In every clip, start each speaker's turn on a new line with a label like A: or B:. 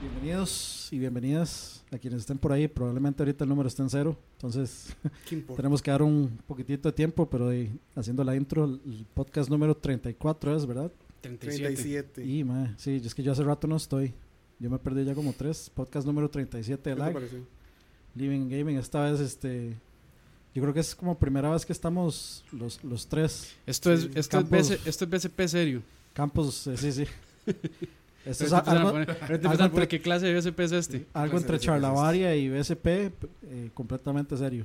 A: bienvenidos y bienvenidas a quienes estén por ahí. Probablemente ahorita el número está en cero, entonces
B: ¿Qué importa?
A: tenemos que dar un poquitito de tiempo, pero ahí, haciendo la intro, el podcast número 34 es, ¿verdad?
B: 37.
A: Y, mae, sí, es que yo hace rato no estoy. Yo me perdí ya como tres. Podcast número 37
B: ¿Qué
A: de
B: te
A: Lag,
B: pareció?
A: Living Gaming. Esta vez, este. Yo creo que es como primera vez que estamos los, los tres
C: Esto es,
B: Sí,
C: esto, es
A: campos.
C: BC esto es BCP serio.
A: campos. eh, sí, sí. Esto es
C: Ahorita empezaron a
A: algo,
C: poner-
B: Este
C: ahorita
A: algo
C: empezaron a poner
A: entre-
C: ¿Qué clase de BCP es este?
A: algo entre Charlavaria y BSP, eh, completamente serio.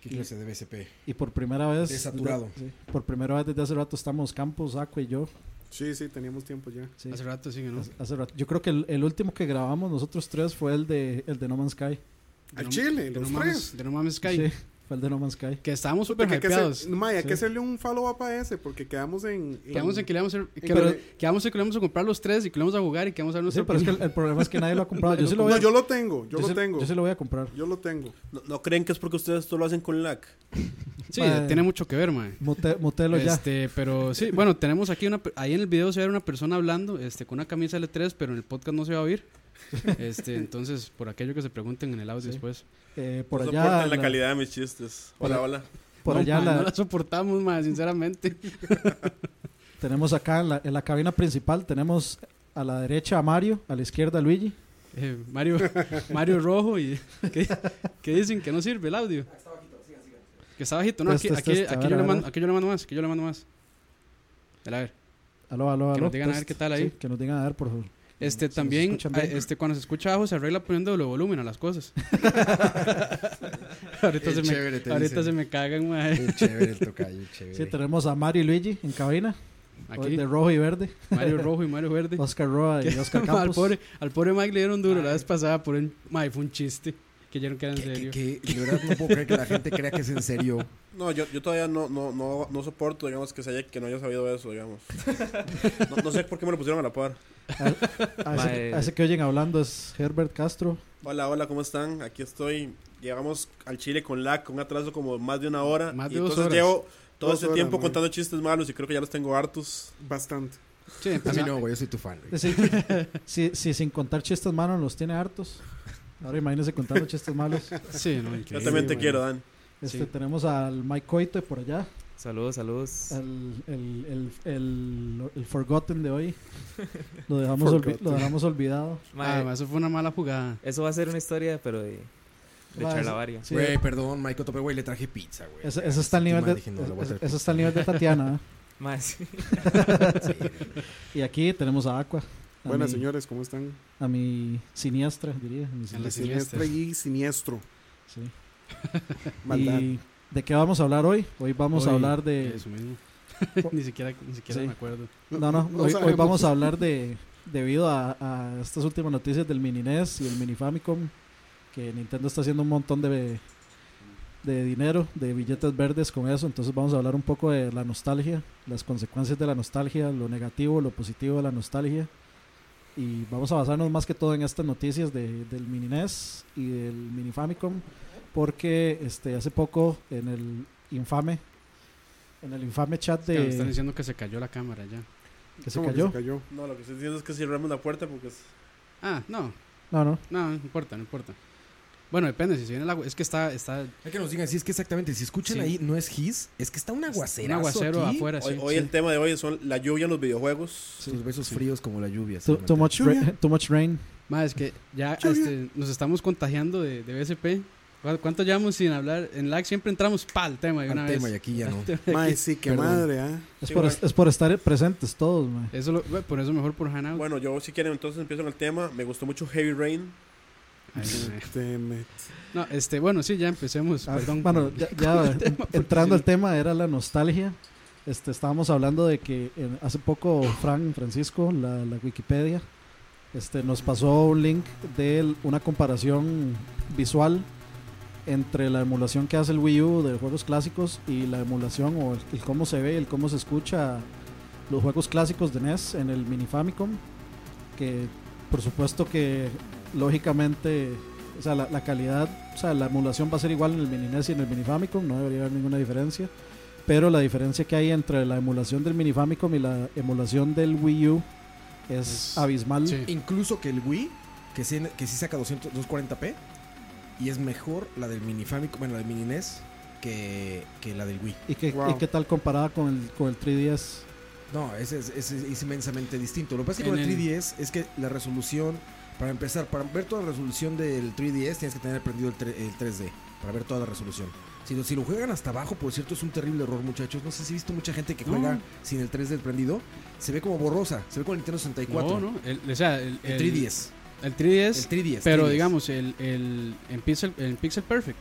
D: ¿Qué clase de BCP?
A: Y por primera vez.
D: Desaturado.
A: de- sí, por primera vez desde hace rato estamos Campos, Aqua y yo.
B: Sí, sí, teníamos tiempo ya.
A: sí.
C: Hace rato sí, ¿no?
A: Hace- hace rato. Yo creo que el, el último que grabamos nosotros tres fue el de, el de No Man's Sky.
B: Al
C: De no-
B: chile,
C: de no
B: los
C: mames,
B: tres.
C: de no mames Sky.
A: Sí, fue el de No Man's Sky.
C: Que estábamos
B: Puta,
C: súper
B: que hay que hacer-
C: hypeados.
B: Mae, hay
A: Sí.
B: que hacerle un follow-up a ese, porque quedamos en...
C: Quedamos en que le vamos a, que,
B: Pero-
C: que vamos a, que le vamos a comprar los tres y que le vamos a jugar y que vamos a dar
A: Sí,
C: nuestro
A: pero es que el, el problema es que nadie lo ha comprado. Yo sí lo voy
B: No,
A: a,
B: yo lo tengo, yo,
A: yo
B: lo
A: sí-
B: tengo.
A: yo sí lo voy a comprar.
B: Yo lo tengo.
E: ¿No, no creen que es porque ustedes todo lo hacen con lag?
C: Sí,
A: Mae.
C: tiene mucho que ver, mae.
A: Mote- motelo ya.
C: Este, pero sí, bueno, tenemos aquí una per- ahí en el video se ve una persona hablando, este, con una camisa L3, pero en el podcast no se va a oír. Este, entonces, por aquello que se pregunten en el audio
A: Sí.
C: después.
A: Eh, por
E: no
A: allá,
E: soportan la,
A: la-
E: calidad de mis chistes. Hola, hola.
A: por
C: No,
A: allá
C: mae,
A: la-
C: no la soportamos, mae, sinceramente.
A: tenemos acá en la, en la cabina principal, tenemos a la derecha a Mario, a la izquierda a Luigi.
C: Eh, Mario, Mario Rojo y ¿qué, qué dicen que no sirve el audio. Que está bajito, no, aquí,
A: Testa,
C: aquí,
A: testa,
C: aquí
A: a ver,
C: yo
A: a
C: le
A: ver.
C: mando, aquí yo le mando más, aquí yo le mando más. A ver,
A: Aló, aló, aló.
C: Que nos digan a ver
A: test.
C: qué tal ahí.
A: Sí, que nos digan a ver, por favor.
C: este
A: se
C: también,
A: escuchan
C: ah,
A: bien.
C: este cuando se escucha abajo se arregla poniendo doble volumen a las cosas. ahorita
D: El
C: se me,
D: chévere, te
C: ahorita
D: dicen.
C: se me cagan, mae.
D: El chévere, el tocayo, el chévere.
A: Sí, tenemos a Mario y Luigi en cabina,
C: Aquí
A: de rojo y verde.
C: Mario Rojo y Mario Verde.
A: Oscar Roa y Oscar
C: al
A: Campos.
C: pobre, al pobre Mike le dieron duro la vez pasada por un mae, fue un chiste que ya no queda en
D: Que- que-
C: serio.
D: que de verdad no puedo creer que la gente crea que es en serio.
E: No, yo, yo todavía no, no, no, no soporto, digamos, que, se haya, que no haya sabido eso, digamos. No, no sé por qué me lo pusieron a la par.
A: A ese, que- a ese que oyen hablando es Herbert Castro.
E: Hola, hola, ¿cómo están? Aquí estoy. Llegamos al Chile con lag, con un atraso como más de una hora.
C: Más de
E: y
C: dos
E: entonces
C: horas.
E: llevo todo
B: Dos
E: ese
B: horas,
E: tiempo
B: man.
E: contando chistes malos y creo que ya los tengo hartos.
B: Bastante.
C: Sí,
D: A mí
C: empezaba-
D: no, güey, yo soy tu fan. güey.
A: Sí, sí, sí, sin contar chistes malos los tiene hartos. Ahora imagínense contando chistes malos.
C: sí, no,
E: Yo
C: increíble,
E: también te
C: mae. Ah,
E: quiero, Dan.
A: Este,
C: Sí.
A: Tenemos al Mike Coito por allá,
F: Saludos, saludos.
D: Ah,
A: al- el, el, el, el Forgotten de hoy. Lo dejamos, olvi- lo dejamos olvidado.
C: Ah,
F: Mae,
C: mae, eso fue una mala jugada.
F: eso va a ser una historia, pero de, de
A: Mae,
F: charlavaria.
A: Sí,
D: Güey, perdón, Michael Tope, güey, le traje pizza, güey.
A: ese, ese está al nivel de,
D: Dije, no, lo voy a
A: ese-
D: hacer.
A: ese está al nivel de Tatiana. ¿eh?
F: Mae, sí.
A: Y aquí tenemos a Aqua. A
B: Buenas,
A: mi,
B: señores, ¿cómo están?
A: A mi siniestra, diría. a mi
C: En la
A: siniestra,
C: siniestra.
B: Siniestra y siniestro.
A: sí.
B: Maldad.
A: ¿Y de qué vamos a hablar hoy? Hoy vamos a
C: Hoy,
A: hablar de...
C: Eso mismo. ni siquiera, ni siquiera
A: Sí.
C: me acuerdo.
A: No, no,
B: No
A: hoy, hoy
B: sabemos.
A: vamos a hablar de, debido a, a estas últimas noticias del Mini NES y el Mini Famicom, que Nintendo está haciendo un montón de, de dinero, de billetes verdes con eso, entonces vamos a hablar un poco de la nostalgia, las consecuencias de la nostalgia, lo negativo, lo positivo de la nostalgia, y vamos a basarnos más que todo en estas noticias de- del Mini NES y del Mini Famicom, porque este, hace poco en el infame... En el infame chat
C: Es que me están
A: de...
C: diciendo que se cayó la cámara ya.
A: ¿Que se
B: ¿Cómo que
A: cayó?
B: se cayó?
E: No, lo que estoy diciendo es que cerramos la puerta porque es-
C: Ah, no,
A: No, no.
C: no, no importa, no importa. Bueno, depende, si se viene el agua. Es que está, está
D: Hay que nos digan, si es que exactamente, si escuchan
C: Sí.
D: ahí, no es his, es que está un aguacero.
C: un aguacero
D: aquí.
C: afuera.
E: hoy,
C: Ah, sí,
E: hoy
C: sí.
E: el tema de hoy son la lluvia en los videojuegos.
D: Sus besos
C: Sí.
D: fríos como la lluvia.
A: Too, too much ra- too much rain.
C: Mae, es que ya este, nos estamos contagiando de, de BSP. ¿Cu- ¿Cuánto llevamos sin hablar? En lag siempre entramos pa'l tema de una
D: Al tema y
C: vez.
D: aquí ya no.
B: Mae, sí, qué
D: Perdón.
B: madre, ¿ah?
A: Es,
E: Sí,
A: por,
E: bueno.
A: es por estar presentes todos, mae.
C: Eso lo- bueno, por eso mejor por Hangout.
E: Bueno, yo si quieren entonces empiezo con el tema. Me gustó mucho Heavy Rain.
C: Ay, mae.
B: Teme.
C: no, este, bueno, sí, ya empecemos.
A: Ah,
C: perdón.
A: bueno, ya, ya entrando al tema, era la nostalgia. Este, estábamos hablando de que en- hace poco Fran Francisco, la, la Wikipedia, este, nos pasó un link de el- una comparación visual entre la emulación que hace el Wii U de juegos clásicos y la emulación o el, el cómo se ve, el cómo se escucha los juegos clásicos de NES en el Mini Famicom, que por supuesto que lógicamente o sea, la, la calidad, o sea, la emulación va a ser igual en el Mini NES y en el Mini Famicom, no debería haber ninguna diferencia. Pero la diferencia que hay entre la emulación del Mini Famicom y la emulación del Wii U es abismal.
C: Sí.
D: Incluso que el Wii, que sí, que sí saca 200, 240p, y es mejor la del mini Famicom, bueno, la del mini NES, que, que la del Wii.
A: ¿Y, qué,
B: Wow.
A: y qué tal comparada con el, con el 3DS?
D: No, ese es, ese es inmensamente distinto. Lo que pasa es que
C: En
D: con el
C: el-
D: 3DS es que la resolución, para empezar, para ver toda la resolución del 3DS tienes que tener prendido el, tre- el 3D, para ver toda la resolución. Si lo, si lo juegan hasta abajo, por cierto, es un terrible error, muchachos. No sé si he visto mucha gente que
C: No.
D: juega sin el 3D prendido. Se ve como borrosa, se ve con el Nintendo 64.
C: No, no. El, o sea, el,
D: El,
C: el-
D: 3DS.
C: El
D: El
C: 3DS.
D: 3DS.
C: pero
D: 3DS.
C: digamos, el, el, en, pixel, en Pixel Perfect.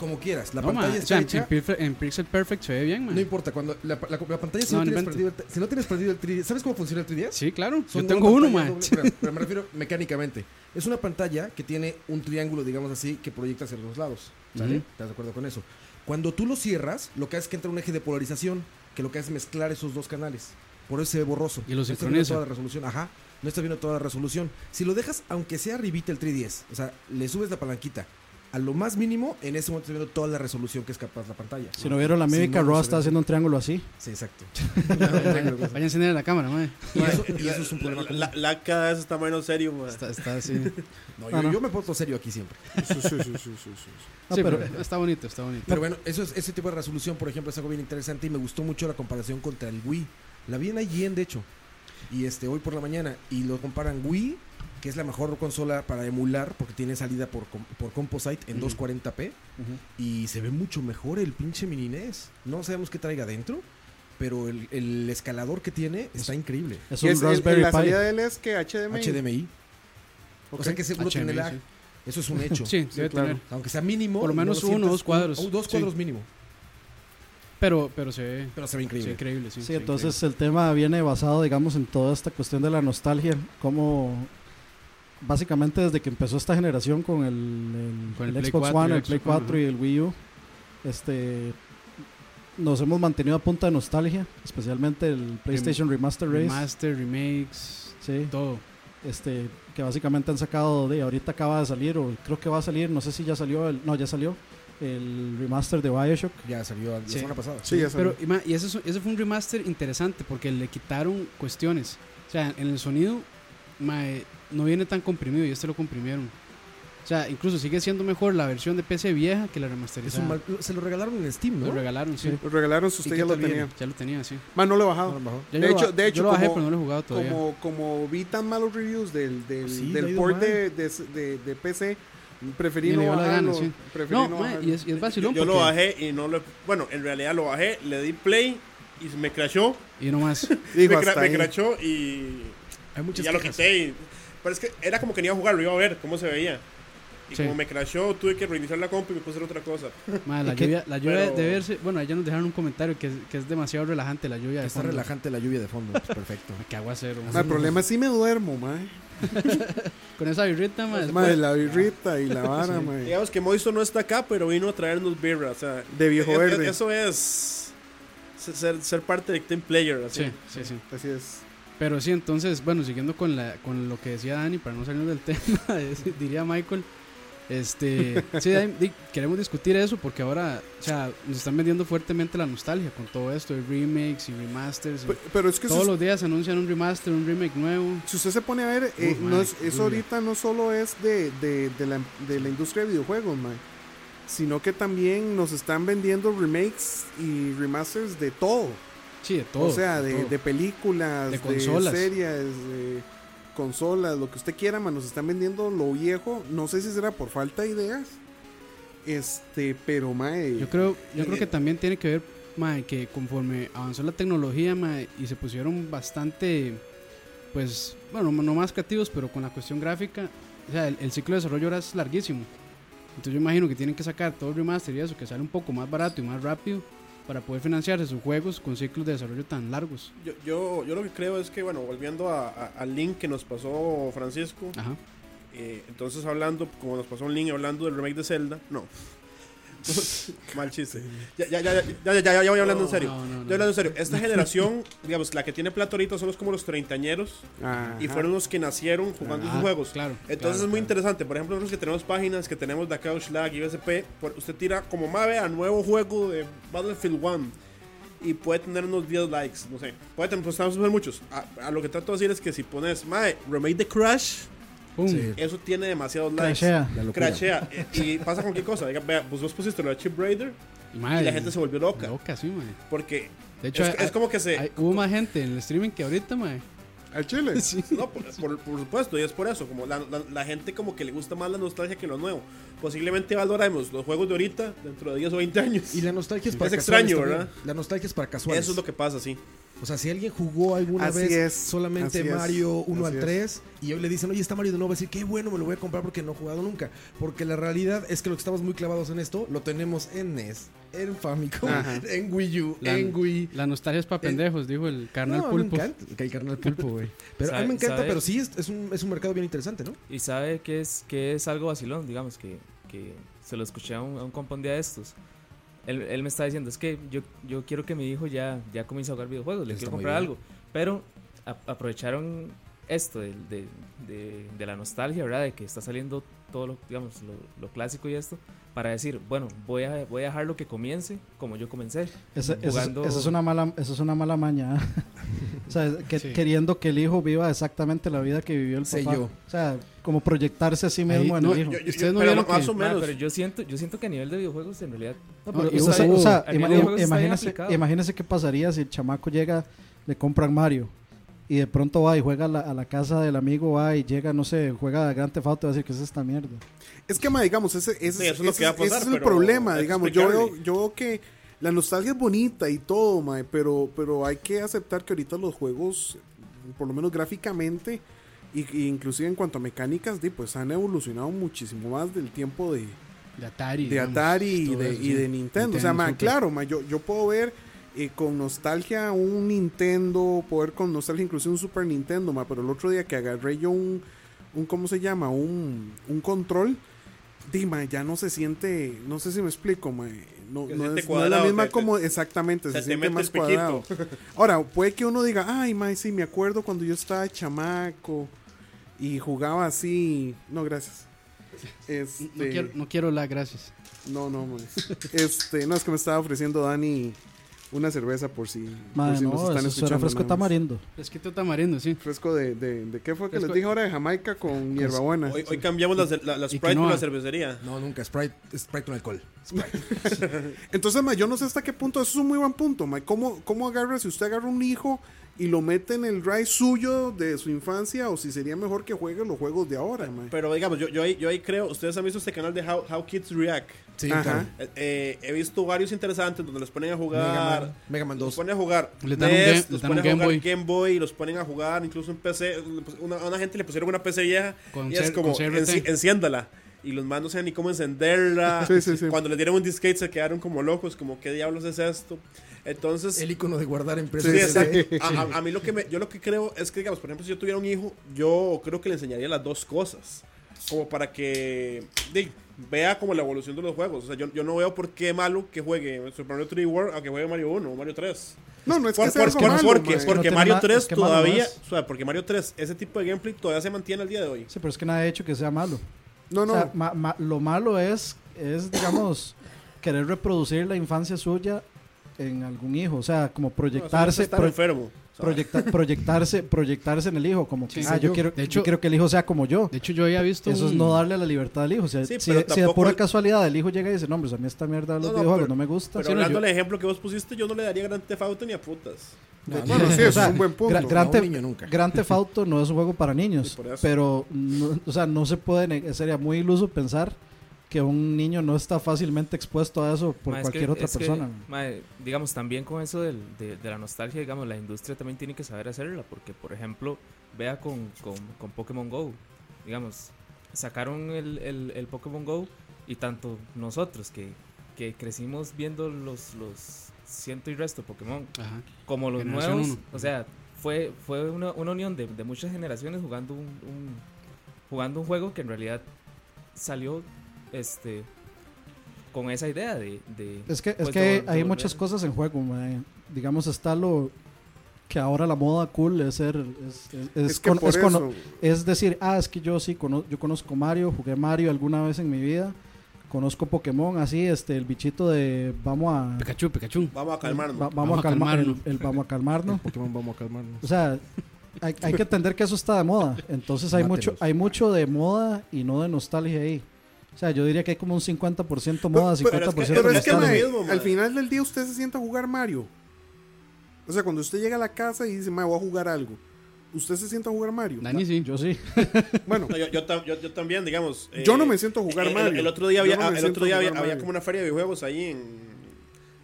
D: Como quieras, la
C: no, ma,
D: pantalla
C: o
D: está
C: sea, en,
D: hecha.
C: en Pixel- en Pixel Perfect se ve bien, man.
D: No importa, cuando la, la- la pantalla si
C: No,
D: no, tienes
C: inventes.
D: perdido el, si no tienes perdido el 3D, ¿sabes cómo funciona el 3DS?
C: Sí, claro.
D: Son
C: Yo
D: una
C: tengo uno,
D: pantalla
C: man.
D: doble- pero, pero me refiero mecánicamente. Es una pantalla que tiene un triángulo, digamos así, que proyecta hacia los lados. ¿Sale?
C: Ujú.
D: ¿Estás de acuerdo con eso? Cuando tú lo cierras, lo que hace es que entra un eje de polarización, que lo que hace es mezclar esos dos canales. Por eso se ve borroso.
C: Y lo
D: No estás viendo
C: sincroniza.
D: toda la resolución. Ajá. No está viendo toda la resolución. Si lo dejas, aunque sea arribita el 310, o sea, le subes la palanquita a lo más mínimo, en ese momento estás viendo toda la resolución que es capaz la pantalla.
A: Si no vieron la
D: Sí,
A: mímica,
D: no, no
A: Roa
D: se
A: está
D: ve.
A: haciendo un triángulo así.
D: Sí, exacto.
C: Vayan a encender la cámara, man.
D: y, eso, y eso es un problema.
E: La, la- la cada vez está menos serio, man.
C: Está, está así.
D: No,
A: Ah,
D: yo,
A: no.
D: yo me porto serio aquí siempre.
B: Sí, sí, sí, sí, sí, sí, sí.
D: Ah,
A: No,
C: Sí,
A: pero,
C: pero está bonito, está bonito.
D: Pero bueno, eso es, ese tipo de resolución, por ejemplo, es algo bien interesante y me gustó mucho la comparación contra el Wii. La vi en IGN, de hecho, y este hoy por la mañana, y lo comparan Wii, que es la mejor consola para emular, porque tiene salida por, com- por Composite en 240p, y se ve mucho mejor el pinche mini NES. No sabemos qué traiga adentro, pero el, el escalador que tiene está increíble.
A: es
B: Y
A: un
B: es- el-
A: Raspberry
B: la salida
A: Pi.
B: de él es que HDMI.
D: HDMI. O
B: Ok.
D: sea que seguro
C: HDMI,
D: tiene lag.
C: sí.
D: Eso es un hecho.
C: Sí, debe
B: claro.
C: tener.
D: Aunque sea mínimo.
C: Por lo menos uno,
D: sientas-
C: dos cuadros.
D: un- dos
C: Sí.
D: cuadros mínimo.
C: Pero, pero se ve
D: Pero se ve
C: se ve
D: increíble.
C: increíble, sí.
A: Sí,
C: se ve
A: entonces el tema viene basado, digamos, en toda esta cuestión de la nostalgia. Como básicamente desde que empezó esta generación con el, el-
C: Con el
A: el
C: Play
A: Xbox
C: 4,
A: One,
C: el
A: el Play
C: Xbox One,
A: 4 y el Wii U, este, nos hemos mantenido a punta de nostalgia, especialmente el PlayStation Remaster
C: increíble.
A: Race.
C: Remaster, remakes,
A: Sí,
C: todo.
A: este, que básicamente han sacado de ahorita acaba de salir, o creo que va a salir, no sé si ya salió, el, no, ya salió el remaster de Bioshock.
D: Ya salió la
C: Sí.
D: semana pasada.
B: Sí, ya
C: Pero,
B: sabes.
C: y, ma, y ese, es- ese fue un remaster interesante porque le quitaron cuestiones. O sea, en el sonido ma, eh, no viene tan comprimido y este lo comprimieron. O sea, incluso sigue siendo mejor la versión de PC vieja que la
D: Es
C: remasterizada.
D: un mal- se lo regalaron en Steam,
C: Lo
D: ¿no?
C: regalaron, sí.
A: Sí.
B: Lo regalaron si
C: ¿Y
B: usted
C: qué
B: ya lo
C: tal viene?
B: tenía.
C: Ya lo tenía, sí.
B: Más no lo he
D: No,
B: bajado.
D: no, no.
C: Ya
B: De
C: yo lo
B: hecho-
C: ba-
B: de hecho,
C: yo lo bajé,
B: como-
C: pero no lo he jugado todavía.
B: Como, como vi tan malos reviews del, del, del
D: Sí, le ha ido
B: port
D: mal.
B: de, de, de- de PC, preferí
C: Ni le
B: no
C: dio la gana,
B: bajarlo.
C: sí.
B: Preferí
C: no,
B: no,
C: ma,
B: bajarlo.
C: y es, y es
E: Yo,
C: vacilón
E: yo lo
C: porque-
E: bajé y no lo. Bueno, en realidad lo bajé, le di play y me crashó.
C: Y no más.
B: Digo,
E: me, cra-
B: hasta
E: me
B: ahí.
E: crashó y.
D: Hay
E: y
D: muchas
E: ya lo
D: quejas.
E: quité. y- pero es que era como que no iba a jugarlo, iba a ver cómo se veía. Y
C: Sí.
E: como me crashó, tuve que reiniciar la compu y me puse a hacer otra cosa.
C: Ma, la
A: ¿Y qué-
C: lluvia, la lluvia
E: pero-
C: de verse. Bueno, ahí ya nos dejaron un comentario que es, que es demasiado relajante la lluvia. de
D: Está
C: fondo.
D: relajante la lluvia de fondo. pues, perfecto.
C: Ma, Qué aguacero. ma.
B: Ma, el problema es si me duermo, mae.
C: Con esa birrita, ma, después-
B: Mae, la birrita y la vara,
C: Sí.
B: mae.
E: Digamos que Moiso no está acá, pero vino a traernos birra. O sea,
B: De viejo
E: e- e-
B: verde.
E: Eso es se- ser, ser parte del Team Player. Así.
C: Sí, sí, sí.
B: Así es.
C: Pero sí, entonces, bueno, siguiendo con, la, con lo que decía Dani, para no salirnos del tema, es- diría Michael, este, sí, Dani, di- queremos discutir eso porque ahora, o sea, nos están vendiendo fuertemente la nostalgia con todo esto, de remakes y remasters. y
B: Pe- Pero es que si,
C: todos los días anuncian un remaster, un remake nuevo.
B: si usted se pone a ver, eh,
C: Uf, mae,
B: no es-
C: qué
B: eso
C: lluvia.
B: ahorita no solo es de, de, de la, de la industria de videojuegos, mae. Sino que también nos están vendiendo remakes y remasters de todo.
C: Sí, de todo.
B: o sea, de,
C: todo.
B: de películas,
C: De
B: de,
C: consolas.
B: series, de consolas, lo que usted quiera, man, nos están vendiendo lo viejo. No sé si será por falta de ideas. Este, pero mae.
C: Yo creo, yo
E: Eh,
C: creo que también tiene que ver, mae, que conforme avanzó la tecnología, mae, y se pusieron bastante, pues, bueno, no más creativos, pero con la cuestión gráfica, o sea, el, el ciclo de desarrollo ahora es larguísimo. Entonces yo imagino que tienen que sacar todo el remaster y eso, que sale un poco más barato y más rápido para poder financiarse sus juegos con ciclos de desarrollo tan largos.
E: Yo, yo, yo lo que creo es que, bueno, volviendo a- a- al link que nos pasó Francisco,
C: Ajá.
E: eh, entonces hablando, como nos pasó un link hablando del remake de Zelda, no. Mal chiste. Ya, ya, ya, ya, ya, ya, ya, ya voy hablando en serio.
C: No, no, no.
E: Yo hablando en serio, esta generación, digamos, la que tiene plata ahorita son los como los treintañeros
B: Ajá.
E: y fueron los que nacieron jugando
C: Ah,
E: sus juegos.
C: Claro.
E: Entonces es muy
C: claro,
E: interesante. Por ejemplo, nosotros que tenemos páginas, que tenemos The Couch Lag, USP, por- usted tira como Mave a nuevo juego de Battlefield 1. y puede tener unos 10 likes, no sé. Puede tener, pues estamos súper muchos. A, a lo que trato de decir es que si pones, mae, remake de Crash,
C: Pum.
D: Sí,
E: eso tiene demasiados likes.
A: Crashea.
D: la locura.
E: Crashea. Eh, Y pasa con qué cosa. Diga, vea, pues vos pusiste lo de Chip Raider
C: Y, mae,
E: y la gente se volvió loca.
C: Loca, sí, mae.
E: Porque
C: De hecho,
E: es,
C: hay-
E: es como que se.
C: hay- hubo más gente en el streaming que ahorita, mae.
B: ¿Al chile?
E: No, por, por- por supuesto, y es por eso, como la, la- la gente como que le gusta más la nostalgia que lo nuevo. Posiblemente valoraremos los juegos de ahorita dentro de 10 o 20 años.
D: Y la nostalgia es para
E: Es
D: casuales
E: extraño,
D: también.
E: ¿verdad?
D: La nostalgia es para casuales.
E: Eso es lo que pasa, sí.
D: O sea, si alguien jugó alguna
B: Así
D: vez
B: es,
D: solamente
B: así es,
D: Mario 1
B: así
D: al
B: es.
D: 3 y hoy le dicen, oye, está Mario de nuevo, va a decir, qué bueno, me lo voy a comprar porque no he jugado nunca. Porque la realidad es que los que estamos muy clavados en esto, lo tenemos en NES, en Famicom, en Wii U,
C: La-
D: en Wii.
C: La nostalgia es para pendejos, dijo el carnal
D: No, a mí me
C: pulpo.
D: encanta. Que el carnal pulpo, güey. Pero a mí me
F: ¿Sabe-
D: encanta,
F: sabe?
D: pero sí es, es un, es un mercado bien interesante, ¿no?
F: Y sabe que es, que es algo vacilón, digamos, que, que se lo escuché a un, a un compa un día de estos. Él, él me está diciendo, es que yo, yo quiero que mi hijo ya, ya comience a jugar videojuegos, le
D: Está
F: quiero
D: muy
F: comprar
D: bien.
F: algo. Pero a- aprovecharon esto de, de- de- de la nostalgia, ¿verdad? De que está saliendo todo lo, digamos, lo, lo clásico y esto, para decir, bueno, voy a, voy a dejar lo que comience como yo comencé.
A: Esa, esa es-
F: Jugando-
A: esa es una mala, esa es una mala maña. ¿eh? o sea, que-
C: Sí.
A: queriendo que el hijo viva exactamente la vida que vivió el
D: Sé
A: papá.
D: yo.
A: O sea, como proyectarse a sí mismo en
C: no,
A: el hijo.
C: yo-
A: No,
C: Ustedes no
E: pero
C: vieron
E: más
C: que-
E: o
F: Ma,
E: menos.
F: pero yo siento, yo siento que a nivel de videojuegos en realidad
A: pero pues,
F: y-
A: o sea,
F: o
A: o sea,
F: sea,
A: ima-
F: el videojuego está bien
A: imagínese,
F: aplicado.
A: imagínese qué pasaría si el chamaco llega, le compran Mario y de pronto va y juega a la, a la casa del amigo, va y llega, no sé, juega a Grand Theft Auto y va a decir que es esta mierda.
B: Es que, ma, digamos, ese, ese,
E: Sí, eso es
B: ese-
E: lo que va a
B: ese
E: pasar,
B: es el
E: pero
B: problema,
E: es
B: digamos. Yo veo,
E: explicable.
B: yo veo que la nostalgia es bonita y todo, ma, pero, pero hay que aceptar que ahorita los juegos, por lo menos gráficamente, y, y inclusive en cuanto a mecánicas, di, pues han evolucionado muchísimo más del tiempo de,
C: De Atari.
B: de
C: digamos,
B: Atari y
C: todo
B: de,
C: eso,
B: y
C: sí. pues.
B: de Nintendo. O sea,
C: Nintendo,
B: ma,
C: Super.
B: claro, ma, yo, yo puedo ver eh, con nostalgia un Nintendo, poder con nostalgia incluso un Super Nintendo, ma, pero el otro día que agarré yo un, un ¿cómo se llama? Un, un control. Dima, ya no se siente, no sé si me explico, ma, no,
E: Se
B: no es,
E: siente
B: no es la
E: cuadrado,
B: misma
E: te- te-
B: como exactamente,
E: se
B: se,
E: te
B: siente
E: mete
B: más
E: el
B: cuadrado.
E: piquito.
B: Ahora, puede que uno diga, ay, ma, sí, me acuerdo cuando yo estaba chamaco y jugaba así. No, gracias. Este,
C: No quiero, no quiero la, gracias.
B: no, no, mae. Este, no, es que me estaba ofreciendo Dani una cerveza por si,
A: Madre,
B: por si
A: no, eso suena fresco
B: nada más.
A: tamarindo.
C: Fresquito tamarindo, sí.
B: Fresco de, de, de qué fue que
C: Fresco-
B: les dije ahora de Jamaica con hierbabuena.
E: Pues, Hoy, hoy cambiamos la, la, la
C: Y
E: Sprite por
C: quinoa.
E: la cervecería.
D: No, nunca. Sprite, Sprite con alcohol.
B: Entonces, ma, yo no sé hasta qué punto, eso es un muy buen punto, ma. ¿Cómo, ¿Cómo agarra si usted agarra un hijo y lo mete en el drive suyo de su infancia o si sería mejor que juegue los juegos de ahora, ma?
E: Pero digamos, yo, yo, ahí, yo ahí creo, ustedes han visto este canal de How, How Kids React.
D: Sí,
B: Ajá.
D: claro.
E: Eh, eh, he visto varios interesantes donde los ponen a
D: Mega
E: jugar.
D: Man, Mega Man
E: Los
D: 2.
E: ponen a jugar.
C: Les dan un
E: NES,
C: Game- les
E: los
C: dan un
E: ponen a
C: Game
E: jugar
C: Boy.
E: Game Boy, los ponen a jugar incluso en PC. pues, Una, a una gente le pusieron una PC vieja
C: Con
E: y es
C: cer-
E: como,
C: con CRT.
E: "Enci- enciéndala. Y los manos no saben ni cómo encenderla.
B: Sí, sí, sí.
E: Cuando les dieron un disquete se quedaron como locos, como qué diablos es esto. Entonces,
D: El icono de guardar en
E: Sí,
D: presos.
E: exacto. A, a- a mí lo que me- yo lo que creo es que, digamos, por ejemplo, si yo tuviera un hijo, yo creo que le enseñaría las dos cosas. Como para que di, vea como la evolución de los juegos. O sea, yo, yo no veo por qué malo que juegue Super Mario 3 World a que juegue Mario 1 o Mario 3.
B: No, no es Pues que
E: Por-
B: sea algo
E: por- por-
B: malo,
E: porque
B: ma.
A: no
E: porque
A: tiene
E: Mario
A: nada-
E: 3
A: es que malo
E: todavía.
A: no
E: O sea, porque Mario 3, ese tipo de gameplay todavía se mantiene al día de hoy.
A: Sí, pero es que nadie ha hecho que sea malo.
B: No, no.
A: O sea, ma- ma- lo malo es, es, digamos, querer reproducir la infancia suya en algún hijo. O sea, como proyectarse,
E: Está
A: pro-
E: enfermo. o sea,
A: proyecta- proyectarse, proyectarse en el hijo. Como que,
C: Sí,
A: ah,
C: sí,
A: yo,
C: yo.
A: quiero,
C: De
A: yo
C: hecho-
A: quiero que el hijo sea como yo.
C: De hecho, yo había visto.
A: Eso es
C: un-
A: no darle la libertad al hijo. O sea,
E: Sí,
A: si,
E: pero
A: si de
E: tampoco
A: pura
E: el-
A: casualidad el hijo llega y dice, no, hombre, a mí esta mierda de los
E: No, no,
A: videojuegos
E: pero-
A: no me gusta.
E: Pero
C: Sí, no,
E: hablando
C: yo-
E: del ejemplo que vos pusiste, yo no le daría Gran Tefauto ni a putas.
B: Bueno, sí, eso es un buen punto.
A: Gran, Grand
D: No,
A: Theft-
D: niño, nunca.
A: Grand Theft Auto no es un juego para niños,
E: Sí, por eso.
A: pero no, o sea, no se puede, neg- sería muy iluso pensar que un niño no está fácilmente expuesto a eso por
F: Ma, es que-
A: cualquier otra
F: es que,
A: persona.
F: ma, digamos, también con eso del- de, de la nostalgia, digamos, la industria también tiene que saber hacerla, porque, por ejemplo, vea con, con, con Pokémon Go, digamos, sacaron el, el- el Pokémon Go y tanto nosotros que, que crecimos viendo los, los ciento y resto Pokémon,
C: Ajá.
F: como los
C: Generación
F: nuevos,
C: uno.
F: o sea, fue, fue una, una unión de, de muchas generaciones jugando un, un- jugando un juego que en realidad salió este con esa idea de, de-
A: Es que, es
F: Pues,
A: que
F: de
A: hay
F: vol- de volver.
A: muchas cosas en juego, mae. digamos está lo que ahora la moda cool es ser es, es- es
B: Es que
A: con-
B: por
A: es cono-
B: eso-
A: es decir, ah, es que yo sí cono- yo conozco Mario, jugué Mario alguna vez en mi vida Conozco Pokémon así, este, el bichito de vamos a,
C: Pikachu, Pikachu.
E: Vamos
A: Mm,
E: a
A: va-
E: calmarnos.
A: vamos a, calmar, el, el vamos a calmarnos.
D: Pokémon vamos a calmarnos.
A: O sea, hay, hay que entender que eso está de moda. Entonces hay mucho,
D: Mátelos.
A: hay mucho de moda y no de nostalgia ahí. O sea, yo diría que hay como un 50% moda, 50%
E: pero es que-
B: Pero es que,
E: Está
A: nostalgia.
B: mae,
E: lo mismo, mae.
B: al final del día usted se sienta a jugar Mario. O sea, cuando usted llega a la casa y dice, mae, voy a jugar algo. Usted se sienta a jugar Mario.
C: Dani sí.
A: Yo sí.
B: Bueno,
E: No, yo, yo tam- yo- yo también, digamos. eh,
B: yo no me siento a jugar
E: el,
B: Mario.
E: el otro día
B: Yo
E: había, ah,
B: no me
E: el
B: siento
E: otro
B: a
E: día había,
B: jugar
E: había
B: Mario.
E: como una feria de videojuegos ahí en.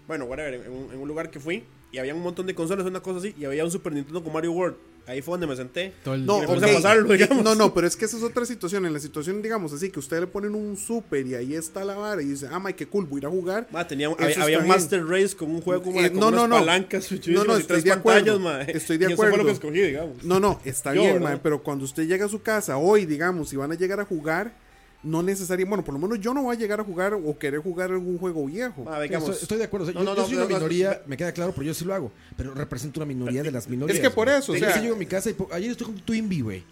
E: Bueno, whatever, en un, en un lugar que fui. Y había un montón de consolas, una cosa así. Y había un Super Nintendo con Mario World. Ahí fue donde me senté.
C: Todo el-
B: No,
E: Y vamos
B: ok.
E: a pasarlo, digamos.
B: No, no, pero es que esa es otra situación. En la situación, digamos así, que usted le ponen un super y ahí está la vara y dice, ah, mae, qué cool, voy a ir a jugar.
E: Ma, tenía,
B: Eso
E: había,
B: está
E: había un
B: bien.
E: Master Race con un juego como
B: Eh,
E: con
B: no,
E: unas
B: no, no.
E: palancas
B: No, no,
E: y
B: estoy
E: tres
B: de acuerdo.
E: pantallas, ma.
B: Estoy de
E: Y eso fue lo
B: acuerdo.
E: que escogí, digamos.
B: No, no, está
E: Yo,
B: bien,
E: ¿verdad?
B: mae, pero cuando usted llega a su casa hoy, digamos, si van a llegar a jugar, no necesariamente, bueno, por lo menos yo no voy a llegar a jugar o querer jugar algún juego viejo.
E: Ma,
D: Sí,
E: digamos.
D: Estoy, estoy de acuerdo. o sea,
E: No,
D: yo,
E: no,
D: yo
E: no,
D: soy
E: no,
D: una
E: no,
D: minoría, me queda claro, pero yo sí lo hago. Pero represento una minoría de las minorías.
B: es que por
D: güey.
B: eso, o
D: Sí,
B: sea-
D: yo llego a mi casa y po- ayer estoy con Twinbee, güey.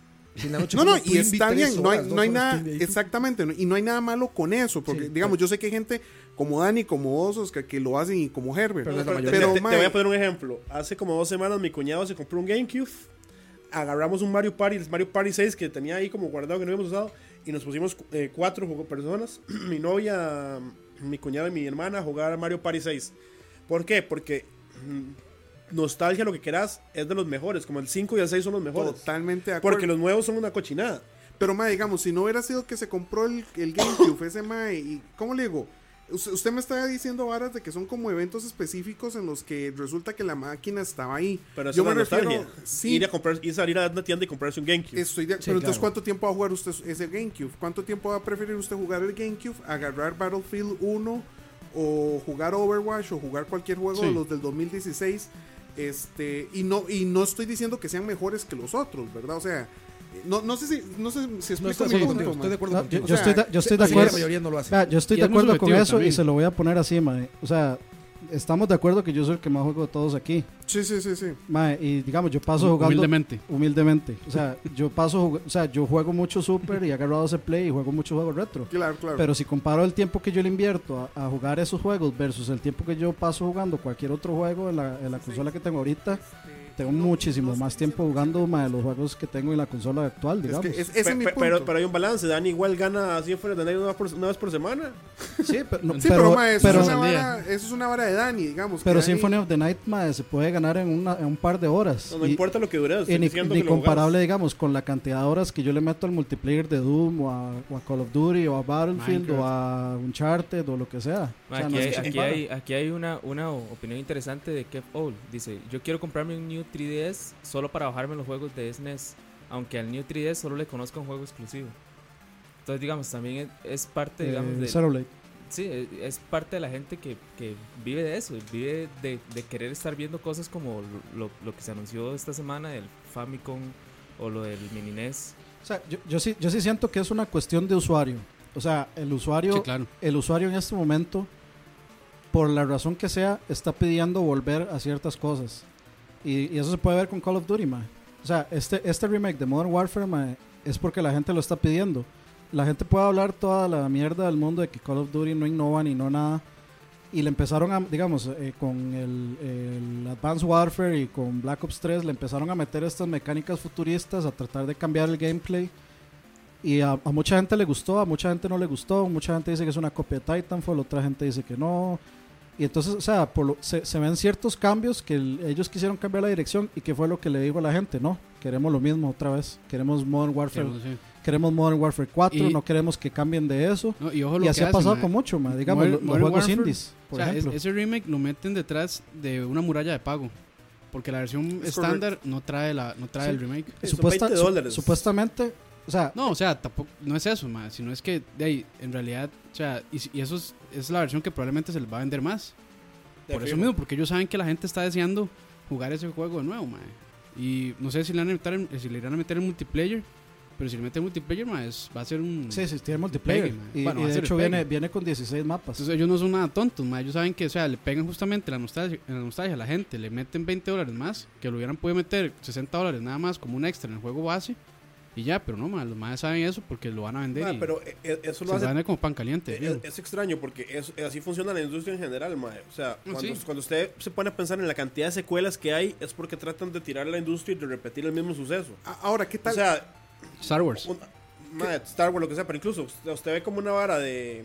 D: Y en la noche
B: no, no,
D: pongo
B: y
D: Twinbee
B: está
D: tres
B: bien, no hay,
D: horas, dos
B: no hay
D: horas
B: nada,
D: Twinbee ahí.
B: exactamente, no- y no hay nada malo con eso, porque
D: Sí,
B: digamos, yo sé que hay gente como Dani, como vos, Oscar, que lo hacen y como Herbert,
D: Pero
B: pero,
D: no es la
E: Pero
D: mayoría.
E: te- te, te
B: mae,
E: voy a poner un ejemplo. Hace como dos semanas mi cuñado se compró un GameCube. Agarramos un Mario Party, el Mario Party 6 que tenía ahí como guardado que no habíamos usado. Y nos pusimos eh, cuatro jugo- personas. mi novia, mi cuñado y mi hermana a jugar Mario Party 6. ¿Por qué? Porque mm, nostalgia, lo que querás, es de los mejores. Como el 5 y el 6 son los mejores.
B: totalmente de acuerdo.
E: Porque los nuevos son una cochinada.
B: Pero, mae, digamos, si no hubiera sido que se compró el, el GameCube, ese mae, y, ¿cómo le digo? Usted, usted me está diciendo varas de que son como eventos específicos en los que resulta que la máquina estaba ahí.
E: Pero eso
B: Yo
E: es
B: me
E: la nostalgia.
B: refiero. Sí,
E: Ir a comprar, ir a salir a una tienda y comprarse un GameCube.
B: estoy de-
D: Sí,
B: pero entonces,
D: claro.
B: ¿cuánto tiempo va a jugar usted ese GameCube? ¿Cuánto tiempo va a preferir usted jugar el GameCube, agarrar Battlefield 1 o jugar Overwatch o jugar cualquier juego de
C: Sí.
B: los del 2016? Este, y no y no estoy diciendo que sean mejores que los otros, ¿verdad? O sea, no, no sé si no sé si
D: No,
B: explico
D: estoy,
B: mi
D: de
B: punto,
D: acuerdo
B: mae.
D: contigo, estoy de acuerdo
A: No,
D: contigo.
A: yo, yo
D: O sea,
A: estoy de, yo estoy de
D: sí, la
A: acuerdo.
D: mayoría no lo hace.
A: Vea, yo estoy
C: Y
A: de
C: es muy
A: acuerdo con
C: subjetivo
A: eso y
C: también.
A: se lo voy a poner así, mae. O sea, estamos de acuerdo que yo soy el que más juego de todos aquí.
B: Sí, sí, sí, sí.
A: Mae, y digamos, yo paso jugando
C: Humildemente.
A: humildemente. O sea, yo paso, jug- o sea, yo juego mucho Super y he agarrado ese Play y juego mucho juego retro.
B: Claro, claro.
A: Pero si comparo el tiempo que yo le invierto a, a jugar esos juegos versus el tiempo que yo paso jugando cualquier otro juego en la, en la consola que tengo ahorita, tengo muchísimo más tiempo jugando mae, los juegos que tengo en la consola actual,
B: es
A: digamos.
B: que es- ese es
E: Pe-
B: mi
E: pe-
B: punto.
E: Pero, pero hay un balance. Dani igual gana así fuera de nadie una, por- una vez por semana.
A: Sí, pero, no,
B: sí, pero,
A: pero-
B: mae, eso,
A: pero-
B: es una vara, eso es una vara de Dani, digamos.
F: Pues
B: que
A: Pero
B: Dani-
A: Symphony of the Night mae, se puede ganar en, una- en un par de horas.
E: No, no
A: Y-
E: importa lo que dure.
A: y
E: estoy
A: ni,
E: diciendo
A: ni
E: que lo
A: comparable, digamos, con la cantidad de horas que yo le meto al multiplayer de Doom o a, o a Call of Duty o a Battlefield o a Uncharted o lo que sea. O
F: Ma,
A: sea,
F: Aquí
A: no se
F: hay, aquí
A: compara.
F: hay- aquí hay una, una o- opinión interesante de Kev Owl. Dice, yo quiero comprarme un New 3DS solo para bajarme los juegos de SNES, aunque al New 3DS solo le conozco un juego exclusivo. Entonces, digamos, también es, es parte,
A: Eh,
F: digamos, de,
A: Zero Blade.
F: sí, es- es parte de la gente que, que vive de eso, vive de, de querer estar viendo cosas como lo, lo que se anunció esta semana del Famicom o lo del Mini E NES.
A: O sea, yo, yo sí, yo sí siento que es una cuestión de usuario. O sea, el usuario,
C: Sí, claro.
A: el usuario en este momento, por la razón que sea, está pidiendo volver a ciertas cosas. Y, y eso se puede ver con Call of Duty, mae. O sea, este, este remake de Modern Warfare, mae, es porque la gente lo está pidiendo. La gente puede hablar toda la mierda del mundo de que Call of Duty no innova ni no nada. Y le empezaron a, digamos, eh, con el, el Advanced Warfare y con Black Ops 3, le empezaron a meter estas mecánicas futuristas, a tratar de cambiar el gameplay. Y a, a mucha gente le gustó, a mucha gente no le gustó, mucha gente dice que es una copia de Titanfall, otra gente dice que no. Y entonces, o sea, por lo- se, se ven ciertos cambios que el- ellos quisieron cambiar la dirección y que fue lo que le dijo a la gente, no, queremos lo mismo otra vez, queremos Modern Warfare,
C: Pero, sí.
A: queremos Modern Warfare 4,
C: Y-
A: no queremos que cambien de eso.
C: No, y ojo lo
A: Y
C: que
A: así ha
C: hacen,
A: pasado
C: ma.
A: con mucho, ma, digamos,
C: Modern-
A: lo- los
C: Modern
A: juegos
C: Warfare,
A: indies, por
C: o sea, es-
A: ejemplo.
C: ese remake lo meten detrás de una muralla de pago. Porque la versión
B: Es
C: estándar no trae, la, no trae
A: Sí.
C: el remake.
A: Y
E: son
A: supuesta-
E: 20
A: su-
E: dólares.
A: supuestamente, o sea,
C: No, o sea, tampoco, no es eso, más, sino es que de ahí, en realidad, o sea, y, si- y eso es, es la versión que probablemente se les va a vender más.
E: De
C: Por eso
E: fijo.
C: mismo, porque ellos saben que la gente está deseando jugar ese juego de nuevo, mae. Y no sé si le, van a meter, el- si le irán a meter el multiplayer, pero si le meten multiplayer, mae, es- va a ser un...
A: sí, sí, tiene multiplayer.
C: Pegue, ma.
A: y
C: Bueno,
A: y
C: va a
A: de
C: ser el
A: hecho viene,
C: pegue.
A: viene con 16 mapas.
C: Entonces ellos no son nada tontos, mae. ellos saben que, o sea, le pegan justamente la nostalgia, la nostalgia a la gente, le meten 20 dólares más, que lo hubieran podido meter 60 dólares nada más como un extra en el juego base, Y ya, pero no, ma, los madres saben eso porque lo van a vender.
E: Ma,
C: y
E: pero eh, eh, eso
C: se
E: lo
C: lo
E: hace
C: venden como pan caliente.
E: Eh,
C: fijo.
E: Es, es extraño porque es- así funciona la industria en general, mae. O sea,
C: Mm,
E: cuando,
C: sí.
E: cuando usted se pone a pensar en la cantidad de secuelas que hay, es porque tratan de tirar a la industria y de repetir el mismo suceso.
B: A- Ahora, ¿qué
E: O
B: tal?
E: sea,
C: Star Wars.
E: un- mae, Star Wars, lo que sea, pero incluso usted, usted ve como una vara de.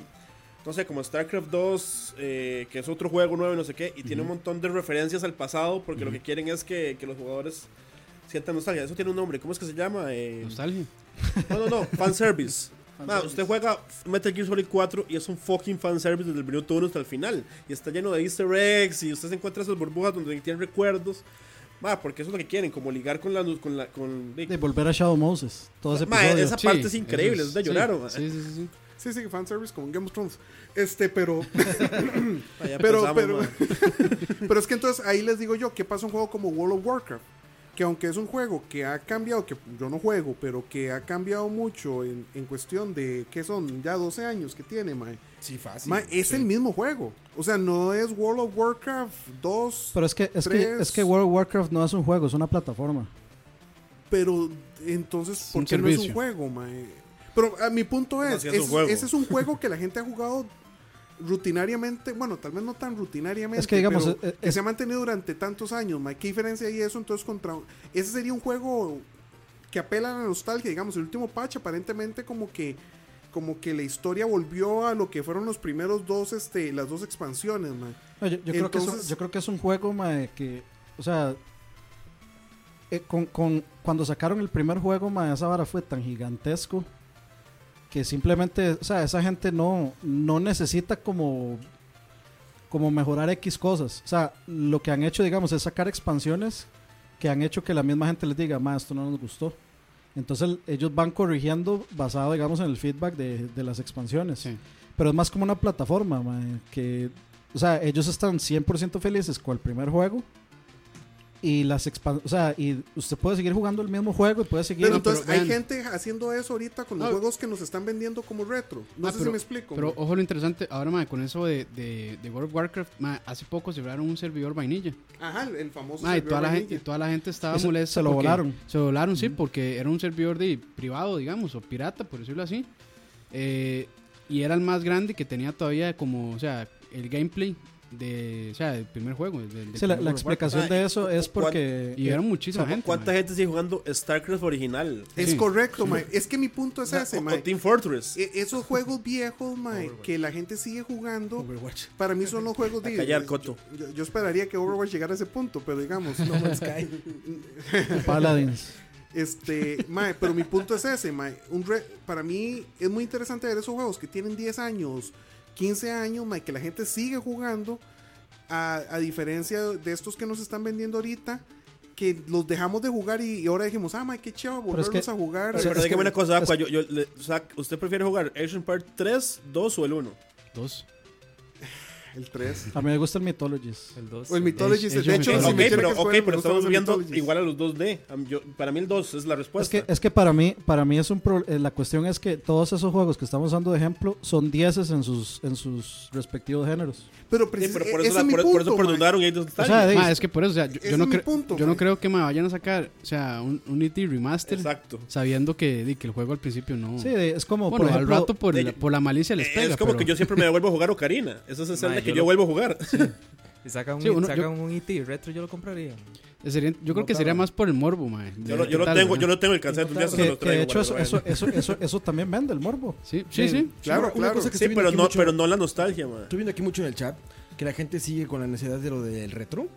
E: No sé, como StarCraft 2, eh, que es otro juego nuevo y no sé qué, y tiene un montón de referencias al pasado porque lo que quieren es que, que los jugadores sientan nostalgia. Eso tiene un nombre, ¿cómo es que se llama? Eh,
C: Nostalgia.
E: no, no, no, fanservice. Ma, usted juega Metal Gear Solid 4 y es un fucking fanservice desde el minuto 1 hasta el final. Y está lleno de easter eggs y usted se encuentra esas burbujas donde tienen recuerdos. Ma, porque eso es lo que quieren, como ligar con la... Con la con,
A: De volver a Shadow Moses. Todo ese
E: Ma,
A: episodio.
E: esa
C: Sí,
E: parte es
C: eso
E: increíble, es de llorar,
C: sí,
E: ma.
C: Sí, sí, sí, sí.
B: Sí, sí, fanservice como en Game of Thrones. Este, pero.
E: Ma, ya
B: pero,
E: empezamos,
B: pero,
E: ma.
B: pero es que entonces ahí les digo yo, ¿qué pasa un juego como World of Warcraft? Que aunque es un juego que ha cambiado, que yo no juego, pero que ha cambiado mucho en, en cuestión de que son ya 12 años que tiene, mae.
D: Sí, fácil.
B: Mae, es el mismo juego. O sea, no es World of Warcraft 2,
A: Pero es que, es, que,
B: Tres.
A: es que World of Warcraft no es un juego, es una plataforma.
B: pero entonces, ¿por
C: un
B: qué no es un
C: servicio.
B: juego, mae? Pero a mi punto es,
E: si es un
B: es-
E: juego.
B: ese es un juego que la gente ha jugado rutinariamente, bueno, tal vez no tan rutinariamente,
A: Es que, digamos,
B: pero
A: eh, eh,
B: que
A: es-
B: se ha mantenido durante tantos años, mae. ¿Qué diferencia hay eso entonces contra... Ese sería un juego que apela a la nostalgia, digamos, el último patch aparentemente como que como que la historia volvió a lo que fueron los primeros dos, este, las dos expansiones, mae.
A: No, yo, yo creo que es, un-
B: Entonces-
A: yo creo que es un juego mae, que, o sea, eh, con, con- cuando sacaron el primer juego, mae, esa vara fue tan gigantesco que simplemente, o sea, esa gente no, no necesita como, como mejorar X cosas. O sea, lo que han hecho, digamos, es sacar expansiones que han hecho que la misma gente les diga, más esto no nos gustó. Entonces el- ellos van corrigiendo basado, digamos, en el feedback de, de las expansiones.
C: Sí.
A: Pero es más como una plataforma, mae, que, o sea, ellos están 100% felices con el primer juego. Y las expan- o sea, y usted puede seguir jugando el mismo juego y puede seguir...
B: Pero
C: No,
B: entonces
C: pero
B: hay
C: vean.
B: gente haciendo eso ahorita con los
C: No.
B: juegos que nos están vendiendo como retro. No
C: Ah,
B: sé si
C: pero-
B: me explico.
C: Pero
B: man.
C: ojo lo interesante, ahora mae, con eso de, de, de World of Warcraft, mae, hace poco cerraron un servidor vainilla.
B: Ajá, el- el famoso.
C: Mae, y
B: servidor
C: toda, la gente,
B: vainilla.
C: y toda la gente estaba
A: Ese-
C: molesta.
A: se lo
C: porque-
A: volaron.
C: Se lo volaron, sí, porque era un servidor de privado, digamos, o pirata, por decirlo así. Eh, y era el más grande que tenía todavía como, o sea, el gameplay de, o sea, del primer juego. del- del
A: Sí, la, eh, la
C: primer World of Warcraft.
A: explicación
E: Ay,
A: de eso es
E: ¿cu- cuán-
A: porque...
C: Y era muchísima gente.
E: ¿Cuánta
C: mae.
E: gente sigue jugando StarCraft original?
B: Es
C: Sí.
B: correcto, mae. Es que mi punto es ese,
E: o,
B: mae.
E: o Team Fortress.
B: E- Esos juegos viejos, mae, que la gente sigue jugando,
D: Overwatch.
B: para mí son los juegos de.
E: callar,
B: yo-
E: Coto.
B: Yo, yo esperaría que Overwatch llegara a ese punto, pero digamos, no,
A: Paladins.
B: Este, mae, pero mi punto es ese, mae. Un re- para mí es muy interesante ver esos juegos que tienen 10 años, 15 años, mae, que la gente sigue jugando, a, a diferencia de estos que nos están vendiendo ahorita, que los dejamos de jugar y, y ahora dijimos, ah, mae, qué chévere
A: Pero es
B: volverlos
A: que-
B: a jugar.
E: Pero
A: es que-
E: dígame una cosa,
A: es
E: Aqua, yo- yo le- o sea, ¿usted prefiere jugar Action Part 3, 2 o el 1?
C: Dos.
B: El 3.
A: A mí me gusta el Mythologies.
F: El 2.
B: O el Mythologies,
C: Age
B: de
C: of
B: hecho,
C: Mythology.
B: si
E: ok,
B: me
E: pero,
B: quieren que
E: ok,
B: juegue, me gustan
E: pero estamos
B: los
E: viendo
B: Mythologies.
E: igual a los 2D. Am- yo- para mí el 2 es la
A: Es
E: respuesta.
A: que, es que para mí, para mí es un pro- eh, la cuestión es que todos esos juegos que estamos usando de ejemplo son 10 en sus, en sus respectivos géneros.
B: Pero,
E: Sí,
B: precis-
E: pero
B: e-,
E: por
B: ese
E: eso, la-
B: es mi
E: por,
B: punto,
E: por eso
B: mae.
E: perdonaron y ahí está.
A: O sea, de-
C: Mae, es que por eso, o sea, yo,
B: Ese
C: yo no,
B: es mi
C: creo-
B: punto,
C: yo
B: mae.
C: no creo que me vayan a sacar, o sea, un, un E.T. remaster,
E: Exacto.
C: sabiendo que, di, que el juego al principio no...
D: Mm.
A: sí, de- es como,
C: bueno,
A: por ejemplo,
C: al rato por,
E: de-
C: la, por la malicia les
E: Eh,
C: pega,
E: es como
C: pero-
E: que yo siempre me vuelvo a jugar Ocarina. Esa es el Zelda
F: Mae,
E: que
F: yo
E: yo
F: lo-
E: vuelvo a jugar.
F: Y saca un,
C: Sí, uno-
F: saca
C: yo-
F: un E.T. retro, yo lo compraría.
C: Sería- yo creo
F: No,
C: que sería
F: claro.
C: más por el morbo, mae. de
E: Yo, lo, yo lo
C: intentarlo,
E: tengo,
C: ya.
E: yo lo tengo el cassette. Un día
A: que,
E: se lo
A: que de
E: traigo.
A: hecho
E: para
A: eso,
E: que
A: eso,
E: vean.
A: eso, eso, eso también vende el morbo.
C: Sí, sí, sí.
B: Claro,
D: Una- una
B: claro.
D: cosa que
E: Sí,
D: estoy viendo
E: pero
D: aquí
E: no,
D: mucho-
E: pero no la nostalgia, man.
D: Estoy viendo aquí mucho en el chat que la gente sigue con la necesidad de lo del retro.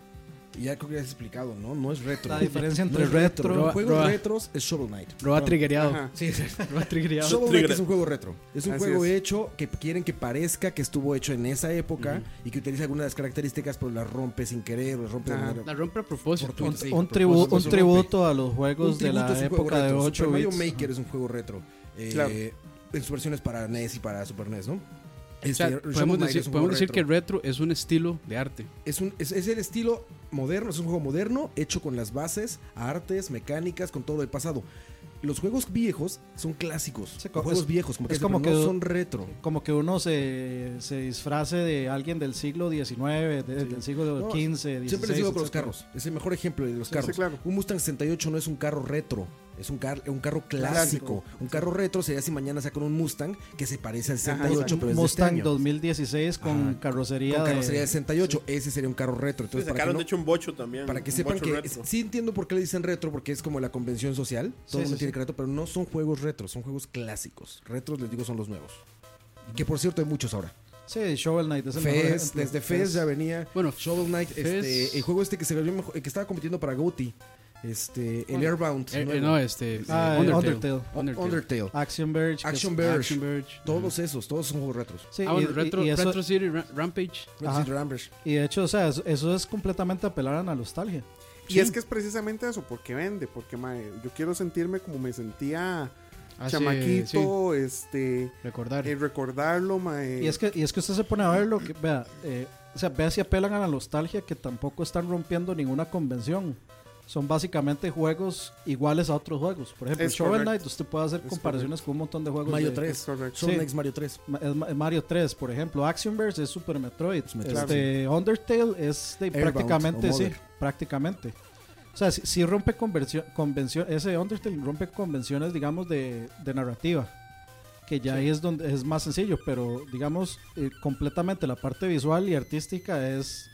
D: Y ya creo que ya has explicado, ¿no? No es retro.
A: La diferencia
D: No
A: entre
D: es
A: retro-
D: Los juegos
C: Roa-
D: retros es Shovel Knight.
C: Lo ha triggereado.
B: Ajá.
D: Sí, sí.
C: Lo ha triggereado.
D: Shovel Knight
E: Trigger.
D: es un juego retro. Es un
B: Así
D: juego
B: es.
D: hecho que quieren que parezca que estuvo hecho en esa época y que utiliza algunas de las características, pero las rompe sin querer o las rompe de
B: Ajá.
D: manera-
C: La rompe a propósito.
D: Fortuito.
A: Un,
D: Sí,
A: un
D: por
A: tribu-
D: supuesto,
A: un
D: eso
A: tributo a los
D: Un
A: juegos de
D: tributo es
A: la
D: un juego
A: época de
D: retro.
A: 8
D: Super Mario
A: bits.
D: Maker es un juego retro. eh,
B: Claro.
D: En sus versiones para NES y para Super NES, ¿no?
C: O sea,
D: Este, Shovel
C: podemos
D: Knight
C: decir,
D: es un juego
C: podemos decir
D: retro.
C: que retro es un estilo de arte.
D: Es, un, es, es el estilo moderno, es un juego moderno, hecho con las bases, artes, mecánicas, con todo lo del pasado. Los juegos viejos son clásicos.
A: Sí, co-
D: juegos
A: es-
D: viejos, como que,
A: es como
D: siempre, no
A: que-
D: son retro.
A: Como que uno se, se disfrace de alguien del siglo XIX, de- del siglo
D: No,
A: XV,
D: Siempre les digo con los
A: etcétera.
D: carros. Es el mejor ejemplo de los
B: Sí,
D: carros.
B: sí, claro.
D: Un Mustang 68 no es un carro retro. Es un, car- un carro clásico. Un carro retro sería si mañana sacan un Mustang que se parece al 68, pero es de este
A: Mustang
D: año.
A: 2016 con
D: Ajá.
A: carrocería,
D: Con carrocería
A: de,
D: de 68. Ese sería un carro retro.
E: Sí,
D: Entonces, para
E: sacaron,
D: que no-
E: de hecho, un bocho también.
D: para que
E: un
D: sepan
E: bocho
D: que
E: retro.
D: es- sí entiendo por qué le dicen retro, porque es como la convención social. Todo el
A: Sí,
D: mundo
A: sí,
D: tiene
A: sí.
D: que retro, pero no son juegos retro, son juegos clásicos. Retros, les digo, son los nuevos. Y que por cierto hay muchos ahora.
A: Sí, Shovel Knight es el mejor
D: Fez,
A: ejemplo.
D: desde Fez ya venía.
C: Bueno,
D: Shovel Knight,
C: Fez-
D: este, el juego este que se volvió mejor- que estaba compitiendo para GOTY, este, el
C: ¿Cuál?
D: Airbound.
C: Eh, eh,
D: nuevo.
C: no, este.
A: Ah,
C: eh,
A: eh,
C: Undertale.
A: Undertale. Ah.
C: Undertale.
D: Undertale.
A: Action Verge. que
D: Action
A: es-
D: Verge.
C: Action Verge.
D: Todos esos, todos son juegos retros.
A: Sí,
C: Ah,
A: y-
C: bueno,
A: y-
C: Retro,
A: y eso-
C: Retro City Ra- Rampage.
A: Ajá.
D: Ratchet Rampage.
A: Y de hecho, o sea, eso, eso es completamente apelar a la nostalgia.
B: Y es que es precisamente eso, porque vende, porque mae, yo quiero sentirme como me sentía
C: Hace-
B: chamaquito, este,
C: Ah, sí, recordar.
B: eh, recordarlo, eh, mae.
A: Y es que, y es que usted se pone a ver lo que, vea, eh, o sea, vea si apelan a la nostalgia que tampoco están rompiendo ninguna convención. Son básicamente juegos iguales a otros juegos. Por ejemplo,
B: Es
A: Shovel
B: correcto.
A: Knight, usted puede hacer
B: Es
A: comparaciones con un montón de juegos.
D: Mario
A: de-
D: 3.
B: correcto.
D: Shovel
A: Sí.
D: Knight Mario 3.
A: Ma- es Ma- es Mario 3, por ejemplo. Actionverse es Super Metroid.
D: Metroid,
A: Este, Undertale es de-
D: Airbound
A: prácticamente,
D: o
A: sí,
D: Mother.
A: prácticamente. O sea, si, rompe convención, convención, ese Undertale rompe convenciones, digamos, de, de narrativa. Que ya ahí es donde es más sencillo, pero digamos, eh, completamente la parte visual y artística es,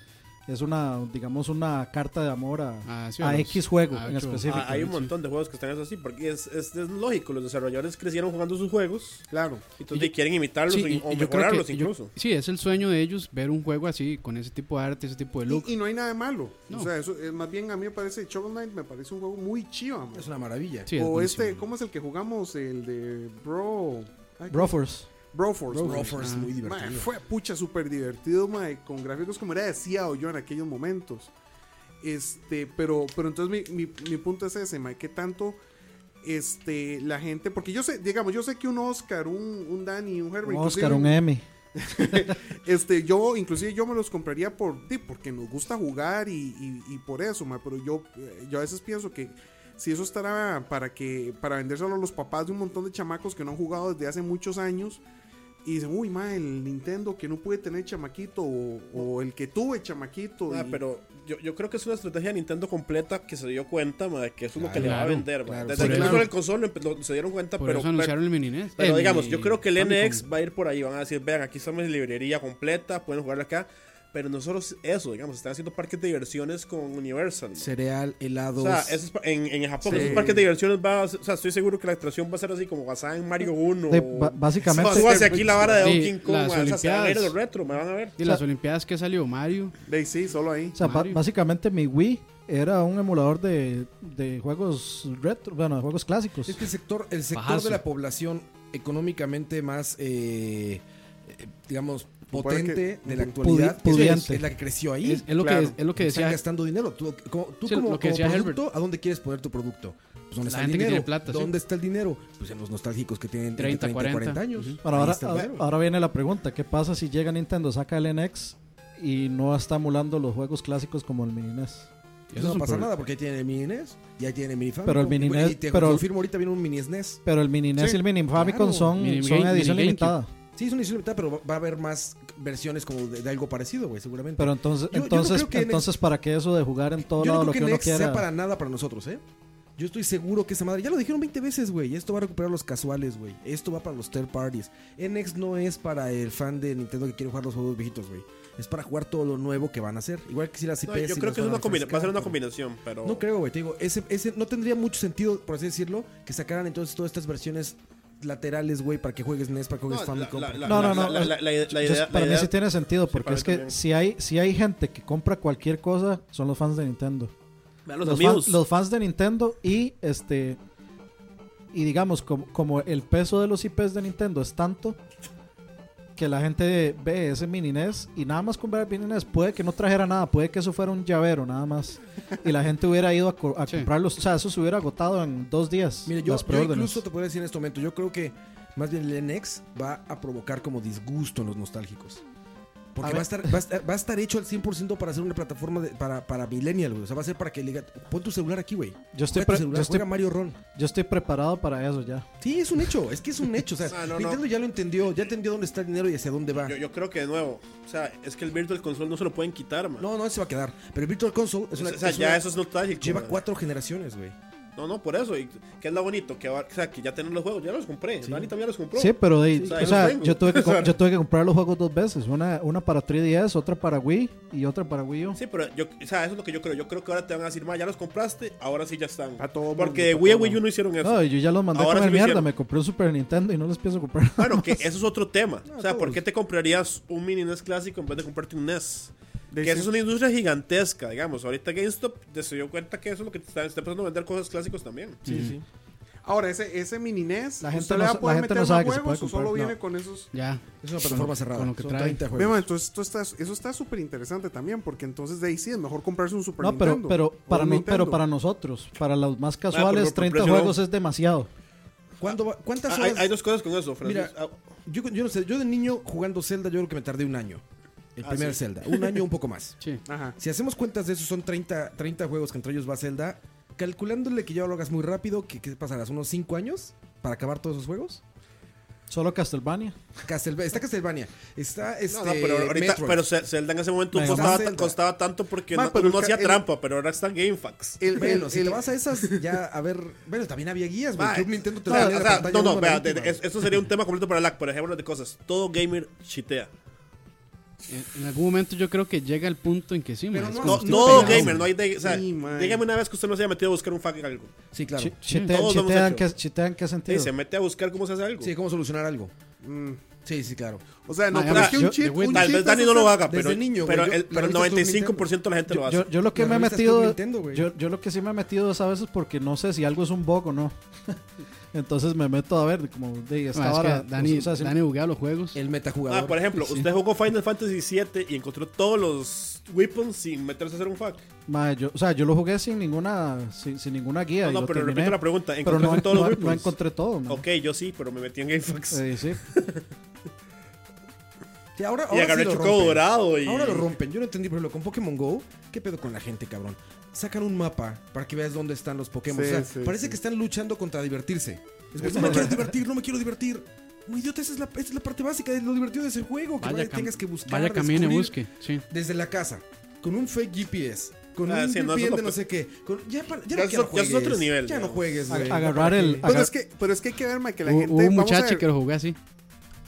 A: es una, digamos, una carta de amor a,
C: Ah, sí,
A: a
C: los-
A: X juego
C: a
A: en
C: ocho.
A: específico.
E: Ah, hay un montón de juegos que están así, porque es, es, es lógico, los desarrolladores crecieron jugando sus juegos,
B: Claro.
E: entonces quieren imitarlos
C: Sí,
E: o-
C: y- y
E: o
C: yo creo
E: mejorarlos
C: que- yo-
E: incluso.
C: sí, es el sueño de ellos ver un juego así, con ese tipo de arte, ese tipo de look.
B: Y, y no hay nada de malo.
C: No.
B: O sea, eso, eh, más bien a mí me parece, Shovel Knight me parece un juego muy chiva, mae.
D: Es una maravilla.
C: Sí, es
B: o
C: buenísimo.
B: este, ¿cómo es el que jugamos? El de Bro. ay,
A: Broforce.
B: Broforce. mae.
D: Roffers, muy
B: Mae,
D: divertido.
B: fue pucha súper divertido, mae, con gráficos como era deseado yo en aquellos momentos. Este, pero, pero entonces mi, mi- mi punto es ese, mae, que tanto este, la gente, porque yo sé, digamos, yo sé que un Oscar, un, un Danny, un Henry,
A: Un Oscar,
B: inclusive,
A: un Emmy.
B: este, yo, inclusive yo me los compraría por, di, porque nos gusta jugar y, y- y por eso, mae, pero yo, eh, yo a veces pienso que si eso estará para que, para vendérselo a los papás de un montón de chamacos que no han jugado desde hace muchos años y dicen, uy, mae, el Nintendo que no pude tener chamaquito o, o el que tuve chamaquito.
E: Ah,
B: y-
E: pero yo, yo creo que es una estrategia de Nintendo completa que se dio cuenta ma, de que eso es lo que
D: Claro,
E: le va a vender. ma.
D: claro.
E: Desde
C: Por
E: que
C: eso-
E: lanzó el console lo empe- lo- se dieron cuenta,
C: Por
E: pero,
C: eso
E: pero,
C: anunciaron el mini NES.
E: pero
C: El
E: digamos,
C: mini-
E: yo creo que el E
D: Famicom.
E: NX va a ir por ahí. Van a decir, vean, aquí estamos en librería completa, pueden jugar acá. Pero no solo eso, digamos, están haciendo parques de diversiones con Universal. ma.
D: Cereal, helados.
E: O sea, eso es pa- en, en Japón,
B: Sí.
E: esos parques de diversiones va a ser- o sea, estoy seguro que la atracción va a ser así como basada en Mario 1.
A: De-
E: o-
A: ba- básicamente-
E: Súbase aquí la vara de
C: Sí,
E: Donkey Kong,
C: las
E: ma, o sea, se van a ir a los
C: Olimpiadas.
E: retro, me van a ver.
C: Y las Olimpiadas que salió Mario.
B: de ahí sí, solo ahí.
A: O sea, ba-
C: Mario.
A: básicamente mi Wii era un emulador de, de juegos retro, bueno, de juegos clásicos.
C: Pues,
D: Es que el sector, el sector
C: Pajazo.
D: de la población económicamente más, eh, eh, digamos,
B: Pues Puede que-
D: potente de la
B: Pudi-
D: actualidad es-
A: pudiente.
D: es la que creció ahí.
C: Es, es lo
B: claro.
C: que, es lo que
D: Están
C: decía
D: gastando dinero. Tú, como, tú
C: Sí,
D: como,
C: lo que
D: como
C: decía
D: producto, ¿a dónde quieres poner tu producto? Pues ¿dónde
C: La
D: está el
C: gente que
D: dinero?
C: tiene plata, sí.
D: ¿Dónde está el dinero? Pues en los nostálgicos que tienen entre
C: 30,
D: 30 y 40,
C: 40
D: años.
C: Ujú.
A: Ahora,
D: Ahí
A: ahora,
D: está el dinero.
A: ahora viene la pregunta, ¿qué pasa si llega Nintendo, saca el NX y no está emulando los juegos clásicos como el Mini E NES?
C: Eso es
D: no
C: un problema.
D: pasa
E: pues.
D: nada porque ahí tienen el mini NES y ahí tienen el mini
A: Pero el
D: Famicom.
A: mini
D: Y bueno,
A: NES
D: y te
A: pero-
D: confirmo, ahorita viene un mini SNES.
A: Pero el Mini NES
D: Sí,
A: y el Mini Famicom
D: claro.
A: son,
C: Mini
A: son
C: Game-
A: edición
C: Mini GameCube.
A: limitada.
D: Sí, es una edición limitada, pero va- va a haber más versiones como de, de algo parecido, güey, seguramente.
A: Pero entonces,
D: Yo- yo no
A: entonces,
D: creo que NX
A: entonces ¿para qué eso de jugar en todo
D: Yo
A: lado
D: no
A: lo
D: creo
A: que
D: que,
A: uno
D: Next sea
A: quiera?
D: para nada para nosotros, ¿eh? Yo estoy seguro que esa madre. Ya lo dijeron 20 veces, güey. Esto va a recuperar los casuales, güey. Esto va para los third parties. NX no es para el fan de Nintendo que quiere jugar los juegos viejitos, güey. Es para jugar todo lo nuevo que van a hacer. Igual que si las IPs.
E: No, yo
D: si
E: creo
D: las
E: que es
D: van
E: una combina- va a ser una
D: refrescar, pero-
E: combinación, pero...
D: No creo, güey. Te digo, ese, ese no tendría mucho sentido, por así decirlo, que sacaran entonces todas estas versiones laterales, güey, para que juegues NES, para que juegues
E: No,
D: Famicom.
E: la-
D: para
E: la-
D: que-
A: No, no,
E: la-
A: no.
E: la- la- la- la
A: Yo-
E: idea-
A: para
E: la
A: mí
E: idea-
A: sí tiene sentido, porque
E: para mí
A: es que
E: también.
A: si hay, si hay gente que compra cualquier cosa, son los fans de Nintendo.
E: Vean los,
A: los, fan-
E: amigos.
A: los fans de Nintendo y este y digamos como, como el peso de los IPs de Nintendo es tanto que la gente ve ese mini NES y nada más comprar el mini NES puede que no trajera nada, puede que eso fuera un llavero nada más y la gente hubiera ido a, co- a
C: Sí.
A: comprarlos, o sea, eso se hubiera agotado en dos días.
D: Mira, yo,
A: las
D: yo
A: preórdenes.
D: incluso te podría decir en este momento, yo creo que más bien el NX va a provocar como disgusto en los nostálgicos. Porque
A: A
D: va a,
A: ver.
D: estar, va, a estar, va a estar hecho al 100% para hacer una plataforma de- para, para Millennial, güey. O sea, va a ser para que le diga, pon tu celular aquí, güey.
A: Yo estoy,
D: Juega
A: pre-
D: tu celular,
A: yo, estoy,
D: juega Mario Ron.
A: yo estoy preparado para eso ya.
D: Sí, es un hecho, es que es un hecho. O sea,
E: Ah, No, no, no.
D: Nintendo ya lo entendió, ya entendió dónde está el dinero y hacia dónde va.
E: Yo, yo creo que de nuevo, o sea, es que el Virtual Console no se lo pueden quitar, man.
D: No, no, ese va a quedar. Pero el Virtual Console es una
E: o sea,
D: es
E: ya
D: una-
E: eso es nostálgico.
D: Lleva
E: man.
D: cuatro generaciones, güey.
E: No, no, por eso. Y que es lo bonito, que, va- o sea, que ya tienen los juegos, ya los compré. Dani también los compró.
A: Sí, pero de-
E: O sea,
A: o
E: yo
A: sea,
E: los tengo.
A: yo, tuve que, co- yo tuve que comprar los juegos dos veces. Una, una para 3DS, otra para Wii y otra para Wii U.
E: Sí, pero yo, o sea, eso es lo que yo creo. Yo creo que ahora te van a decir, ma, ya los compraste, ahora sí ya están.
B: Pa' todo mundo,
E: Porque de
B: pa'
E: Wii a
B: todo
E: Wii U no hicieron eso.
A: No, yo ya los mandé a
E: Ahora
A: comer
E: sí lo
A: mierda.
E: hicieron.
A: Me compré un Super Nintendo y no les pienso comprar.
E: Bueno, que eso es otro tema. o sea, ¿por
D: todos.
E: qué te comprarías un mini NES clásico en vez de comprarte un NES?
B: De
E: que
B: sí.
E: eso es una industria gigantesca, digamos. Ahorita GameStop se dio cuenta que eso es lo que te está, está empezando a vender cosas clásicos también.
B: Sí, sí. Ahora, ese, ese mini NES,
A: La gente
B: ¿usted
A: no
B: le va
A: sa-
B: a poder
A: la gente
B: meter
A: no
B: más
A: sabe que se
B: juegos
A: puede
B: o solo
A: comprar,
B: viene
A: no.
B: con esos?
C: Ya.
D: Es una plataforma
C: Con-
D: cerrada.
C: con lo que
D: Son
C: trae.
D: 30
B: Ve,
D: juegos.
B: ma, entonces esto está, eso está súper interesante también, porque entonces de ahí sí es mejor comprarse un Super
A: No, pero,
B: Nintendo.
A: pero,
B: o
A: para
B: un
A: no,
B: Nintendo.
A: pero para nosotros, para los más
E: pero
A: casuales,
E: por
A: 30
E: precio no.
A: juegos es demasiado.
D: ¿Cuándo va- ¿Cuántas
E: Ah, Hay,
D: horas?
E: hay dos cosas con eso, Francis.
D: Mira,
E: Ah,
D: yo, yo no sé, yo de niño jugando Zelda, yo creo que me tardé un año. El
E: Ah,
D: primer
E: sí. Ah.
D: Zelda. Un año, un poco más.
C: Sí.
B: Ajá.
D: Si hacemos cuentas de eso, son 30, 30 juegos que entre ellos va Zelda. Calculándole que ya lo hagas muy rápido, ¿qué, qué pasarás? ¿Unos 5 años para acabar todos esos juegos?
A: Solo Castlevania.
D: Castelva- está Castlevania. Está este,
E: no, no, pero ahorita,
D: Metroid.
E: pero Ce- Zelda en ese momento
A: Venga,
E: costaba,
D: Zelda.
E: costaba tanto porque
B: Ma,
E: no,
B: pero
E: uno
B: el ca-
E: hacía
B: el-
E: trampa, pero ahora están GameFAQs.
B: El,
D: Bueno,
B: el-
D: si te
B: el-
D: vas a esas, ya, a ver... Bueno, también había guías, güey.
E: Ma,
D: Club Nintendo te
E: Ah, no,
D: salía
E: o
D: en la
E: sea,
D: pantalla
E: no,
D: uno
E: no,
D: a la
E: vea,
D: última.
E: de- es- eso sería un tema completo para LAC, pero ejemplo de cosas. Todo gamer chitea.
C: En, en algún momento yo creo que llega el punto en que sí,
D: Pero
C: ma, es
D: no-
C: como
E: No,
C: usted
E: todo
C: está
B: pegado.
E: gamer, no hay de, o sea,
B: Sí, man.
E: dígame una vez que usted no se haya metido a buscar un fucking algo.
D: Sí, claro.
A: Chi- chitean,
E: Mm, Todos lo hemos
A: chitean
E: hecho.
A: qué- chitean qué
E: Sí,
A: sentido.
E: se mete a buscar cómo se hace algo.
D: Sí, cómo solucionar algo.
B: Mm.
D: Sí, sí, claro.
B: O sea, no,
C: Ma,
B: pero
E: ya,
B: es que un
A: yo-
B: chip,
C: de Wii-
B: un
E: Tal
B: chip
E: vez Dani
B: es
E: no lo
B: hacer-
E: haga,
D: desde
E: pero,
D: niño, güey,
E: pero,
D: yo-
E: el,
D: la
E: pero el
D: revista es Club
E: 95% de la gente lo hace.
A: Yo, yo lo que
D: La
A: me he
D: revista es
A: metido.
D: Club Nintendo, güey.
A: yo, yo lo que sí me he metido es a veces porque no sé si algo es un bug o no. Entonces me meto a ver, como de
C: Ah, Es
A: esta
C: que
A: vara,
C: Dani,
A: o sea, si-
C: Dani buguea los juegos.
D: El
E: Ah,
D: metajugador.
E: por ejemplo, usted jugó Final Fantasy VII y encontró todos los weapons sin meterse a hacer un fuck.
A: ma, yo- o sea, yo lo jugué sin ninguna, sin, sin ninguna guía.
E: No,
A: y
E: no,
A: lo
E: pero
A: terminé,
E: repito la pregunta.
A: pero
E: ¿Encontraste
A: no,
E: todos
A: no-
E: los
A: no
E: weapons?
A: encontré todo. ma.
E: ok, yo sí, pero me metí en GameFAQs.
A: Eh, sí.
D: Sí, ahora,
E: y
D: ahora
E: agarré
D: sí lo
E: Choco
D: rompen.
E: Dorado y...
D: Ahora lo rompen. Yo no entendí, por ejemplo, con Pokémon Go, ¿qué pedo con la gente, cabrón? Sacan un mapa para que veas dónde están los Pokémon.
B: Sí,
D: o sea,
B: sí,
D: parece
B: sí.
D: que están luchando contra divertirse. Es como, no me quiero divertir, no me quiero divertir. Un idiota, esa es la, esa es la parte básica de lo divertido de ese juego. Que
C: Vaya,
D: vaya-
C: cam-
D: tengas que buscar.
C: vaya camine,
D: descubrir
C: busque. Sí.
D: Desde la casa, con un fake GPS. Con
E: Ah,
D: un
E: sí, no, eso
D: VPN
E: es lo
D: de no
E: pe-
D: sé qué. con- ya, para- ya,
E: Ya
D: no-
E: es
D: ya no
E: otro- ya es
D: juegues,
E: otro nivel,
D: Ya no
E: digamos.
D: juegues,
A: A-
D: güey.
A: agarrar el-
D: ¿Para qué?
B: Pero
A: Agar-
B: Pues es, que, pero es que hay que ver, ma, que la
C: Hubo
B: gente.
C: hubo un
B: vamos a
C: muchacho
B: ver,
C: que lo jugó así.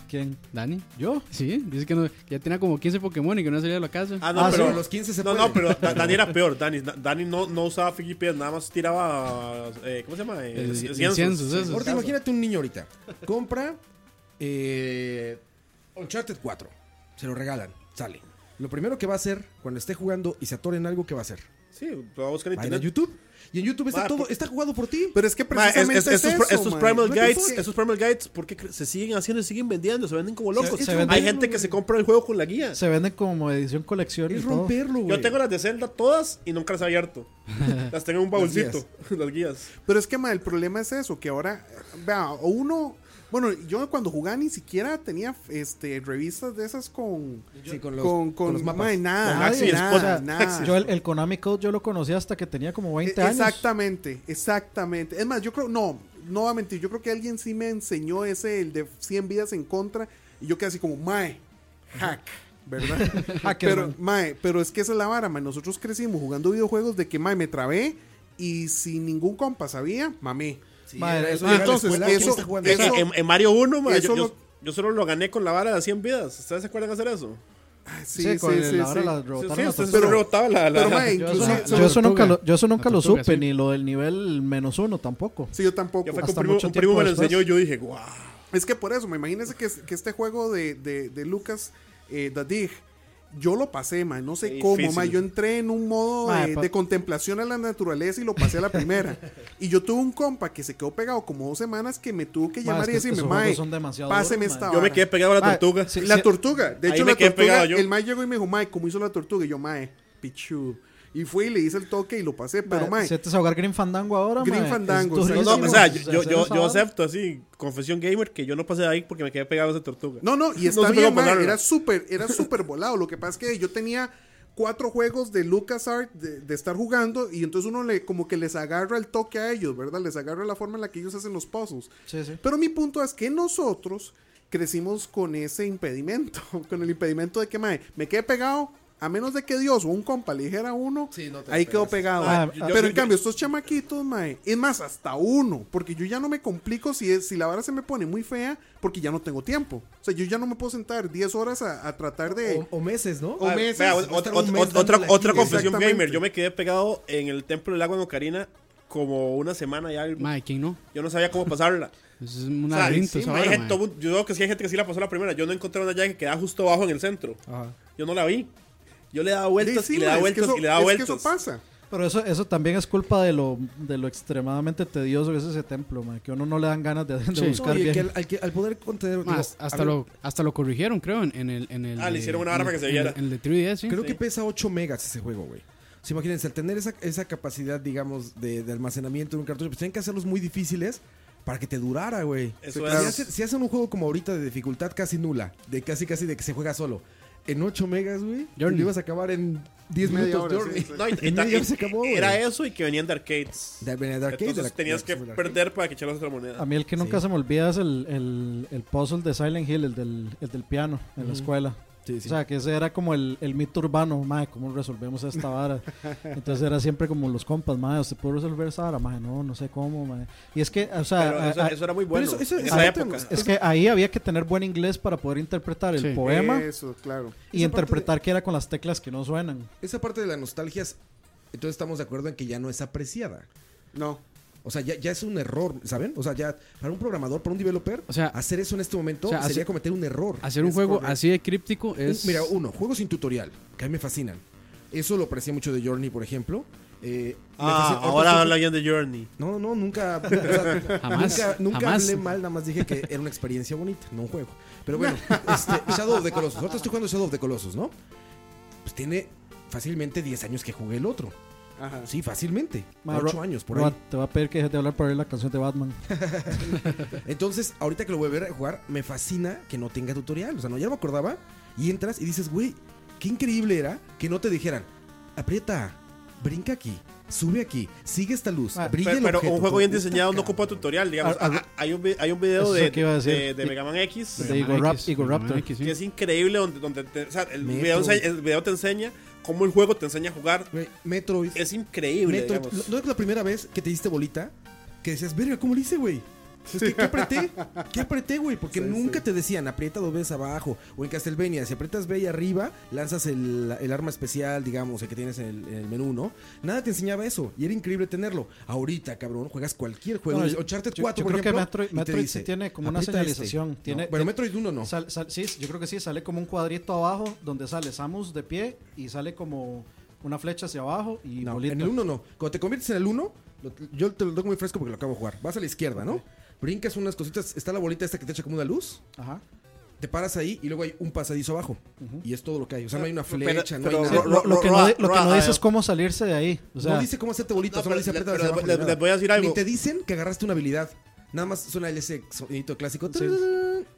A: ¿Quién?
C: Dani.
A: ¿Yo?
C: Sí, dice que, no- que ya tenía como 15 Pokémon y que no salía de la casa.
E: Ah, no,
A: Ah,
E: pero...
D: sí, los 15 se
E: No,
D: puede.
E: no, pero Da- Dani era peor. Dani, Da- Dani no, no usaba GPS, nada más tiraba... eh, ¿Cómo se llama? Eh,
C: El-
E: c-
C: el
E: cienzos.
C: cienzos,
E: Sí,
C: esos.
E: por
D: Ahorita
E: caso.
D: imagínate un niño ahorita. Compra eh, Uncharted 4. Se lo regalan. Sale. Lo primero que va a hacer cuando esté jugando y se atore en algo, ¿qué va a hacer?
E: Sí, lo va a buscar en
D: Va a ir a
E: internet.
D: YouTube. Y en YouTube está
E: Ma,
D: todo,
E: por-
D: está jugado por ti.
B: Pero es que
E: Ma, es-
B: precisamente.
E: es- estos,
B: es
E: pro-
B: eso,
E: estos
B: ma.
E: Primal
B: What the
E: Guides,
B: fuck?
E: esos Primal Guides, ¿por qué cre- se siguen haciendo y siguen vendiendo? Se venden como locos.
A: se
E: Hay
A: venden,
E: gente que se compra el juego con la guía.
A: Se venden como edición colección y
D: Es
A: todo.
D: romperlo, güey.
E: Yo tengo las de Zelda todas y nunca las he abierto. las tengo en un baúlcito, las guías.
B: Pero es que ma, el problema es eso, que ahora, vea, o uno, bueno, yo cuando jugaba ni siquiera tenía este revistas de esas con
D: Sí, con los,
B: con, con,
D: con los mapas.
B: ma, nada,
E: Con Axie y
B: nada,
E: Spot.
B: nada.
A: Yo el, el Konami Code yo lo conocí hasta que tenía como 20
B: E-
A: años.
B: Exactamente, exactamente. Es más, yo creo, no, no va a mentir, yo creo que alguien sí me enseñó ese, el de 100 vidas en contra, y yo quedé así como, mae, hack. ¿Verdad?
A: Hacker,
B: pero,
A: man.
B: mae, pero es que esa es la vara, mae. Nosotros crecimos jugando videojuegos de que, mae, me trabé y sin ningún compa sabía, mamé.
D: Sí,
A: Madre,
D: eso
A: ah,
D: llega a la
B: entonces,
D: escuela, ¿quién
B: eso-
D: está jugando?
B: eso-
E: en,
A: em,
E: en- en Mario 1, ma,
B: eso
E: yo, yo-
B: lo-
E: yo solo lo gané con la vara de 100 vidas. ¿Ustedes se acuerdan de hacer eso?
A: Sí, con el- ahora la
E: Sí,
A: rebotaron
E: sí,
A: las
E: usted
A: tortugas.
E: se
B: Pero-
E: rebotaba la... la-
B: pero, mae,
A: Yo eso,
B: inclusive-
C: Incluso-
A: yo eso
C: la
A: nunca lo,
C: tortuga.
A: yo eso nunca
C: La
A: lo
C: tortuga,
A: supe,
C: sí.
A: ni lo del nivel menos uno tampoco.
B: Sí, yo tampoco.
E: Ya fue que
A: Hasta
E: un primo,
A: mucho
E: un primo
A: tiempo
E: me lo
A: después.
E: enseñó y yo dije, guau.
B: Es que por eso, me imagínense que, es- que este juego de, de, de Lucas, eh, The Dig, yo lo pasé, man, no sé
E: Qué
B: cómo,
E: difícil.
B: man, yo entré en un modo
A: Ma,
B: de,
A: pa-
B: de contemplación a la naturaleza y lo pasé a la primera. y yo tuve un compa que se quedó pegado como dos semanas que me tuvo que
A: Ma, es
B: llamar y
A: que
B: decirme,
A: esos
B: mae,
A: juegos son demasiado
B: páseme
A: duros,
B: esta
A: ma.
E: Yo me
B: vara".
E: quedé pegado a la
A: Ah,
E: tortuga.
A: sí,
B: La
A: sí.
B: tortuga, de
E: Ahí
B: hecho
E: me
B: la
E: quedé
B: tortuga,
E: pegado yo.
B: el mae llegó y me dijo, mae, ¿cómo hizo la tortuga? Y yo, mae, pichu. Y fui y le hice el toque y lo pasé, pero mae,
A: Si te a jugar Green Fandango ahora,
B: Green
A: mae,
B: Fandango,
A: es
B: sí,
E: No,
A: durísimo.
E: no, o sea,
A: Hacer
E: yo, yo,
A: esa
E: yo
A: vara.
E: acepto así, confesión gamer, que yo no pasé de ahí porque me quedé pegado a esa tortuga.
B: No, no, y
E: No
B: está
E: supe
B: bien,
E: cómo
B: mae,
E: hablarlo.
B: era súper, era súper volado. Lo que pasa es que yo tenía cuatro juegos de LucasArts de, de estar jugando y entonces uno le como que les agarra el toque a ellos, ¿verdad? Les agarra la forma en la que ellos hacen los puzzles.
A: Sí, sí.
B: Pero mi punto es que nosotros crecimos con ese impedimento, con el impedimento de que, mae, me quedé pegado a menos de que Dios o un compa le dijera a uno,
D: Sí, no te
B: ahí quedó
D: despegas.
B: pegado.
A: Ah,
B: Mae,
A: ah,
B: pero
E: yo-
B: en
E: yo-
B: cambio, estos chamaquitos, mae, es más, hasta uno, porque yo ya no me complico si, es- si la vara se me pone muy fea, porque ya no tengo tiempo. O sea, yo ya no me puedo sentar 10 horas a, a tratar de...
D: O, o meses, ¿no?
B: O
E: Ah,
B: meses,
E: vea,
B: va a
E: ot-
D: estar
E: ot-
D: un mes
E: ot- otra
D: dándole aquí.
E: otra confesión
B: Exactamente.
E: gamer. Yo me quedé pegado en el Templo del Agua en Ocarina como una semana y algo.
C: Mae, ¿quién no?
E: Yo no sabía cómo pasarla.
C: Eso es un
E: O sea,
C: laberinto
E: sí,
C: esa
E: mae,
C: vara,
E: hay
C: mae.
E: gente- todo- yo creo que sí hay gente que sí la pasó la primera. Yo no encontré una llave que quedaba justo abajo en el centro.
F: Ajá.
E: Yo no la vi. Yo le daba vueltas
B: Sí,
E: y le
B: mae,
E: daba
B: es que
E: vueltas
B: eso-
E: y le daba
B: Es que eso
E: vueltas.
B: pasa.
A: Pero eso, eso también es culpa de lo, de lo extremadamente tedioso que es ese templo, mae, que a uno no le dan ganas de, de
C: Sí.
A: buscar
D: No, y
A: bien.
D: que al, al que- al poder contener. digo,
C: Más,
D: a
C: hasta,
D: ver,
C: lo, hasta lo corrigieron, creo, en, en el, en el...
E: Ah, le
C: de-
E: hicieron una barra
C: en
E: para que se
C: el-
E: viera.
C: En el de 3DS, sí.
D: Creo que pesa 8 megas ese juego, güey. O sea, imagínense, al tener esa, esa capacidad, digamos, de, de almacenamiento de un cartucho, pues tienen que hacerlos muy difíciles para que te durara, güey.
E: Eso
D: Si,
E: es.
D: hace- si hacen un juego como ahorita de dificultad casi nula, de casi casi de que se juega solo, en 8 megas, güey,
C: Journey.
D: lo ibas a acabar en 10
B: Media
D: minutos.
B: hora, sí,
D: Journey.
B: sí.
E: No, y- y-
D: En media
E: y-
D: hora se acabó, güey.
E: Era eso y que venían de arcades.
D: De- de arcade, de la-
E: Entonces tenías
D: de-
E: que
D: de la-
E: perder para que echaras otra moneda.
A: A mí el que nunca
D: Sí.
A: se me olvida es el, el, el puzzle de Silent Hill, el del, el del piano en la escuela.
D: Sí,
A: O
D: sí.
A: sea, que ese era como el, el mito urbano, mae, ¿cómo resolvemos esta vara? Entonces era siempre como los compas, mae, ¿usted puede resolver esa vara? Mae, no, no sé cómo, mae. Y es que, o sea,
E: Pero
A: a-
E: eso,
A: a-
E: eso era muy bueno.
D: eso- eso-
E: en
D: eso
E: esa
D: ahorita
E: época.
A: es que ahí había que tener buen inglés para poder interpretar el
C: Sí.
A: poema
B: Eso, claro.
A: y
D: esa parte
A: interpretar que era con las teclas que no suenan.
D: Esa parte de la nostalgia, es- entonces estamos de acuerdo en que ya no es apreciada.
B: No.
D: O sea, ya, ya es un error, ¿saben? O sea, ya para un programador, para un developer,
C: O sea,
D: hacer eso en este momento
C: o sea,
D: sería
C: hace-
D: cometer un error.
C: Hacer un
B: Es
C: juego
B: correcto.
C: así de críptico
D: Un-
C: es...
D: Mira, uno, juegos sin tutorial, que a mí me fascinan. Eso lo aprecié mucho de Journey, por ejemplo. Eh, me
E: Ah,
D: fascina- ahorita
E: ahora
D: estoy-
E: habla bien de Journey.
D: No, no, nunca. o sea,
C: Jamás,
D: Nunca, nunca
C: jamás.
D: hablé mal, nada más dije que era una experiencia bonita, no un juego. Pero bueno, este, Shadow of the Colossus. Ahorita estoy jugando Shadow of the Colossus, ¿no? Pues tiene fácilmente 10 años que jugué el otro.
B: Ajá.
D: Sí, fácilmente.
A: Ma,
D: 8
A: Ro-
D: años, por
A: Ro-
D: ahí.
A: Te va a pedir que dejes de hablar para oír la canción de Batman.
D: Entonces, ahorita que lo voy a ver a jugar, me fascina que no tenga tutorial. O sea, no, ya no me acordaba. Y entras y dices, güey, qué increíble era que no te dijeran, aprieta, brinca aquí, sube aquí, sigue esta luz,
A: Ah,
D: brilla
E: Pero,
D: el
E: pero
D: objeto".
E: un juego bien
D: Puta
E: diseñado no
D: cabrón.
E: ocupa tutorial, digamos.
A: Ah, ah,
E: Ah, hay, un, vi- hay un video
A: eso es
E: de,
A: lo que iba a decir.
E: de, de Mega Man X
A: De
C: Mega
A: Igor
C: Man
A: Rap-
C: X,
A: Igor
C: Mega Man
A: Raptor.
C: X, sí.
E: que es increíble donde, donde te- o sea, el,
D: Metro.
E: video ense- el video te enseña cómo el juego te enseña a jugar.
D: Güey, Metroid.
E: Es increíble,
D: Metroid.
E: digamos.
D: ¿No es la primera vez que te diste bolita? Que decías, verga, ¿cómo le hice, güey? Es que, ¿Qué apreté? ¿Qué apreté, güey? Porque
B: Sí,
D: nunca
B: sí.
D: te decían, aprieta dos veces abajo. O en Castlevania, si aprietas B y arriba, lanzas el, el arma especial, digamos, el que tienes en el, en el menú, ¿no? Nada te enseñaba eso. Y era increíble tenerlo. Ahorita, cabrón, juegas cualquier juego.
A: No,
D: O
A: yo-
D: Uncharted
A: yo-
D: 4,
A: yo creo
D: por
A: que
D: ejemplo,
A: Metroid-
D: y te
A: Metroid sí
D: dice,
A: tiene como una
D: "Aprieta
A: señalización,
D: ¿no?
A: tiene-
D: Bueno, Metroid 1 no.
A: Sal- sal- sí, yo creo que sí, sale como un cuadrito abajo donde sale Samus de pie y sale como una flecha hacia abajo y
D: No,
A: bolita.
D: en el 1 no. Cuando te conviertes en el 1, yo te lo tengo muy fresco porque lo acabo de jugar. Vas a la izquierda, ¿no? Brincas unas cositas, está la bolita esta que te echa como una luz,
A: Ajá.
D: te paras ahí y luego hay un pasadizo abajo. Y es todo lo que hay. O sea, no hay una
E: Pero-
D: flecha, no hay
E: pero-
A: Sí,
D: nada.
E: Ro-
A: lo,
E: ro-
A: lo que
E: ro-
A: no, di- lo
E: ro-
A: que no
E: ro-
A: dice es cómo salirse de ahí. O sea,
D: eh. no dice cómo hacerte bolita,
E: No,
D: solo
E: pero
D: dice
E: le-
D: aprieta hacia
E: pero les-
D: abajo.
E: les-
D: ni nada.
E: les voy a decir algo.
D: Ni te dicen que agarraste una habilidad. Nada más suena ese sonidito clásico.
A: Sí.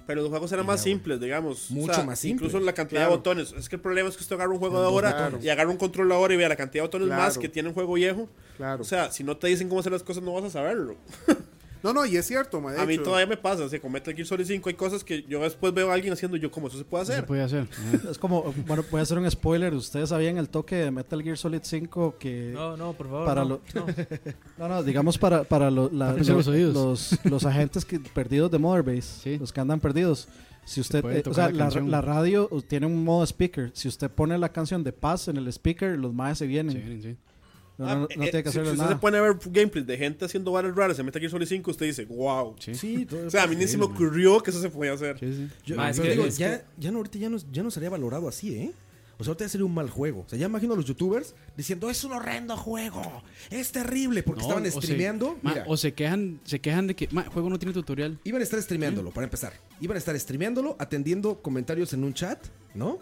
E: Pero los juegos eran más simples, digamos.
D: Mucho más simple.
E: Incluso la cantidad
B: Claro.
E: de botones. Es que el problema es que usted agarra un juego de
D: Dos
E: ahora
B: botones.
E: y agarra un control ahora y vea la cantidad de botones más
B: Claro.
E: que tiene un juego viejo.
B: Claro.
E: O sea, si no te dicen cómo hacer las cosas, no vas a saberlo.
B: no, no, y es cierto, ma, de
E: a mí
B: hecho.
E: todavía me pasa. Se comete el Gear Solid 5. Hay cosas que yo después veo a alguien haciendo y yo, ¿cómo eso se puede
C: Eso se
E: hacer?
C: podía hacer.
A: es como, bueno, voy a hacer un spoiler. Ustedes sabían el toque de Metal Gear Solid 5 que...
F: No, no, por favor.
A: Para
F: no,
A: lo-
F: no.
A: No, no, digamos para, para lo- la-
C: Tápense
A: lo-
C: los oídos.
A: los, los agentes que, perdidos de Motherbase,
C: Sí.
A: los que andan perdidos. Si usted,
C: puede
A: eh, o
C: tocar
A: sea,
C: la
A: la,
C: canción.
A: la radio uh, tiene un modo speaker. Si usted pone la canción de paz en el speaker, los maes se vienen.
C: Ah, Sí, miren, sí.
A: No,
E: Ah,
A: no, no
E: eh,
A: tiene que
E: eh, si-
A: hacerle
E: si usted
A: nada.
E: se pone a ver gameplays de gente haciendo varas raras, se mete Gear Solid 5, usted dice, wow.
C: Sí, sí,
D: Sí, todo
E: O sea, a mí ni se me ocurrió que eso se podía hacer.
C: sí.
D: Yo,
F: Ma, es
D: pero
F: que-
D: digo,
F: es
D: ya, ya no ahorita ya no, ya no sería valorado así, ¿eh? O sea, ahorita ya sería un mal juego. O sea, ya imagino a los youtubers diciendo, es un horrendo juego, es terrible, porque
C: No,
D: estaban
C: o se-
D: streameando.
C: ma,
D: mira,
C: o se quejan, se quejan de que, ma, el juego no tiene tutorial.
D: iban a estar streameándolo, para empezar. Iban a estar streameándolo, atendiendo comentarios en un chat, ¿no?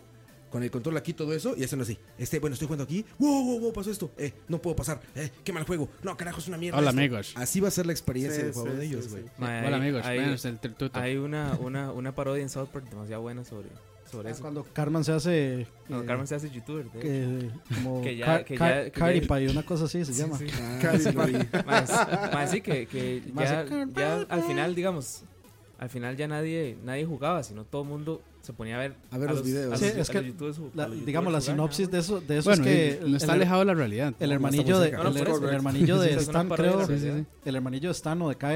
D: Con el control aquí, todo eso, y haciendo así. Este, bueno, estoy jugando aquí. Wow, wow, wow, pasó esto. Eh, no puedo pasar. Eh, qué mal juego. No, carajo, es una mierda.
C: Hola,
D: esto".
C: amigos.
D: Así va a ser la experiencia
B: Sí,
D: del juego
B: sí,
D: de
B: sí,
D: ellos,
B: sí.
D: güey.
F: Ma,
C: Hola,
F: hay-
C: amigos.
F: hay-
C: vean el tuto.
F: Hay una, una, una parodia en South Park demasiado buena sobre, sobre
A: Ah,
F: eso.
A: Cuando Carmen se hace.
F: Cuando
A: eh,
F: Carmen se hace youtuber. de hecho.
A: que, como
F: Que ya-
A: car-
F: que ya-
A: car-
F: que ya-
A: Caripay, una cosa así se llama.
F: Sí, sí.
D: Ah,
B: Casi,
D: sí,
B: ma.
F: Más, más sí, que, que
A: Más
F: ya,
A: de-
F: ya al final, digamos, al final ya nadie, nadie jugaba, sino todo el mundo se ponía a ver
D: A ver los
F: los
D: videos.
F: a
A: Sí,
F: los-
A: es
F: a
A: que
F: los youtubers ju-
A: La-
F: a los
A: digamos, la
F: youtubers jugar.
A: sinopsis de eso, de eso
C: Bueno,
A: es que
C: y no está
A: el,
C: alejado de la realidad.
A: el
D: No, no
A: hermanillo
D: estamos
A: de,
D: cerca.
F: No, no,
A: el,
F: por eso.
A: el hermanillo
F: Sí, sí,
A: de
F: es una
A: Stan,
F: parodia de la
A: creo,
C: Sí, sí,
F: realidad.
C: sí.
A: el hermanillo de Stan o de Kyle.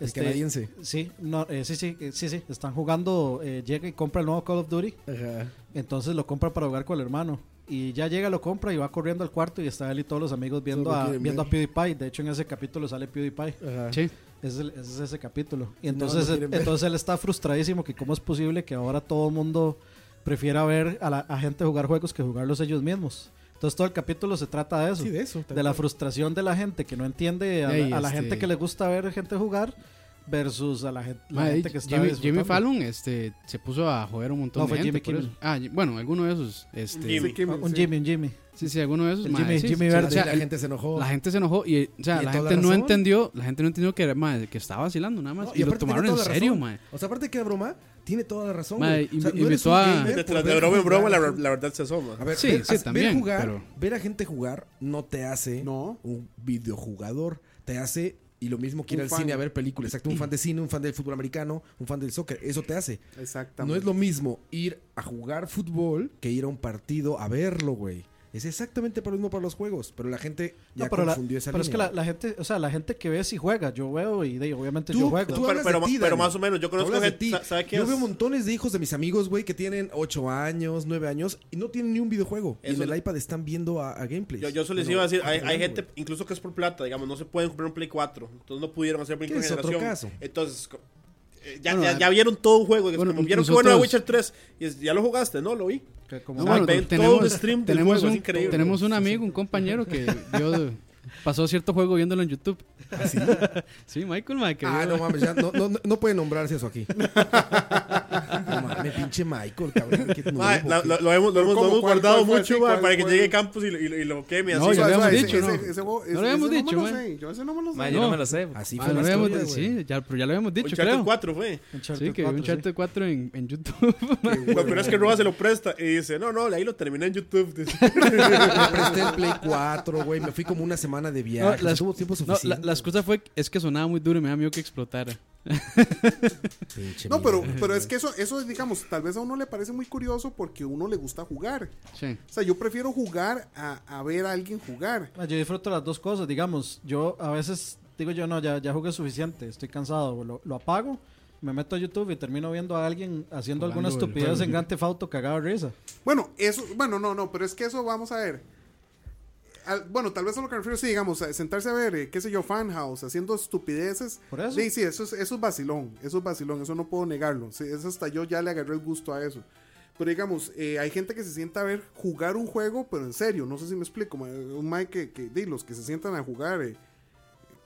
D: El
A: este,
D: canadiense.
A: Sí, no, eh, sí, sí, eh, sí, sí, están jugando, eh, llega y compra el nuevo Call of Duty,
D: Ajá.
A: entonces lo compra para jugar con el hermano. Y ya llega, lo compra y va corriendo al cuarto y está él y todos los amigos viendo,
D: Solo
A: a,
D: quieren
A: viendo a
D: ver.
A: PewDiePie. De hecho, en ese capítulo sale PewDiePie.
D: Ajá.
C: Sí.
A: Ese es, el- ese es ese capítulo. Y
D: No,
A: entonces,
D: no quieren ver.
A: entonces él está frustradísimo que cómo es posible que ahora todo el mundo prefiera ver a, la, a gente jugar juegos que jugarlos ellos mismos. Entonces todo el capítulo se trata de eso.
D: Sí,
A: de,
D: de eso. tal
A: la
D: cual.
A: frustración de la gente que no entiende a,
C: Y ahí,
A: la- a la
C: este-
A: gente que le gusta ver gente jugar versus a la, gen- la
C: Mae,
A: gente que está
C: Jimmy,
A: disfrutando.
C: Jimmy Fallon este, se puso a joder un montón
A: No,
C: de
A: fue
C: gente.
A: Jimmy
C: por eso.
A: Kimmel.
C: Ah, y- bueno, alguno de esos. Este,
E: Jimmy.
B: Sí, Kimmel,
A: Ah, un
B: sí.
A: Jimmy, un Jimmy.
C: Sí, sí, alguno de esos.
A: El
C: mae,
A: Jimmy-
C: sí,
A: Jimmy
C: sí,
A: Verde.
C: o
D: Sí,
C: sea,
D: la
C: el-
D: gente se enojó.
C: la gente se enojó y, o sea,
D: Tiene
C: la
D: toda la
C: gente no
D: razón.
C: entendió, la gente no entendió que era, mae, que estaba vacilando nada más.
D: No,
C: y, lo
D: aparte tiene
C: tomaron en
D: toda la
C: serio,
D: razón.
C: mae.
D: O sea, aparte de que la broma, tiene toda la razón.
C: Mae,
D: güey. O sea,
C: invi-
D: no eres
C: invitó
D: un
C: a-
D: gamer por
E: Detrás de
B: pues,
D: ver
E: broma en
D: jugar,
E: broma, la,
D: güey.
E: la verdad se asoma.
D: A ver,
C: Sí,
D: ver-
C: sí,
D: ver
C: también,
D: jugar-
C: pero-
D: ver a gente jugar no te hace
B: No.
D: un videojugador. Te hace, y lo mismo que ir
B: Un
D: al
B: fan.
D: cine a ver películas. Exacto, un fan de cine, un fan del fútbol americano, un fan del soccer. Eso te hace.
B: Exactamente.
D: No es lo mismo ir a jugar fútbol que ir a un partido a verlo, güey. Es exactamente lo mismo para los juegos, pero la gente ya
A: No, pero la-
D: confundió esa
A: pero es que
D: línea.
A: la, la gente, o sea, la gente que ve si juega, yo veo y de-
C: Este,
A: obviamente
D: Tú-
A: yo juego.
D: tú
E: Pero-
D: hablas
E: pero
D: de
E: ma-
D: ti,
E: pero
D: Dani.
E: más o menos, yo
D: Tú
E: conozco
D: hablas de
E: gente-
D: ti.
E: sa- ¿sabe qué
D: Yo
E: es?
D: veo montones de hijos de mis amigos, güey, que tienen 8 años, 9 años y no tienen ni un videojuego. y
E: Eso-
D: en el iPad están viendo a, a gameplays.
E: Yo, yo solo les
D: Bueno,
E: iba a decir, hay,
D: juegan,
E: hay
D: güey.
E: gente, incluso que es por plata, digamos, no se pueden comprar un Play 4, entonces no pudieron hacer brinco
D: ¿Qué
E: de
D: es otro
E: generación.
D: caso?
E: Entonces, co- eh, ya,
C: Bueno,
E: ya,
C: a-
E: ya vieron todo un juego, que es
C: bueno,
E: como, vieron que bueno de
C: nosotros-
E: Witcher 3, y es, ya lo jugaste, ¿no? Lo vi.
A: que como-
C: No,
E: Mae,
C: bueno,
E: ven todo el
C: tenemos,
E: stream del
C: tenemos,
E: juego, es
C: un,
E: increíble.
C: tenemos un amigo, un compañero que vio, de- pasó cierto juego viéndolo en YouTube. sí? Michael, mae, que
D: Ah,
C: vio-
D: no mames, ya no, no, no- no puede nombrarse eso aquí. no mames, pinche Michael, cabrón. qué nuevo,
E: Mae, Ah, la-
D: qué-
E: lo, lo hemos, lo hemos, lo
B: ¿cómo?
E: hemos
B: ¿Cuál-
E: guardado
B: cuál fue
E: mucho,
B: así?
E: mae,
B: ¿Cuál-
E: para que
B: cuál?
E: llegue Campos y, y, y lo queme
C: No,
E: así.
C: ya
E: mae.
C: habíamos
B: ese-
C: dicho,
B: ese-
C: ¿no?
B: ese juego-
C: No
B: ese-
C: lo habíamos
B: ese me
C: dicho,
B: lo
C: mae.
B: sé, Yo ese no me lo sé.
F: Mae, yo no
C: No.
F: me lo sé.
D: Así
C: Ah,
D: fue
C: lo
D: la
C: habíamos
D: historia,
C: di-
D: güey.
C: sí, ya, pero ya lo habíamos dicho,
E: Uncharted
C: creo.
E: 4 fue.
A: Uncharted
C: Sí, que vio
A: 4,
C: un
A: sí.
C: Charter 4 en, en YouTube. mae.
E: Lo peor es que Roa se lo presta y dice, no, no, ahí lo terminé en YouTube. dice.
D: Me presté el Play 4, güey. Me fui como una semana de
C: No,
D: viaje.
C: la,
D: Tuvo tiempo
C: no, la-
D: suficiente.
C: la excusa fue que- es que sonaba muy duro y me da miedo que explotara.
D: Pinche
B: No, pero,
D: mierda.
B: pero es que eso, eso, digamos, tal vez a uno le parece muy curioso porque a uno le gusta jugar.
C: Sí.
B: O sea, yo prefiero jugar a, a ver a alguien jugar.
A: Ah, Yo disfruto las dos cosas, digamos. Yo a veces digo yo, no, ya, ya jugué suficiente, estoy cansado, lo, lo apago, me meto a YouTube y termino viendo a alguien haciendo
C: Jugando
A: alguna
C: el
A: estupidez
C: juego.
A: en Grand Theft Auto cagada de risa.
B: Bueno, eso, bueno, no, no, pero es que eso vamos a ver. Al- bueno, tal vez a lo que me refiero, sí, digamos, a sentarse a ver, eh, qué sé yo, fan house, haciendo estupideces.
A: Por eso.
B: Sí, sí, eso es, eso es vacilón, eso es vacilón, eso no puedo negarlo. Sí, eso hasta yo ya le agarré el gusto a eso. Pero digamos, eh, hay gente que se sienta a ver jugar un juego, pero en serio, no sé si me explico. ma- Un Mike que, que di, los que se sientan a jugar, eh,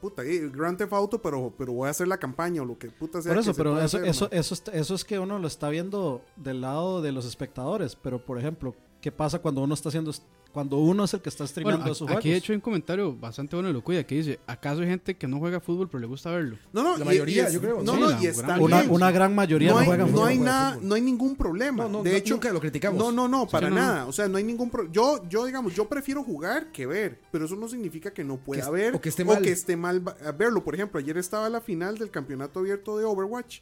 B: puta, eh, Grand Theft Auto, pero, pero voy a hacer la campaña o lo que puta sea.
A: Por
B: que
A: eso,
B: se
A: pero
B: pueda
A: eso,
B: hacer,
A: eso,
B: ma.
A: eso, está- eso es que uno lo está viendo del lado de los espectadores, pero por ejemplo, ¿qué pasa cuando uno está haciendo, est- cuando uno es el que está
C: Bueno,
A: streamando
C: a-
A: esos
C: aquí
A: juegos?
C: de hecho hay un comentario bastante bueno de Locuya que dice, ¿acaso hay gente que no juega fútbol pero le gusta verlo?
B: No, no, y- y
D: La mayoría,
B: es-
D: yo creo,
B: No,
C: sí,
B: no,
C: la
B: y está
C: gran-
A: una,
B: bien.
A: una gran mayoría no,
B: no hay,
A: juegan
B: no
A: fútbol.
B: hay
D: juega
B: nada,
D: fútbol.
B: no hay ningún problema.
D: No, no,
B: de
D: no,
B: hecho,
D: nunca lo criticamos.
B: No, no, no, para
C: no, no.
B: nada. O sea, no hay ningún problema. Yo, yo digamos, yo prefiero jugar que ver, pero eso no significa que no pueda
D: est-
B: ver
D: o que esté mal.
B: que esté mal va- a verlo. Por ejemplo, ayer estaba la final del campeonato abierto de Overwatch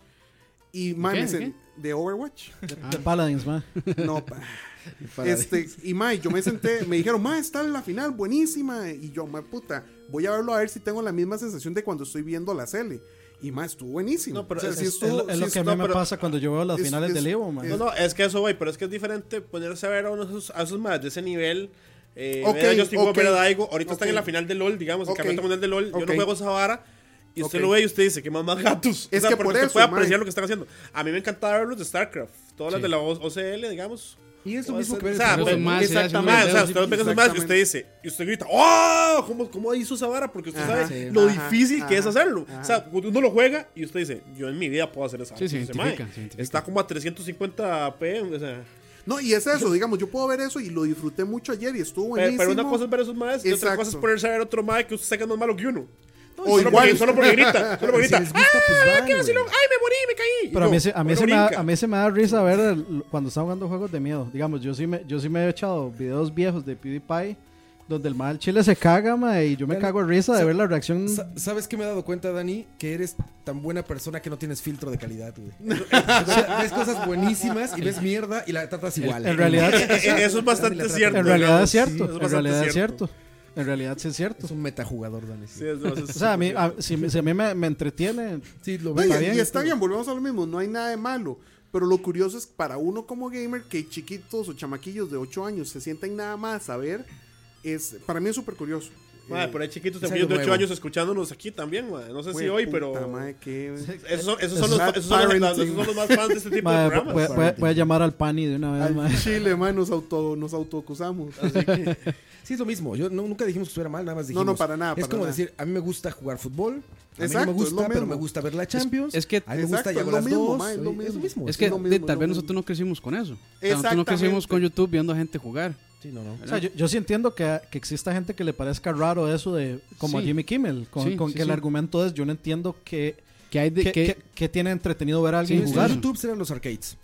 B: y mae,
C: qué?
B: me
C: ¿De
B: sen- de Overwatch.
A: De Paladins, ma.
B: No, pa- este, y mae, yo me senté, me dijeron, mae, está en la final, buenísima. Y yo, mae, puta, voy a verlo a ver si tengo la misma sensación de cuando estoy viendo la serie. Y mae, estuvo buenísimo.
E: No, pero
B: O sea,
E: es-
B: sí
E: es-
A: Es, lo-
B: estuvo-
A: es
B: sí
A: lo que a mí
E: no,
A: me
E: pero-
A: pasa cuando yo veo las
B: es-
A: finales
B: es-
A: del Evo, ma.
E: No, no, es que eso, güey, pero es que es diferente ponerse a ver a unos de esos, a esos más de ese nivel. Eh,
B: Ok,
E: ver a Justin
B: ok,
E: Bieber, a Daigo. Ahorita están
B: ok.
E: en la final de LOL, digamos,
B: Ok,
E: el campeonato mundial de LOL. Yo
B: ok.
E: no juego esa vara. Y usted
B: Ok.
E: lo ve y usted dice, qué mamá gatos.
B: Es que
E: porque
B: por
E: usted
B: eso,
E: puede
B: mae.
E: apreciar lo que están haciendo. A mí me encantaba ver los de StarCraft. Todas las de la O- OCL, digamos.
D: Y es lo
E: O
D: mismo
E: sea,
D: que ver
E: o
D: el
E: sea,
C: Pero
D: fútbol.
E: pues,
C: son más,
E: exactamente,
C: ellas son
E: o sea,
C: los
E: usted
B: dedos.
E: ve que son más y usted
B: Exactamente.
E: dice, y usted grita, ¡Oh! ¿Cómo, cómo hizo esa vara? Porque usted
B: Ajá,
E: sabe
B: sí.
E: lo
B: Ajá,
E: difícil que es
B: ajá,
E: hacerlo.
B: ajá.
E: O sea, uno lo juega y usted dice, yo en mi vida puedo hacer esa
C: Sí, se
E: Entonces,
C: identifica,
E: mae,
C: se identifica.
E: Está como a 350p, o sea...
B: No, y es eso, digamos, yo puedo ver eso y lo disfruté mucho ayer y estuvo
E: Pero,
B: buenísimo.
E: pero una cosa es ver esos maes y otra
B: Exacto.
E: cosa es ponerse a ver otro mae que usted saca más malo que uno.
D: No, y
E: o
D: si
E: solo,
D: igual.
E: porque, solo porque grita, solo porque
D: Si
E: grita.
D: les gusta, pues
E: "Ah,
D: van,
E: qué vacilón!
D: güey".
E: ¡Ay, me morí, me caí!
A: Pero a
E: Y
A: mí,
E: no,
A: se, a, mí
E: uno
A: se me da,
E: brinca.
A: a mí se me da risa ver el- cuando están jugando juegos de miedo. Digamos, yo sí me, yo sí me he echado videos viejos de PewDiePie donde el mal chile se caga, mae, y yo me
D: Dale.
A: cago de risa de
D: Sa-
A: ver la reacción.
D: Sa- ¿Sabes qué me he dado cuenta, Dani? Que eres tan buena persona que no tienes filtro de calidad, güey. ves cosas buenísimas y ves mierda y la tratas igual.
A: En realidad,
E: Eso es bastante cierto.
A: en realidad
E: digamos,
A: es
E: sí,
A: cierto. en
E: es bastante
A: realidad es cierto. En realidad sí es cierto.
D: Es un metajugador, Dani. Sí,
E: Sí, es bastante
A: O sea, a mí, a-
E: cierto.
A: si, me- si a mí me, me entretiene,
D: Sí, lo
B: No,
D: veo.
B: y,
A: Está
B: y
A: bien,
B: está
A: pero-
B: bien, volvemos a lo mismo, no hay nada de malo. Pero lo curioso es para uno como gamer que chiquitos o chamaquillos de 8 años se sienten nada más a ver, es, para mí es súper curioso.
E: Madre,
B: Eh,
E: por ahí chiquitos
D: es
E: también de
D: algo
E: 8
D: nuevo.
E: años escuchándonos aquí también, madre. No sé si
B: güey,
E: hoy,
B: puta
E: pero.
B: madre, qué-
E: Esos son, esos son
B: Es
E: los,
B: bad
E: esos son los-
B: parenting.
E: esos son los más fans de este tipo
A: mae,
E: de
A: voy,
E: programas.
A: voy- voy a llamar al Pani de una vez,
B: Al
A: mae.
B: chile, man, nos, auto, nos autoacusamos.
D: Sí, es lo mismo. Yo no- nunca dijimos que estuviera mal, nada más
B: No,
D: dijimos.
B: no, para nada,
D: Es
B: para
D: como
B: nada.
D: decir, a mí me gusta jugar fútbol. A mí no
B: Exacto,
D: me
B: es
D: gusta,
B: lo
D: pero
B: mismo.
D: me gusta ver la Champions.
C: es que-
D: a mí me
B: Exacto,
D: gusta
B: es
D: llevar
B: lo
D: las
B: mismo,
D: dos.
B: ma, es lo
D: oye, Es
B: mismo.
D: lo mismo.
C: Es que
B: lo
C: de-
B: mismo,
C: tal
B: lo
C: vez
B: mismo.
C: nosotros no crecimos con eso. O sea, nosotros no crecimos
B: Exactamente.
C: con YouTube viendo a gente jugar.
D: Sí, no, no.
A: O sea, yo, yo sí entiendo que, que exista gente que le parezca raro eso de como a
C: Sí.
A: Jimmy Kimmel, con,
C: Sí,
A: con
C: sí,
A: que el
C: sí.
A: argumento es, yo no entiendo que,
C: Que hay de
A: que,
C: que,
A: que- que tiene entretenido ver a
D: Sí,
A: alguien
D: en
A: jugar.
D: YouTube eran los arcades.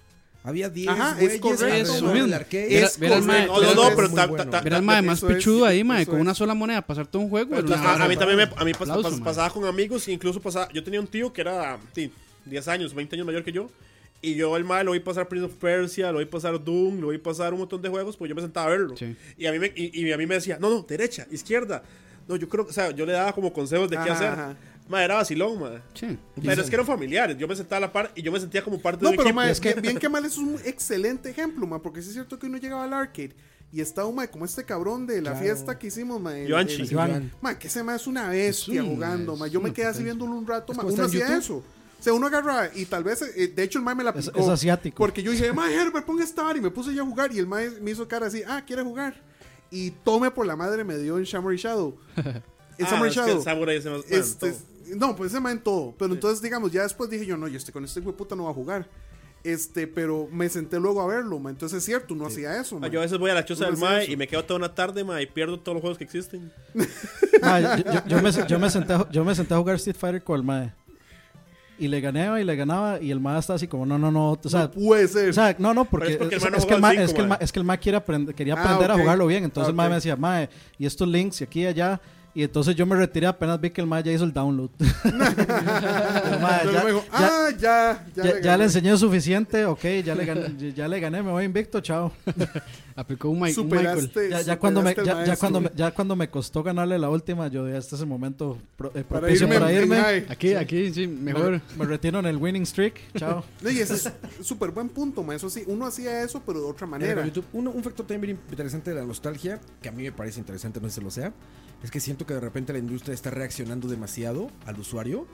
D: Había 10
B: Ajá, es
D: güeyes
B: correcto.
D: alrededor
C: Eso
D: del
C: mismo.
D: arcade.
C: Era-
D: Es
C: era el
D: correcto.
C: ma-
E: No, no,
D: Era
E: no,
D: muy
E: pero ta-
D: bueno.
E: ta- ta-
C: Verás, mae, más
B: eso es,
C: pichudo ahí, mae,
B: eso
C: con una
B: es.
C: sola moneda pasar todo un juego.
E: Pero
C: era
E: entonces,
C: una
E: a, a
C: vara-
E: mí también me, a mí pas-
C: Aplauso,
E: pas-
C: man.
E: pasaba con amigos, incluso pasaba, yo tenía un tío que era sí, 10 años, 20 años mayor que yo, y yo el mal lo vi pasar Prince of Persia, lo vi pasar Doom, lo vi pasar un montón de juegos, pues yo me sentaba a verlo.
C: Sí.
E: Y, a mí me, y, y a mí me decía, no, no, derecha, izquierda. No, yo creo que, o sea, yo le daba como consejos de qué
B: Ajá,
E: hacer.
B: ajá.
E: Ma, era vacilón, ma.
C: Sí.
E: Pero es que eran familiares, yo me sentaba a la par y yo me sentía como parte
B: No,
E: del
B: pero
E: equipo.
B: mae, bien, bien que mal es un excelente ejemplo, mae, porque sí es cierto que uno llegaba al arcade y estaba un mae como este cabrón de la
D: Claro.
B: fiesta que hicimos, mae.
E: Yoanchi.
B: el-
D: Yoan.
B: Ma, que ese mae es una bestia
C: Es un-
B: jugando, ma.
C: es
B: Yo me
C: una
B: quedé así
C: potencia.
B: viéndolo un rato,
D: Es
B: ma.
D: como
B: Uno
D: está en
B: hacía
D: YouTube.
B: eso. O sea, uno agarraba y tal vez, eh, de hecho el mae me la
A: Es-
B: picó.
A: es asiático.
B: Porque yo dije, mae, Herbert, ponga esta vara", y me puse yo a jugar y el mae me hizo cara así, ah, quiere jugar. Y tome por la madre me dio en Samurai Shadow. En
E: Ah,
B: Samurai
E: es que el
B: Shadow.
E: Samurai se me- bueno,
B: Este,
E: todo.
B: no, pues ese mae en todo. Pero entonces, digamos, ya después dije yo, no, yo este, con este puta no va a jugar. Este, pero me senté luego a verlo, ma. Entonces es cierto, no hacía eso, ma.
E: Ah, Yo a veces voy a la choza
B: Uno
E: del
B: hacía
E: mae
B: eso.
E: y me quedo toda una tarde, mae, y pierdo todos los juegos que existen.
A: Mae, yo, yo- yo me, yo me senté, a ju- yo me senté a jugar Street Fighter con el mae. Y le ganaba y le ganaba y el mae está así como, no, no, no. O sea,
B: no puede ser.
A: o sea, no, no, porque
E: Pero es porque el
A: es,
E: mae no
A: es que el
E: jugaba
A: mae
E: al
A: es
E: cinco,
A: que el mae-
E: mae.
A: es que el mae quiere aprender, quería
B: Ah,
A: aprender
B: ok.
A: a jugarlo bien. Entonces
B: Ah,
A: el mae
B: ok.
A: me decía, mae, y estos links y aquí y allá. Y entonces yo me retiré apenas vi que el mae ya hizo el download. Pero, mae,
B: Entonces
A: ya-
B: luego,
A: ya-
B: ah, ya, ya,
A: Ya,
B: le
A: ya le
B: gané.
A: enseñé suficiente, ok, ya le, gané, ya le gané, me voy invicto, chao.
C: Aplicó un, Mi- un Michael.
B: superaste,
A: Ya, ya cuando me,
B: superaste
A: ya,
B: Este, al
A: ya cuando me,
B: maestro.
A: ya cuando me costó ganarle la última, yo dije, este es el momento pro- eh,
B: para
A: propicio
B: irme,
A: para
B: en
A: irme.
B: high.
C: Aquí, aquí, sí, mejor.
A: Me, me retiro en el winning streak, chao.
B: No, y ese es súper buen punto, ma. Eso sí, uno hacía eso, pero de otra
D: Era
B: manera.
D: con YouTube. Uno- un factor también bien interesante de la nostalgia, que a mí me parece interesante, no sé si lo sea, es que siento que de repente la industria está reaccionando demasiado al usuario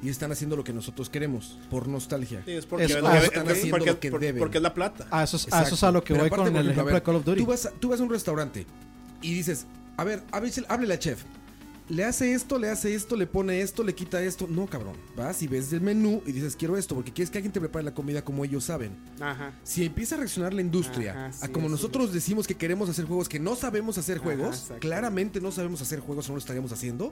D: y están haciendo lo que nosotros queremos por nostalgia.
E: Sí, es porque,
A: Es-
E: es,
A: ah,
E: porque,
D: están
E: porque-
D: haciendo
E: porque-
D: lo que
E: por-
D: deben.
E: porque es la plata.
A: Ah, eso es, ah, eso es a lo que
D: Pero
A: voy
D: aparte,
A: con
D: por
A: el
D: ejemplo, a
A: ejemplo de Call of
D: ver,
A: Duty.
D: Tú vas, a, tú vas a un restaurante y dices, a ver, háblele- háblele al chef. Le hace esto, le hace esto, le pone esto, le quita esto. No, cabrón. Vas y ves el menú y dices, quiero esto, porque quieres que alguien te prepare la comida como ellos saben.
B: Ajá.
D: Si empieza a reaccionar la industria
B: Ajá, sí,
D: a como
B: sí.
D: nosotros decimos que queremos hacer juegos que no sabemos hacer
B: Ajá,
D: juegos,
B: exacto.
D: claramente no sabemos hacer juegos, no lo estaríamos haciendo.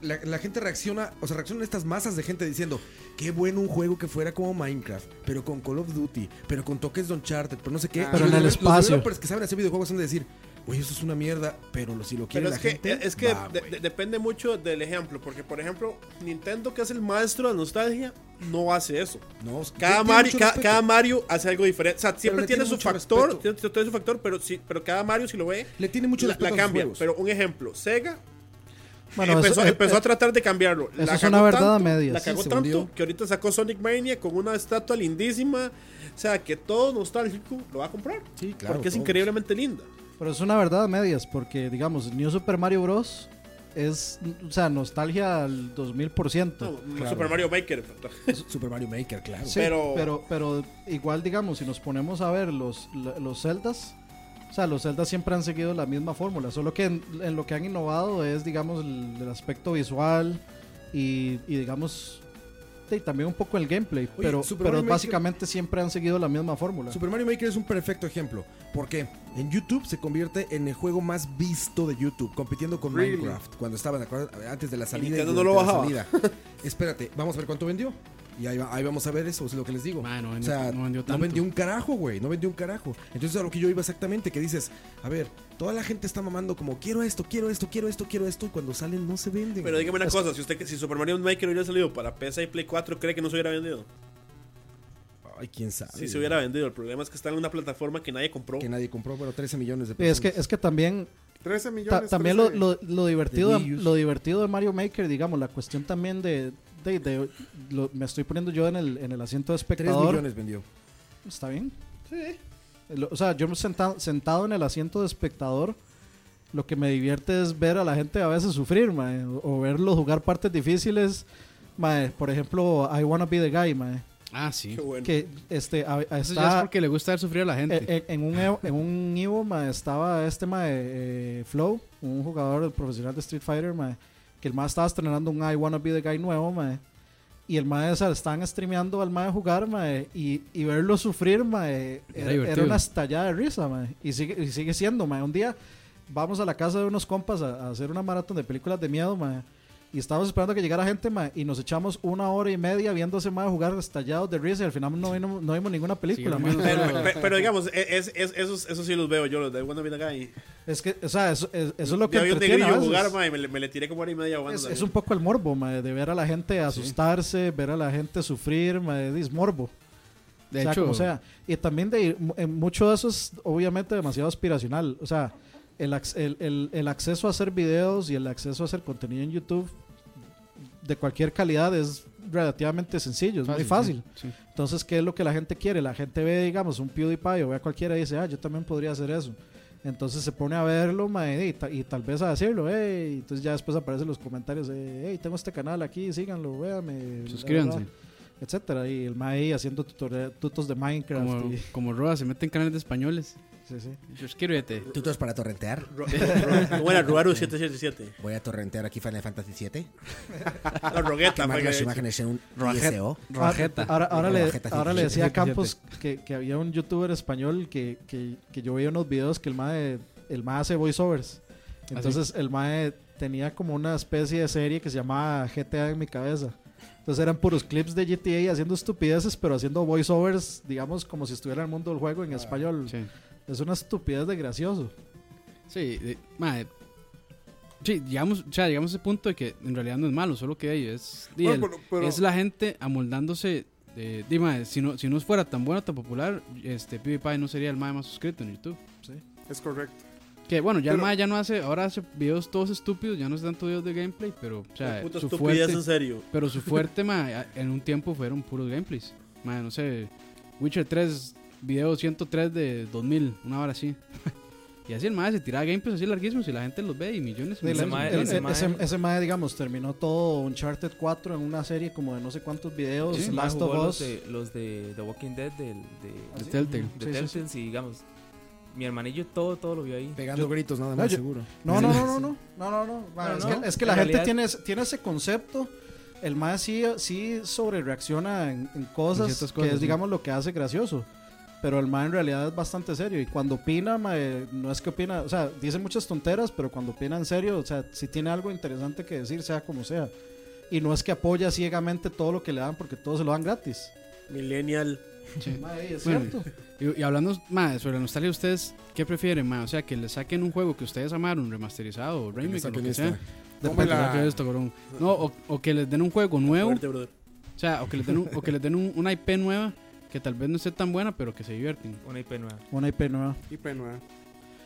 D: La, la gente reacciona, o sea, reaccionan estas masas de gente diciendo, qué bueno un juego que fuera como Minecraft, pero con Call of Duty, pero con toques de Uncharted, pero no sé qué.
B: Ah. Pero
D: Y
A: en el
D: los- Los
A: espacio.
D: developers que saben hacer videojuegos han de decir, oye, eso es una mierda, pero lo- si lo quiere
E: Pero
D: la
E: es que,
D: gente, Ah,
E: es que
D: va,
E: de-
D: güey".
E: de- depende mucho del ejemplo. Porque, por ejemplo, Nintendo, que es el maestro de nostalgia, no hace eso.
D: No, o sea,
E: Cada
D: tiene
E: Mario,
D: mucho
E: cada,
D: respeto.
E: cada Mario hace algo diferente. O sea,
D: Pero
E: siempre
D: le
E: tiene,
D: tiene
E: su
D: mucho
E: factor,
D: respeto.
E: tiene, tiene su factor, pero, sí, pero cada Mario, si lo ve,
D: Le tiene mucho
E: la,
D: respeto
E: la
D: a sus
E: cambia.
D: juegos.
E: Pero un ejemplo, Sega
A: Bueno,
E: empezó,
A: eso- eh,
E: empezó a tratar de cambiarlo.
A: eso
E: La
A: es
E: cagó
A: una verdad a
E: tanto,
A: medias.
E: La
A: Sí,
E: cagó
D: se
E: tanto
D: hundió.
E: que ahorita sacó Sonic Mania con una estatua lindísima. O sea, que todo nostálgico lo va a comprar.
D: Sí, claro,
E: porque es
D: todos.
E: increíblemente linda.
A: Pero es una verdad a medias, porque digamos, New Super Mario Bros. es, o sea, nostalgia al 2000%.
E: No,
D: Claro.
E: Super Mario Maker.
D: Super Mario Maker, claro.
A: Sí,
E: Pero-
A: pero... pero igual digamos si nos ponemos a ver los la- los celdas o sea los celdas siempre han seguido la misma fórmula solo que en, en lo que han innovado es digamos el, el aspecto visual y, y, digamos y también un poco el gameplay
D: Oye,
A: pero
D: Super
A: pero
D: Mario Maker-
A: básicamente siempre han seguido la misma fórmula
D: Super Mario Maker es un perfecto ejemplo. Porque en YouTube se convierte en el juego más visto de YouTube, compitiendo con
B: Really?
D: Minecraft. Cuando estaban ¿acuerdan? antes de la salida.
E: Nintendo
D: durante
E: no lo
D: la
E: bajaba.
D: salida. Espérate, vamos a ver cuánto vendió. Y ahí, va- ahí vamos a ver eso, es lo que les digo.
C: Ma, no
D: o
C: vendió-
D: sea,
C: no vendió tanto.
D: un carajo, güey. No vendió un carajo. Entonces a lo que yo iba exactamente, que dices, a ver, toda la gente está mamando como quiero esto, quiero esto, quiero esto, quiero esto, y cuando salen no se venden.
E: Pero dígame una
D: O sea,
E: cosa, si usted si Super Mario Maker hubiera salido para PC y Play 4, ¿cree que no se hubiera vendido?
D: Ay, quién
A: Ah,
D: sabe.
E: Si se hubiera vendido, el problema es que está en una plataforma que nadie compró.
D: Que nadie compró, bueno, 13 millones de
A: Y Es
D: pesos.
A: que, es que también,
B: 13
A: ta-
B: millones.
A: también lo,
B: 13.
A: lo- lo divertido de,
D: Wii Us.
A: lo divertido de Mario Maker, digamos, la cuestión también de... de- de- lo- me estoy poniendo yo en el, en el asiento de
D: 3
A: espectador.
D: millones vendió.
A: ¿Está bien? Sí. O sea, yo me sentado, sentado en el asiento de espectador, lo que me divierte es ver a la gente a veces sufrir, mae, o, o verlo jugar partes difíciles. mae. por ejemplo, I Wanna Be the Guy, mae,
C: Ah, sí.
E: Qué bueno.
A: que este, a- a-
C: Eso ya es
A: está,
C: porque le gusta ver sufrir a la gente.
A: eh, eh, en, un, Evo- en un Evo, mae, estaba este mae, eh, Flow, un jugador profesional de Street Fighter, mae, que el mae estaba estrenando un I Wanna Be the Guy nuevo, mae, y el mae, o sea, estaban streameando al mae jugar, mae, y, y verlo sufrir, mae,
C: Era
A: era,
C: divertido.
A: era una estallada de risa, mae, y sigue, y sigue siendo, mae, un día vamos a la casa de unos compas a, a hacer una maratón de películas de miedo, mae, y estábamos esperando que llegara gente, mae, y nos echamos una hora y media viendo a ese mae jugar estallados de risa, y al final no, vino- no vimos ninguna película,
C: no
A: mae.
C: vimos
E: Pero, pe- pero digamos, e, es- es- esos, esos sí los veo yo, los de Wanda Vida Guy.
A: Es que, o sea, eso, es, eso es lo que
E: Ya vi un
A: entretiene a
E: negrillo
A: veces.
E: jugar, ma, y me, le- me le tiré como hora y media jugando
A: es, es
E: también.
A: un poco el morbo, mae, de ver a la gente asustarse, ver a la gente sufrir, mae, es morbo.
C: de
A: o sea,
C: hecho,
A: como sea. Y también de mu- en mucho de eso es obviamente demasiado aspiracional. O sea, el, ac- el, el- el acceso a hacer videos y el acceso a hacer contenido en YouTube de cualquier calidad es relativamente sencillo, es muy fácil.
C: sí, sí.
A: Entonces, ¿qué es lo que la gente quiere? La gente ve, digamos, un PewDiePie o ve a cualquiera y dice, ah, yo también podría hacer eso. Entonces se pone a verlo, mae, y, ta- y tal vez a decirlo, hey, entonces ya después aparecen los comentarios, hey, tengo este canal aquí, síganlo, véame, bla,
C: Suscríbanse.
A: bla, bla", etcétera. Y el mae ahí haciendo tutorial- tutos de Minecraft.
C: Como,
A: y-
C: como Roa, se mete en canales de españoles.
A: sí, sí.
C: Suscríbete.
D: ¿Tutos para torrentear?
E: Ro- Ro- ¿Cómo era? Ruaru 777.
D: Voy a torrentear aquí Final Fantasy VII.
E: La rogueta. fue que-
D: en un
C: Rajeta.
A: Ahora, ahora, le,
D: Rajeta,
A: ahora le decía a Campos
C: 17.
A: que, que había un youtuber español que, que, que yo veía unos videos que el mae, el mae hace voiceovers.
F: ¿Ah,
A: Entonces el mae tenía como una especie de serie que se llamaba GTA en mi cabeza. Entonces eran puros clips de GTA haciendo estupideces, pero haciendo voiceovers, digamos, como si estuviera en el mundo del juego en español.
C: Sí.
A: Es una estupidez de gracioso.
C: Sí, de- mae, sí, llegamos, o sea, llegamos a ese punto de que en realidad no es malo, solo que ey, es, y
B: Bueno,
C: el-
B: pero- pero-
C: es la gente amoldándose. De, di, mae, si, no, si no fuera tan bueno, tan popular, este PewDiePie no sería el mae más suscrito en YouTube.
B: Es correcto.
C: Que bueno, ya el
B: Pero-
C: mae ya no hace, ahora hace videos todos estúpidos, ya no es tanto videos de gameplay, pero o sea,
E: Qué puta
C: su
E: estupidez,
C: fuerte,
E: en serio.
C: pero su fuerte mae, a- en un tiempo fueron puros gameplays. Mae, no sé, Witcher 3, video 103 de 2000, una hora así. y así el mae se tiraba gameplays así larguísimos y la gente los ve y millones. y
F: Ese
A: El-
C: millones, y
F: mae-
A: el-
C: millones.
F: ese mae-
A: ese, ese mae, digamos, terminó todo Uncharted 4 en una serie como de no sé cuántos videos,
C: Sí,
F: Más
A: Last of
F: jugó los
A: Us.
F: de, los de The Walking Dead del, de,
C: De Telltale.
F: de
A: Sí, sí,
F: Telltale, sí, digamos. Mi hermanillo todo, todo lo vio ahí.
D: Pegando gritos nada
A: más,
D: más,
A: No, yo-
D: seguro.
A: No, no, no, no, no, no, no, no. Ma,
F: No,
A: es,
F: no.
A: Que, es que
F: En
A: la gente
F: realidad-
A: tiene, ese- tiene ese concepto. El más sí, sí sobre reacciona en, en cosas,
C: En ciertas
A: que
C: cosas,
A: es,
C: sí.
A: digamos, lo que hace gracioso. Pero el más en realidad es bastante serio. Y cuando opina, ma, eh, no es que opina, o sea, dice muchas tonteras, pero cuando opina en serio, o sea, si tiene algo interesante que decir, sea como sea. Y no es que apoya ciegamente todo lo que le dan porque todo se lo dan gratis.
E: Millennial.
A: Ma, eh, es
C: Bueno,
A: cierto.
C: Y, y hablando más sobre la nostalgia, ¿ustedes qué prefieren, más? O sea, que le saquen un juego que ustedes amaron, remasterizado, o remake, o lo que sea.
B: Come
C: Que le saquen
B: la-
C: esto, cabrón. No, o, o que les den un juego nuevo,
E: Fuerte, brother.
C: o sea, o que les den, un- o que les den un- una IP nueva que tal vez no esté tan buena, pero que se divierten.
F: Una IP nueva.
A: Una IP nueva.
B: IP nueva.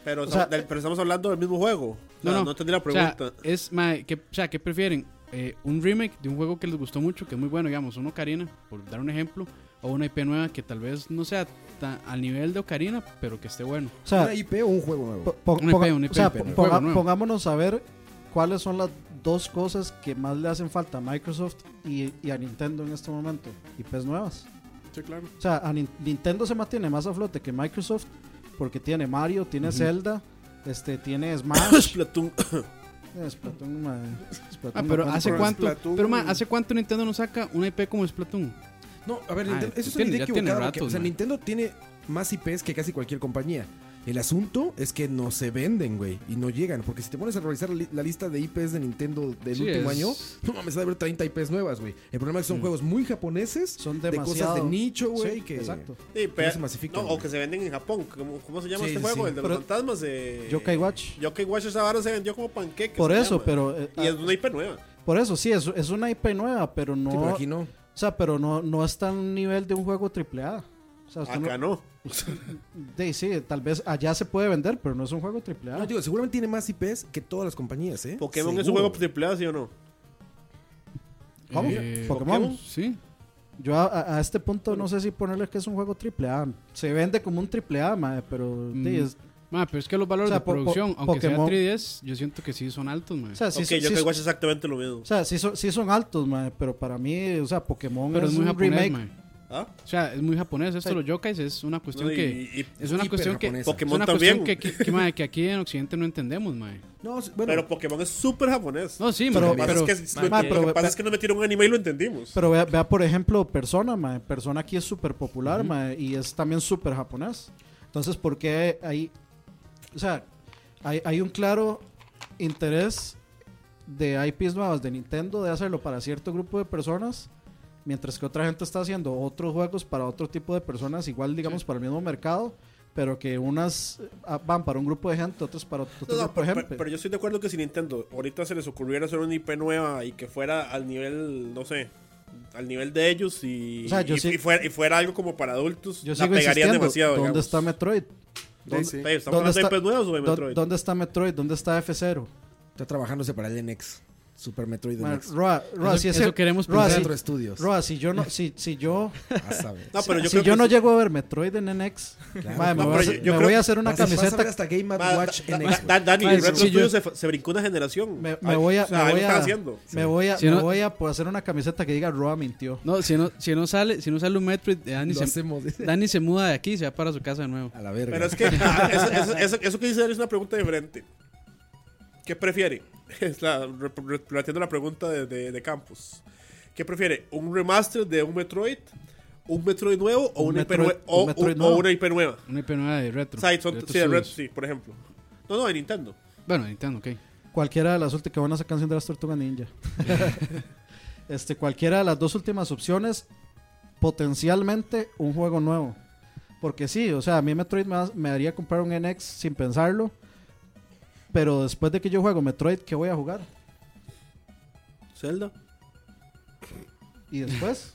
E: Pero,
A: O sea,
E: estamos- del- pero estamos hablando del mismo juego. No,
C: No,
E: no,
C: no.
E: entendí la
C: O sea,
E: pregunta.
C: es, mae, que, o sea, ¿qué prefieren? Eh, un remake de un juego que les gustó mucho, que es muy bueno, digamos, un Ocarina, por dar un ejemplo, o una IP nueva que tal vez no sea tan- al nivel de Ocarina, pero que esté bueno.
A: O sea,
D: ¿Una IP o un juego nuevo?
A: Po- po-
C: Un IP,
A: ponga-
C: un
A: o sea,
C: IP,
A: po-
C: un
A: ponga-
C: juego nuevo.
A: pongámonos a ver cuáles son las dos cosas que más le hacen falta a Microsoft y, y a Nintendo en este momento. IPs nuevas.
B: Sí, claro.
A: O sea, a Nin- Nintendo se mantiene más a flote que Microsoft porque tiene Mario, tiene Zelda, este, tiene Smash.
E: Splatoon.
A: Eh, Splatoon, madre, Splatoon
C: Ah,
A: no
C: pero
A: cuenta.
C: ¿hace
B: pero
C: cuánto?
B: Splatoon-
C: Pero, ma, ¿hace cuánto Nintendo no saca una IP como Splatoon?
D: ¿eh? No, a ver,
C: Ah,
D: Nintendo- eso es una
C: tiene-
D: idea
C: ya tiene
D: equivocada. porque,
C: ratos,
D: o sea,
C: man.
D: Nintendo tiene más IPs que casi cualquier compañía. El asunto es que no se venden, güey, y no llegan. Porque si te pones a revisar la, li- la lista de IPs de Nintendo del
C: Sí,
D: último
C: es-
D: año, no mames, debe haber 30 IPs nuevas, güey. El problema es que son juegos muy japoneses,
A: Son
D: de cosas
A: demasiado.
D: de nicho, güey.
A: Sí,
D: que...
A: exacto.
E: Sí,
D: no
E: pero,
D: se
E: no,
D: masifican,
E: o
D: güey.
E: que se venden en Japón. ¿Cómo, cómo se llama
D: Sí,
E: este
D: sí,
E: juego?
D: sí.
E: El de los
A: Pero-
E: fantasmas. Eh,
A: Yokai Watch.
E: Yokai Watch esa vara se vendió como panqueque.
A: Por
E: se
A: eso,
E: llama.
A: pero, eh,
E: y
A: ah-
E: es una IP nueva.
A: Por eso, sí, es, es una IP nueva, pero no.
D: Sí, pero aquí no.
A: O sea, pero no, no está a un nivel de un juego AAA. O sea, usted
E: Acá
A: no,
E: no.
A: de- sí, tal vez allá se puede vender, pero no es un juego AAA.
D: No, digo, seguramente tiene más IPs que todas las compañías, ¿eh?
E: Pokémon es un
D: Seguro,
E: juego
D: güey.
E: triple A, ¿sí o no?
A: ¿Cómo?
C: Eh,
A: Pokémon.
C: Sí.
A: Yo a- a, a este punto no sé si ponerle que es un juego AAA. Se vende como un AAA, mae, pero. sí,
C: Mm.
A: es-
C: Ma, pero es que los valores
A: O sea,
C: de
A: po- po-
C: producción, aunque
A: Pokémon-
C: sea 3DS, yo siento que sí son altos, ma.
A: o sea, Ah, sí,
E: ok,
A: son- sí
E: Yokai
A: son-
E: Watch es exactamente lo mismo.
A: o sea, sí son, sí son altos, mae, pero para mí, o sea, Pokémon
C: pero es muy
A: un
C: japonés,
A: remake.
C: ma.
E: ¿ah
C: O sea, es muy japonés.
A: Sí.
C: Esto de los yokais es una cuestión
E: No, y-
C: que...
E: y-
C: Es una
D: hiper
C: cuestión que...
D: japonesa.
C: Es
E: Pokémon
C: una
E: también.
C: cuestión que, que, que, ma, que aquí en Occidente no entendemos, ma.
D: No, s- bueno,
E: pero Pokémon es súper japonés.
C: No, sí, ma,
A: Pero-
E: lo que pasa
C: pero...
E: es que,
F: ma,
E: lo que
A: pero-
E: pasa es que nos metieron un anime y lo entendimos.
A: Pero vea, vea, por ejemplo, Persona, mae. Persona aquí es súper popular, mae, y es también súper japonés. Entonces, ¿por qué hay, o sea, hay, hay un claro interés de IPs nuevas de Nintendo de hacerlo para cierto grupo de personas, mientras que otra gente está haciendo otros juegos para otro tipo de personas, igual, digamos, para el mismo mercado, pero que unas eh, ah, van para un grupo de gente, otras para otro
E: No, no,
A: grupo de
E: pero,
A: gente.
E: pero yo estoy de acuerdo que si Nintendo ahorita se les ocurriera hacer una IP nueva y que fuera al nivel, no sé, al nivel de ellos y,
A: O sea, yo
E: y-
A: sí-
E: y fuera, y fuera algo como para adultos,
A: yo
E: la
A: sigo
E: pegarían
A: insistiendo,
E: demasiado.
A: ¿dónde
E: digamos.
A: está Metroid?
B: Sí, sí.
E: Ey, ¿Estamos
A: ¿Dónde
E: hablando de
A: está-
E: IPs nuevas o de
A: ¿Dó-
E: Metroid?
A: ¿Dónde está Metroid? ¿Dónde está F0?
D: está trabajándose para el NX. Super Metroid
A: Man,
D: NX.
A: Roa, Roa,
C: Eso-
A: si ese-
C: eso queremos
A: Roa,
D: Roa,
A: si,
D: Retro Studios. Ah,
A: Roa, si yo no, si, si yo,
D: a saber.
E: No, Ah, pero yo
A: si
E: creo
A: yo
E: que
A: no
E: sí-
A: llego a ver Metroid en NX,
D: Claro,
A: madre, me,
E: no,
A: voy a,
E: pero yo-
A: hacer-
E: yo
A: me
E: creo-
A: voy a hacer una
D: Vas a- vas a ver
A: camiseta,
D: hasta Game
E: Va,
D: Watch
E: da-
D: NX.
E: da- da- Dani,
A: Ay,
E: Retro
A: Ah, sí,
E: Studios se, fa- se brincó una generación.
A: me, me
E: Ay,
A: voy a,
E: o sea, ahí
A: me
E: lo
A: voy
E: están
A: a,
E: haciendo.
A: me voy a,
C: Si
A: me
C: no-
A: voy a pues, hacer una camiseta que diga Roa mintió.
C: No, si no, si no sale, si no sale un Metroid, eh, Dani
D: Lo
C: se,
D: hacemos.
C: Dani se muda de aquí y se va para su casa de nuevo.
D: A la verga.
E: Pero es que ah, eso, eso- eso- eso que dice Dani es una pregunta diferente. ¿Qué prefiere? Es la, re- re- planteando la pregunta de, de, de Campos. ¿Qué prefiere? ¿Un remaster de un Metroid? ¿Un Metroid nuevo o,
A: Un
E: una,
A: Metroid-
E: IP, nue- o,
A: un Metroid
E: o- o
A: nuevo.
E: una IP nueva?
C: Una IP nueva de retro.
E: O sea, son-
C: Retro
E: sí, de Red,
C: Studios.
E: sí, por ejemplo. No, no, de Nintendo.
C: Bueno, Nintendo, ok.
A: Cualquiera de las últimas que van a esa canción de las Tortugas Ninja. este, cualquiera de las dos últimas opciones, potencialmente un juego nuevo. Porque sí, o sea, a mí Metroid me, ha- me haría comprar un NX sin pensarlo. Pero después de que yo juego Metroid, ¿qué voy a jugar?
E: Zelda,
A: Y después,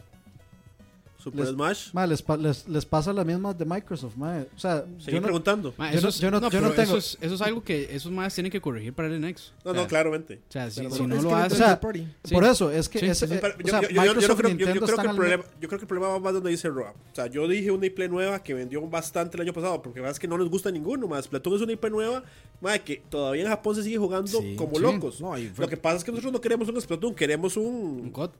E: Super
A: Les-
E: Smash.
A: ma, les, pa- les- les pasa las mismas de Microsoft, ma. O sea,
E: Seguí
A: yo no-
E: preguntando.
C: Ma,
A: Yo
C: eso
A: no-
C: es-
A: yo no- yo no
C: pero
A: tengo-
C: Eso es, eso es algo que esos más tienen que corregir para el NX.
E: No,
C: o
A: Ah.
C: sea,
E: no, claramente.
C: O sea, si,
E: Pero
C: si
E: bueno,
C: no
D: Es
C: lo
D: que
C: haces.
D: Nintendo es party.
C: sí.
A: por eso, es que
C: Sí,
A: ese-
C: sí, sí.
A: eh,
E: Pero
A: o sea,
E: yo- yo- yo- yo no
A: Microsoft y
E: creo- yo- yo
A: Nintendo
E: creo que
A: están
E: el
A: al-
E: problema- yo creo que el problema va más donde dice Roa. O sea, yo dije una IP nueva que vendió bastante el año pasado, porque la verdad es que no les gusta ninguno. Más Platón es una IP nueva, más que todavía en Japón se sigue jugando
D: Sí,
E: como
D: sí.
E: locos.
D: No, y fue-
E: Lo que pasa es que nosotros no queremos un Splatoon, queremos
C: Un
E: un,
C: COD.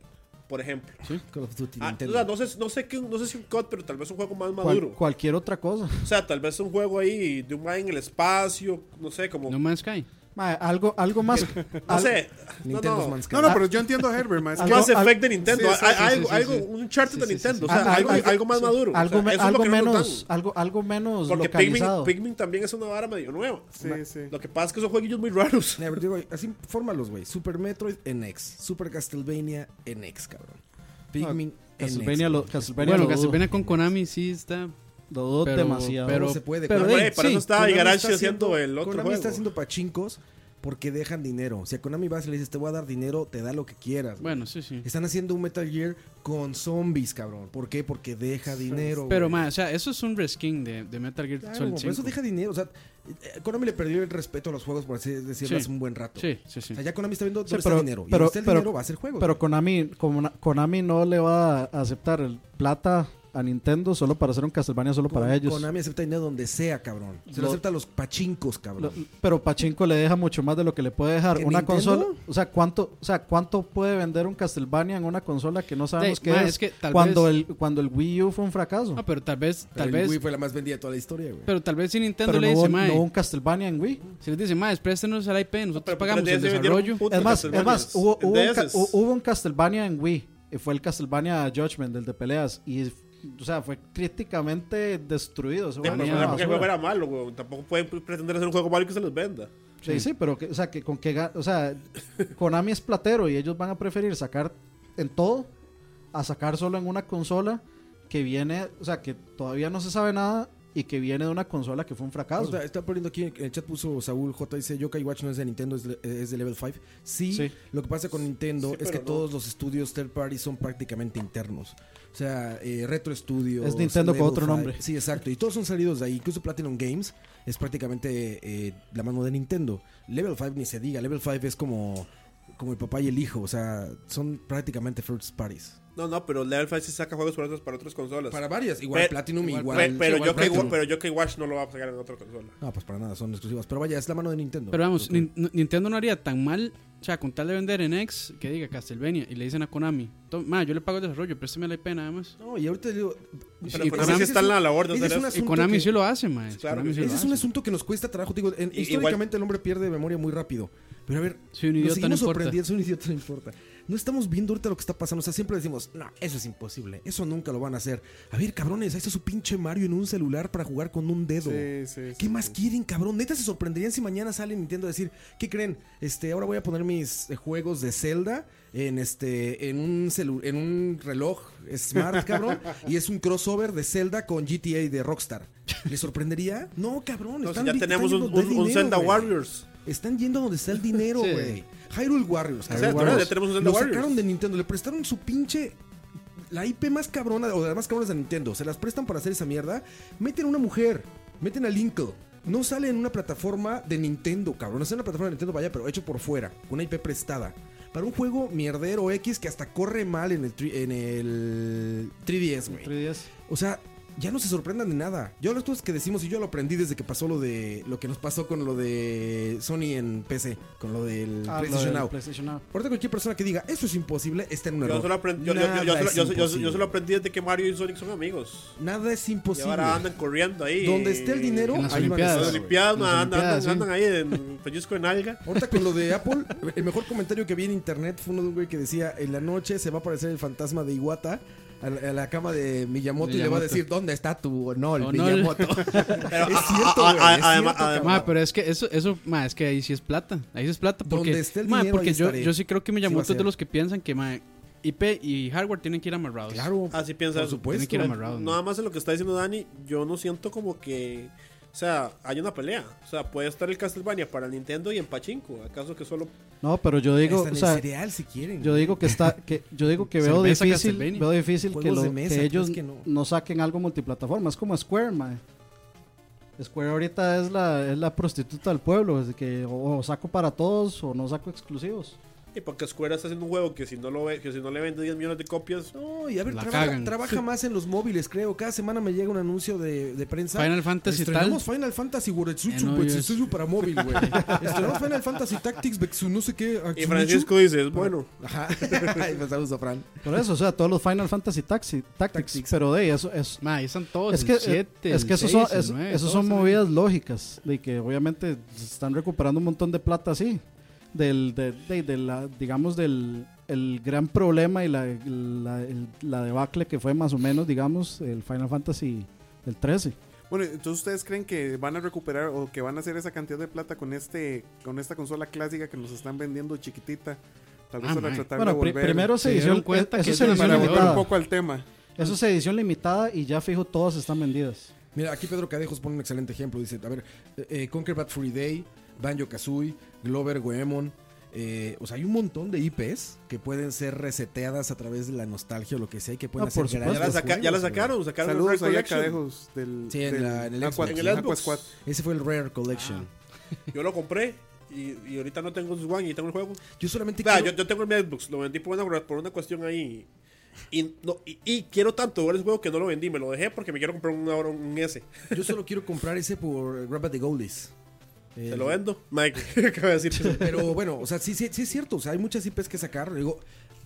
E: por ejemplo.
D: Call of Duty
E: Ah, o
D: Nintendo.
E: sea, no sé, no sé qué- no sé si un COD, pero tal vez un juego más
A: cual-
E: maduro.
A: cualquier otra cosa.
E: O sea, tal vez un juego ahí de un man en el espacio, no sé, como
C: No Man's Sky.
A: Ma, algo, algo más.
E: no sé, no,
D: Nintendo's
E: no.
D: Man's
B: No, no, pero yo entiendo a Herbert, ma, es
E: Es
B: que-
A: Algo-
E: Mass
A: al-
E: Effect de Nintendo,
B: sí, sí,
E: hay-
C: sí,
E: algo,
C: sí,
E: algo-
C: sí.
E: un charter de
C: Sí, sí, sí,
E: Nintendo,
C: sí,
E: o sea,
A: sí.
E: algo,
A: Algo-
E: algo más maduro. o sea,
A: ah, algo, me-
E: eso es lo
A: algo
E: que no nos
A: menos
E: dan.
A: algo algo menos
E: Porque Pikmin,
A: localizado
E: Pikmin también es una vara medio nueva.
B: Sí,
E: Ma-
B: sí.
E: Lo que pasa es que son jueguillos muy raros.
D: Never, digo, así fórmalos, güey. Super Metroid NX. Super Castlevania NX, cabrón. Pikmin
E: Ah,
D: NX.
A: Castlevania lo, Castlevania
C: Bueno,
A: lo dudo.
C: Castlevania con Konami sí está.
A: Lo dudo
C: pero-
A: demasiado
C: pero-
D: No se puede,
C: pero,
D: Konami.
C: ey,
E: Hombre, para
C: sí.
E: eh, eso estaba
D: Konami
E: Igarashi
D: está
E: haciendo el otro
D: Konami
E: juego.
D: está haciendo pachincos porque dejan dinero. Si a Konami vas y le dices, te voy a dar dinero, te da lo que quieras. güey.
C: Bueno, sí, sí.
D: Están haciendo un Metal Gear con zombies, cabrón. ¿Por qué? Porque deja dinero.
C: Pero,
D: güey.
C: ma, o sea, eso es un reskin de, de Metal Gear
D: Claro,
C: Solid
D: por
C: 5.
D: eso deja dinero. O sea, eh, Konami le perdió el respeto a los juegos, por así decirlo,
C: Sí.
D: hace un buen rato.
C: Sí, sí,
D: O
C: sí.
D: sea, ya Konami está viendo dónde
A: Sí,
D: está
A: pero-
D: el dinero. Y
A: pero-
D: dónde está el
A: pero-
D: dinero va a ser juego.
A: pero Konami Kona- Konami no le va a aceptar el plata a Nintendo solo para hacer un Castlevania solo para ellos
D: Konami acepta dinero donde sea, cabrón. Se lo,
A: Lo-
D: acepta a los pachincos,
A: Lo-
D: cabrón.
A: pero Pachinko le deja mucho más de lo que le puede dejar
D: ¿Que
A: una
D: Nintendo?
A: consola o sea cuánto o sea cuánto puede vender un Castlevania en una consola que no sabemos
C: Sí,
A: qué
C: ma,
A: es,
C: es que tal
A: cuando
C: vez-
A: el cuando el Wii U fue un fracaso
C: No, pero tal vez,
D: Pero
C: tal
D: el
C: vez.
D: Wii fue la más vendida de toda la historia, güey.
C: Pero tal vez si Nintendo
A: pero
C: le
A: no hubo,
C: dice, ma, eh".
A: no hubo un Castlevania en Wii
C: si les dice, ma, préstenos el IP, nosotros
E: Pero
C: pagamos
E: porque
C: el
E: se vendieron
C: desarrollo.
E: un puto
A: Es más, es
E: Castlevania.
A: más, hubo,
E: En
A: hubo un,
E: DS.
A: ca- hu- hubo un Castlevania en Wii. y Fue el Castlevania Judgment, el de peleas. Y f- o sea, fue críticamente destruido. ese
E: Sí,
A: juego,
E: pero
A: era
E: no
A: una
E: era porque el juego
A: basura.
E: era malo, güey. Tampoco pueden pretender hacer un juego malo y que se los venda.
A: Sí, sí, pero que, o sea, que con que, ga- o sea, Konami es platero y ellos van a preferir sacar en todo a sacar solo en una consola que viene, o sea, que todavía no se sabe nada y que viene de una consola que fue un fracaso.
D: Está, está poniendo aquí en el chat, puso Saúl J. Dice: Yokai Watch no es de Nintendo, es de, es de Level 5. Sí,
A: Sí.
D: lo que pasa con Nintendo
E: sí,
D: es
E: pero
D: que
E: no.
D: todos los estudios third party son prácticamente internos. O sea, eh, Retro Studios.
A: Es Nintendo con
D: Level
A: otro
D: Five.
A: nombre.
D: Sí, exacto. Y todos son salidos de ahí. Incluso Platinum Games es prácticamente eh, la mano de Nintendo. Level 5 ni se diga. Level 5 es como, como el papá y el hijo. O sea, son prácticamente first parties.
E: No, no, pero Level 5 sí saca juegos para otras, para otras consolas.
D: Para varias. Igual
E: Pe-
D: Platinum,
E: Pe-
D: igual.
E: pero,
D: igual
E: yo que,
D: Platinum.
E: pero yo que Watch no lo va a sacar en otra consola.
D: No, pues para nada, son exclusivas. Pero vaya, es la mano de Nintendo.
C: Pero vamos,
D: Ok.
C: Nin- no- Nintendo no haría tan mal, o sea, con tal de vender en X, que diga Castlevania, y le dicen a Konami, "Toma, ma, yo le pago el desarrollo, préstame la IP nada más.
D: No, y ahorita digo. pues,
E: Pero pues,
C: Y
E: Konami sí
C: Konami
E: está en la labor de
D: Ese es
E: hacer
D: un
E: eso.
C: Y
D: asunto
C: Konami
D: que-
C: sí lo hace, ma.
E: Claro
C: Konami
E: que
C: sí lo
D: Ese es un
C: hace.
D: asunto que nos cuesta trabajo. Digo, en-
E: Y-
D: históricamente el hombre pierde memoria muy rápido. Pero a ver,
C: Soy un
D: nos
C: idiota, no
D: seguimos
C: importa.
D: sorprendiendo. soy un idiota, no importa. No estamos viendo ahorita lo que está pasando. O sea, siempre decimos, no, eso es imposible. Eso nunca lo van a hacer. A ver, cabrones, ahí está su pinche Mario en un celular para jugar con un dedo.
B: Sí, sí,
D: ¿Qué
B: sí,
D: más
B: sí.
D: quieren, cabrón? Neta se sorprenderían si mañana sale Nintendo a decir, ¿qué creen? Este, ahora voy a poner mis eh, juegos de Zelda en este en un celu- en un reloj smart, cabrón, y es un crossover de Zelda con GTA de Rockstar. ¿Les sorprendería? No, cabrón,
E: No, si
D: están
E: ya
D: vi- están
E: tenemos un,
D: yendo
E: un,
D: donde hay
E: un
D: dinero,
E: Zelda
D: güey.
E: Warriors.
D: Están yendo donde está el dinero,
C: Sí.
D: güey. Hyrule Warriors,
E: sea,
D: Hyrule
E: de verdad,
D: Warriors.
E: ya tenemos un Zelda
D: Lo
E: Warriors.
D: sacaron de Nintendo, le prestaron su pinche la IP más cabrona o de las más cabronas de Nintendo, se las prestan para hacer esa mierda, meten a una mujer, meten a Linkle. No sale en una plataforma de Nintendo, cabrón. No sale en una plataforma de Nintendo, vaya, pero hecho por fuera. Una IP prestada. Para un juego mierdero X que hasta corre mal en el, tri- en el 3DS, güey.
A: 3DS.
D: O sea, ya no se sorprendan de nada. Yo las cosas que decimos y yo lo aprendí desde que pasó lo de lo que nos pasó con lo de Sony en PC, con lo del
A: Ah, lo
D: PlayStation
A: del
D: Now.
A: PlayStation Now.
D: Ahorita cualquier persona que diga eso es imposible está en un error.
E: Yo solo, aprendí, yo, yo- yo- yo
D: Nada
E: solo-
D: es
E: yo- yo- yo- yo
D: imposible.
E: solo aprendí desde que Mario y Sonic son amigos.
D: Nada es
E: Y
D: imposible.
E: ahora andan corriendo ahí.
D: Donde esté el dinero,
C: En las
D: ahí van a
C: Olimpiadas.
E: Las
D: estar, güey.
E: Olimpiadas,
A: Las
E: ma, andan,
A: Olimpiadas,
E: andan- andan ahí en pellizco de nalga.
D: Ahorita con lo de Apple, el mejor comentario que vi en internet fue uno de un güey que decía, en la noche se va a aparecer el fantasma de Iwata a la, a la cama de Miyamoto, y le va a
C: Miyamoto.
D: decir, ¿dónde está tu honor,
C: Honor.
D: Miyamoto?
E: Pero,
D: es
E: a-
D: cierto,
E: a-
D: güey,
E: a-
D: es
E: además-
D: cierto,
E: además-
C: Ma, Ah, pero es que eso, eso, ma, es que ahí sí es plata. Ahí sí es plata. Porque,
D: Donde esté el
C: ma,
D: dinero,
C: porque
D: ahí
C: yo,
D: estaré.
C: yo sí creo que me
D: Sí va
C: llamó
D: a ser.
C: de los que piensan que, ma, IP y hardware tienen que ir amarrados.
D: Claro,
E: Así piensa.
D: por
C: Tiene
D: supuesto.
C: que ir amarrado, ¿no?
E: Nada más en lo que está diciendo Dani, yo no siento como que. O sea, hay una pelea. O sea, puede estar el Castlevania para Nintendo y en Pachinko. ¿Acaso que solo.?
A: No, pero yo digo,
D: Hasta en
A: o sea,
D: el cereal si quieren.
A: yo digo que está que yo digo que veo
C: Cerveza
A: difícil,
C: Castlevania.
A: veo difícil que,
D: Juegos de
A: lo-
D: mesa,
A: que
D: pues,
A: ellos
D: que no.
A: no. saquen algo multiplataforma, es como Square, mae. Square ahorita es la, es la prostituta del pueblo, es de que o, o saco para todos o no saco exclusivos.
E: Y porque Square está haciendo un juego que si no lo ve, que si no le vende 10 millones de copias.
D: No, y a ver,
C: La
D: trabaja,
C: cagan.
D: trabaja más en los móviles, creo. Cada semana me llega un anuncio de, de prensa.
C: Final Fantasy
D: Estrenamos Final Fantasy
C: Eh,
D: Wuretsuchu,
C: no, yo-
D: Wetsuchu para móvil, güey. Estrenamos Final Fantasy Tactics, Betsu, no sé qué.
E: Y
D: Atsumichu.
E: Francisco dice, es bueno.
D: Ajá. Ay, pues, saludos a Fran.
A: Por eso, o sea, todos los Final Fantasy Taxi, Tactics,
D: Tactics.
A: pero de ahí, eso es
C: Ma, ahí están todos.
A: es que, eh,
C: el 7,
A: es que
C: el
A: eso
C: 6,
A: son,
C: el
A: es-
C: 9,
A: esos
C: todos
A: son
C: están ahí.
A: movidas lógicas, de que obviamente se están recuperando un montón de plata así. Del, de, de- de la, digamos, del el gran problema y la, la, el- la debacle que fue más o menos, digamos, el Final Fantasy el 13.
B: Bueno, entonces ustedes creen que van a recuperar o que van a hacer esa cantidad de plata con este con esta consola clásica que nos están vendiendo chiquitita. Tal vez
C: Ah,
B: para
C: mae.
B: tratar de
A: Bueno, pri-
B: volver
A: primero
C: Se
A: se
C: dieron
A: edición,
C: cuenta
A: eh, eso
C: que
A: es
C: era
A: edición
B: para volver
C: Edición
B: un
A: limitada.
B: poco al tema.
A: Eso es edición limitada y ya fijo todas están vendidas.
D: Mira, aquí Pedro Cadejos pone un excelente ejemplo. Dice, a ver, eh, eh, Conquer Bad Free Day, Banjo Kazooie, Glover Goemon. eh, o sea, hay un montón de IPs que pueden ser reseteadas a través de la nostalgia o lo que sea y que
A: Ah,
D: pueden hacer
A: por supuesto.
E: Ya la,
D: grandes
E: saca- ya la
D: juegos, Pues, güey.
E: sacaron, sacaron el
B: Saludos
E: Rare
B: ahí a
E: Collection.
B: Cadejos del,
D: Sí, en
B: del
D: la- en el
B: Aqua-
D: Xbox.
E: En el
B: Aqua
E: Xbox.
B: Squad.
D: Ese fue el Rare Collection.
E: Ah. Yo lo compré y, y ahorita no tengo un One y tengo el juego.
D: Yo solamente
E: Vea,
D: quiero-
E: yo, yo tengo el mi Xbox, lo vendí por una, por una cuestión ahí. Y, no, y, y quiero tanto jugar ese juego que no lo vendí, me lo dejé porque me quiero comprar un, ahora un S.
D: Yo solo quiero comprar ese por Grab at the Eh, Goalies.
E: Te lo vendo. Mike, acaba de decir eso.
D: Pero bueno, o sea, sí, sí, sí es cierto. O sea, hay muchas IPs que sacar. Digo,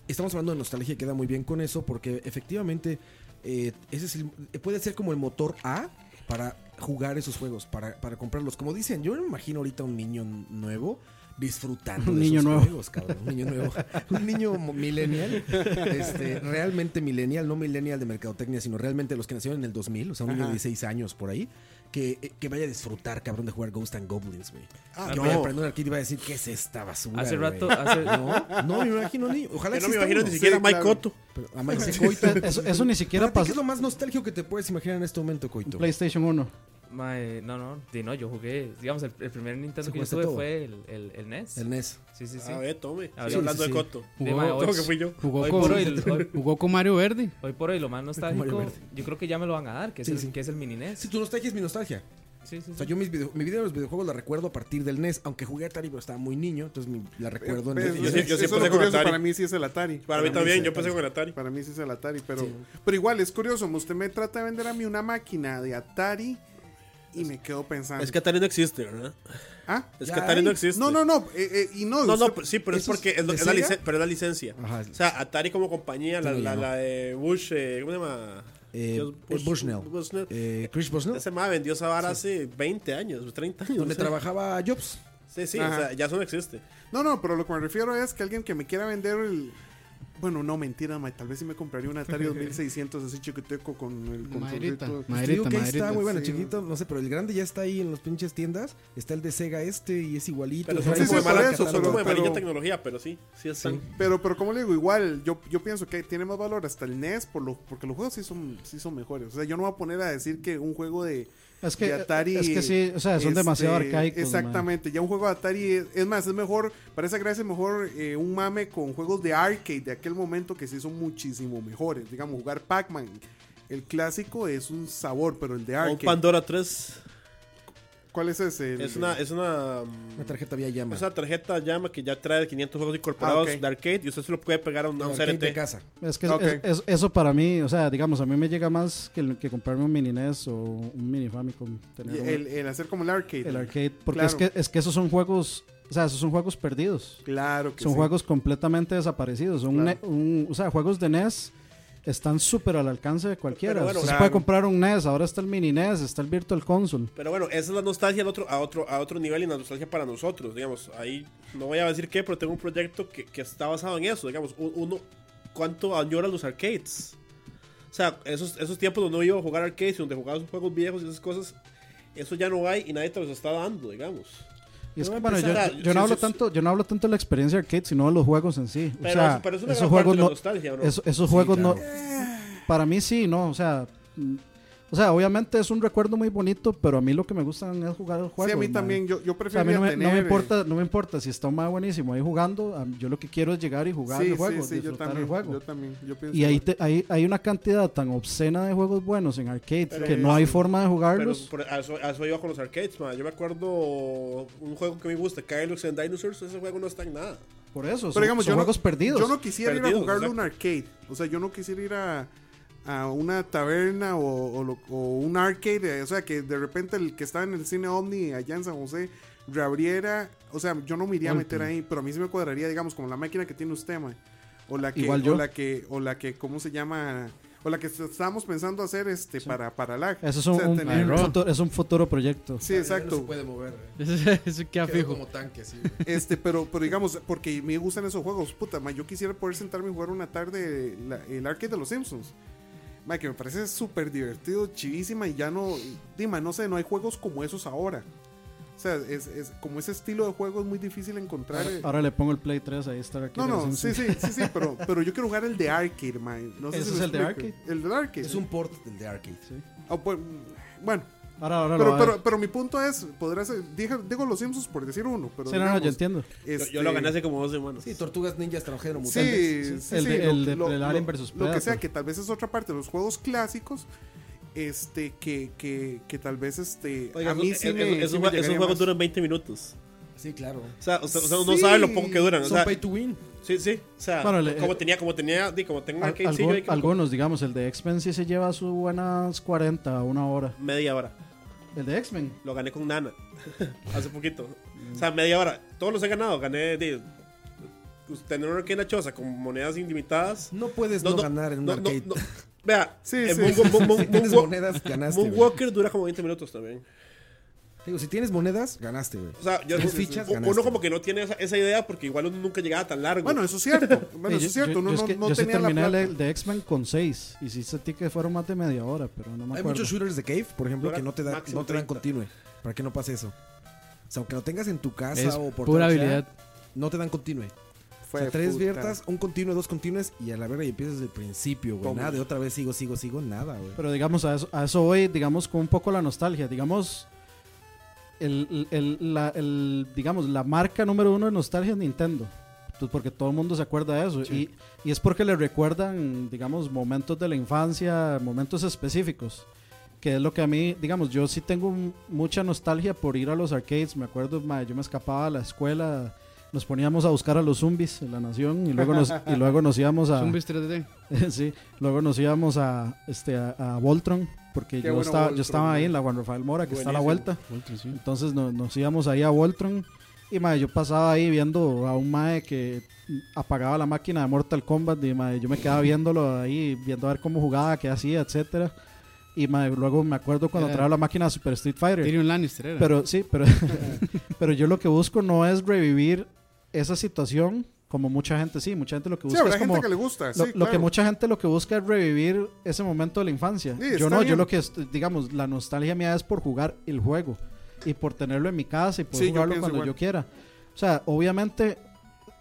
D: estamos hablando de nostalgia y queda muy bien con eso porque efectivamente eh, ese es el- puede ser como el motor A para jugar esos juegos, para, para comprarlos. Como dicen, yo me imagino ahorita un niño nuevo disfrutando
A: Un
D: de
A: niño
D: esos
A: nuevo.
D: juegos, cabrón. Un niño nuevo. Un niño mo- millennial. Este, realmente millennial, no millennial de mercadotecnia, sino realmente los que nacieron en el 2000, o sea, un niño de
B: Ajá.
D: 16 años por ahí, que, eh, que vaya a disfrutar, cabrón, de jugar Ghost and Goblins, güey.
B: Ah,
D: Y
B: no.
D: vaya a prender aquí y va a decir, ¿qué es esta basura?
F: Hace
D: güey?"
F: rato, hace,
D: No, no me imagino ni. Ojalá
E: Yo no
D: exista
E: me imagino
D: uno.
E: ni siquiera
B: Sí,
E: Mike
B: claro.
E: Cotto.
D: Pero, ama, ese coito.
A: Eso, eso ni siquiera
D: Para
A: pasó
D: ti, ¿Qué es lo más nostálgico que te puedes imaginar en este momento,
A: en
D: coito?
A: PlayStation 1.
F: mae, eh, no, no, di no, yo jugué, digamos, el, el primer Nintendo que yo
D: jugaste
F: tuve
D: todo?
F: fue el, el, el NES.
D: El E NES.
F: Sí, sí,
D: Ah,
F: sí.
E: A ver, tome. Estoy
F: A ver,
E: hablando
D: sí, sí.
E: de Cotto.
F: De,
C: Jugó-
F: mae, hoy-
E: Tengo que fui yo.
C: Jugó
F: hoy
C: con,
F: por hoy, hoy-
C: jugó con Mario Verde.
F: hoy por hoy lo más nostálgico,
D: Verde.
F: yo creo que ya me lo van a dar, que es,
D: Sí,
F: el,
D: sí.
F: que es el mini E NES.
D: Si tu nostalgia es mi nostalgia.
F: Sí, sí,
D: O
F: sí.
D: sea, yo mis video- mi vida de los videojuegos la recuerdo a partir del NES, aunque jugué Atari, pero estaba muy niño, entonces mi- la recuerdo en Eh,
B: Pero-
D: el
E: yo
B: Pues, eso-
E: sí- Eh, pues, yo
B: eso
E: sí
B: es lo
E: empecé con
B: curioso,
E: Atari.
B: Para mí sí es el Atari.
E: Para mí también, yo empecé con el Atari.
B: Para mí sí es el Atari, pero, pero igual es curioso. Usted me trata de vender a mí una máquina de Atari y me quedo pensando.
E: Es que Atari no existe, ¿verdad?
B: ¿Ah?
E: Es
D: Ya
E: que Atari
D: hay.
E: no existe.
B: No, no, no. eh, eh, y no,
E: No, no,
B: usted-
E: pero- sí, pero es
D: ¿Eso es
E: porque es, lo-
D: de
E: es la,
D: Sega?
E: licen- pero es la licencia.
D: Ajá.
E: O sea, Atari como compañía, la,
D: Sí,
E: la,
D: no.
E: la de Bush, eh, ¿cómo se llama?
D: Eh,
E: Dios,
D: eh, Bushnell.
E: Bushnell.
D: Eh, Chris Bosnell,
E: Ese más vendió esa vara hace 20 años, 30 años.
D: donde
E: no sé.
D: trabajaba Jobs.
E: Sí, sí,
B: Ajá.
E: o sea, ya eso no existe.
B: no, no, pero lo que me refiero es que alguien que me quiera vender el. Bueno, no, mentira, ma, tal vez sí me compraría un Atari 2600 así chiquiteco con el
C: Maderita,
B: controlito.
D: Pues te digo
C: maderita,
D: que ahí está,
C: maderita.
D: güey, bueno,
B: Sí,
D: chiquito, no sé, pero el grande ya está ahí en las pinches tiendas. Está el de Sega este y es igualito.
E: Pero
D: o
E: son
D: sea,
B: sí, sí,
D: ahí
E: como, de
D: está
B: por
E: mala,
D: el
B: eso,
E: son
D: catálogo.
E: como de
B: pero-
E: amarilla tecnología, pero sí, sí están.
B: Pero, pero como le digo, igual, yo, yo pienso que tiene más valor hasta el NES por lo, porque los juegos sí son, sí son mejores. O sea, yo no voy a poner a decir que un juego de,
A: Es que,
B: de Atari.
A: es que sí, o sea, son
B: este,
A: demasiado arcaicos. man.
B: Exactamente, ya un juego de Atari es, es más, es mejor, para esa gracia es mejor eh, un mame con juegos de arcade de aquel momento que sí son muchísimo mejores. Digamos, jugar Pac-Man, el clásico es un sabor, pero
D: Ah,
B: el de
E: O un
B: arcade.
E: Pandora 3
B: ¿Cuál es ese? El-
E: es una, es una, mm,
D: Una tarjeta vía llama.
E: es una tarjeta llama que ya trae 500 juegos incorporados
B: Ah, ok.
E: de arcade y usted se lo puede pegar a un, a un
D: Arcade de
E: CRT.
D: casa.
A: Es que
B: Ok.
A: es- es- eso para mí, o sea, digamos, a mí me llega más que, el- que comprarme un mini NES o un mini Famicom. Tener un-
B: el, el hacer como el arcade.
A: el arcade, porque
B: Claro.
A: es, que, es que esos son juegos, o sea, esos son juegos perdidos.
B: Claro que
A: Son
B: sí.
A: juegos completamente desaparecidos. Son
B: Claro.
A: ne- un- o sea, juegos de NES están súper al alcance de cualquiera.
E: Pero bueno,
A: Usted se
B: claro.
A: puede comprar un NES, ahora está el mini NES, está el Virtual Console.
E: Pero bueno, esa es la nostalgia al otro, a, otro, a otro nivel y la nostalgia para nosotros, digamos. Ahí no voy a decir qué, pero tengo un proyecto que, que está basado en eso, digamos. u- Uno, ¿cuánto añora los arcades? O sea, esos, esos tiempos donde uno iba a jugar arcades y donde jugaba esos juegos viejos y esas cosas, eso ya no hay y nadie te los está dando, digamos.
A: Y es
E: Pero
A: que,
E: va a
A: bueno, yo,
E: empezar
A: yo-
E: a-
A: yo
E: sí,
A: no hablo
E: sí,
A: tanto, yo no hablo tanto de la experiencia arcade, sino de los juegos en sí. O
E: Pero,
A: sea,
E: eso- pero eso es una
A: esos
E: gran parte
A: juegos
E: de la
A: no,
E: nostalgia, bro.
A: eso- esos juegos
D: claro.
A: no. Para mí sí, no, o sea, mm, o sea, obviamente es un recuerdo muy bonito, pero a mí lo que me gustan es jugar el juego.
B: Sí, a mí
A: man.
B: también, yo, yo
A: O sea, a mí
B: prefiero
A: no me, no me
B: tener... eh,
A: importa, no me importa si está un mae buenísimo ahí jugando, a mí- yo lo que quiero es llegar y jugar
B: sí,
A: el juego,
B: sí, sí, yo
A: disfrutar
B: también,
A: el juego.
B: Yo también, yo pienso
A: y ahí
B: igual.
A: te- hay, hay una cantidad tan obscena de juegos buenos en arcade
E: Pero-
A: que no hay forma de
E: Pero
A: jugarlos.
E: por- a, eso, a eso iba con los arcades, man. Yo me acuerdo un juego que me gusta, Kylox and Dinosaurs, ese juego no está en nada.
A: por eso, son,
B: Pero digamos,
A: son
B: yo no-
A: juegos perdidos.
B: Yo no quisiera ir a
E: Perdidos,
B: jugarlo a un
E: exacto.
B: arcade. O sea, yo no quisiera ir a, a una taberna o, o lo- o un arcade. eh, O sea, que de repente el que estaba en el cine Omni allá en San José reabriera. O sea, yo no me iría a meter ahí, pero a mí sí me cuadraría, digamos, como la máquina que tiene usted, man. O la que,
A: Igual
B: o
A: yo.
B: la que, o la que, ¿cómo se llama? O la que estábamos pensando hacer este para, para lag.
A: Eso es un,
B: O sea,
A: un-
B: tener-
A: un futuro, es un futuro proyecto.
B: Sí, exacto.
D: mover.
C: Eso queda fijo.
D: tanque, así.
B: Este, pero, pero digamos, porque me gustan esos juegos, puta, ma, yo quisiera poder sentarme y jugar una tarde la- el arcade de los Simpsons. Ma, que me parece súper divertido, chivísima, y ya no, dima, no sé, no hay juegos como esos ahora. O sea, es, es- como ese estilo de juego es muy difícil encontrar. eh.
A: Ahora le pongo el Play 3, ahí está
B: No, no, sí, sí, sí, sí, pero, pero yo quiero jugar el de arcade, ma, No sé
A: ¿Ese
B: si
A: es
B: me
A: el de
B: explico.
A: arcade?
B: El de arcade.
D: Es un port del de arcade.
B: Ah, pues, bueno,
A: Ahora, ahora lo
B: pero,
A: va a-
B: pero, pero mi punto es, podrás, digo, digo los Simpsons por decir uno, pero
A: Sí, no, no, yo
B: digamos,
A: entiendo.
E: Yo, yo
B: este-
E: lo gané hace como dos semanas.
D: Sí, Tortugas Ninjas Extranjero Mutantes.
B: Sí, sí, sí,
A: El de-
B: lo-
A: el de-
B: lo-
A: el Alien
B: lo-
A: versus
B: Lo que
A: Predator.
B: sea, que tal vez es otra parte de los juegos clásicos. Este, que, que, que tal vez este.
E: Oiga,
B: a mí
E: esos-
B: sí
E: esos-
B: me-
E: e, esos
B: sí me
E: jue- esos
B: llegaría
E: juegos
B: más.
E: duran 20 minutos.
D: Sí, claro.
E: O sea, o sea, o sea, uno
B: Sí.
E: sabe lo poco que duran. O
D: Son
E: sea,
D: pay to eh. win.
E: sí, sí. O sea,
A: Bueno, le-
E: como tenía, como tenía, di, como tengo un
A: Al-
E: arcade, sí,
A: algún-
E: yo ahí como
A: algunos, digamos, el de X-Men sí se lleva sus buenas 40 a una hora.
E: media hora.
A: El de X-Men.
E: Lo gané con Nana hace poquito. O
D: Mm.
E: sea, media hora. Todos los he ganado. Gané de pues, tener una arcade en la choza con monedas ilimitadas.
D: No puedes no, ganar en un
E: no, no,
D: arcade.
E: no. Vea,
B: Sí,
E: eh,
B: sí,
E: Moon-
B: sí,
E: Moon- Moon-
D: Si tienes
E: Moonwalk-
D: monedas, ganaste. güey.
E: Moonwalker dura como 20 minutos también.
D: Te Digo, si tienes monedas, ganaste, güey.
E: O sea, yo-
D: Tres fichas,
E: u- uno
D: ganaste.
E: como que no tiene esa, esa idea porque igual uno nunca llegaba tan largo.
B: Bueno, eso es cierto. Bueno,
A: Sí,
B: eso es cierto. Uno
A: yo
B: no,
A: es que-
B: no
A: yo sí
B: tenía la
A: terminé el
B: plata.
A: el de X-Men con 6 y sí sentí que fueron más de media hora, pero no me
D: Hay
A: acuerdo.
D: muchos shooters de cave, por ejemplo,
E: Dura
D: que no te dan,
E: máximo
D: no te dan
E: 30.
D: continue. Para que no pase eso. O sea, aunque lo tengas en tu casa
C: Es
D: o por
C: pura
D: donde sea,
C: habilidad.
D: No te dan continue. O
B: Fue
D: sea, tres
B: puta.
D: viertas, un continuo, dos continues y a la verga y empiezas desde el principio, güey.
E: ¿Cómo?
D: Nada, de otra vez sigo, sigo, sigo, nada, güey.
A: Pero digamos, a eso, a eso voy, digamos, con un poco la nostalgia. Digamos, el, el- el- la, el- digamos, la marca número uno de nostalgia es Nintendo. Pues Porque todo el mundo se acuerda de eso. Y, y es porque le recuerdan, digamos, momentos de la infancia, momentos específicos. Que es lo que a mí, digamos, yo sí tengo un- mucha nostalgia por ir a los arcades. Me acuerdo, mae, yo me escapaba a la escuela, nos poníamos a buscar a los zombies en la nación y luego nos, y luego nos íbamos a...
D: ah.
C: Zombies 3D.
A: sí, luego nos íbamos a, este, a, a Voltron, porque
B: Qué
A: yo,
B: bueno
A: estaba, yo
B: Voltron,
A: estaba ahí
B: güey.
A: en la Juan Rafael Mora, que está a la
E: Buenísimo.
A: vuelta. Entonces no- nos íbamos ahí a Voltron. Y mae, yo pasaba ahí viendo a un mae que apagaba la máquina de Mortal Kombat. Y mae, yo me quedaba viéndolo ahí, viendo a ver cómo jugaba, qué hacía, etcétera. Y mae, luego me acuerdo cuando
C: Era-
A: traía la máquina de Super Street Fighter.
C: Tyrion Lannister era.
A: Pero sí, pero, pero yo lo que busco no es revivir esa situación como mucha gente, sí, mucha gente lo que
B: Sí,
A: busca
B: habrá
A: es como
B: gente que le gusta.
A: lo,
B: Ah, sí,
A: lo que
B: claro.
A: mucha gente lo que busca es revivir ese momento de la infancia.
B: Sí,
A: yo
B: está
A: no, yo
B: bien.
A: lo que, est- digamos, la nostalgia mía es por jugar el juego y por tenerlo en mi casa y poder
B: Sí, yo
A: jugarlo
B: pienso
A: cuando
B: igual.
A: yo quiera. O sea, obviamente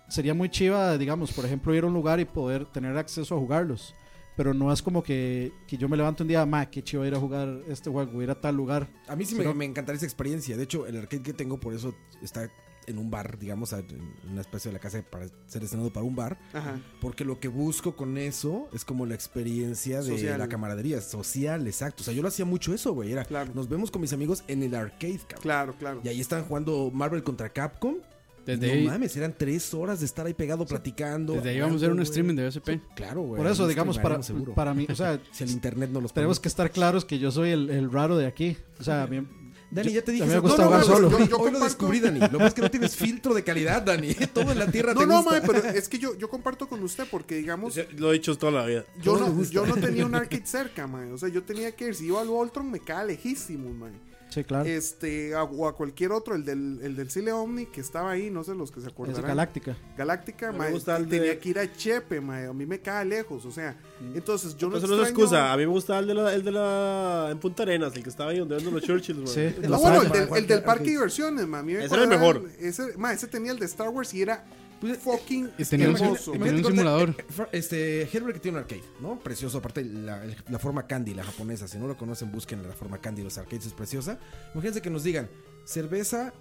A: sería muy chiva, digamos, por ejemplo, ir a un lugar y poder tener acceso a jugarlos. Pero no es como que, que yo me levanto un día, ma, qué chiva ir a jugar este juego, ir a tal lugar.
D: A mí sí me,
A: Pero-
D: me encantaría esa experiencia. De hecho, el arcade que tengo por eso está en un bar, digamos, en una especie de la casa para ser destinado para un bar.
B: Ajá.
D: Porque lo que busco con eso es como la experiencia de
B: Social.
D: la camaradería social, exacto. O sea, yo lo hacía mucho eso, güey. Era,
B: Claro.
D: nos vemos con mis amigos en el arcade, cabrón.
B: Claro, claro.
D: Y ahí estaban jugando Marvel contra Capcom.
C: Desde
D: no
C: ahí-
D: mames, eran tres horas de estar ahí pegado platicando.
C: Desde ahí vamos a
D: hablando,
C: hacer un streaming
D: güey.
C: de BSP.
D: Claro, güey.
A: por eso,
D: ahí
A: digamos, para,
D: streamaremos seguro.
A: para mí, o sea,
D: Si el internet no los
A: tenemos que estar claros que yo soy el, el raro de aquí. O sea, a mí-
D: Dani, ya te dije.
A: a mí me
D: eso.
A: gusta
D: No, no,
A: jugar
D: no,
A: solo.
D: Yo,
B: Yo-
D: hoy
B: yo
D: lo
B: comparto-
D: descubrí, Dani. Lo más es que no tienes filtro de calidad, Dani. Todo en la tierra
B: No,
D: te
B: no,
D: gusta.
B: mae, pero es que yo, yo comparto con usted porque, digamos,
E: Sí, Lo he dicho toda la vida.
B: yo
D: todo le
B: no,
D: gusta.
B: yo no tenía un arcade cerca, mae. O sea, yo tenía que ir. Si iba al Voltron, me quedaba lejísimo, mae.
A: sí, claro.
B: Este, a- o a cualquier otro, el del, el del Cile Omni que estaba ahí, no sé los que se
A: Es
B: acordarán.
A: galáctica.
B: Galáctica,
E: Me
B: mae,
E: gusta el de-
B: tenía que ir a Chepe, mae. A mí me queda lejos, o sea.
A: Mm.
B: Entonces, yo no
E: Eso no es
B: extraño-
E: excusa. A mí me gustaba el de la, el de la en Punta Arenas, el que estaba ahí donde venden los Churchills, man.
A: Sí.
B: No,
A: Los
B: Ah, bueno,
A: Alpha.
B: el del, el del parque
D: Arcade.
B: de diversiones, mami.
E: Ese era el mejor.
B: Ese, ma, ese tenía el de Star Wars y era
A: Pues,
B: fucking
C: Y tenía un-
B: hermoso.
C: y
B: ma.
C: tenía un
D: Imagínate,
C: simulador.
D: Fer- Este, Herbert que tiene un arcade, ¿no? Precioso, aparte la, el- la forma candy, la japonesa. Si no lo conocen, busquen la forma candy, los arcades es preciosa. Imagínense que nos digan cerveza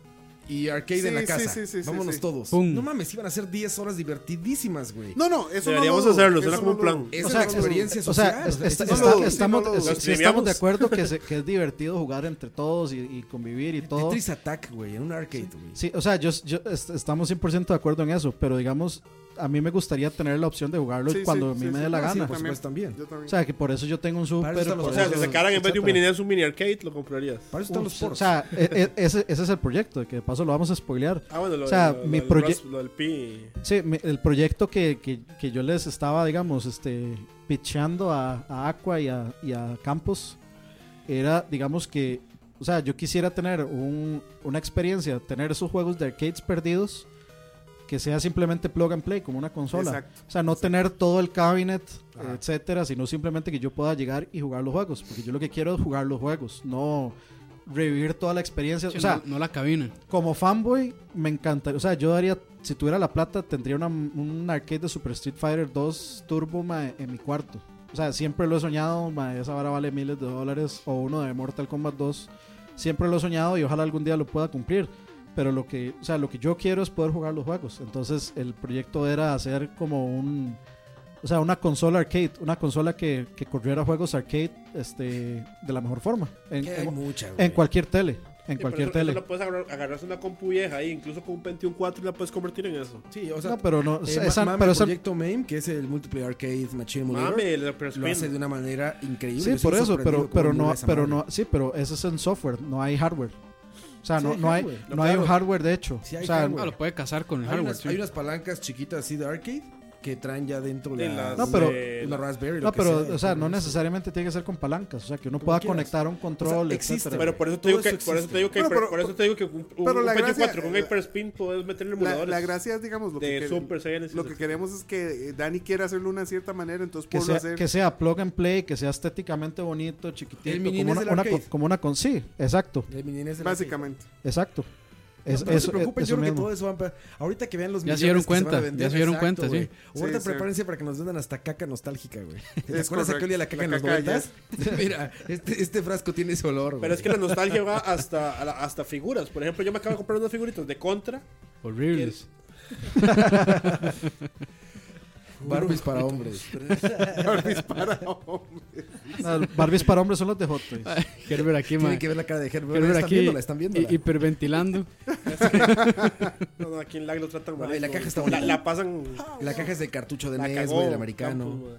D: y arcade
B: Sí,
D: en la
B: sí,
D: casa.
B: sí, sí, sí,
D: Vámonos
B: sí.
D: todos.
C: Pum.
D: No mames, iban a ser 10 horas divertidísimas, güey.
B: No, no, eso
E: Deberíamos
B: no lo dudo,
E: hacerlo, suena
B: eso no
E: como un
B: lo
E: plan.
B: dudo.
D: Esa
B: Eso
D: es la
B: no lo dudo.
D: experiencia
A: O
D: social.
A: sea, es-
D: o
A: está-
D: sea, eso
B: Este no
D: es
A: está-
B: lo dudo,
A: estamos,
B: sí, no lo dudo.
A: es- sí estamos de
E: Streameamos.
A: acuerdo que, se- que es divertido jugar entre todos y, y convivir y todo.
D: Tetris Attack, güey, en un arcade, güey.
A: Sí, o sea, yo, yo est- estamos 100% de acuerdo en eso, pero digamos, a mí me gustaría tener la opción de jugarlo
B: Sí,
A: cuando
B: sí,
A: a mí
B: sí,
A: me
B: sí,
A: dé la
B: no, sí,
A: gana. pues,
D: por
B: también.
D: supuesto, también.
B: Yo también.
A: o sea, que por eso yo tengo un super.
D: están los
A: por
E: O sea,
A: eso-
E: si sacaran en vez de un mini
A: etcétera.
E: NES un mini arcade, lo comprarías.
D: Para eso están los
A: Ups, O
D: ports.
A: sea, e- e- ese, ese es el proyecto, que de paso lo vamos a spoilear.
E: Ah, bueno, lo,
A: O sea,
E: lo- lo
A: mi
E: del
A: proye-
E: Rasp- lo del Pi.
A: Sí, mi- el proyecto que, que- que yo les estaba, digamos, este, pitchando a, a Aqua y a, y a Campos era, digamos, que, o sea, yo quisiera tener un- una experiencia, tener esos juegos de arcades perdidos que sea simplemente plug and play, como una consola.
B: Exacto.
A: O sea, no tener todo el cabinet,
D: Ajá.
A: etcétera, sino simplemente que yo pueda llegar y jugar los juegos. Porque yo lo que quiero es jugar los juegos, no revivir toda la experiencia. O sea,
C: no, no la cabina.
A: como fanboy, me encantaría. O sea, yo daría. Si tuviera la plata, tendría una, un arcade de Super Street Fighter 2 Turbo mae, en mi cuarto. O sea, siempre lo he soñado. mae, esa vara vale miles de dólares. O uno de Mortal Kombat 2. Siempre lo he soñado y ojalá algún día lo pueda cumplir. Pero lo que, o sea, lo que yo quiero es poder jugar los juegos. Entonces, el proyecto era hacer como un. O sea, una consola arcade. Una consola que, que corriera juegos arcade este, de la mejor forma. En,
D: Que hay
A: en-
D: muchas, güey.
A: en cualquier tele. En
E: Sí,
A: cualquier
E: pero eso-
A: tele.
E: eso lo puedes agarrar, agarrarse una compu vieja ahí, incluso con un Pentium 4 y la puedes convertir en eso.
D: Sí, o sea,
A: no, pero no.
D: eh,
A: esa-
D: ma- mame,
A: pero esa-
D: proyecto MAME, que es el Multiplayer Arcade Machine Emulator,
E: Mame, la Super
D: lo
E: Spin.
D: hace de una manera increíble.
A: sí,
D: Yo
A: por
D: estoy
A: eso,
D: sorprendido
A: pero,
D: cómo
A: pero
D: emula
A: no,
D: esa
A: pero
D: madre.
A: no, sí, pero ese es en software, no hay hardware. O sea,
D: Sí
A: no,
D: hay
A: no hay,
D: hardware.
A: no
D: No,
A: hay un
D: claro.
A: hardware de hecho.
D: Sí hay
A: o sea,
D: hardware.
C: Ah, lo puede casar con el
D: Hay
C: hardware.
D: unas,
C: sí.
D: hay unas palancas chiquitas así de arcade que traen ya dentro
E: De
D: la,
E: las,
A: No, pero-
E: eh,
D: una Raspberry.
A: No, pero, o sea, no necesariamente tiene que ser con palancas. O sea, que uno pueda
D: quieras.
A: conectar un control,
D: existe,
A: etcétera.
E: Pero por eso te
D: Todo
E: digo que,
D: eso
E: por eso
D: existe.
E: te digo que,
B: Bueno,
E: por-
B: pero-
E: por eso te digo que un, un,
B: pero la
E: Pentium
B: gracia-
E: 4 con
B: la-
E: Hyperspin puedes meterle
B: La,
E: emuladores.
B: la gracia es, digamos, lo,
E: de
B: que,
E: Super Saiyan es
B: lo que
E: ese.
B: queremos es que eh, Dani quiera hacerlo de una cierta manera, entonces
A: que
B: por
A: sea,
B: hacer.
A: que sea plug and play, que sea estéticamente bonito, chiquitito,
D: El mini
A: como
D: NES
A: una,
D: del
A: una
D: arcade.
A: con- como una con sí, exacto,
B: básicamente.
A: exacto. Es,
D: No, pero no
A: eso-
D: se preocupen,
A: eso
D: yo creo que
A: mismo.
D: todo eso va a empe- Ahorita que vean los
C: Ya se
D: millones
C: dieron
D: que van a
C: cuenta,
D: vender,
C: ya se dieron cuenta,
D: güey.
C: sí.
D: Ahorita
B: Sí, sí.
D: prepárense para que nos vendan hasta caca nostálgica, güey. ¿Te
B: Es
D: acuerdas aquel día la
B: correcto,
D: caca en
B: la
D: los
B: caca ya
D: noventas? Mira, este, este frasco tiene ese olor, güey.
E: Pero es que la nostalgia va hasta, a la- hasta figuras. Por ejemplo, yo me acabo de comprar unas figuritas de Contra.
C: Horribles.
D: Barbies para hombres.
B: Barbies para hombres.
A: Ah, Barbies para hombres son los de Hot Toys.
C: Gerber aquí,
D: Tienen
C: mae.
D: que ver la cara de Herbert.
C: Gerber
D: están
C: aquí.
D: viéndola, están viéndola.
C: hi- Hiperventilando.
E: No, no, aquí en Lag lo tratan mal.
D: Ay, la caja está
E: la,
D: bonita.
E: la pasan.
D: la caja es de cartucho de
E: la
D: NES,
E: cagó,
D: güey, del americano.
E: Campos,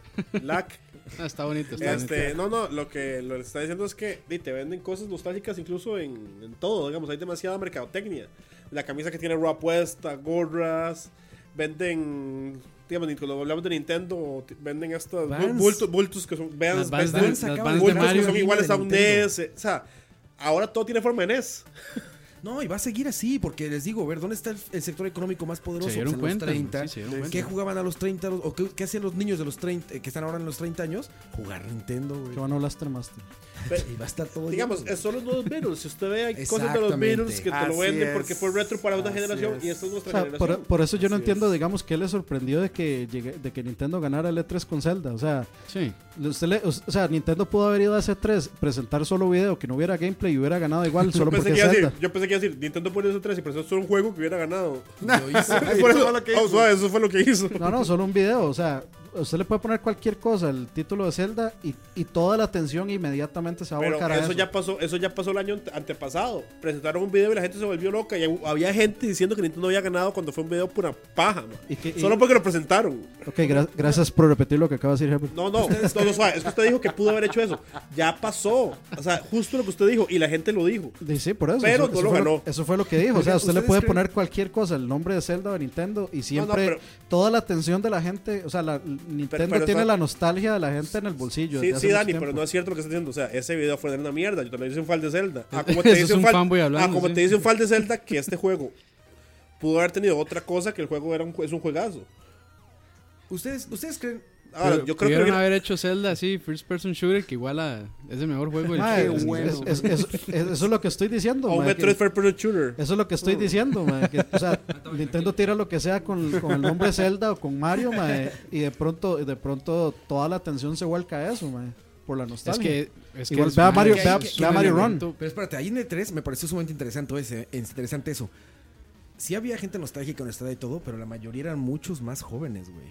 E: güey. Lac.
C: Ah, está bonito, está
E: Este,
C: bonito.
E: no, no, lo que lo que está diciendo es que di, te venden cosas nostálgicas incluso en, en todo, digamos, hay demasiada mercadotecnia. La camisa que tiene Raw puesta, gorras, venden, digamos, ni- cuando hablamos de Nintendo, ti- venden estas bu-
D: Vans.
E: bultos, bultos que son, vean,
C: Las Vans de,
E: venden
D: Vans
C: las
D: acaba
C: Vans
D: de-
C: de
E: bultos
D: Vans
E: que
C: Mario.
E: son iguales a un
D: Nintendo.
E: NES, eh, o sea, ahora todo tiene forma de E NES.
D: No, y va a seguir así, porque les digo, a ver, ¿dónde está el, el sector económico más poderoso?
C: Se dieron
D: Pues en
C: cuenta,
D: los
C: sí,
D: 30.
C: se dieron
D: ¿Qué
C: cuenta.
D: jugaban a los 30? los- ¿O qué, qué hacían los niños de los 30, eh, que están ahora en los 30 años? Jugar Nintendo, güey.
A: Que van a Blaster Master.
D: Y va a estar todo
E: Digamos,
A: pues,
D: lleno.
E: es solo los Beatles, si usted ve hay cosas de los
D: Exactamente.
E: Beatles que te lo
B: Así
E: venden
B: es,
E: porque fue retro para una
B: así
E: generación
B: es.
E: y esta es
A: O
E: nuestra
A: sea,
E: generación.
A: por, por eso yo no
B: Así
A: entiendo,
B: es.
A: digamos, qué le sorprendió de que llegue- de que Nintendo ganara el E3 con Zelda. O sea,
C: Sí.
A: le- usted le- o sea, Nintendo pudo haber ido a ese 3 presentar solo video, que no hubiera gameplay y hubiera ganado igual
E: yo
A: solo
E: pensé,
A: porque
E: que iba a
A: es
E: decir,
A: Zelda.
E: yo pensé que iba a decir, Nintendo pone eso 3 y presentó solo un juego que hubiera ganado.
D: Lo hizo.
E: Por eso,
B: Todo lo que
E: oh,
B: hizo.
E: suave, eso fue lo que hizo.
A: No, no, solo un video. O sea, usted le puede poner cualquier cosa, el título de Zelda, y, y toda la atención inmediatamente se va a
E: Pero
A: volcar a
E: eso,
A: eso.
E: ya pasó, eso ya pasó el año ante- antepasado. Presentaron un video y la gente se volvió loca. Y hab- había gente diciendo que Nintendo había ganado cuando fue un video pura paja, man.
A: Y que- y-
E: Solo porque lo presentaron.
A: Ok, gra- gracias por repetir lo que acaba de decir Herbert.
E: No, no, no, no, suave, Es que usted dijo que pudo haber hecho eso. Ya pasó. O sea, justo lo que usted dijo. Y la gente lo dijo.
A: Di- Sí, por eso.
E: Pero
A: eso,
E: no
A: eso
E: lo
A: fue
E: ganó.
A: eso fue lo que dijo. O sea,
D: Oigan,
A: usted le
D: ¿ustedes
A: puede
D: creen-
A: poner cualquier cosa, el nombre de Zelda o de Nintendo, y siempre
E: pero-
A: toda la atención de la gente. O sea, la, Nintendo
E: pero
A: tiene
E: está-
A: la nostalgia de la gente en el bolsillo.
E: Sí,
A: desde hace
E: sí,
A: mucho
E: Dani,
A: tiempo.
E: pero no es cierto lo que está diciendo. O sea, ese video fue de una mierda. Yo también hice un fan de Zelda. Ah, como
C: Eso
E: te
C: es
E: dice un
C: un
E: fan,
C: fanboy hablando,
E: ah, como
C: sí.
E: te dice un fan de Zelda que este juego pudo haber tenido otra cosa que el juego era un, jue- es un juegazo.
D: ¿Ustedes, ¿Ustedes creen?
E: Ahora,
C: Pero
E: yo creo que
C: pudieron
E: hubiera-
C: haber hecho Zelda así, first person shooter, que igual a, es el mejor juego del
A: Ma,
B: Qué
A: es-
B: bueno.
A: es- es- es- es- eso es lo que estoy diciendo.
E: a un
A: ma, que-
E: Metroid First Person Shooter.
A: Eso es lo que estoy diciendo, mae, que, o sea, Nintendo tira lo que sea con, con el nombre Zelda o con Mario, mae, y de pronto, de pronto toda la atención se vuelca a eso, mae, por la
C: Es
A: nostalgia.
C: que, es que
A: Igual
C: es
A: ve a Mario-
C: Mario, es
A: ve a-
C: un
A: ve a Mario Run.
C: elemento-
D: Pero espérate, ahí en el 3 me pareció sumamente interesante, ese, interesante eso. Sí había gente nostálgica en nuestra y todo, pero la mayoría eran muchos más jóvenes, güey.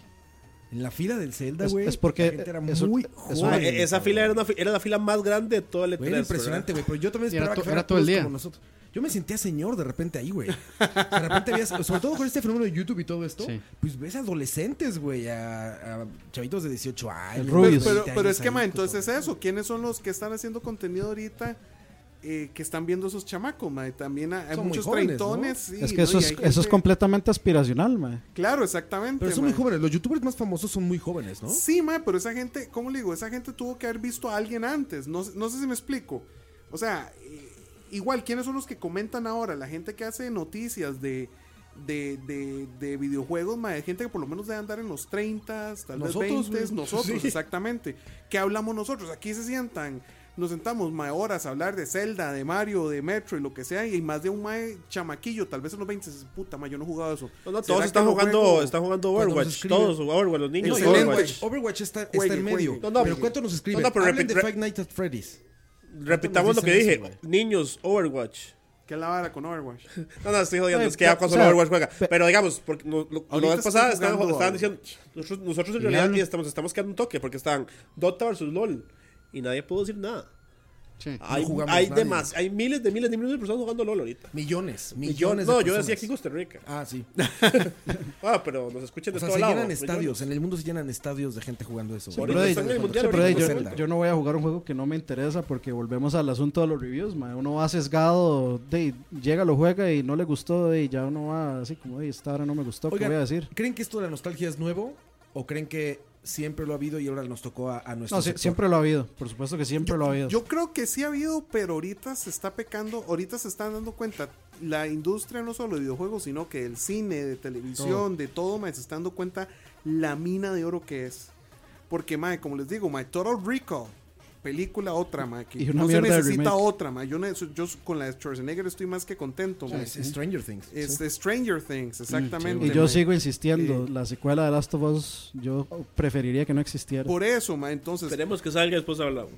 D: En la fila del Zelda,
A: Es-
D: güey.
A: es porque
D: la gente era
A: es un-
D: muy
A: es una-
D: joven.
E: Ah,
D: güey.
E: e- esa fila era, una fi- era la fila más grande de todo el E3.
D: Güey, era impresionante, güey. Pero yo también
C: Y era
D: esperaba
C: to-
D: que fuera
C: era todo el
D: todos
C: día.
D: como nosotros. Yo me sentía señor de repente ahí, güey. De repente había, sobre todo con este fenómeno de YouTube y todo esto,
C: Sí.
D: pues ves adolescentes, güey, a, a chavitos de 18 años.
A: Rubius.
B: Pues, Pero, pero,
D: 20
B: pero
D: años
B: es que,
D: ahí,
B: ma,
D: con
B: entonces
D: todo.
B: eso. ¿Quiénes son los que están haciendo contenido ahorita? eh, que están viendo esos chamacos, ma. También hay hay
D: Son muy
B: muchos
D: jóvenes,
B: treintones. sí,
A: Es que
B: ¿no?
A: eso,
B: Y
A: es,
B: hay
A: eso es
B: gente-
A: completamente aspiracional, mae.
B: Claro, exactamente.
D: Pero son
B: ma.
D: muy jóvenes. Los youtubers más famosos son muy jóvenes, ¿no?
B: Sí, ma, pero esa gente, ¿cómo le digo? Esa gente tuvo que haber visto a alguien antes. No, sé- no sé si me explico. O sea, eh, igual, ¿quiénes son los que comentan ahora? La gente que hace noticias de, de, de, de videojuegos, ma, de gente que por lo menos debe andar en los 30, tal
D: Nosotros,
B: vez 20,
D: güey.
B: nosotros,
D: Sí.
B: exactamente. ¿Qué hablamos nosotros? Aquí se sientan. Nos sentamos ma, horas a hablar de Zelda, de Mario, de Metro y lo que sea, y más de un mae chamaquillo, tal vez en los 20, dice, puta, ma, yo no he jugado eso.
E: No, no,
B: ¿Será
E: todos
B: que
E: están
B: lo
E: jugando,
B: juego?
E: están jugando
D: Cuando nos
E: Overwatch.
D: escriben.
E: Todos, Overwatch, los niños.
B: No,
D: Overwatch,
B: y
E: juegan
D: Overwatch,
B: Overwatch.
D: está, está
B: Juegue,
D: en medio.
B: juegue.
E: No, no,
D: pero ¿cuánto nos escriben?
E: no, no, pero
D: Hablen de
E: repre-
D: Five Nights at Freddy's.
E: Repitamos lo que
D: dicen
E: dije.
D: eso, güey?
E: niños, Overwatch.
B: ¿Qué es la vara con Overwatch?
E: No, no, estoy
D: Eh,
E: jodiendo.
A: Ay,
E: es que
A: pe-
E: ya cuando
A: o sea,
E: Overwatch juega.
A: pe-
E: Pero digamos, porque no- lo-
B: Ahorita
E: la vez
B: están
E: pasada estaban,
B: jugando a-
E: estaban diciendo. Nosotros, nosotros
C: Y
E: en realidad
C: hablan.
E: ya estamos, estamos quedando un toque porque estaban Dota versus LOL. Y nadie pudo decir nada.
C: Sí.
E: Hay,
D: jugamos
E: hay,
D: nadie.
E: demás, hay miles de miles de miles de personas jugando LOL ahorita.
D: Millones,
E: Y yo-
D: millones de
E: no, yo decía
D: personas.
E: aquí en Costa Rica.
D: Ah, sí.
E: Ah, pero nos escuchan de
D: O sea,
E: todo
D: se
E: lado.
D: llenan
E: millones.
D: estadios. En el mundo se llenan estadios de gente jugando eso. güey.
E: Por
A: Pero,
E: eso
A: ey,
E: están en el mundial
A: sí, pero, ey,
E: ahorita.
A: yo, yo no voy a jugar un juego que no me interesa porque volvemos al asunto de los reviews, mae. Uno va sesgado, de, llega, lo juega y no le gustó, y ya uno va así como, "Ey, esta hora no me gustó, ¿qué
D: Oigan,
A: voy a decir?
D: ¿Creen que esto de la nostalgia es nuevo? ¿O creen que siempre lo ha habido y ahora nos tocó a, a nuestro
A: No, sí,
D: sector?
A: siempre lo ha habido. Por supuesto que siempre lo ha habido.
B: Yo creo que sí ha habido, pero ahorita se está pecando, ahorita se están dando cuenta. La industria no solo de videojuegos, sino que el cine, de televisión, de todo, mae, se está dando cuenta la mina de oro que es. Porque, mae, como les digo, mae, Total Recall, película otra, mae, que
A: Y una
B: no se
A: mierda de
B: necesita
A: remake.
B: otra, mae. Yo, ne- yo con la de Schwarzenegger estoy más que contento, mae.
D: Es- es Stranger Things.
B: Es
D: sí.
B: de Stranger Things, exactamente.
A: Mm, y yo
B: mae.
A: sigo insistiendo,
B: Eh,
A: la secuela de Last of Us yo preferiría que no existiera.
B: Por eso, mae, entonces,
E: Esperemos que salga y después hablamos.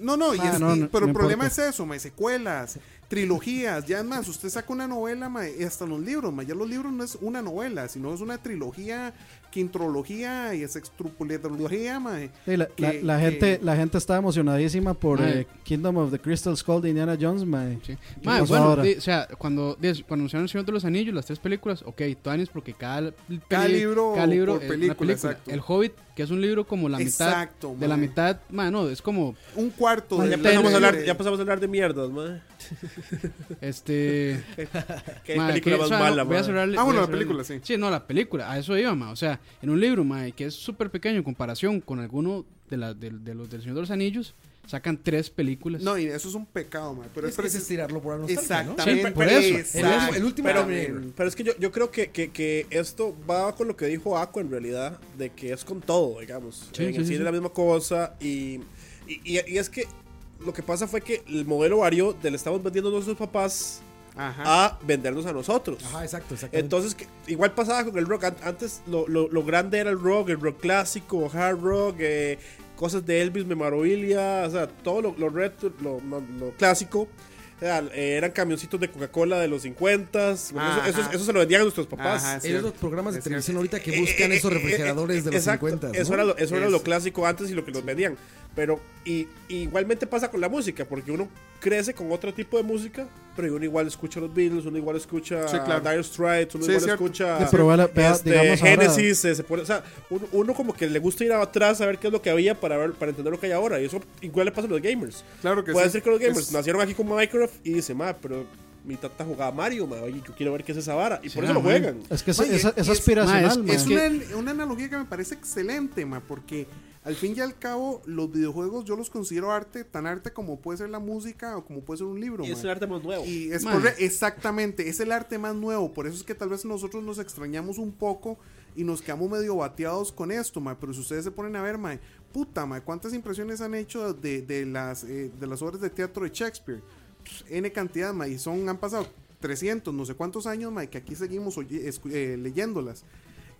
B: No, no, y
A: Ah,
B: es-
A: no,
B: y-
A: no,
B: pero
A: no
B: el problema
A: importa.
B: es eso, ma, secuelas, trilogías, ya es más, usted saca una novela, ma, y hasta los libros, ma, ya los libros no es una novela, sino es una trilogía, quintrología y es extrupulidología, ma.
A: Sí, la, la-
B: que-
A: la
B: que-
A: gente, la gente está emocionadamente emocionadísima por
C: Mae.
A: eh, Kingdom of the Crystal Skull de Indiana Jones, mae.
C: Sí.
A: ¿Qué
C: Mae,
A: pasó
C: bueno,
A: ahora?
C: di- o sea, cuando, di- cuando anunciaron El Señor de los Anillos, las tres películas, ok, tuanis porque cada, peli-
B: Cada libro por
C: es una
B: película, exacto.
C: El Hobbit, que es un libro como la mitad,
B: Exacto,
C: de la
B: mae.
C: mitad, mae, no, es como,
B: Un cuarto
E: Ya
B: la
E: empezamos, a
B: serie.
E: hablar, ya empezamos a hablar de mierdas, man.
C: este...
E: Qué
C: mae,
E: película
C: que-
E: más
C: o sea,
E: mala,
C: voy a
E: mae.
C: cerrarle-
B: Ah,
C: voy
B: bueno,
C: a
B: la
C: cerrarle-
B: película, sí.
C: Sí, no, la película, a eso iba, mae, o sea, en un libro, mae, que es súper pequeño en comparación con alguno de, la, de, de los del Señor de los Anillos, sacan tres películas.
B: No, y eso es un pecado, ma, pero es,
D: Pero es que es
B: precis-
D: estirarlo por la nostalgia, ¿no?
B: Exactamente.
C: Sí, por eso,
D: el- el último
B: Pero-
D: Terminator.
E: Pero es que yo, yo creo que, que- que esto va con lo que dijo Aqua en realidad, de que es con todo, digamos.
C: Sí,
E: en
C: sí,
E: el
C: sí,
E: cine
C: sí.
E: la misma cosa y, y- y- y es que lo que pasa fue que el modelo varió del estamos vendiendo a nuestros papás
B: Ajá.
E: a vendernos a nosotros.
D: Ajá, exacto, exactamente.
E: Entonces, que- igual pasaba con el rock. An- Antes lo, lo- lo grande era el rock, el rock clásico, hard rock, eh, cosas de Elvis, memorabilia, o sea, todo lo, lo retro, lo, lo- lo clásico. O sea, eh, eran camioncitos de Coca-Cola de los 50s. bueno,
B: Ah,
E: eso-
B: Ajá.
E: eso, eso se lo vendían a nuestros papás.
B: Ajá,
D: Esos los
B: cierto.
D: programas de
B: Es
D: televisión
B: cierto.
D: ahorita que buscan
E: Eh,
D: esos
E: eh,
D: refrigeradores
E: eh,
D: de los
E: exacto,
D: 50.
E: Eso, era lo, eso era lo
B: Eso.
E: clásico antes y lo que los vendían. Pero y, y igualmente pasa con la música, porque uno crece con otro tipo de música, pero uno igual escucha los Beatles, uno igual escucha
B: Sí, claro.
E: Dire Straits, uno
B: Sí,
E: igual
B: cierto.
E: escucha
A: Sí, pero vale, vea,
E: este,
A: digamos ahora-
E: Genesis. eh, se pone- o sea, uno, uno como que le gusta ir atrás a ver qué es lo que había para, ver, para entender lo que hay ahora. Y eso igual le pasa a los gamers.
B: Claro que
E: Puede
B: sí.
E: ser que los gamers
B: Es-
E: nacieron aquí con Minecraft y dicen, ma, pero mi tata jugaba Mario, ma, oye, yo quiero ver qué es esa vara. Y
C: Sí,
E: por eso lo
C: ah,
E: juegan.
A: Es que es,
B: Mae,
A: es- es
B: es-
A: aspiracional,
C: mae,
A: mae.
B: Es
C: que-
B: una, una analogía que me parece excelente, ma, porque al fin y al cabo los videojuegos yo los considero arte, tan arte como puede ser la música o como puede ser un libro.
E: Y es
B: ma.
E: el arte más nuevo.
B: Y es
C: Man.
B: corre- exactamente, es el arte más nuevo, por eso es que tal vez nosotros nos extrañamos un poco y nos quedamos medio bateados con esto, ma, pero si ustedes se ponen a ver, ma, puta, ma, cuántas impresiones han hecho de, de las, eh, de las obras de teatro de Shakespeare, Pff, N cantidad, ma, y son, han pasado 300, no sé cuántos años, ma, que aquí seguimos oye- escu- eh, leyéndolas.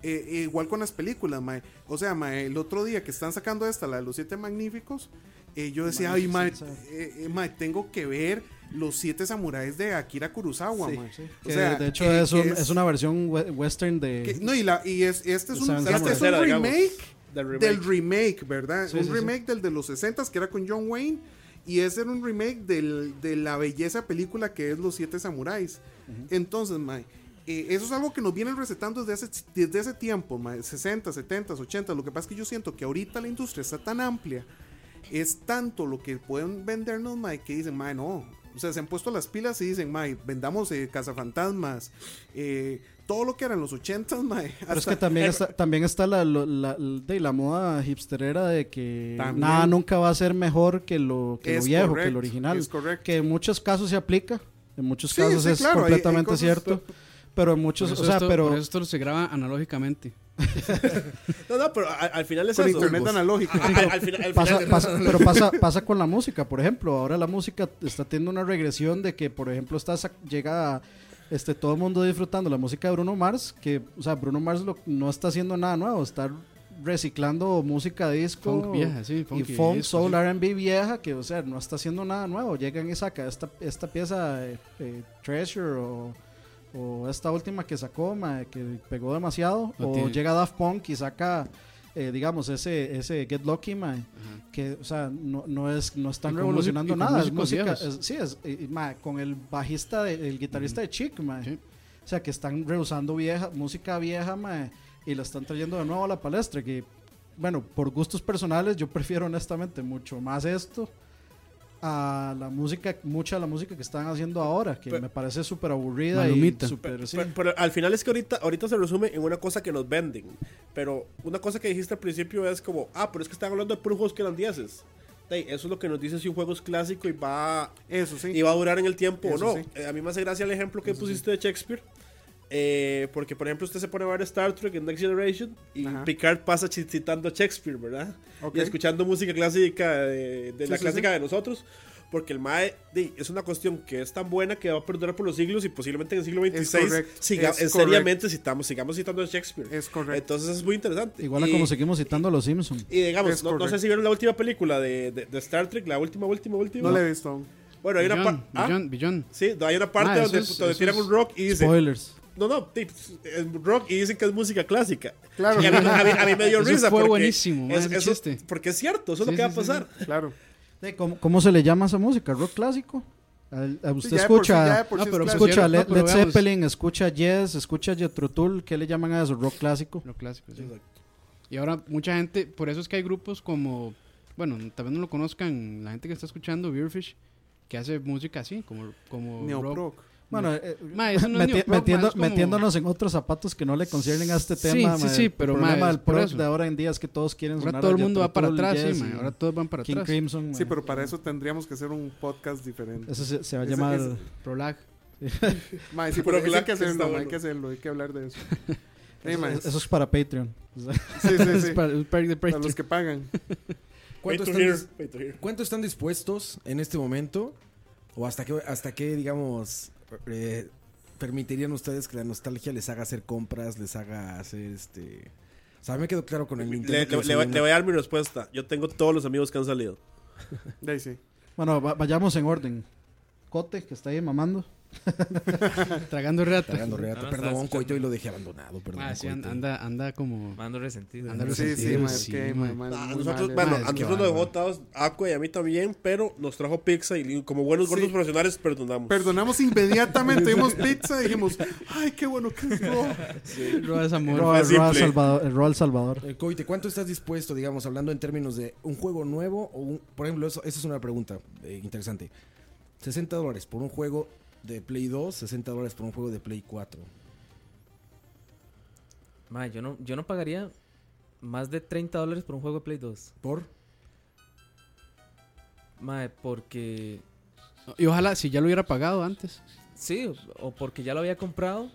B: Eh, eh, igual con las películas, mae. O sea, mae, el otro día que están sacando esta, la de los siete magníficos, eh, yo decía, ay, mae, eh, eh, mae, tengo que ver los siete samuráis de Akira Kurosawa, mae.
A: que de hecho
B: que-
A: es,
B: eh, que
A: un- es una versión we- western de...
B: que- no, y, la, y es, este es
A: O
B: un,
A: sea,
B: este
A: la
B: es un
E: tercera, digamos,
B: remake
E: del remake.
B: del remake, ¿verdad?
A: Sí,
B: un
A: sí, sí.
B: remake del de los 60 que era con John Wayne. Y ese era un remake del- de la belleza película que es Los Siete Samuráis. Entonces, Mae, eh, eso es algo que nos vienen recetando desde ese, desde ese tiempo, Mae, 60, 70, 80. Lo que pasa es que yo siento que ahorita la industria está tan amplia es tanto lo que pueden vendernos, Mae, que dicen, Mae, no. O sea, se han puesto las pilas y dicen, Mae, vendamos eh, cazafantasmas, eh, todo lo que eran los 80, Mae.
A: Pero es
B: hasta-
A: que también está, también está la, lo- la, la- de la moda hipsterera de que
B: También.
A: nada nunca va a ser mejor que lo, que lo
B: Es
A: viejo, que
B: correcto,
A: lo original.
B: es correcto.
A: Que en muchos casos se aplica, en muchos
B: Sí,
A: casos
B: sí,
A: es
B: claro, hay- hay
A: completamente
B: cosas-
A: cierto. Pero en
C: Por
A: muchos,
C: eso
A: o sea,
C: esto-
A: pero...
C: por eso esto se graba analógicamente.
E: No, no, pero a- al, final es
B: con
E: eso.
B: internet analógico.
E: A- a- al, final- al
A: Pasa,
E: final-
A: pasa- pero pasa, pasa con la música, por ejemplo. Ahora la música está teniendo una regresión de que, por ejemplo, está sac- llega este, todo el mundo disfrutando la música de Bruno Mars, que, o sea, Bruno Mars lo- no está haciendo nada nuevo, está reciclando música disco
C: Funk vieja, sí,
A: Oh, y
C: funky,
A: funk,
C: disco,
A: soul,
C: sí.
A: R&B vieja, que, o sea, no está haciendo nada nuevo. Llegan y saca esta, esta pieza eh, eh, Treasure o... o esta última que sacó, mae, que pegó demasiado.
C: No
A: o
C: tiene-
A: llega Daft Punk y saca eh, digamos, ese, ese Get Lucky, mae, que, o sea, no, no, es, no
C: Y
A: están
C: con
A: revolucionando
C: músic- y con
A: nada. Es
C: músicos
A: música,
C: viejos.
A: es- sí, es, y- y, mae, con el bajista, de- el guitarrista de Chic, mae.
C: Sí.
A: O sea, que están rehusando vieja, música vieja, mae, y la están trayendo de nuevo a la palestra. Que, bueno, por gustos personales, yo prefiero honestamente mucho más esto a la música, mucha de la música que están haciendo ahora, que
E: Pero-
A: me parece súper aburrida
C: Malumita.
A: y súper... sí.
E: Pero, pero al final es que ahorita, ahorita se resume en una cosa que nos venden. Pero una cosa que dijiste al principio es como, ah, pero es que están hablando de puros juegos holandeses. Ey, eso es lo que nos dice si un juego es clásico y va,
B: Eso sí.
E: y va a durar en el tiempo
B: Eso
E: o no.
B: sí.
E: Eh, a mí me hace gracia el ejemplo que pusiste de Shakespeare. eh, porque, por ejemplo, usted se pone a ver Star Trek en Next Generation y
B: Ajá.
E: Picard pasa chi- citando a Shakespeare, ¿verdad?
B: Ok.
E: Y escuchando música clásica de, de
B: Sí,
E: la
B: sí,
E: clásica de nosotros. Porque el MAE di, es una cuestión que es tan buena que va a perdurar por los siglos y posiblemente en el siglo
B: Es
E: XXVI
B: correcto,
E: siga-
B: es
E: seriamente citamos, sigamos citando a Shakespeare.
B: Es correcto.
E: Entonces es muy interesante.
A: Igual a
E: Y-
A: como seguimos citando a los Simpsons.
E: Y digamos,
B: Es
E: no, no sé
B: correcto.
E: si vieron la última película de, de- de Star Trek, la última, última, última.
B: No le he visto aún.
E: Bueno, hay una ¿Ah?
C: Billón,
E: parte.
C: Billón, Billón.
E: Sí, hay una parte
C: Ah, eso
E: donde,
C: es-
E: donde
C: eso
E: tiran
C: es-
E: un rock y dicen.
A: Spoilers.
E: No, no, tips, es rock y dicen que es música clásica.
B: Claro.
E: Y a mí, a mí- a mí me dio
C: Eso
E: risa.
C: fue
E: porque
C: buenísimo,
E: es-
C: ese
E: eso-
C: chiste.
E: Porque es cierto, eso es
C: Sí,
E: lo que va a
C: sí, sí,
E: pasar.
B: Claro.
A: De, ¿Cómo, cómo se le llama a esa música? ¿Rock clásico? Al- a
B: Sí,
A: usted
B: ya de por sí- ya de
A: escucha,
B: por
C: No,
B: sí es
C: pero
B: clásico.
A: escucha
C: Cierto,
A: Ah, Led,
C: pero
A: Led
C: veamos.
A: Zeppelin, escucha Yes, escucha Jethro Tull, ¿qué le llaman a eso? ¿Rock clásico?
C: Lo clásico, sí. Y ahora mucha gente, por eso es que hay grupos como, bueno, tal vez no lo conozcan la gente que está escuchando Beerfish, que hace música así, como, como rock.
B: Neoproc.
A: Bueno, eh,
C: Ma, eso no es
A: meti-
C: neoprog,
A: metiendo-
C: ma, es como-
A: metiéndonos en otros zapatos que no le conciernen a este
C: Sí,
A: tema.
C: sí,
A: ma,
C: sí, pero,
A: el
C: ma,
A: problema
C: es
A: del
C: por
A: prog
C: eso.
A: de ahora en día es que todos quieren
C: Ahora
A: sonar
C: todo
A: a
C: el mundo va
A: Jethro
C: para
A: Tull,
C: atrás,
A: Yes
C: sí, ma,
A: y
C: ahora todos van para
A: King
C: atrás.
A: Crimson.
B: Sí,
A: ma.
B: pero para eso tendríamos que hacer un podcast diferente.
A: Eso se, se va a
B: Ese-
A: llamar.
B: ese-
C: Prolag.
B: Mae, sí, pero eso
E: Pero
B: hay
E: claro
B: que
E: que está
B: hacerlo, mae, hay
E: bueno.
B: que hacerlo, hay que hablar de eso. Sí,
A: eso,
B: mae.
A: eso es para Patreon.
B: Sí, sí,
C: Es
B: sí.
C: para- es para el de
B: Para
C: Patreon.
B: los que pagan.
E: Wait
D: ¿Cuánto
E: to
D: están,
E: hear,
D: dis-
E: wait to hear.
D: cuánto están dispuestos en este momento? ¿O hasta qué, hasta qué digamos, eh, permitirían ustedes que la nostalgia les haga hacer compras, les haga hacer este... O sea, a mí me quedó claro con el Nintendo.
E: Le,
D: que
E: le-
D: me
E: le-
D: salió
E: le voy a dar mi respuesta. Yo tengo todos los amigos que han salido.
B: De ahí sí.
A: bueno, va- vayamos en orden. Cote, que está ahí mamando.
C: Tragando reata.
D: tragando reata.
F: No, no, estaba
D: perdón,
F: escuchando.
D: coito, y lo dejé abandonado, perdón.
C: Ma, Ah, sí, an-
D: coito.
C: anda, anda como...
F: Mando resentido.
C: Anda
B: Sí, sí,
C: sentido,
B: mae,
C: sí,
B: es que,
C: mae.
B: mae, mae,
E: A
B: Ah, muy
E: Ah, nosotros,
B: mal, eh.
E: bueno,
B: mae.
E: a
D: qué
E: nosotros nos dejó
D: bárbaro.
E: votados Aqua y a mí también, pero nos trajo pizza y como buenos
B: Sí.
E: gordos profesionales perdonamos.
B: Perdonamos inmediatamente, vimos pizza y dijimos, ay, qué bueno que es no".
C: Roa es amor.
A: Roa,
E: simple.
A: Roa Salvador, eh, Roa El Salvador.
D: Eh, Coite, ¿cuánto estás dispuesto, digamos, hablando en términos de un juego nuevo o un... Por ejemplo, eso, eso es una pregunta eh, interesante. 60 dólares por un juego de Play 2, 60 dólares por un juego de Play 4.
F: Ma, yo no, yo no pagaría más de 30 dólares por un juego de Play 2.
D: ¿Por?
F: Ma, porque.
C: Y ojalá, si ya lo hubiera pagado antes.
F: Sí, o- o porque ya lo había comprado.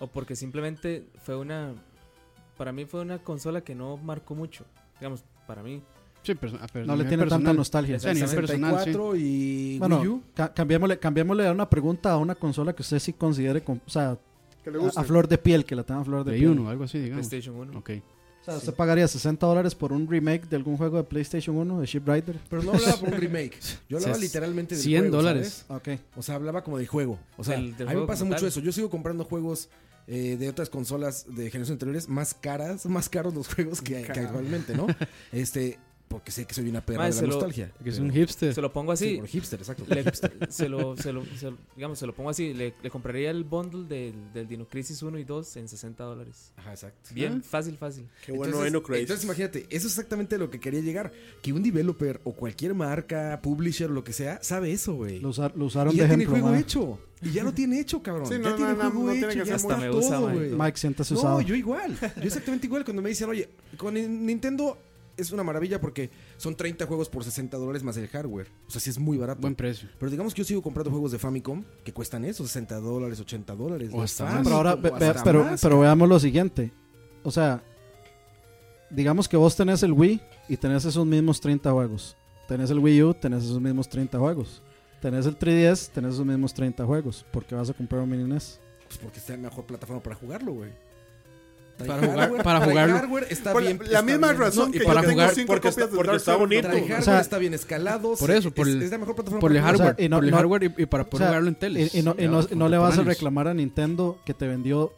F: O porque simplemente fue una. Para mí fue una consola que no marcó mucho. Digamos, para mí.
C: Sí, perso- a perso-
A: No le
C: nivel
A: tiene tanta
C: personal.
A: nostalgia.
F: O sea,
C: Sí, a nivel personal, sí.
D: 64 y Wii
A: Bueno,
D: U.
A: ca- cambiémosle, cambiémosle a una pregunta a una consola que usted sí considere, con- o sea,
B: Que le
A: a,
B: gusta.
A: a flor de piel, que la tenga a flor de Este
C: Play
A: piel.
C: 1, algo así, digamos.
F: PlayStation 1.
C: Ok.
A: O sea, usted pagaría 60 dólares por un remake de algún juego de PlayStation 1 de Ship Rider.
D: Pero no hablaba por un remake. Yo hablaba
C: Sí,
D: literalmente del
C: 100
D: juego,
C: dólares.
D: ¿sabes?
A: Ok.
D: O sea, hablaba como del juego. O sea,
F: Del- del
D: a mí me
F: juego
D: pasa
F: como
D: mucho
F: tal.
D: eso. Yo sigo comprando juegos eh, de otras consolas de generaciones anteriores más caras, más caros los juegos que, que actualmente, ¿no? este, porque sé que soy una perra
F: Mae,
D: de la
F: se lo-
D: nostalgia.
C: Que es
D: Pero-
C: un hipster.
F: Se lo pongo
D: Sí,
F: así.
D: por hipster, exacto. por
F: le-
D: hipster.
F: se, lo, se, lo, se lo- digamos, se lo pongo así. Le, le compraría el bundle del, del Dino Crisis 1 y 2 en 60 dólares.
D: Ajá, exacto.
F: Bien, fácil, fácil.
E: Qué bueno,
D: entonces,
E: Eno Craze.
D: entonces imagínate, eso es exactamente lo que quería llegar. Que un developer o cualquier marca, publisher, lo que sea, sabe eso, güey.
A: Lo, usar- lo usaron
D: y
A: de
D: ya tiene
A: ejemplo.
D: juego
A: ma.
D: hecho. Y ya lo tiene hecho, cabrón.
B: Sí,
D: ya
B: no,
D: tiene
B: no, no,
D: juego
B: no tiene
D: hecho.
B: que
D: ya
B: hacer
D: está
F: mucho. Me
D: todo,
F: gusta, Mike.
D: güey.
A: Mike, siéntese
D: No,
A: usado.
D: yo igual. Yo exactamente igual cuando me dicen, oye, con el Nintendo es una maravilla porque son 30 juegos por 60 dólares más el hardware. O sea, sí es muy barato.
C: Buen precio.
D: pero digamos que yo sigo comprando juegos de Famicom que cuestan eso, 60 dólares, 80 dólares.
C: O
D: de
C: hasta
D: Famicom,
A: Pero ahora, ve-
D: o
A: ve-
D: hasta
A: pero,
D: más,
A: pero veamos lo siguiente. O sea, digamos que vos tenés el Wii y tenés esos mismos 30 juegos. Tenés el Wii U, tenés esos mismos 30 juegos. Tenés el 3DS, tenés esos mismos 30 juegos. Porque vas a comprar un mini E NES.
D: Pues porque está en la mejor plataforma para jugarlo, güey. Trae
C: Para jugar-
D: hardware-
C: para
D: trae
C: jugarlo.
D: hardware está
B: Por la-
D: bien.
B: la
D: está
B: misma
D: bien.
B: razón
D: No,
B: que
D: y
B: yo
C: para
B: tengo
C: jugar-
B: cinco
E: porque
B: copias
E: está-
B: de
E: porque
B: Dark
E: está
B: Souls.
E: bonito.
D: Trae hardware,
A: O sea,
D: está bien escalado.
C: por
D: se-
C: eso, por
D: es,
C: el-
D: es la mejor plataforma
C: Por el
D: para jugar.
C: hardware.
A: y no-
C: por el
A: no-
C: hardware y, y para poder
A: o sea,
C: jugarlo en teles.
A: Y, y no, y no-
C: Ya,
A: no le vas a
C: contemporáneos.
A: reclamar a Nintendo que te vendió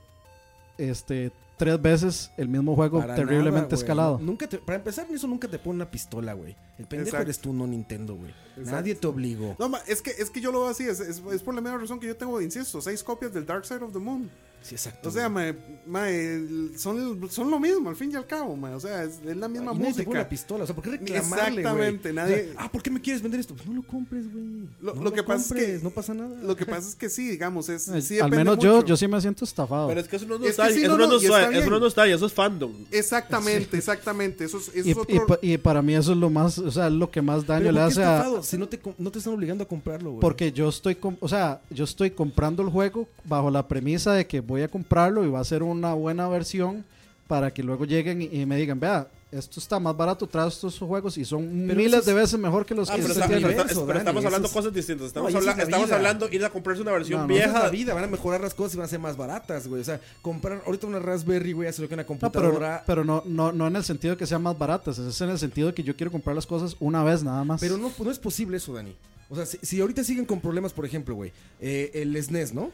A: este tres veces el mismo juego
D: Para nada,
A: terriblemente
D: güey.
A: escalado.
D: Nunca te- para empezar, eso nunca te pone una pistola, güey. El pendejo
B: Exacto.
D: eres tú, no Nintendo, güey.
B: Exacto.
D: Nadie te obligó.
B: No, ma, es que, es que yo lo veo así, es, es, es por la misma razón que yo tengo, insisto, seis copias del Dark Side of the Moon.
D: Sí, exacto.
B: O sea,
D: güey.
B: mae, mae, el- son, son lo mismo, al fin y al cabo, mae. O sea, es, es la
D: Y
B: misma
D: nadie te pone
B: música.
D: una pistola, o sea, ¿por qué reclamarle, güey?
B: Exactamente, nadie-
D: O sea, ah, ¿por qué me quieres vender esto? Pues no lo compres, güey.
B: Lo-
D: No
B: lo que pasa es
D: compres,
B: que-
D: no pasa nada.
B: Lo que pasa es que sí, digamos, es. Pues sí
A: Al
B: depende
A: menos yo,
B: mucho.
A: yo sí me siento estafado.
E: Pero es que eso no es
B: Es que sí,
E: nostalgia.
B: no,
E: eso no es
B: no, y está
E: nostalgia. Eso
B: bien.
E: no es nostalgia. Eso es fandom.
B: Exactamente, exactamente. Eso es, eso
A: y,
B: es
A: y
B: otro.
A: pa- y para mí eso es lo más, o sea, es lo que más
D: Pero
A: daño
D: ¿por
A: le
D: qué
A: hace a,
D: estafado? Si no te, com- no te están obligando a comprarlo, güey.
A: Porque yo estoy, com- o sea, yo estoy comprando el juego bajo la premisa de que voy a comprarlo y va a ser una buena versión para que luego lleguen y, y me digan, vea, esto está más barato, trae estos juegos y son
D: Pero eso
A: miles
D: es-
A: de veces mejor que los
E: Ah,
A: que
E: pero,
D: Pues Ese
A: se
E: está-
D: el
E: pero
A: tienen.
E: está-
D: universo,
E: pero estamos
D: Dani,
E: hablando
D: eso es-
E: cosas distintas. Estamos,
D: No, y esa
E: habla-
D: es la
E: estamos
D: vida.
E: hablando ir a comprarse una versión
A: No, no,
E: vieja.
D: Esa es la vida, van a mejorar las cosas y van a ser más baratas, güey. O sea, comprar ahorita una Raspberry, güey, hace lo que una
A: No, pero,
D: computadora. pero,
A: pero no, no, no en el sentido de que sean más baratas, es en el sentido de que yo quiero comprar las cosas una vez nada más.
D: no, no es posible eso, Dani. O sea, si, si ahorita siguen con problemas, por ejemplo, güey, eh, el SNES, ¿no?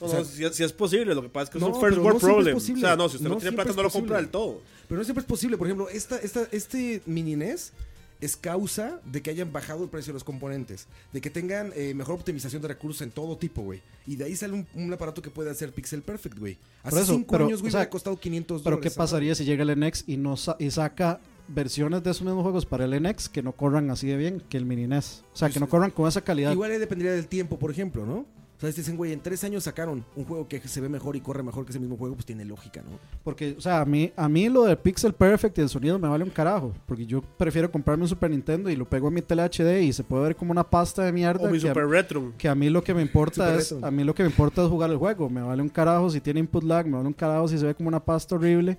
E: No,
D: O sea,
E: no, si, si es posible, lo que pasa es que
D: No,
E: es un first
D: pero
E: world
D: no siempre
E: problem.
D: es
E: O
D: posible.
E: sea, no, si usted no,
D: No
E: tiene
D: siempre
E: plata,
D: es
E: no lo compra
D: posible.
E: del todo.
D: Pero no siempre es posible. Por ejemplo, esta, esta, este mini NES es causa de que hayan bajado el precio de los componentes, de que tengan eh, mejor optimización de recursos en todo tipo, güey. Y de ahí sale un, un aparato que puede hacer pixel perfect, güey. Hace
A: eso,
D: 5
A: pero,
D: años, güey,
A: o sea,
D: hubiera costado 500
A: Pero ¿qué
D: dólares. ¿sabes?
A: pasaría si llega el NX y, no sa- y saca versiones de esos mismos juegos para el NX que no corran así de bien que el mini NES? O sea, que no corran con esa calidad.
D: Igual ahí dependería del tiempo, por ejemplo, ¿no? O sea, si dicen, güey, en tres años sacaron un juego que se ve mejor y corre mejor que ese mismo juego, pues tiene lógica, ¿no?
A: Porque, o sea, a mí, a mí lo de Pixel Perfect y el sonido me vale un carajo. Porque yo prefiero comprarme un Super Nintendo y lo pego a mi tele HD y se puede ver como una pasta de mierda.
E: O mi
A: que, a,
E: super retro.
A: que a mí lo que me importa
D: Super
A: es,
D: retro.
A: a mí lo que me importa es jugar el juego. Me vale un carajo si tiene input lag, me vale un carajo si se ve como una pasta horrible.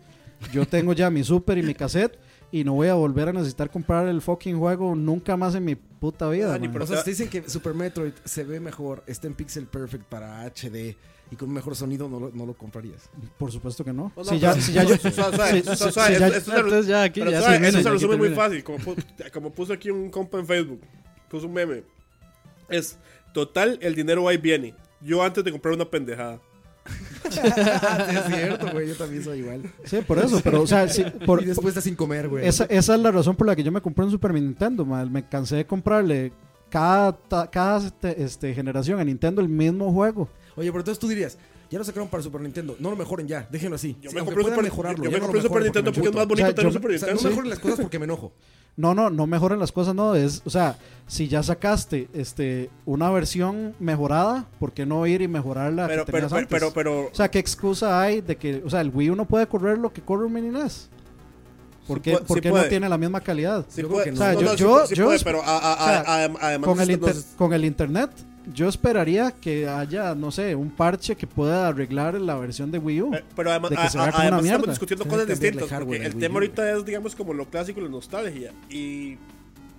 A: Yo tengo ya mi Super y mi cassette y no voy a volver a necesitar comprar el fucking juego nunca más en mi puta vida.
E: Dani,
A: man.
E: pero
D: o sea,
E: te-
D: si te dicen que Super Metroid se ve mejor, está en pixel perfect para HD y con mejor sonido, no lo, no lo comprarías.
A: Por supuesto que no.
E: No, Pues no,
A: si ya,
E: pero-
A: si ya yo-
E: o sea, o sea,
A: si-
E: o sea,
A: si-
E: o sea,
A: si ya-
E: es- es-
G: Entonces ya aquí
E: Pero
G: ya
E: sabe,
G: se
E: eso
G: viene,
E: se
G: ya aquí
E: resume muy
G: termina.
E: fácil. Como, pu- como puso aquí un compa en Facebook, puso un meme. Es total, el dinero ahí viene. Yo antes de comprar una pendejada.
D: es cierto, güey, yo también soy igual.
A: Sí, por eso, pero, o sea, si- por,
D: y después está sin comer, güey.
A: Esa, esa es la razón por la que yo me compré un Super Nintendo, madre. Me cansé de comprarle cada, ta- cada este, este, generación a Nintendo el mismo juego.
D: Oye, pero entonces tú dirías, ya lo sacaron para Super Nintendo, no lo mejoren ya, déjenlo así.
E: Yo
D: Sí,
E: me
D: aunque
E: compré un
D: puedan
E: Super,
D: mejorarlo,
E: yo
D: ya
E: me
D: no lo
E: compré un Super
D: mejoren
E: Nintendo porque es más
D: emputo.
A: O
E: bonito
A: sea,
E: tener un
A: yo-
E: Super
D: O sea,
E: Nintendo.
D: no mejoren las cosas porque me enojo.
A: No, no, no mejoren las cosas, no. Es, o sea, si ya sacaste este, una versión mejorada, ¿por qué no ir y mejorarla?
E: pero, pero, pero, pero, pero-
A: o sea, ¿qué excusa hay de que, o sea, el Wii uno puede correr lo que corre un mini NES? ¿Por
E: Sí
A: qué,
E: puede-
A: por
E: sí
A: qué no
E: puede.
A: tiene la misma calidad?
E: sí
D: yo creo
E: puede-
D: que no.
E: no,
D: O sea,
E: no,
A: yo-
E: sí-
A: yo-
E: sí
A: yo-
E: puede, pero a- a-
A: o sea,
E: a- adem- además pues,
A: con el,
E: nosotros-
A: inter- con el internet, yo esperaría que haya, no sé, un parche que pueda arreglar la versión de Wii U.
E: Pero- Pero además,
A: de que
E: a-
A: se vea
E: a-
A: como una
E: además
A: mierda.
E: estamos discutiendo
D: Tiene
E: cosas
D: que cambiarle
E: distintas.
D: hardware
E: Porque
D: al
E: el
D: Wii
E: tema
D: U.
E: ahorita es, digamos, como lo clásico y la nostalgia. Y,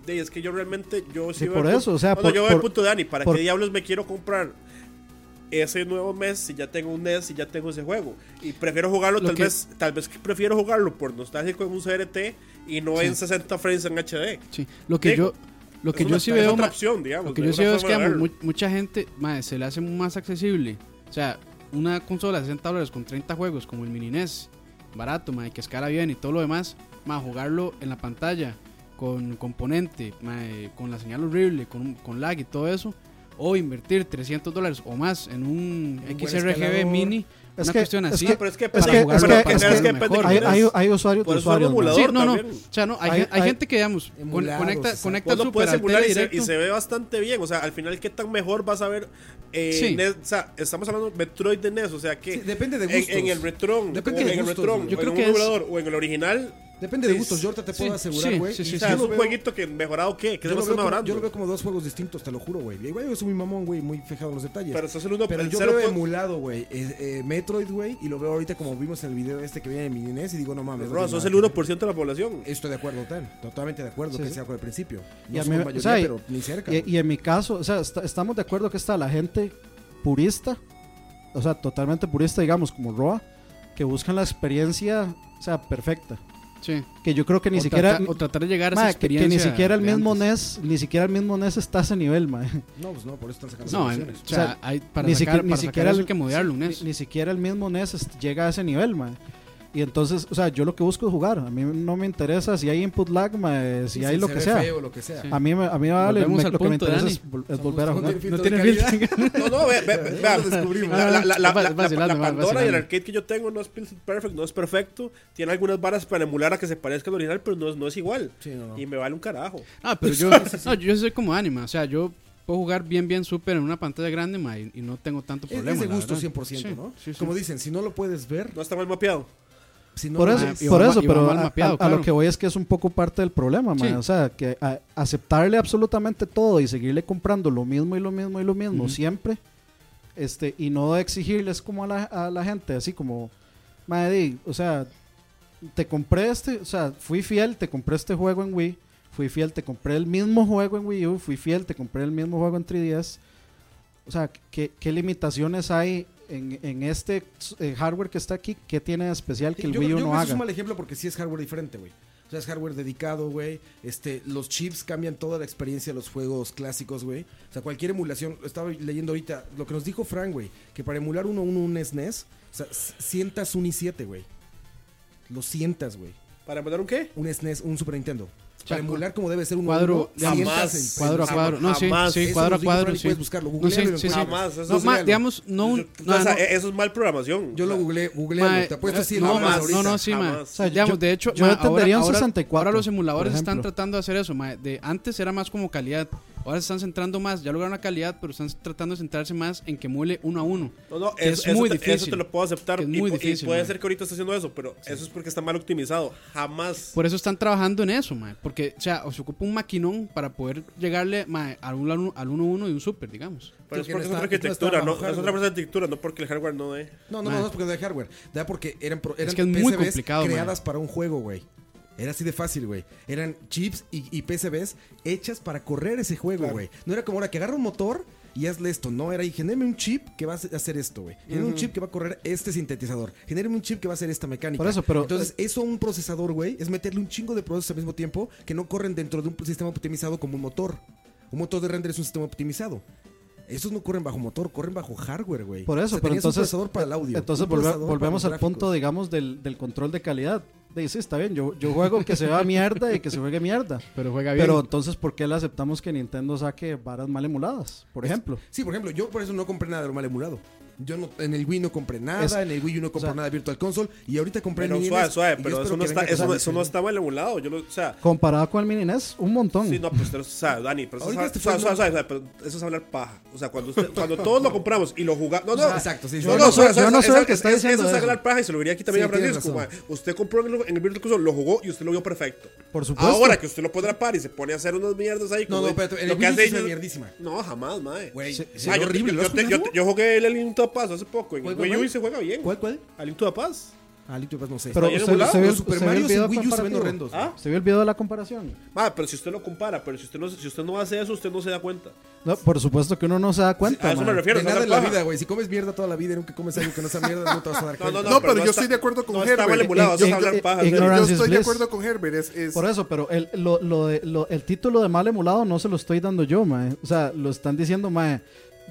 E: de, es que yo realmente. Yo
A: Sí,
E: veo
A: por
E: el pu-
A: eso, o sea,
E: no, no,
A: por-
E: yo veo el
A: por-
E: punto de Dani. ¿Para
A: por-
E: qué diablos me quiero comprar ese nuevo mes si ya tengo un NES, si ya tengo ese juego? Y prefiero jugarlo,
C: Lo
E: tal
C: que-
E: vez. Tal vez que prefiero jugarlo por nostálgico en un CRT y no en 60 frames en HD.
C: Sí, lo que yo,
E: Digo,
C: lo que
E: Es
C: yo
E: una-
C: sí
E: es
C: veo,
E: otra
C: ma-
E: opción, digamos.
C: lo que
E: Ah, pues de
C: yo
E: una
C: sí veo es
E: forma
C: que
E: de
C: digamos,
E: verlo.
C: mu- mucha gente mae, se le hace más accesible. O sea, una consola de 60 dólares con 30 juegos como el mini NES, barato, mae, que escala bien y todo lo demás, más jugarlo en la pantalla con componente, mae, con la señal horrible, con, con lag y todo eso. O invertir 300 dólares o más en un,
D: buen
C: XRGB
D: escalador.
C: mini,
A: Es
C: una
A: que-
C: cuestión
A: es
C: así.
A: que-
E: Ah, pero es que
A: Es
E: para
A: que-
E: jugarlo-
A: es
E: pero
A: que-
E: para
A: es
E: jugarlo
A: que
E: mejor,
A: Hay,
E: ¿no?
A: hay, hay usuarios
E: Por
A: de
E: eso es un
A: usuarios. man.
E: emulador.
C: Sí, no, no.
E: también.
C: O sea, no, hay,
A: Hay-
C: gen- hay
A: hay-
C: gente que, digamos, con-
D: Emulados,
C: conecta,
D: exacto.
C: conecta
E: Vos
C: el
E: lo puedes
C: super al
E: emular
C: tele
E: y se,
C: directo.
E: y se ve bastante bien. O sea, al final, ¿qué tan mejor vas a ver? Eh,
C: Sí.
E: NES? o sea, estamos hablando de Metroid de NES. O sea, que
D: Sí, depende de
E: en,
D: gustos.
E: en el Retron,
D: Depende
E: o
D: de
E: en el
D: gustos,
E: Retron,
D: güey.
E: yo
C: Yo
E: creo
C: creo
E: en
C: que es-
E: un emulador o en el original.
D: Depende de
E: Sí,
D: gustos, yo ahorita te
C: sí,
D: puedo asegurar,
C: sí,
D: güey.
C: sí, sí,
D: y
E: o
C: sí,
E: sea,
C: sí.
E: es
D: yo
E: un
D: lo veo-
E: jueguito que mejorado, ¿qué? ¿Qué
D: Yo
E: se
D: lo,
E: va a
D: veo como, yo
E: estar
D: lo
E: mejorando?
D: veo como dos juegos distintos, te lo juro, güey. Igual yo soy muy mamón, güey, muy fijado en los detalles.
E: Pero estás en uno,
D: Pero
E: el
D: yo
E: cero
D: veo
E: fue-
D: emulado, güey, eh, eh, Metroid, güey, y lo veo ahorita como vimos en el video este que viene en mi NES y digo, no mames. no
E: Ron,
D: tiene
E: sos
D: nada
E: el
D: que ver.
E: 1% de la población.
D: Estoy de acuerdo, tal. Totalmente de acuerdo
A: Sí,
D: que
A: sí.
D: sea con el principio.
A: Y
D: No
A: a
D: somos
A: mí-
D: mayoría,
A: o sea, y-
D: pero ni cerca.
A: Y, y en mi caso, o sea, est- estamos de acuerdo que está la gente purista, o sea, totalmente purista, digamos, como Roa, que buscan la experiencia, o sea, perfecta.
C: Sí.
A: Que yo creo que ni
C: O
A: siquiera.
C: tratar- o tratar de llegar a esa
A: ma, que, que
C: experiencia
A: ni siquiera el
C: de
A: mismo
C: antes.
A: NES, ni siquiera el mismo NES está a ese nivel, ma.
D: No, pues no, por eso están sacando
C: No, en- o
D: soluciones.
C: sea,
A: O sea,
C: hay, para
A: ni
C: sacar,
A: siquiera, ni
C: para sacar
A: siquiera
C: eso
A: el-
C: hay que modearlo un
A: ni-
C: NES.
A: Ni, siquiera el mismo NES es- llega a ese nivel, man. Y entonces, o sea, yo lo que busco es jugar. A mí no me interesa si hay input lag, mae, si
D: Sí,
A: hay
D: sí,
A: lo
D: se
A: que
D: ve
A: sea.
D: feo, lo que sea.
A: A mí, me- a mí me vale,
C: Volvemos
A: me-
C: al
A: lo que me
C: punto,
A: interesa
C: Dani.
A: es, vol- es volver a jugar.
C: No tiene filtro.
E: No, no, ve, ve, ve, vea,
C: Ah,
E: La, la, la, la,
C: Va-
E: la-
C: vacilando,
E: la
C: va-
E: Pandora y el
C: vacilando.
E: arcade que yo tengo no es perfect, no es perfecto. Tiene algunas varas para emular a que se parezca al original, pero no es, no es igual.
D: Sí, no, no.
E: Y me vale un carajo.
C: Ah, pero yo, no, yo soy como anima. O sea, yo puedo jugar bien, bien súper en una pantalla grande ma, y, y no tengo tanto
D: Es,
C: problema.
D: es de
C: la
D: E-, gusto
C: verdad.
D: 100%,
C: Sí,
D: ¿no?
C: sí, sí.
D: Como dicen, si no lo puedes ver,
E: No está mal mapeado.
D: si no
A: Por
D: lo
A: eso,
D: ves,
C: Ah, y
A: por
C: va-
A: eso
C: y va
A: pero
C: mal
A: a,
C: mapeado,
A: a- a
C: claro.
A: lo que voy es que es un poco parte del problema, mae.
C: Sí.
A: O sea, que a- aceptarle absolutamente todo y seguirle comprando lo mismo y lo mismo y lo mismo
C: Ujú.
A: siempre, este, y no exigirles como a la, a la gente, así como, mae, di, o sea, te compré este, o sea, fui fiel, te compré este juego en Wii, fui fiel, te compré el mismo juego en Wii U, fui fiel, te compré el mismo juego en 3DS. O sea, ¿qué, qué limitaciones hay en, en este eh, hardware que está aquí? ¿Qué tiene de especial que el
D: yo,
A: Wii
D: yo
A: U
D: creo
A: no
D: que
A: haga?
D: eso es un mal ejemplo porque sí es hardware diferente, güey. O sea, es hardware dedicado, güey. Este, los chips cambian toda la experiencia de los juegos clásicos, güey. O sea, cualquier emulación, lo estaba leyendo ahorita lo que nos dijo Frank, güey, que para emular uno a uno un SNES, o sea, s- sientas un i7, güey. Lo sientas, güey.
E: ¿Para emular un qué?
D: Un SNES, un Super Nintendo. Para
C: Chaco.
D: emular como debe ser un
C: Cuadro, digamos,
E: Jamás.
C: cuadro a cuadro. No, sí,
E: Jamás.
C: sí,
D: Eso
C: cuadro a
D: nos dijo
C: cuadro.
D: Fran y
C: Sí.
D: puedes buscarlo,
C: No,
D: googlealo
C: sí,
D: y lo
C: sí, sí.
D: encuentras.
E: Jamás, eso
C: No,
E: es
C: ma,
E: ilegal.
C: digamos, no un.
E: Yo-
C: no,
E: o sea,
C: no,
E: e- Eso es mal programación.
D: Yo lo googleé,
C: ma,
D: googlealo. Te apuesto
C: eh,
D: si
C: no,
D: lo
C: ma,
D: más
C: no,
D: ahorita.
C: no, sí, ma.
E: Jamás.
A: O sea,
C: Digamos,
A: yo-
C: de hecho,
A: yo
C: ma,
A: entendería un
C: ahora,
A: 64,
C: ahora los
A: por
C: emuladores están
A: ejemplo.
C: tratando de hacer eso, ma, de antes era más como calidad, ahora se están centrando más, ya lograron la calidad, pero están tratando de centrarse más en que emule uno a uno.
E: No, no,
C: que
E: eso,
C: es
E: eso
C: muy
E: te,
C: difícil.
E: eso te lo puedo aceptar.
C: que es
E: y
C: muy
E: pu- y,
C: difícil,
E: puede
C: man.
E: ser que ahorita esté haciendo eso, pero eso es porque está mal optimizado. Jamás.
C: Por eso están trabajando en eso, ma, porque o sea, se ocupa un maquinón para poder llegarle ma, al 1-1 al 1-1 y un super, digamos.
E: Pero es
D: Porque
E: porque
D: no
E: es otra
D: está- no está
E: arquitectura,
D: bajo
E: no,
D: hardware.
E: es otra arquitectura, no porque el hardware no dé.
D: No, no,
C: Mae.
D: no, no es porque no de hardware. Da porque eran, pro- eran
C: que es muy
D: PCBs
C: complicado, mae.
D: creadas para un juego, güey. Era así de fácil, güey. Eran chips y, y PCBs hechas para correr ese juego,
B: Claro.
D: güey. No era como ahora que agarra un motor y hazle esto. No, era y genérame un chip que va a hacer esto, güey. Genérame un chip que va a correr este sintetizador. Genérame un chip que va a hacer esta mecánica.
A: Por eso, pero-
D: Entonces,
C: eh,
D: eso a un procesador, güey, es meterle un chingo de procesos al mismo tiempo que no corren dentro de un sistema optimizado como un motor. Un motor de render es un sistema optimizado. Esos no corren bajo motor, corren bajo hardware, güey.
A: Por
D: O
A: eso,
D: sea,
A: pero
D: tenías un
A: entonces.
D: procesador para el audio,
A: Entonces
D: un
A: volve-
D: procesador para
A: volvemos
D: los
A: al punto,
D: gráficos.
A: digamos, del, del control de calidad. Dice, está bien, yo, yo juego que se vea mierda y que se juegue mierda.
C: Pero juega bien.
A: Pero entonces, ¿por qué le aceptamos que Nintendo saque varas mal emuladas? Por ejemplo.
D: Sí, por ejemplo, yo por eso no compré nada de lo mal emulado. Yo no, en el Wii no compré nada,
A: Es-
D: en el Wii U no compré
A: o sea,
D: nada de Virtual Console y ahorita compré
E: Pero
D: mi
E: suave,
D: NES, y
E: suave,
D: yo
E: pero eso
D: espero
E: no,
D: que
E: está,
D: venga
E: eso,
D: con
E: no-
D: la
E: eso no
D: diferencia.
E: está mal emulado. Yo lo, o sea,
A: Comparado con el Mini NES, un montón.
E: Sí, no, pues, pero, o sea, Dani, pero eso,
D: Ahorita
E: es-
D: este
E: o sea,
D: fue
E: o sea, o sea, pero eso es hablar paja. O sea, cuando, usted- cuando todos lo compramos y lo jugamos. No, no,
D: Ah, exacto, sí, sí.
E: No,
D: Yo
E: no,
D: no
A: soy-
E: o sea,
A: yo no
E: o sea,
A: soy el
E: es-
A: que está
E: es-
A: diciendo
E: Eso es
A: eso.
E: hablar paja y se lo diría aquí también
D: Sí,
E: a Francisco.
D: tienes razón.
E: ma. Usted compró en el, en el Virtual Console, lo jugó y usted lo vio perfecto.
A: Por supuesto.
E: Ahora que usted lo pone a la par y se pone a hacer unas mierdas ahí.
D: No,
E: como
D: no,
E: de-
D: espérate, el
E: lo que
D: Wii
E: hace
D: es una
E: ellos-
D: mierdísima.
E: No, jamás, mae.
D: Güey,
E: Sí,
D: se
E: ah,
D: ve
E: yo-
D: horrible,
E: yo-
D: ¿lo has
E: yo te-
D: jugado?
E: yo- Yo jugué el Aliento a Paz hace poco. En
D: ¿Cuál,
E: el
D: cuál,
E: Wii U y
D: cuál?
E: se juega bien.
D: ¿Cuál, cuál?
E: Aliento a Paz.
D: Ah, Little Pass, no sé.
A: pero
E: bien
A: usted,
E: emulado.
A: usted vio-
D: los Super
A: usted vio el
D: Mario
A: video
D: en Wii U se ven
A: comparativo.
D: horrendos.
E: ¿Ah?
A: ¿Usted vio el video de la comparación?
E: Ah, pero si usted lo compara, pero si usted no, si usted no hace eso, usted no se da cuenta.
A: No, por supuesto que uno no se da cuenta.
E: A eso me
A: man.
E: refiero.
D: de
E: no
D: nada en
E: hablar
D: la
E: paja.
D: vida, güey. Si comes mierda toda la vida y nunca comes algo que no sea mierda, no te vas a dar
E: No,
D: cuenta.
E: no, no,
B: No, pero yo
E: está-
B: estoy de acuerdo con
E: no está mal
B: Herbert.
E: emulado, eso es
A: Eh,
E: hablar
A: eh, eh,
E: paja. en serio.
A: ignorar-
B: Yo
A: Ignorance
B: estoy
A: is
B: de
A: bliss.
B: acuerdo con Herbert. Es, es-
A: Por eso, pero el, lo, lo de- lo- el título de mal emulado no se lo estoy dando yo, mae. O sea, lo están diciendo, mae.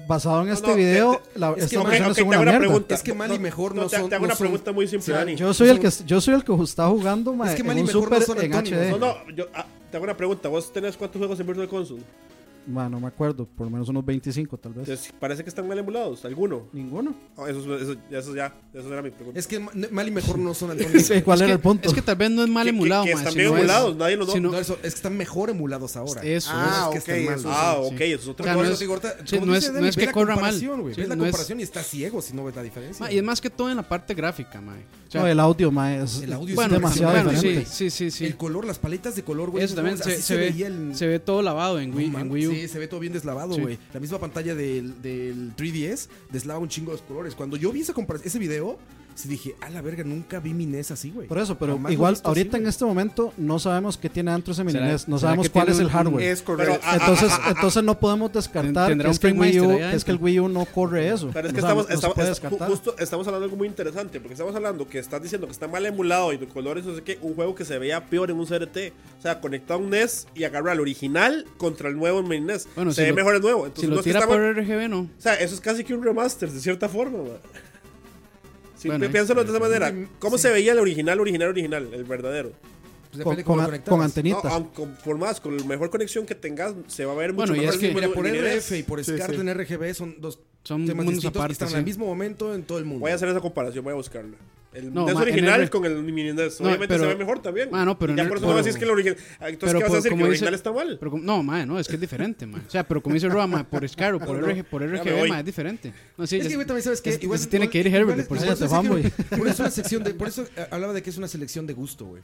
A: Basado en este
E: no,
A: video,
E: te-
A: la,
E: es que,
A: esta
E: ok,
A: versión
E: ok,
A: es
E: te
A: una
E: hago una
A: mierda.
E: pregunta.
D: Es que mal y mejor
E: No,
D: no
E: te,
D: son.
E: te hago
D: no
E: una
D: son-
E: pregunta muy simple, Dani.
A: Yo soy, el que, yo soy el que está jugando, mae.
D: que
A: en
D: mal y
A: un
D: mejor no
A: super
D: son
A: en
D: antónimos,
A: HD.
E: No, no, yo ah, te hago una pregunta. ¿Vos tenés cuántos juegos en Virtual Console?
A: Ma, no me acuerdo, por lo menos unos 25 tal vez.
E: Entonces, parece que están mal emulados. ¿Alguno?
A: Ninguno.
E: Ah, eso, es- eso- eso ya, eso era mi pregunta.
D: Es que ma- mal y mejor no son antónimos.
A: ¿Y ¿Cuál
C: es
A: era
C: que,
A: el punto?
C: Es que tal vez no es mal
E: Que- que-
C: emulado,
E: que
C: ma,
E: están
C: sino
E: bien
C: es-
E: emulados, nadie lo-
C: si
D: No, eso, es que están mejor emulados ahora.
C: Eso,
B: eso.
D: Ah,
B: Ah,
D: ok,
B: ok,
D: eso.
B: eso.
E: ah, ok, eso es otra
C: O sea, no
E: cosa.
D: Por eso te digo, ahorita,
C: Sí,
D: como
C: no
D: dice
C: es-
D: Dani,
C: no es
D: ve
C: que
D: la
C: corra mal.
D: comparación, güey,
C: Sí,
D: ves la
C: no es-
D: comparación y estás ciego si no ves la diferencia.
C: ma, y es más que todo en la parte gráfica, ma. O sea,
A: No, el audio, mae, es,
D: El audio
A: es
D: bueno,
A: demasiado
D: bueno,
A: diferente.
C: sí, sí, sí, sí.
D: El color, las paletas de color, güey.
C: Eso
D: esos
C: también
D: juegos,
C: se,
D: Pues, así
C: se ve,
D: veía el-
C: se ve todo lavado en
D: No
C: Wii, en
D: mames,
C: Wii U.
D: Sí, se ve todo bien deslavado,
C: Sí.
D: güey. La misma pantalla del, del 3DS deslava un chingo de colores. Cuando yo vi esa compara- ese video, sí dije, a la verga, nunca vi mi NES así, güey.
A: Por eso, pero
D: Jamás lo he
A: igual,
D: visto así,
A: ahorita en
D: güey.
A: este momento no sabemos qué tiene dentro ese mini
C: ¿Será-
A: NES, no
C: será
A: sabemos
C: que
A: cuál
C: tiene
A: es el
C: un-
A: hardware.
B: es correcto.
E: Pero, ah,
A: Entonces,
E: ah, ah, ah,
A: entonces no podemos descartar
C: Tendrá
A: que
C: un
A: es que, el Wii
C: Premaster
A: U,
C: ahí adentro.
A: es que el Wii U no corre eso.
E: Pero es
A: O
E: que
A: sea,
E: estamos,
A: no- no se
E: estamos-
A: puede
E: es- ju-
A: descartar.
E: justo estamos hablando de algo muy interesante, porque estamos hablando que estás diciendo que está mal emulado y de colores, no sé qué, un juego que se veía peor en un CRT. O sea, conectado a un NES y agarra el original contra el nuevo en mi NES.
C: Bueno,
E: se
C: si
E: ve
C: lo-
E: mejor el nuevo. Entonces,
C: Si
E: no
C: lo
E: es pues que
C: tira
E: está mal-
C: por RGB, no.
E: O sea, eso es casi que un remaster, de cierta forma, ma. Si Sí,
C: Bueno,
E: pi- piénsalo de esa manera. ¿Cómo se veía el original, original, original? El verdadero.
D: Pues depende
A: Con, con-
D: cómo lo
A: con
D: conectabas.
E: No,
A: antenita.
E: aunque conformadas con la mejor conexión que tengas, se va a ver mucho
C: Bueno, y
E: mejor
C: es que-
E: el
D: Mira,
E: mismo
D: por
E: nivel.
D: RF y por
B: Sí,
D: SCART
B: sí.
D: en RGB son dos
C: Son
D: temas
C: mundos
D: distintos
C: aparte,
D: que están
C: sí.
D: al mismo momento en todo el mundo.
E: Voy a hacer esa comparación, voy a buscarla. El
C: No,
E: NES
C: ma, en
E: original
C: R-
E: con el mini NES.
C: No,
E: Obviamente
C: pero-
E: se ve mejor también.
C: Ah, no, pero
E: Y ya
C: en
E: por
C: el-
E: eso no vas a
C: pero-
E: decir que el original. ah, Entonces,
C: pero
E: ¿qué vas a
C: por-
E: decir? Que el
C: como dice-
E: original está mal.
C: Pero como- no, mae, no, es que es diferente, mae. O sea, pero como dice Roa, mae, por Scar o por, RG, por RGB,
E: voy.
C: mae, es diferente. No, sí,
D: Es
C: ya-
D: que, güey, también sabes que.
C: es- se tiene que ir Herbert, por
A: igual-
C: cierto.
A: cierto.
D: Por eso, es una sección de, por eso eh, hablaba de que es una selección de gusto, güey.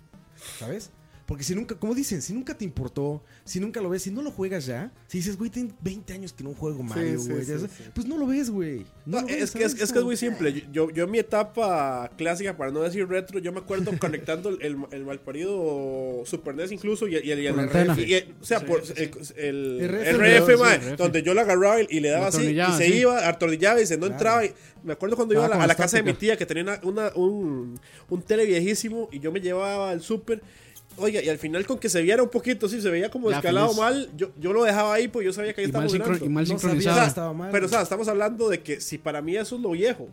D: ¿Sabes? Porque si nunca, como dicen, si nunca te importó, si nunca lo ves, si no lo juegas ya, si dices, güey, tengo 20 años que no juego Mario,
B: sí,
D: güey,
B: sí,
D: ya sabes,
B: sí.
D: pues no lo ves, güey. No
E: No,
D: lo ves,
E: Eh, es, que, es,
D: ¿sabes?
E: es que es muy simple. Yo, yo- yo en mi etapa clásica, para no decir retro, yo me acuerdo conectando el, el, el malparido Super NES incluso y, y- y-
A: Por
E: el
A: antena.
E: y- y- O sea, por el, el
D: RF,
E: RF,
C: sí,
E: mae,
C: RF.
E: donde yo lo agarraba y, y le
C: Lo
E: daba así y
C: atornillaba,
E: se
C: sí.
E: iba, atornillaba y se no entraba. y- me acuerdo cuando iba a
A: Ah,
E: la,
A: con
E: a la casa de mi
A: estática.
E: tía que tenía una, una- un, un tele viejísimo y yo me llevaba al Super. Oiga, y al final con que se viera un poquito, sí, se veía como
C: Ya,
E: escalado
C: feliz.
E: mal, yo, yo lo dejaba ahí porque yo sabía que ahí
C: Y
E: estaba
C: mal, sincro-
E: jugando.
C: y mal
D: No sabía.
E: O sea,
C: sincronizado.
D: estaba mal,
E: Pero, o sea,
D: güey.
E: estamos hablando de que si para mí eso es lo viejo.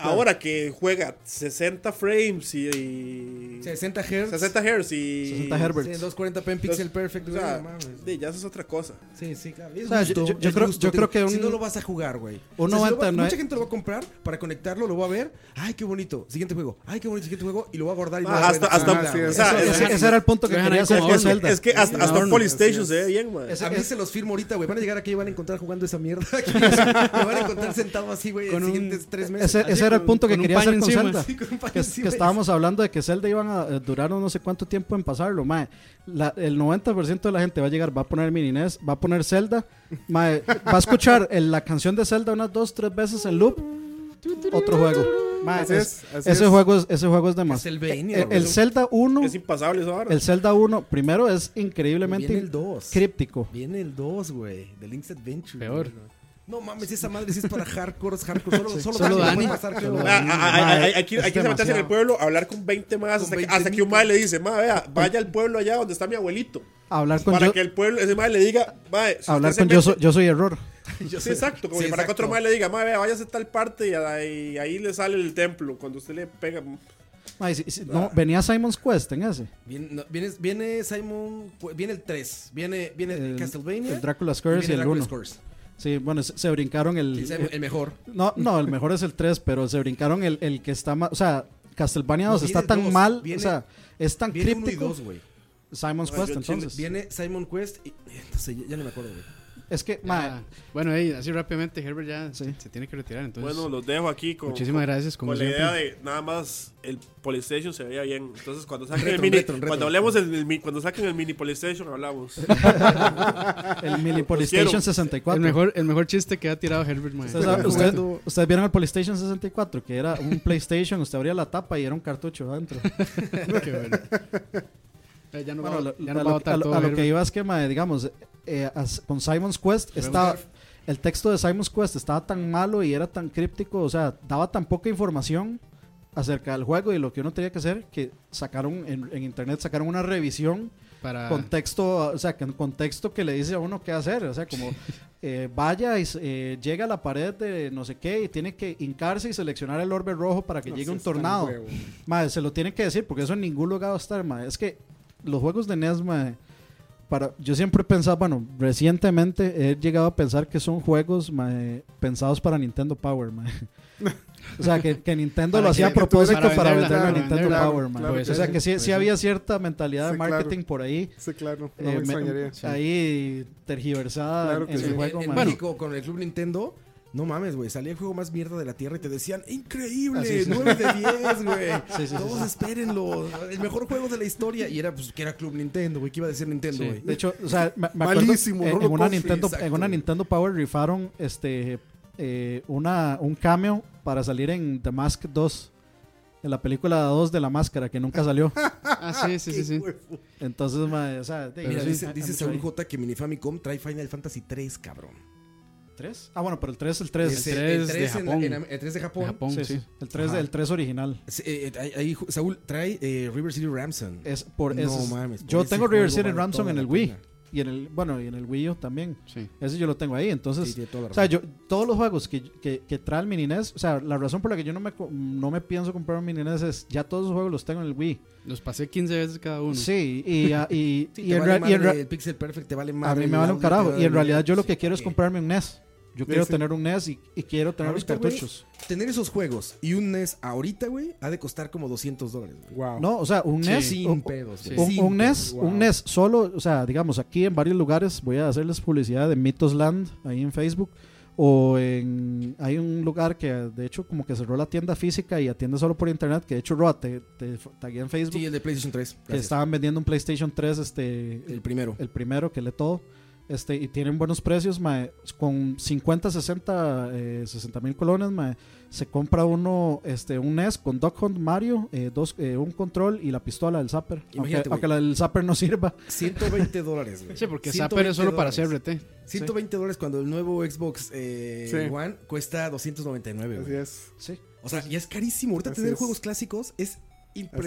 E: Ahora que juega 60 frames y. y
D: 60 Hz.
E: 60 Hz y.
A: 60
D: Hz.
A: Herberts.
D: Sí, 240p en pixel perfect,
E: O
D: güey.
E: sea,
D: no mames.
E: de- ya eso es otra cosa.
D: Sí, sí, claro. Es
A: O sea,
D: gusto,
A: yo- yo- yo
D: es
A: creo-
D: gusto,
A: yo
D: digo,
A: creo que
D: Si
A: un-
D: no lo vas a jugar, güey.
A: un
D: si lo va-
A: 99
D: mucha gente lo va a comprar para conectarlo, lo va a ver. Ay, qué bonito. Siguiente juego. Ay, qué bonito. Siguiente juego. Y lo va a guardar. Y no
E: Ah,
D: va a
E: hasta-
D: ver
E: hasta-
D: nada,
B: sí,
D: güey.
E: o sea,
D: Eso-
E: es-
A: ese,
E: es-
A: ese era el punto que
C: Lo dejan
A: quería
C: ahí como
A: hacer con
C: adorno.
A: Zelda.
E: Es que hasta,
D: Sí,
E: hasta
D: no,
E: un
D: no,
E: Polystation
D: así
E: se ve bien, man.
A: Ese-
D: Ah, a mí
A: es-
D: se los firmo ahorita, güey. Van a llegar aquí y van a encontrar jugando esa mierda. Aquí, me van a encontrar sentado así, güey, en
C: Con
D: los
C: un-
D: siguientes tres meses.
A: e-, Ese, ese era el punto que
C: con un
A: quería hacer
C: paño
A: con
C: encima.
A: Zelda.
D: Sí, con un paño
A: que,
D: encima.
A: que estábamos hablando de que Zelda iban a eh, durar no sé cuánto tiempo en pasarlo, mae. La- el 90% de la gente va a llegar, va a poner Mini NES, va a poner Zelda, mae, va a escuchar el- la canción de Zelda unas dos, tres veces en loop, otro juego. Mae,
B: Así
A: es-
B: es, así
A: ese,
B: es.
A: Juego es, ese juego es de más. El,
D: Castlevania, güey.
A: el Zelda 1,
E: Es impasable eso ahora.
A: el Zelda 1, primero es increíblemente
D: Viene el 2.
A: críptico.
D: Viene el 2, güey. The Link's Adventure.
C: Peor.
D: güey. No mames, esa madre sí es para hardcore, hardcore. Solo, solo,
C: Solo
D: la
C: Dani.
D: puede pasar, creo.
A: Solo
E: Ah,
A: Dani.
E: ah, ah, ah,
A: Mae,
E: hay- hay que
A: es
E: hay que meterse en el
A: demasiado.
E: pueblo, a hablar con 20 más, hasta que,
D: 20
E: hasta que un
D: micos.
E: mae le dice, mae, vea, vaya al pueblo allá donde está mi abuelito.
A: Hablar con
E: Para
A: yo,
E: que el pueblo, ese mae le diga, mae, si
A: hablar
E: usted se
A: con yo,
E: mete-
A: soy, yo soy error.
E: Sí, exacto. Como
D: Sí,
E: que para que otro
D: exacto.
E: mae le diga, mae, vea, váyase a tal parte y, a la- y ahí le sale el templo. Cuando usted le pega.
A: Mae, si- si- no, venía Simon's Quest en ese.
D: Viene, no, viene, viene Simon. Viene el 3. Viene, viene
A: El-
D: Castlevania.
A: el Dracula's Curse
D: viene
A: y el
D: Dracula's
A: uno.
D: Curse.
A: Sí, bueno, se, se brincaron el,
D: Sí, es El, el mejor.
A: No, no, el mejor es el 3, pero se brincaron el, el que está más. O sea, Castlevania
D: No,
A: 2 está
D: viene
A: tan
D: el dos,
A: mal.
D: viene-
A: o sea, es tan
D: Viene 1 y
A: críptico.
D: 2, güey.
A: Simon's
E: Bueno,
A: Quest,
E: yo-
A: entonces.
D: Viene Simon Quest y. eh, No sé, ya, ya no me acuerdo, güey.
A: Es que,
C: Ah,
A: ma,
C: Bueno, ey, así rápidamente, Herbert ya
A: Sí.
C: se tiene que retirar. Entonces,
E: Bueno, los dejo aquí con.
C: muchísimas gracias. Como
E: con la
C: siempre.
E: idea de nada más el Polystation se veía bien. Entonces cuando saquen
D: Retro,
E: el mini.
D: retro, retro.
E: Cuando hablemos del del mi- cuando saquen el mini Polystation hablamos.
D: Ah.
A: el Mini
E: quiero.
A: Polystation
C: El
A: 64.
C: mejor, el mejor chiste que ha tirado Herbert, mae.
A: Ustedes saben- ustedes- ustedes vieron el Polystation 64, que era un PlayStation, usted abría la tapa y era un cartucho adentro.
C: Qué bueno. Eh, Ya no
A: Bueno,
C: va-
A: lo-
C: ya
A: a
C: no va a
A: lo-
C: votar
A: a lo
C: todo
A: a lo que
C: Herbert.
A: iba es que, ma, digamos, eh, as- con Simon's Quest estaba. El texto de Simon's Quest estaba tan malo y era tan críptico, o sea, daba tan poca información acerca del juego y lo que uno tenía que hacer, que sacaron en, en internet, sacaron una revisión
C: Para...
A: con texto, o sea, con contexto que le dice a uno qué hacer, o sea, como eh, vaya y s- eh, llega a la pared de no sé qué y tiene que hincarse y seleccionar el orbe rojo para que llegue un tornado. Madre, se lo tienen que decir porque eso en ningún lugar va a estar, madre. Es que los juegos de NES, madre, para, yo siempre he pensado, bueno, recientemente he llegado a pensar que son juegos madre, pensados para Nintendo Power, madre. O sea, que, que Nintendo
C: Para
A: lo
C: que-
A: hacía a
C: que tuviera
A: propósito
C: que
A: para,
C: venderla,
A: venderlo a
C: claro,
A: Nintendo
C: venderla,
A: Power, madre.
B: claro
A: o sea,
C: que
A: que
C: sí,
A: sí,
C: pues
A: sí
C: sí.
A: había cierta mentalidad de
B: Sí, claro.
A: marketing por ahí.
B: Sí, claro,
A: eh,
B: no me
A: me-
B: extrañaría.
A: Ahí tergiversada
B: Claro
A: en-
B: que
A: en
B: sí.
A: el juego,
D: en, en
A: madre.
D: México con el Club Nintendo. No mames, güey. Salía el juego más mierda de la tierra y te decían, increíble,
A: Así es.
D: 9 de 10, güey.
A: Sí, sí, sí,
D: Todos
A: sí.
D: espérenlo. El mejor juego de la historia. Y era, pues, que era Club Nintendo, güey. ¿Qué iba a decir Nintendo,
C: Sí.
D: güey?
A: De hecho, o sea, me, me acuerdo
B: Malísimo,
A: en,
B: no lo
A: en una
B: compres.
A: Nintendo,
D: Exacto.
A: en una Nintendo Power rifaron este eh, una, un cameo para salir en The Mask 2. En la película 2 de la máscara que nunca salió.
C: Ah, sí, sí, sí. sí.
A: Entonces, mae, o sea, de-
D: Mira,
A: sí,
D: dice,
A: hay-
D: dice
A: hay mucho
D: Saúl
A: ahí.
D: J que Minifamicom trae Final Fantasy 3, cabrón.
A: ¿Tres? Ah, bueno, pero el 3, el 3.
D: Ese-
C: tres de
D: tres en-
C: Japón.
D: en- el 3 de Japón.
C: De Japón, sí.
A: El 3,
D: Ajá.
A: el 3 original.
D: Sí, eh, eh, ahí- ahí, ju- Saúl trae eh, River City Ramson.
A: Es por
D: no
A: eso.
D: mames. por
A: yo
D: ese
A: tengo River
D: juego
A: City
D: vale
A: Ransom
D: toda
A: en
D: la
A: el Wii.
D: pena.
A: Y en el, bueno, y en el Wii U también.
C: Sí.
A: Ese yo lo tengo ahí. Entonces,
D: Sí, tiene toda la
A: o sea,
D: razón.
A: yo, todos los juegos que, que, que trae el mini NES, o sea, la razón por la que yo no me, co- no me pienso comprar un mini NES es ya todos los juegos los tengo en el Wii.
C: Los pasé 15 veces cada uno.
A: Sí, y, a- y,
D: Sí,
A: y
D: te
A: en
D: vale
A: real- y en
D: madre
A: real-
D: el Pixel Perfect te vale
A: a
D: madre.
A: mí
D: el
A: me vale un
D: audio, te
A: carajo.
D: vale
A: Y en realidad
D: madre.
A: yo lo que
D: Sí,
A: quiero es
D: ok.
A: comprarme un NES. Yo quiero
B: sí.
A: tener un NES y, y quiero tener los
D: Ahorita, güey,
A: cartuchos.
D: Tener esos juegos y un NES ahorita, güey, ha de costar como 200 dólares. güey.
B: Wow.
A: No, o sea, un
C: Sí.
A: NES.
D: E Sin
A: un-
D: pedos,
C: sí.
D: güey.
A: Un,
D: Sin
A: un NES,
D: pedos.
A: un E NES solo, o sea, digamos, aquí en varios lugares, voy a hacerles publicidad de Mitosland, ahí en Facebook, o en, hay un lugar que de hecho como que cerró la tienda física y atiende solo por internet, que de hecho Roa te, te f- tagué en Facebook,
D: Sí, el de PlayStation 3.
A: que
D: gracias.
A: estaban vendiendo un PlayStation 3, este,
D: El
A: el,
D: primero.
A: el primero que le todo, este, y tienen buenos precios, mae, con 50, 60, eh, 60 mil colones, mae, se compra uno, este, un NES con Duck Hunt Mario, eh, dos, eh, un control y la pistola del Zapper, aunque,
D: Imagínate, güey.
A: aunque la del Zapper no sirva.
D: 120 dólares, güey.
C: Sí, porque Zapper es solo para
D: hacer
C: CRT.
D: 120 dólares cuando el nuevo Xbox eh,
B: Sí.
D: One cuesta 299,
B: Así
D: güey.
B: es.
A: Sí.
D: O sea, y es carísimo. Ahorita
B: Así
D: tener
B: es.
D: juegos clásicos es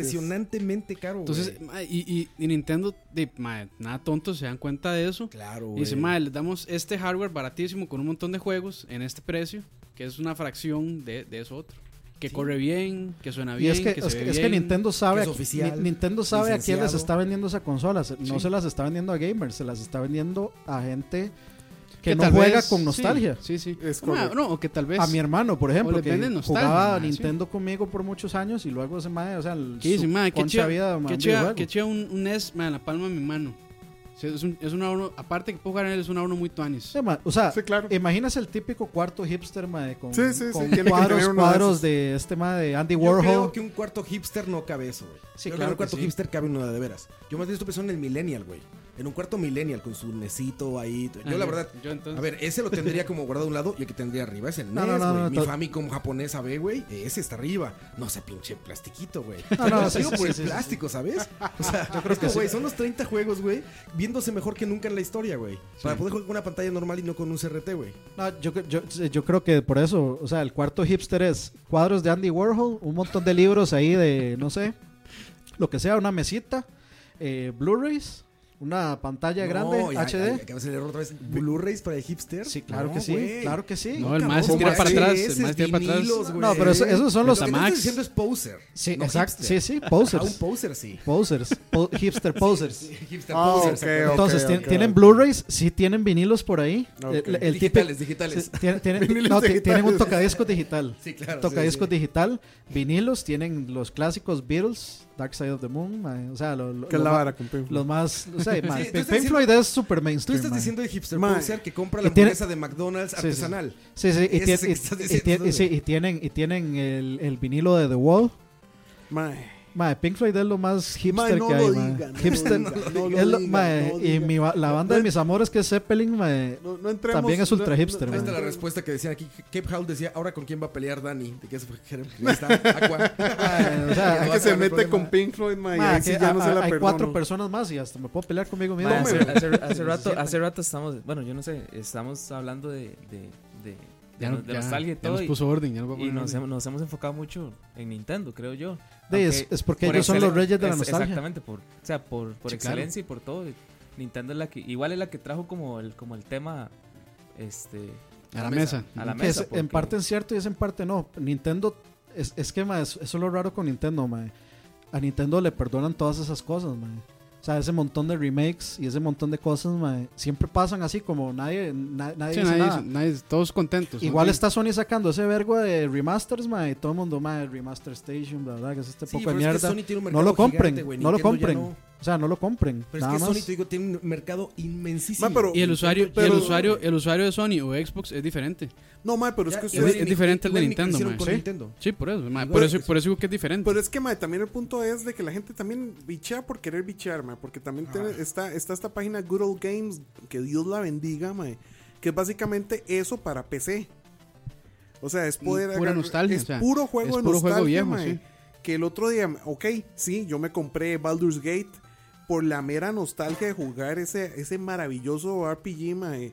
D: impresionantemente caro, güey.
C: Entonces, ma, y, y, y Nintendo, de, ma, nada tonto, se dan cuenta de eso.
D: claro,
C: Y
D: güey.
C: dice, madre, les damos este hardware baratísimo con un montón de juegos en este precio, que es una fracción de, de eso otro. Que corre bien, que suena
A: Y
C: bien,
A: es que,
C: que
A: es,
C: se
A: que-
C: ve
A: es que
C: bien.
A: Nintendo sabe,
D: que es
A: a-
D: oficial,
A: Ni- Nintendo sabe a quién les
D: licenciado.
A: está vendiendo esa consola. Se- No
C: Sí.
A: se las está vendiendo a gamers, se las está vendiendo a gente que, no
C: tal
A: juega
C: vez-
A: con nostalgia.
C: Sí, sí. sí.
B: Es
C: O, ma,
B: correcto.
C: no, o que tal vez...
A: A mi hermano, por
C: Pues, O
A: ejemplo,
C: le
A: que
C: venden nostalgia,
A: jugaba a
C: ma, sí.
A: Nintendo conmigo por muchos años y luego ese mae, o sea, el-
C: ¿Qué dice,
A: su
C: madre? Qué
A: concha
C: chido,
A: vida, man,
C: qué chido,
A: videojuego.
C: qué chido un, un NES, ma, en la palma de mi mano. O sea, es, un, es un adorno, aparte que puedo jugar en él, es un adorno muy tuanis.
A: Sí, ma, o sea,
B: Sí, claro.
A: imagínate el típico cuarto hipster mae, con,
B: Sí, sí, sí,
A: con
B: tiene que tener
A: cuadros,
B: uno de
A: cuadros
B: esos.
A: de este mae de Andy
D: Yo
A: Warhol.
D: creo que un cuarto hipster no cabe eso, güey.
A: Sí,
D: Yo creo que
A: claro
D: un cuarto
A: que sí.
D: hipster cabe uno de veras. Yo más bien estoy pensando en el millennial, güey. En un cuarto millennial con su mesito ahí. Yo,
C: Ah,
D: la verdad,
C: yo entonces-
D: a ver, ese lo tendría como guardado a un lado y el que tendría arriba es el
A: No,
D: NES,
A: no, no,
D: güey.
A: no,
D: Mi
A: to-
D: Famicom japonesa B, güey, ese está arriba. No sea pinche plastiquito, güey.
A: No, no,
D: Lo
A: sí,
D: digo
A: sí,
D: por
A: sí,
D: el
A: sí, sí.
D: plástico, ¿sabes? O sea, yo creo
A: que sí.
D: güey, son los 30 juegos, güey, viéndose mejor que nunca en la historia, güey. Para poder jugar con una pantalla normal y no con un CRT, güey.
A: No, yo, cre- yo, yo creo que por eso, o sea, el cuarto hipster es cuadros de Andy Warhol, un montón de libros ahí de, no sé, lo que sea, una mesita, eh, Blu-rays, una pantalla grande,
D: No, ya,
A: HD.
D: ya, Acabas de leer otra vez. Blu-rays para el hipster.
A: Sí, claro
D: No,
A: que sí,
D: güey.
A: claro que sí.
C: No, el
D: Cabrón,
C: más se tira
D: ¿cómo
C: para
D: haces?
C: atrás, el más se tira para
D: Vinilos,
C: atrás.
D: güey.
A: No, pero eso- esos son los
D: Lo que tú
C: Tamax.
D: estás diciendo es poser.
A: sí,
D: no
A: exacto. Sí,
D: hipster.
A: sí,
D: Ah, un
A: posers.
D: poser, sí.
A: Posers, po- hipster posers.
D: Hipster
B: Ah,
D: poser.
B: ok,
D: exactamente.
B: ok.
A: Entonces, tien-
B: ok,
A: tienen
B: ok.
A: Blu-rays, sí tienen vinilos por ahí.
B: Ok.
A: El, el típico-
D: digitales, digitales.
A: Sí, tiene- tiene-
B: Vinilos
A: no, ti-
B: digitales.
A: tienen un tocadiscos digital.
D: Sí, claro, sí,
A: Tocadiscos
D: sí.
A: digital, vinilos, tienen los clásicos Beatles, Dark Side of the Moon, mae, o sea, lo- lo-
B: Que es
A: lo
B: la
A: ma-
B: vara con Pink Floyd.
A: los más, o sea, mae,
D: tú
A: Pink
D: estás
A: Pink
D: diciendo-
A: Floyd es super
D: Tú
A: mainstream.
D: estás
A: mae.
D: diciendo de hipster
B: Man.
D: poser que compra la
A: Y tiene-
D: hamburguesa de McDonald's
A: Sí, sí, sí.
D: artesanal.
A: Sí, sí, y,
D: Eso
A: tien-
D: es
A: y-
D: lo que estás
A: y
D: diciendo,
A: tien- y
D: güey.
A: sí, y tienen, y tienen el, el vinilo de The Wall.
B: Mae.
A: Mae, Pink Floyd es lo más hipster
B: Mae, no
A: que hay,
B: lo
A: mae.
B: diga, no
A: Hipster-
B: lo diga, no lo
A: es lo-
B: diga,
A: mae,
B: no
A: y
B: diga.
A: mi ba- la banda de mis amores que es Zeppelin, mae,
B: No, no entremos.
A: También es ultra hipster,
D: Ahí está
A: man.
D: la respuesta que decían aquí. Cape Howell decía, ahora con quién va a pelear Dani. ¿De qué se fue? Ahí está,
A: o sea,
D: Aqua. No va a
B: Ah, que se
D: acabar el
B: mete
D: problema.
B: con Pink Floyd, mae. y
A: mae,
B: ahí sí
A: que
B: ya
A: a-
B: no se
A: a-
B: la
A: hay
B: perdono.
A: cuatro personas más y hasta me puedo pelear conmigo mismo.
F: Ma, hace,
A: Mae,
F: hace- hace rato, hace rato estamos, bueno, yo no sé, estamos hablando de, de, de, de,
C: Ya,
F: no- de
C: ya-
F: nostalgia y
C: ya nos
F: todo. y-
C: puso orden, ya nos va a
F: Y
C: poner
F: nos,
C: orden.
F: hemos- nos hemos enfocado mucho en Nintendo, creo yo.
A: De- es-
F: Aunque
A: es porque
F: por
A: ellos son los
F: excelen-
A: reyes de la nostalgia.
F: Exactamente, por, o sea, por, por
C: Sí, claro.
F: excelencia y por todo. Nintendo es la que, igual es la que trajo como el, como el tema este,
C: A la mesa.
F: A la
A: que es
F: mesa.
A: en
F: porque-
A: parte es cierto y es en parte no. Nintendo, es, es que mae, es- eso es lo raro con Nintendo, mae. A Nintendo le perdonan todas esas cosas, mae. O sea, ese montón de remakes y ese montón de cosas, mae, siempre pasan así como nadie, na- nadie
C: Sí,
A: dice
C: nadie-
A: nada.
C: nadie- todos
D: Pues
C: contentos. ¿no?
A: Igual
C: Sí.
A: está Sony sacando ese vergo de remasters, mae, y todo el mundo, mae, remaster station, bla, bla, que es este
D: Sí,
A: poco de
D: pero es que
A: mierda.
D: Sony tiene un
A: no lo
D: mercado
A: compren,
D: gigante, güey,
A: no lo
D: Nintendo ya
A: compren.
D: no.
A: O sea, no lo compren.
D: Pero es
A: nada
D: que
A: más.
D: Sony, te digo, tiene un mercado inmensísimo.
B: Ma, pero-
C: Y el usuario, y el
B: Pero-
C: usuario, el usuario de Sony o Xbox es diferente.
B: No, mae, pero es que
D: Ya,
B: ustedes.
D: igual
C: es
D: y-
C: diferente al de
D: igual y
C: Nintendo,
D: crecieron
C: man.
D: con
C: Sí.
D: Nintendo.
C: Sí, por eso. ma,
D: Igual
C: por, eso
D: es-
C: por eso digo que es diferente.
B: Pero es que, mae, también el punto es de que la gente también bichea por querer bichear, mae. Porque también tiene- está, está esta página Good Old Games, que Dios la bendiga, mae. Que es básicamente eso para PC. O sea, es poder
C: Pura nostalgia,
B: Es
C: o sea,
B: puro juego
C: es
B: de
C: puro juego
B: nostalgia,
C: viejo,
B: mae.
C: sí.
B: Que el otro día, ok, sí, yo me compré Baldur's Gate por la mera nostalgia de jugar ese, ese maravilloso RPG, mae.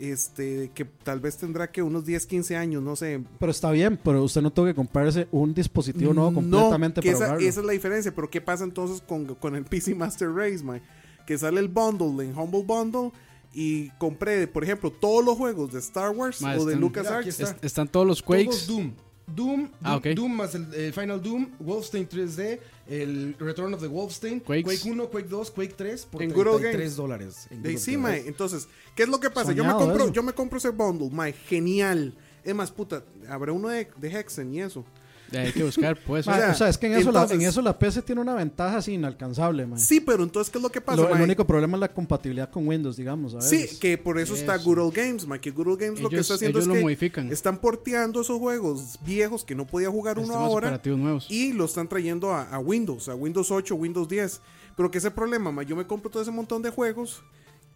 B: Este, que tal vez tendrá que unos 10, 15 años, no sé,
A: Pero está bien, pero usted no tuvo que comprarse un dispositivo nuevo
B: No,
A: completamente
B: que
A: para
B: esa,
A: jugarlo.
B: esa es la diferencia. Pero ¿qué pasa entonces con, con el PC Master Race, mae? que sale el bundle, en Humble Bundle, y compré, por ejemplo, todos los juegos de Star Wars
C: Ma,
B: o de
C: están-
B: LucasArts.
D: Mira, aquí
C: Es- están todos los Quakes.
D: Todos Doom. Doom, Doom,
C: Ah, ok.
D: Doom más el, eh, Final Doom, Wolfenstein 3D, el Return of the Wolfenstein,
C: Quakes.
D: Quake 1 Quake 2, Quake 3 por
B: En Good Old
D: 33
B: Games.
D: dólares.
B: De
D: en Good
B: ahí
D: Old
B: sí, mae.
D: Games.
B: Entonces, ¿qué es lo que pasa? yo, me
A: Soñado
B: compro,
A: eso.
B: yo me compro ese bundle, mae. Genial. Es más, puta, habrá uno de, de Hexen y eso.
C: Ya, Hay que buscar, pues.
A: Ma,
B: sea,
A: o sea, es que en eso, la, en
B: entonces-
A: eso la PC tiene una ventaja así inalcanzable, man.
B: Sí, pero entonces, ¿qué es lo que pasa,
A: Ah. Lo- el
B: mae?
A: único problema es la compatibilidad con Windows, digamos. A
B: Sí,
A: veces.
B: que por eso está
C: Eso.
B: Good Old Games, mae. Que Good Old Games lo que
C: Ellos-
B: está haciendo
C: ellos
B: es
C: lo
B: que
C: modifican.
B: están porteando esos juegos viejos que no podía jugar uno
C: Sistemas
B: ahora.
C: operativos nuevos.
B: y lo están trayendo a, a Windows, a Windows 8, Windows 10. Pero que ese problema, ma, yo me compro todo ese montón de juegos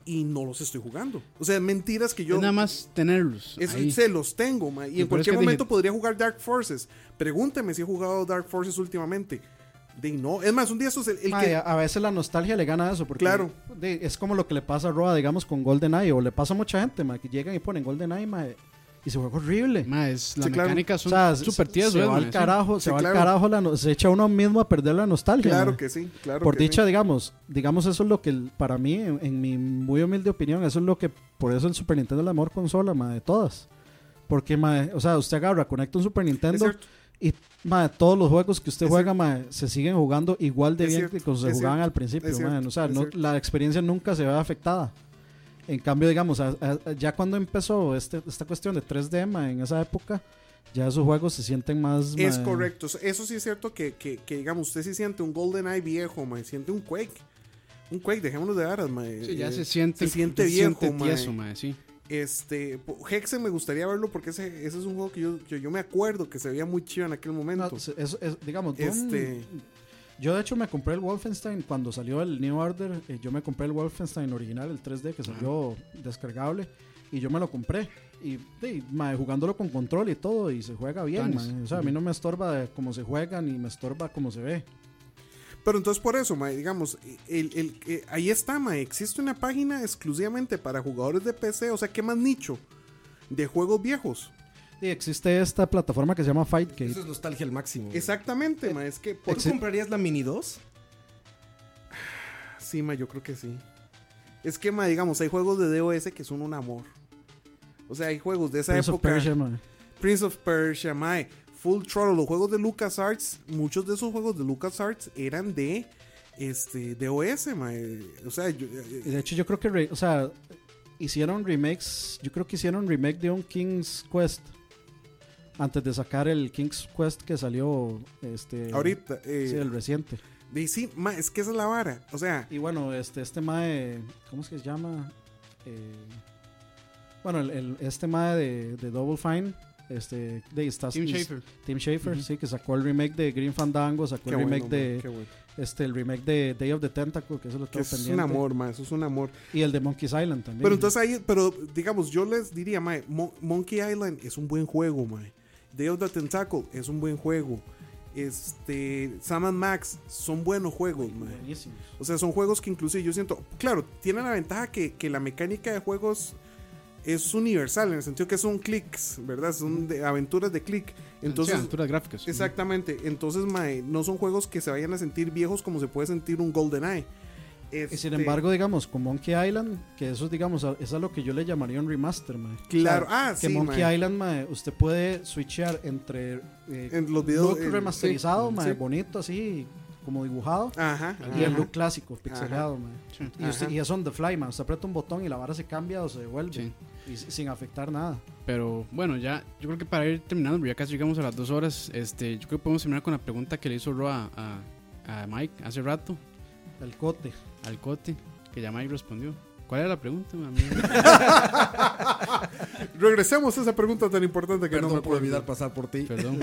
B: y no los estoy jugando. O sea, mentiras que yo
C: es nada más tenerlos.
B: es-
C: ahí.
B: se los tengo, ma, y en
C: Lo peor es
B: cualquier
C: que dije-
B: momento podría jugar Dark Forces. Pregúntame si he jugado Dark Forces últimamente. De no, es más, un día estos el, el
C: Ah,
A: Ma,
B: que
A: a, a veces la nostalgia le gana a eso, porque
B: Claro.
A: de- es como lo que le pasa a Roa, digamos, con GoldenEye, o le pasa a mucha gente, ma, que llegan y ponen GoldenEye, ma, y se juega horrible.
C: Ma, es- las
B: Sí, claro.
C: mecánicas
A: O
C: son
A: sea,
C: súper
A: se-
C: tiesos.
A: se
C: ¿verdad,
A: va al
C: ma?
A: carajo,
B: Sí,
A: se va al
B: claro.
A: carajo, la no- se echa uno mismo a perder la nostalgia.
B: claro
A: ma.
B: que sí, claro
A: por
B: que
A: dicha,
B: sí.
A: digamos, digamos eso es lo que el- para mí, en, en mi muy humilde opinión, eso es lo que, por eso el Super Nintendo es la mejor consola, ma, de todas. Porque, ma, o sea, usted agarra, conecta un Super
B: Es
A: Nintendo
B: cierto.
A: y, ma, todos los juegos que usted
B: Es
A: juega, ma, se siguen jugando igual de
B: Es
A: bien
B: cierto,
A: que como se
B: es
A: jugaban
B: cierto,
A: al principio,
B: es
A: ma.
B: cierto,
A: O sea,
B: es
A: no-
B: cierto.
A: la experiencia nunca se ve afectada. En cambio, digamos, a- a- ya cuando empezó este, esta cuestión de 3D, ma, en esa época, ya esos juegos se sienten más...
B: Es
A: ma,
B: correcto. Eso sí es cierto que, que- que, digamos, usted sí siente un Golden Eye viejo, ma, siente un Quake. Un Quake, dejémonos de aras, ma.
C: Sí, ya
B: Eh,
C: se siente,
B: se siente
C: se siente
B: viejo, ma.
C: tieso, ma, sí.
B: Este, po- Hexen me gustaría verlo porque ese, ese es un juego que yo, que yo me acuerdo que se veía muy chido en aquel
A: no, pues
B: momento.
A: es- es- digamos, Doom-
B: este,
A: Yo de hecho me compré el Wolfenstein cuando salió el New Order. eh, yo me compré el Wolfenstein original, el 3D que salió descargable. Y yo me lo compré. Y sí, mae, jugándolo con control y todo. Y se juega bien.
C: Planes.
A: mae. O sea, a mí no me estorba de cómo se juega ni me estorba cómo se ve.
B: pero entonces por eso, mae, digamos, el, el- eh, ahí está, mae, existe una página exclusivamente para jugadores de PC, o sea, ¿qué más nicho? De juegos viejos.
A: Y existe esta plataforma que se llama
B: eh,
A: Fightcade.
D: Eso es nostalgia al máximo. güey.
B: Exactamente, mae, es que por
D: ¿Tú comprarías la Mini 2?
B: Sí, mae, yo creo que sí. Es que, mae, digamos, hay juegos de DOS que son un amor. O sea, hay juegos de esa
A: Prince of
B: época.
A: Persia, mae.
B: Prince of Persia, mae, Full Throttle, los juegos de LucasArts, muchos de esos juegos de LucasArts eran de este de OS, mae. O sea, yo- eh,
A: Y de hecho yo creo que, re- o sea, hicieron remakes. Yo creo que hicieron remake de un King's Quest. Antes de sacar el King's Quest que salió este,
B: ahorita eh,
A: Sí, el reciente.
B: de- sí, mae, es que esa es la vara, o sea,
A: Y bueno, este, este mae, ¿cómo es que se llama? Eh, bueno, el, el- este mae de, de Double Fine, este, de está-
C: Tim
A: is-
C: Schafer.
A: Tim Schafer, sí, que sacó el remake de Green Fandango, sacó
B: qué
A: el
B: bueno,
A: remake
B: mae,
A: de,
B: qué bueno.
A: este, el remake de Day of the Tentacle, que eso lo
B: Que
A: tengo
B: eso es
A: pendiente.
B: un amor, mae, eso es un amor.
A: Y el de Monkey's Island también.
B: Pero entonces ahí, pero digamos, yo les diría, mae, Mon- Monkey Island es un buen juego, mae. Day of the Tentacle es un buen juego. Este, Sam and Max son buenos juegos, mae.
A: Buenísimo.
B: O sea, son juegos que inclusive yo siento, claro, tienen la ventaja que, que la mecánica de juegos es universal, en el sentido que son clics, ¿verdad? Son de- aventuras de clic.
C: Entonces,
B: Entonces,
C: aventuras gráficas.
B: exactamente, entonces, mae, no son juegos que se vayan a sentir viejos como se puede sentir un GoldenEye.
A: Y
B: Este,
A: sin embargo, digamos, con Monkey Island, que eso, digamos, a- es a lo que yo le llamaría un remaster, mae.
B: Claro,
A: O sea,
B: ah,
A: que
B: sí,
A: Monkey
B: mae.
A: Island, mae, usted puede switchear entre eh,
B: En los videos,
A: look
B: en-
A: remasterizado,
B: sí,
A: mae,
B: sí.
A: bonito así, como dibujado,
B: ajá,
A: y el
B: ajá.
A: look clásico, pixelado, mae.
C: Sí.
A: Y, usted-
B: Ajá.
A: y es on the fly, mae, usted aprieta un botón y la vara se cambia o se devuelve,
C: Sí.
A: y si- sin afectar nada.
C: Pero bueno, ya, yo creo que para ir terminando, porque ya casi llegamos a las dos horas, este, yo creo que podemos terminar con la pregunta que le hizo Roa a, a Mike hace rato,
A: El cote.
C: al cote, que ya Mike respondió. ¿Cuál era la pregunta? mami?
B: Regresemos a esa pregunta tan importante que
D: Perdón
B: no me
D: por
B: puedo
D: olvidar pasar por ti.
C: Perdón.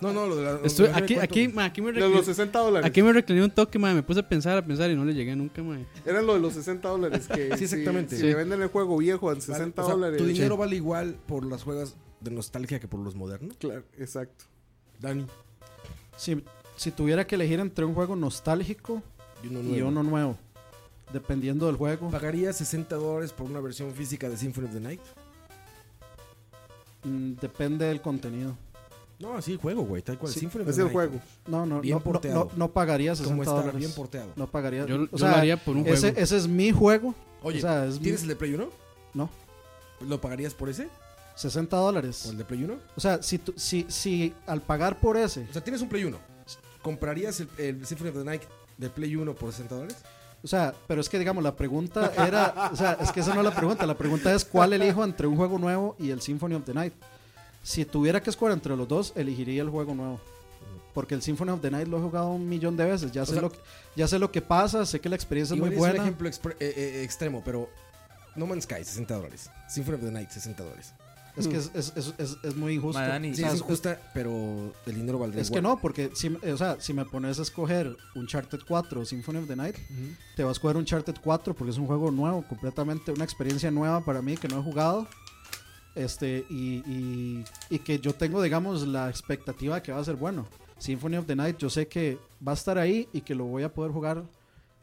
D: No, no, lo de la. lo
C: Estoy-
D: de la-
C: aquí,
D: ¿cuánto?
C: aquí, ma, aquí me
B: Lo de los
C: recliné,
B: 60 dólares.
C: aquí me recliné un toque, ma, me puse a pensar, a pensar y no le llegué nunca, ma.
B: Era lo de los 60 dólares. Que
D: Sí, exactamente.
B: Si, si le venden el juego viejo en 60
D: Vale, o sea,
B: dólares.
D: Tu dinero vale igual por las juegas de nostalgia que por los modernos.
B: Claro, exacto.
D: Dani,
A: Si, si tuviera que elegir entre un juego nostálgico
D: y uno
A: y
D: nuevo.
A: uno nuevo, dependiendo del juego,
D: ¿Pagaría 60 dólares por una versión física de Symphony of the Night?
A: mm, depende del contenido.
D: No, así el juego, güey, tal cual.
B: Sí,
D: Symphony of
B: es
D: the
B: el
D: Night,
B: juego.
A: No, no,
D: Bien
A: no, no,
D: porteado.
A: no- no pagaría
D: güey.
A: 60
D: Como está
A: dólares.
D: bien porteado.
A: No pagaría.
C: Yo,
A: o
C: yo
A: sea,
C: lo haría por un juego.
A: ese, ese es mi juego.
D: Oye,
A: o sea, es mi-
D: ¿tienes el de Play 1?
A: No.
D: ¿Lo pagarías por ese?
A: 60 dólares.
D: ¿O el de Play 1?
A: O sea, si, tú- si, si al pagar por ese,
D: O sea, tienes un Play 1. ¿Comprarías el, el Symphony of the Night de Play 1 por 60 dólares?
A: o sea, pero es que digamos, la pregunta era, o sea, es que esa no es la pregunta, la pregunta es cuál elijo entre un juego nuevo y el Symphony of the Night. Si tuviera que escoger entre los dos, elegiría el juego nuevo. Porque el Symphony of the Night lo he jugado un millón de veces, ya sé,
D: sea-
A: lo, que, ya sé lo que pasa, sé que la experiencia es
D: Igual
A: muy
D: es
A: buena.
D: un ejemplo expre- eh, eh, extremo, pero No Man's Sky, 60 dólares. Symphony of the Night, 60 dólares.
A: Es que es, es- es- es- es muy injusto.
F: Ma, Dani,
A: O
D: Sí,
A: sea,
D: es
A: es-
D: injusta, pero el dinero valdría
A: Es que no, porque si, eh, o sea, si me pones a escoger Uncharted 4 o Symphony of the Night, te vas a escoger Uncharted 4 porque es un juego nuevo, completamente una experiencia nueva para mí que no he jugado. Este, y, y- y que yo tengo, digamos, la expectativa de que va a ser bueno. Symphony of the Night, yo sé que va a estar ahí y que lo voy a poder jugar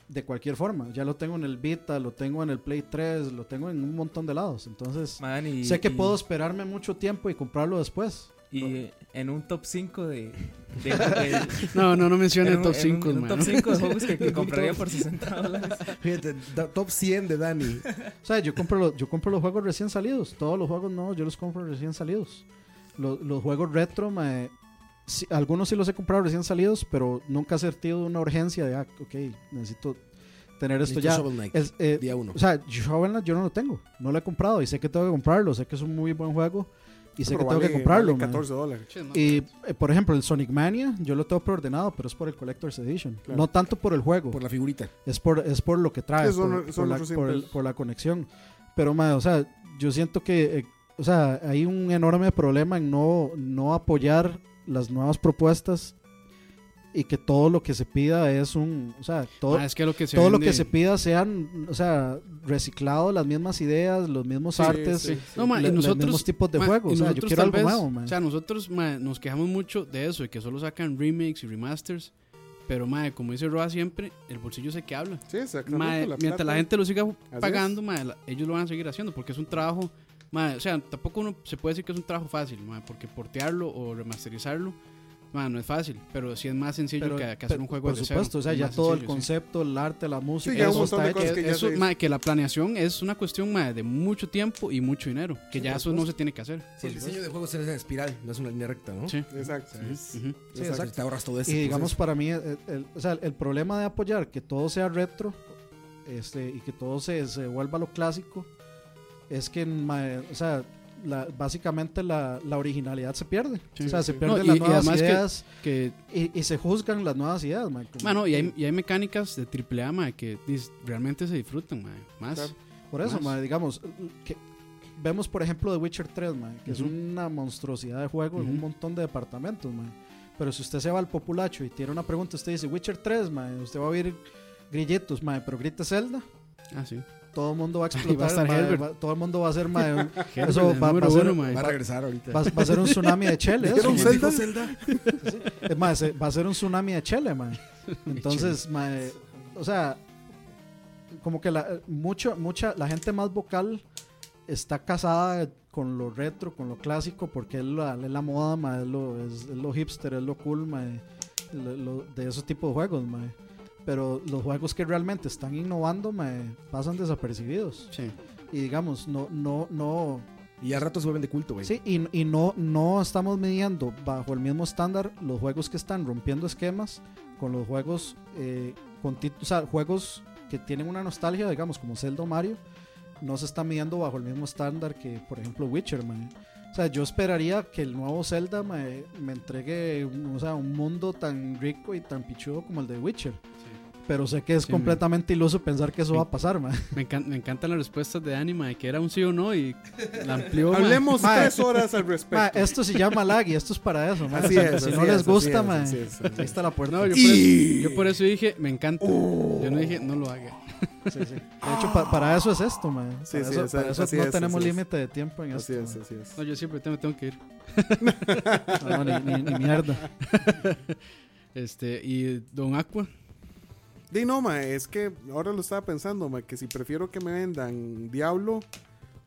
A: de cualquier forma. Ya lo tengo en el Vita, lo tengo en el Play 3, lo tengo en un montón de lados. Entonces,
F: Ma, Dani,
A: sé que
F: y-
A: puedo esperarme mucho tiempo y comprarlo después.
F: Y eh, en un top 5 de. de- de-
C: No, no, no mencione
F: en un-
C: top
F: en un-
C: 5,
F: en un
C: mano.
F: top 5 de juegos que, que compraría por 60 dólares.
D: Fíjate, da- top 100 de Dani.
A: O sea, yo compro, los, yo compro los juegos recién salidos. Todos los juegos no, yo los compro recién salidos. Lo- Los, juegos retro, mae, sí, algunos sí los he comprado recién salidos, pero nunca he sentido una urgencia de, ah, ok, necesito tener esto
D: Necesito
A: ya.
D: Shovel Knight,
A: Es- eh,
D: día 1.
A: o sea, Shovel Knight yo no lo tengo, no lo he comprado y sé que tengo que comprarlo, sé que es un muy buen juego y sé
B: Pero
A: que tengo
B: vale-
A: que comprarlo.
B: vale
A: mae.
B: 14 dólares.
A: Y, eh, por ejemplo, el Sonic Mania, yo lo tengo preordenado, pero es por el Collector's Edition.
B: Claro.
A: No tanto por el juego.
D: Por la figurita.
A: Es por, es por lo que trae,
B: Sí, son-
A: por, por
B: son
A: la,
B: otros
A: por el-
B: impulsos.
A: por la conexión. Pero, mae, o sea, yo siento que eh, o sea, hay un enorme problema en no, no apoyar las nuevas propuestas y que todo lo que se pida es un. O sea, todo,
C: Ah, es que lo que se
A: todo lo
C: vende-
A: que se pida sean, o sea, reciclado las mismas ideas, los mismos
B: Sí,
A: artes,
B: sí, sí.
C: No, ma,
A: le-
C: y
A: los mismos
C: nosotros.
A: tipos de
C: ma,
A: juegos.
C: y
A: O sea, yo
C: nosotros
A: quiero
C: tal
A: algo
C: vez-
A: nuevo, mae.
C: O sea, nosotros ma, nos quejamos mucho de eso, de que solo sacan remakes y remasters. Pero, ma, como dice Roa siempre, el bolsillo se que habla.
B: Sí, exactamente.
C: Mae,
B: la
C: mientras
B: plata.
C: la gente lo siga
B: es.
C: pagando, mae, la- ellos lo van a seguir haciendo porque es un trabajo. mae, o sea, tampoco uno se puede decir que es un trabajo fácil, mae, porque portearlo o remasterizarlo mae, no es fácil, pero sí es más sencillo
A: Pero-
C: que, que hacer
A: pero,
C: un juego
A: Por
C: de
A: supuesto,
C: cero,
A: o sea,
C: es
A: ya
C: más
A: todo el
C: sencillo, sí.
A: concepto, el arte, la música,
B: ya un
A: todo
B: montón
A: está
B: de
A: hecho.
B: cosas
C: Que
B: que ya
C: eso,
B: se-
C: mae, que la planeación es una cuestión mae, de mucho tiempo y mucho dinero, que ya eso no se tiene que hacer.
D: Sí, el diseño de juegos es en espiral, no es una línea recta, ¿no?
C: Sí.
B: Exacto.
C: Ujú.
D: Sí, exacto. Te ahorras todo eso.
A: Y digamos, para mí, el, el- o sea, el problema de apoyar que todo sea retro este, y que todo se, se vuelva lo clásico es que ma- o sea, la- básicamente la, la originalidad se pierde.
C: Sí.
A: o sea, se
C: Sí.
A: pierden
C: No, y-
A: las
C: y
A: nuevas
C: además que-
A: ideas
C: Que
A: y, y se juzgan las nuevas ideas. ma, como-
C: Mano, y hay, y hay mecánicas de AAA, mae, que dis- realmente se disfrutan, mae, Más.
B: Claro.
A: por eso,
C: más.
A: ma, digamos, eh, que vemos por ejemplo The Witcher 3, ma, que es
C: Ujú.
A: una monstruosidad de juego en un
C: Ujú.
A: montón de departamentos. ma. Pero si usted se va al populacho y tiene una pregunta, usted dice Witcher 3, ma, usted va a oír grillitos, ma, pero grite Zelda.
C: Ah, sí.
A: todo el mundo va a
C: Ahí
A: explotar,
C: va a estar
A: mae,
C: Herbert.
A: va- todo el mundo va a ser mae, un- eso
C: Herbert, el
A: va, va
C: número
A: a ser,
C: uno, mae.
D: Va a regresar ahorita.
A: va- va a ser un tsunami de chele, eso,
B: ¿Dijeron
A: mae.
B: Zelda?
A: Es más, se- va a ser un tsunami de chele, mae. Entonces, mae, o sea, como que la mucho mucha la gente más vocal está casada con lo retro, con lo clásico, porque es la, es la moda, mae, es, lo, es- es lo hipster, es lo cool, mae, lo- lo- de esos tipos de juegos, mae. Pero los juegos que realmente están innovando, mae, pasan desapercibidos
C: Sí.
A: y digamos, no, no, no,
D: Y al rato se vuelven de culto, güey.
A: sí, y, y no, no estamos midiendo bajo el mismo estándar los juegos que están rompiendo esquemas con los juegos, eh, con tit- o sea, juegos que tienen una nostalgia, digamos, como Zelda o Mario, no se está midiendo bajo el mismo estándar que, por ejemplo, Witcher, man. O sea, yo esperaría que el nuevo Zelda me, me entregue o sea, un mundo tan rico y tan pichudo como el de Witcher. Pero sé que es
C: Sí, man.
A: completamente iluso pensar que eso
C: Sí.
A: va a pasar, man.
C: Me, encan- me encantan las respuestas de Anima, que era un sí o no, y la amplió. mae.
B: Hablemos
A: Mae.
B: tres horas al respecto.
A: Ma, esto se llama lag y esto es para eso, ma.
B: Así
A: O sea,
B: es,
A: si
B: así
A: no
B: es,
A: les
B: así
A: gusta,
B: es,
A: ma,
B: así es, así
A: ahí
B: es.
A: está la puerta.
C: No, yo, por
D: Y-
C: eso, yo por eso dije, me encanta.
B: Oh.
C: Yo no dije, no lo haga.
A: Sí, sí. De hecho, pa- para eso es esto, ma. Para
B: Sí, sí,
A: eso,
B: es-
A: para eso
B: así
A: no
B: es,
A: tenemos
B: así es.
A: límite de tiempo en
B: Así
A: esto.
B: es, así es.
C: No, yo siempre te- me tengo que ir.
A: ma. No, no, ni, ni- ni mierda.
C: Este, y Don Aqua,
B: Di no, ma, es que ahora lo estaba pensando, ma, que si prefiero que me vendan Diablo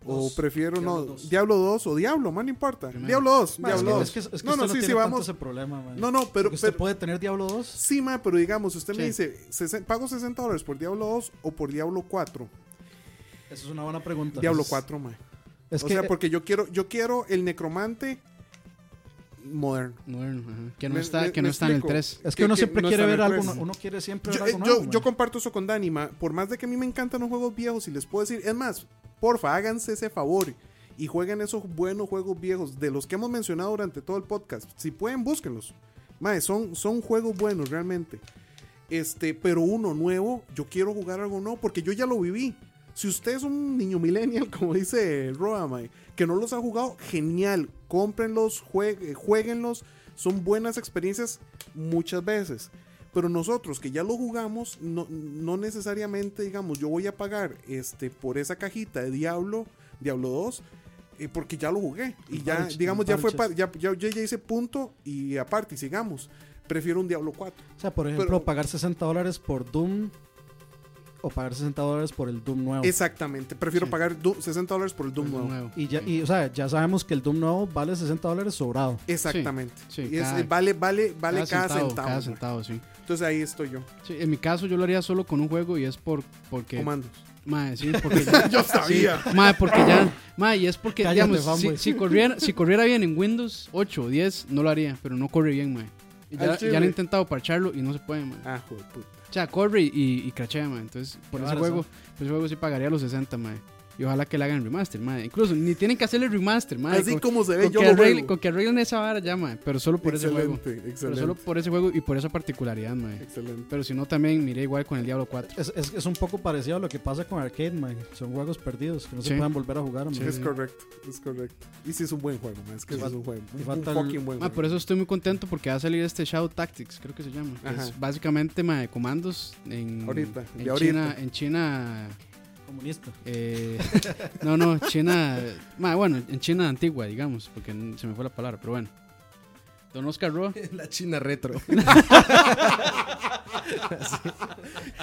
B: O prefiero,
D: Diablo
B: no,
D: dos.
B: Diablo 2 o Diablo, man, no importa.
C: Primero.
B: Diablo 2,
A: Ma,
B: Diablo 2.
A: es que, es que, es que
B: no,
A: usted
B: no,
A: no,
B: sí,
A: tiene
B: sí,
A: tanto
B: vamos.
A: ese problema, ma.
B: No, no, pero,
A: Porque usted
B: pero-
A: puede tener Diablo 2.
B: sí, ma, pero digamos, usted me
A: Sí.
B: dice, sesen- pago 60 dólares por Diablo 2 o por Diablo 4.
A: Esa es una buena pregunta.
B: Diablo
A: Es-
B: 4, ma.
A: Es
B: o
A: que,
B: sea, porque yo quiero, yo quiero el necromante moderno.
C: Moderno, ajá. Que no
B: Me-
C: está,
B: me-
C: que no
B: me
C: está en el
B: explico.
C: 3.
A: es que
B: que-
A: uno
B: que
A: siempre
B: no
A: quiere
B: está en
A: ver
B: el
A: algo,
B: tres.
A: nu- uno quiere siempre
B: Yo,
A: ver
B: eh,
A: algo nuevo,
B: yo,
A: ma.
B: yo comparto eso con Dani, ma. Por más de que a mí me encantan los juegos viejos y les puedo decir, es más, porfa, háganse ese favor y jueguen esos buenos juegos viejos de los que hemos mencionado durante todo el podcast. Si pueden, búsquenlos. Mae, son, son juegos buenos realmente. Este, pero uno nuevo, yo quiero jugar algo nuevo porque yo ya lo viví. Si usted es un niño millennial, como dice Roa, mae, que no los ha jugado, genial. Cómprenlos, jue- eh, jueguenlos. Son buenas experiencias muchas veces. Pero nosotros que ya lo jugamos, no, no necesariamente, digamos, yo voy a pagar este, por esa cajita de Diablo, Diablo 2, eh, porque ya lo jugué. Y
A: Un
B: ya,
A: parche,
B: digamos,
A: un
B: ya fue,
A: parche.
B: pa- ya, ya, ya hice punto y aparte, y sigamos. Prefiero un Diablo 4.
A: O sea, por ejemplo,
B: pero-
A: pagar 60 dólares por Doom o pagar 60 dólares por el Doom nuevo.
B: Exactamente, prefiero
C: Sí.
B: pagar du- 60 dólares por el Doom nuevo.
C: nuevo.
A: Y ya, y, o sea, ya sabemos que el Doom nuevo vale 60 dólares sobrado.
B: Exactamente.
C: Sí, sí,
B: Y es- eh,
C: cada-
B: vale, vale, vale cada, centavo.
C: Cada centavo, sí.
B: Entonces ahí estoy yo.
C: Sí, En mi caso yo lo haría solo con un juego y es por porque
B: Comandos.
C: Mae, sí, porque ya-
B: Yo sabía.
C: Sí, mae, porque ya. Mae, y es porque,
A: Cállate,
C: digamos, si,
A: fanboy.
C: si corriera, si corriera bien en Windows 8 o 10, no lo haría, pero no corre bien, mae. Y
B: Al
C: Ya,
B: chile.
C: ya han intentado parcharlo y no se puede, mae.
B: Ah, joder, puta.
C: O sea, corre y, y crachea, mae. Entonces, por
A: Qué
C: ese,
A: vara,
C: juego, por ese juego sí pagaría los 60, mae. Y ojalá que le hagan remaster, mae. Incluso ni tienen que hacerle remaster, mae.
B: Así
C: con,
B: como se ve,
C: con
B: yo
C: que
B: lo
C: arreglen,
B: juego.
C: con que arreglen esa vara ya, mae. Pero solo por ese juego.
B: excelente,
C: Pero
B: excelente.
C: solo por ese juego y por esa particularidad, mae.
B: Excelente.
C: Pero si no, también miré igual con el Diablo 4.
A: Es, es, es un poco parecido a lo que pasa con Arcade, man. Son juegos perdidos que no
C: Sí.
A: se pueden volver a jugar. man.
C: Sí.
B: Es correcto, es correcto. Y sí es un buen juego, man, es que
A: Y
B: sí es
A: falta-
B: un juego.
A: y
B: Un,
A: falta
B: un
A: el-
B: fucking buen
C: Ah,
B: juego.
C: por eso estoy muy contento porque va a salir este Shadow Tactics, creo que se llama. que
B: Ajá.
C: es básicamente ma, de comandos en,
B: Ahorita,
C: en
B: de
C: China.
B: ahorita.
C: En China
A: Comunista.
C: eh, no, no, China. ma, bueno, en China antigua, digamos, porque n- se me fue la palabra, pero bueno. Don Oscar Roa.
D: La China retro.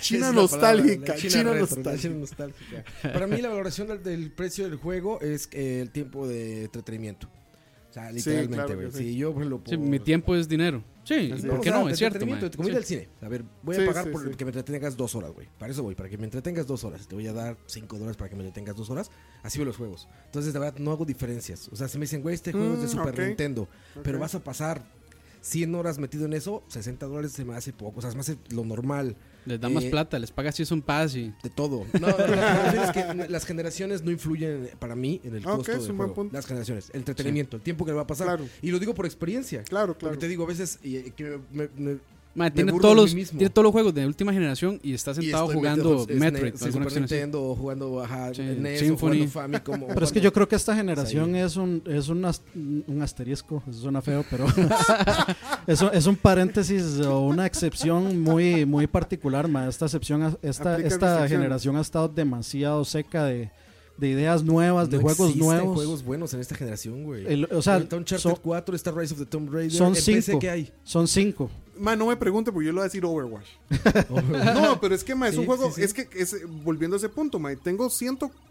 B: China
D: Es la
B: nostálgica,
D: palabra, la
B: China
D: retro,
B: nostálgica.
D: la China nostálgica. Para mí la valoración del, del precio del juego es eh, el tiempo de entretenimiento. O sea, literalmente,
B: claro
D: güey.
B: que
D: Sí,
B: sí.
D: yo por lo
C: Sí,
D: por-
C: mi tiempo es dinero. Sí,
B: Así
C: ¿por
D: o
C: qué
D: sea,
C: no?
D: de
C: Es cierto, ma.
D: entretenimiento, Como ir
C: Sí.
D: al cine. A ver, voy
B: Sí,
D: a pagar
B: sí,
D: por
B: sí.
D: que me entretengas dos horas, güey. Para eso voy, para que me entretengas dos horas. Te voy a dar cinco dólares para que me entretengas dos horas. Así veo los juegos. Entonces, de verdad, no hago diferencias. O sea, si me dicen, güey, este juego es de
B: Mm,
D: Super
B: ok.
D: Nintendo, pero
B: Ok.
D: vas a pasar 100 horas metido en eso, 60 dólares se me hace poco. O sea, se me hace lo normal
C: Les da más
D: Eh,
C: plata, les paga Season Pass y.
D: de todo. No, no, lo que me refiero es que las generaciones no influyen para mí en el
B: Ah, ok,
D: costo
B: es
D: del
B: un buen
D: juego.
B: punto.
D: Las generaciones, el entretenimiento, el tiempo que le va a pasar.
B: Claro.
D: Y lo digo por experiencia.
B: Claro, claro.
D: Porque te digo, a veces y, eh, que me- me-
C: Ma,
D: me
C: tiene
D: burlo
C: todos,
D: de mí
C: los,
D: mismo.
C: tiene todos los juegos de última generación y está
D: y
C: sentado
D: estoy
C: jugando
D: metido en
C: Metroid.
D: SNES,
C: o alguna
D: Super
C: cuestión así.
D: Nintendo, jugando ajá,
C: Sí,
D: NES, o
C: Symphony.
D: jugando Famicom.
A: Pero
D: o
A: es que
D: jugando-
A: yo creo que esta generación
D: Ahí.
A: es un es un, as- un asterisco, eso suena feo, pero es, un- es un paréntesis o una excepción muy muy particular, ma. Esta excepción ha- esta
B: Aplica
A: esta
B: restricción.
A: generación ha estado demasiado seca de, de ideas nuevas, de
D: No
A: juegos
D: existen
A: nuevos.
D: juegos buenos en esta generación, güey.
A: El- o sea,
D: Ahorita Uncharted
A: son,
D: 4, está Rise of the Tomb Raider.
A: son
D: en PC
A: cinco.
D: que hay.
A: son cinco.
B: Ma, no me pregunte porque yo le voy a decir Overwatch.
D: Overwatch.
B: No, pero es que, ma, es
D: Sí,
B: un juego.
D: sí, sí.
B: Es que, es- eh, volviendo a ese punto, ma, tengo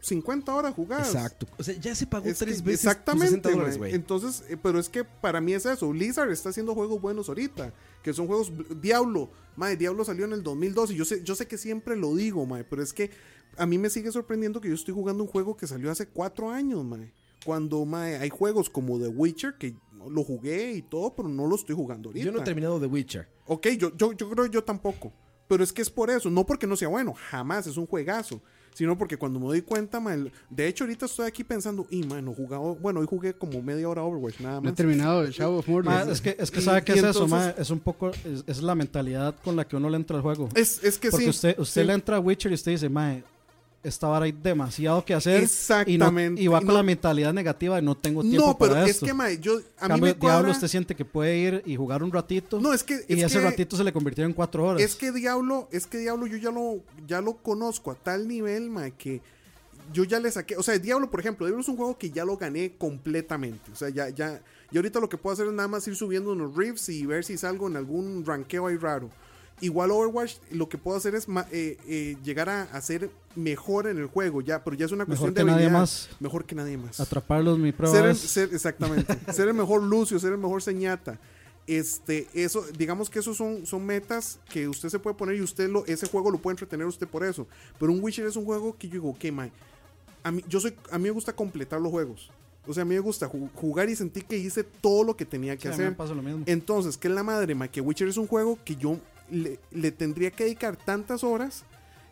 B: 150 horas jugadas.
D: Exacto. O sea, ya se pagó
B: Es que-
D: tres veces. tus 60
B: exactamente,
D: dólares,
B: mae.
D: güey.
B: Entonces, eh, pero es que para mí es eso. Blizzard está haciendo juegos buenos ahorita, que son juegos Diablo. Mae, Diablo salió en el 2012. Yo sé, yo sé que siempre lo digo, mae, pero es que a mí me sigue sorprendiendo que yo estoy jugando un juego que salió hace cuatro años, mae. Cuando mae, hay juegos como The Witcher que lo jugué y todo, pero no lo estoy jugando ahorita.
D: Yo no he terminado The Witcher.
B: Ok, yo, yo, yo creo yo tampoco. Pero es que es por eso, no porque no sea bueno, jamás es un juegazo. Sino porque cuando me doy cuenta, ma, el- de hecho ahorita estoy aquí pensando, y mano, jugado, bueno, hoy jugué como media hora Overwatch, nada
C: No he
B: más.
C: terminado el Shadow of Mordor.
A: Ma, es que es que
B: Y-
A: sabe qué
B: y
A: es eso,
B: entonces-
A: ma, es un poco es, es la mentalidad con la que uno le entra al juego.
B: Es, es
A: Porque
B: que sí.
A: usted, usted
B: sí.
A: le entra a Witcher y usted dice, mae, esta vara hay demasiado que hacer. Y, no-
B: Exactamente.
A: y va con
B: No,
A: la mentalidad negativa de no tengo tiempo
B: No,
A: para
B: pero
A: esto.
B: es que, ma, yo, a mí
A: Cambio,
B: me cuadra.
A: Diablo usted siente que puede ir y jugar un ratito.
B: No, es que.
A: y
B: es
A: ese
B: que-
A: ratito se le convirtió en cuatro horas.
B: Es que Diablo, es que Diablo yo ya lo, ya lo conozco a tal nivel, ma, que yo ya le saqué. O sea, Diablo, por ejemplo, Diablo es un juego que ya lo gané completamente. O sea, ya, ya. Y ahorita lo que puedo hacer es nada más ir subiendo unos riffs y ver si salgo en algún ranqueo ahí raro. Igual Overwatch lo que puedo hacer es ma- eh, eh, llegar a hacer mejor en el juego, ya, pero ya es una
A: Mejor
B: cuestión
A: que
B: de
A: nadie
B: habilidad.
A: más.
B: Mejor que nadie más.
A: Atraparlos, mi prueba
B: Ser el-
A: es-
B: ser- exactamente. ser el mejor Lucio, ser el mejor Señata. Este, eso, digamos que esos son, son metas que usted se puede poner y usted lo, ese juego lo puede entretener usted por eso. Pero un Witcher es un juego que yo digo, ok, mae, a mí, yo soy, a mí me gusta completar los juegos. O sea, a mí me gusta ju- jugar y sentí que hice todo lo que tenía
A: Sí,
B: que
A: a mí me
B: hacer. Eh,
A: pasa lo mismo.
B: Entonces, ¿qué es la madre, ma? Que Witcher es un juego que yo le, le tendría que dedicar tantas horas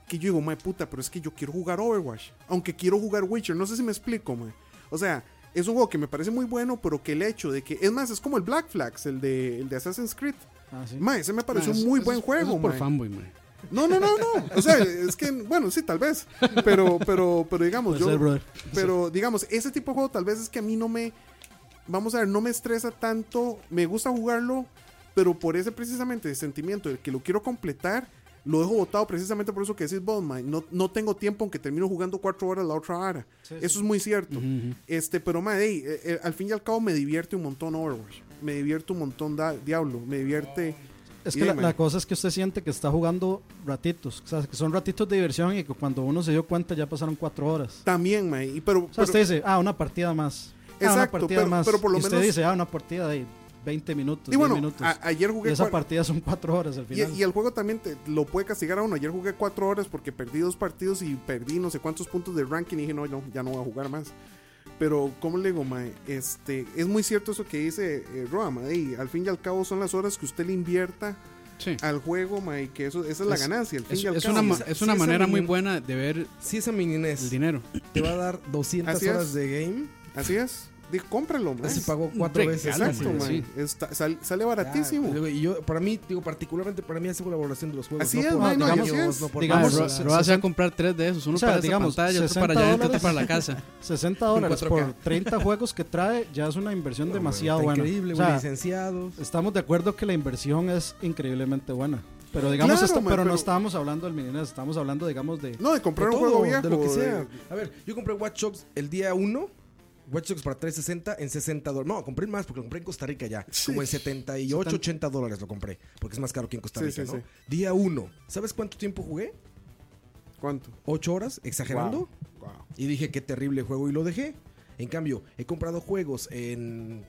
B: que yo digo, ma puta, pero es que yo quiero jugar Overwatch. Aunque quiero jugar Witcher, no sé si me explico, ma. O sea, es un juego que me parece muy bueno, pero que el hecho de que. Es más, es como el Black Flags, el de, el de Assassin's Creed.
A: Ah, sí.
B: Ma, ese me pareció
C: Ma,
B: un
C: eso-
B: muy
C: eso
B: buen
C: es-
B: juego,
C: eso es por
B: ma.
C: fanboy, ma.
B: No, no, no, no. O sea, es que, bueno, sí, tal vez. Pero, pero, pero digamos,
A: Puede
B: yo.
A: ser, brother.
B: Pero digamos, ese tipo de juego tal vez es que a mí no me. Vamos a ver, no me estresa tanto. Me gusta jugarlo, pero por ese precisamente sentimiento del que lo quiero completar, lo dejo botado precisamente por eso que decís vos, mae, No, no tengo tiempo, aunque termino jugando cuatro horas la otra hora.
A: Sí,
B: eso es muy cierto. Este, pero mae, ey, eh, eh, al fin y al cabo me divierte un montón Overwatch. Me divierte un montón da- Diablo. Me divierte.
A: Es
B: Y
A: que la,
B: dime.
A: la cosa es que usted siente que está jugando ratitos, o sea, que son ratitos de diversión y que cuando uno se dio cuenta ya pasaron cuatro horas.
B: También, mae, y pero,
A: O sea,
B: pero-
A: usted dice, ah, una partida más. Ah, una
B: Exacto,
A: partida
B: pero-
A: más.
B: pero por lo
A: y usted
B: menos-
A: dice, ah, una partida de 20 minutos,
B: y
A: 10
B: bueno,
A: minutos.
B: a- ayer
A: y
B: jugué
A: esa
B: cuar-
A: partida son cuatro horas al
B: Y,
A: final.
B: y el juego también te, lo puede castigar a uno. Ayer jugué cuatro horas porque perdí dos partidos y perdí no sé cuántos puntos de ranking. Y dije, no, no, ya no voy a jugar más. Pero, ¿cómo le digo, Mae? Este, es muy cierto eso que dice eh, Roa, Mae. y al fin y al cabo son las horas que usted le invierta
C: Sí.
B: al juego, Mae. Que eso, esa es la
C: Es-
B: ganancia, al fin
C: Es,
B: y al
C: es
B: cabo.
C: una, ma-
D: Sí, esa-
C: es una
D: sí, esa
C: manera muy
D: mini-
C: buena de ver
D: Si esa mini
C: el
D: NES
C: dinero.
D: te va a dar 200
B: Así es.
D: horas de game,
B: Así es. Dije, cómpralo, Mae.
D: así pagó cuatro
C: regalo,
D: veces.
C: man.
B: Exacto,
C: Sí,
B: Mae.
C: sí.
B: Está- sal- sale
D: Ya,
B: baratísimo.
D: digo, Y yo, para mí, digo, particularmente para mí, hace colaboración de los juegos.
B: Así
D: no
B: es,
D: por
A: mae, no,
D: tamaños,
B: así es.
D: no por
A: Digamos,
D: nada.
C: Roa,
A: se-
C: Roa
A: se-
C: se va a comprar tres de esos. Uno
A: o sea,
C: para
A: digamos,
C: esa pantalla, otro
A: 60
C: para allá y otro
A: dólares.
C: para la casa.
A: 60 dólares
D: 4K.
A: por 30 juegos que trae ya es una inversión
D: Bueno,
A: demasiado
D: está
A: buena.
D: Increíble,
A: O sea,
D: buen licenciado.
A: estamos de acuerdo que la inversión es increíblemente buena. Pero digamos,
B: Claro,
A: esto-
B: man,
A: pero,
B: pero-
A: no estábamos hablando del mini estamos hablando, digamos, de...
B: No, de comprar
D: De
B: un
D: todo,
B: juego viejo.
D: de lo que
B: de-
D: sea. A ver, yo compré Watch Dogs el día 1. Watch Dogs para 360 en 60 dólares. No, compré más porque lo compré en Costa Rica ya. Como en 78, 80 dólares lo compré. Porque es más caro que en Costa
B: Sí,
D: Rica,
B: sí,
D: ¿no?
B: sí.
D: Día 1. ¿Sabes cuánto tiempo jugué?
B: ¿Cuánto?
D: 8 horas, exagerando.
B: Wow. Wow.
D: Y dije, qué terrible juego y lo dejé. En cambio, he comprado juegos en,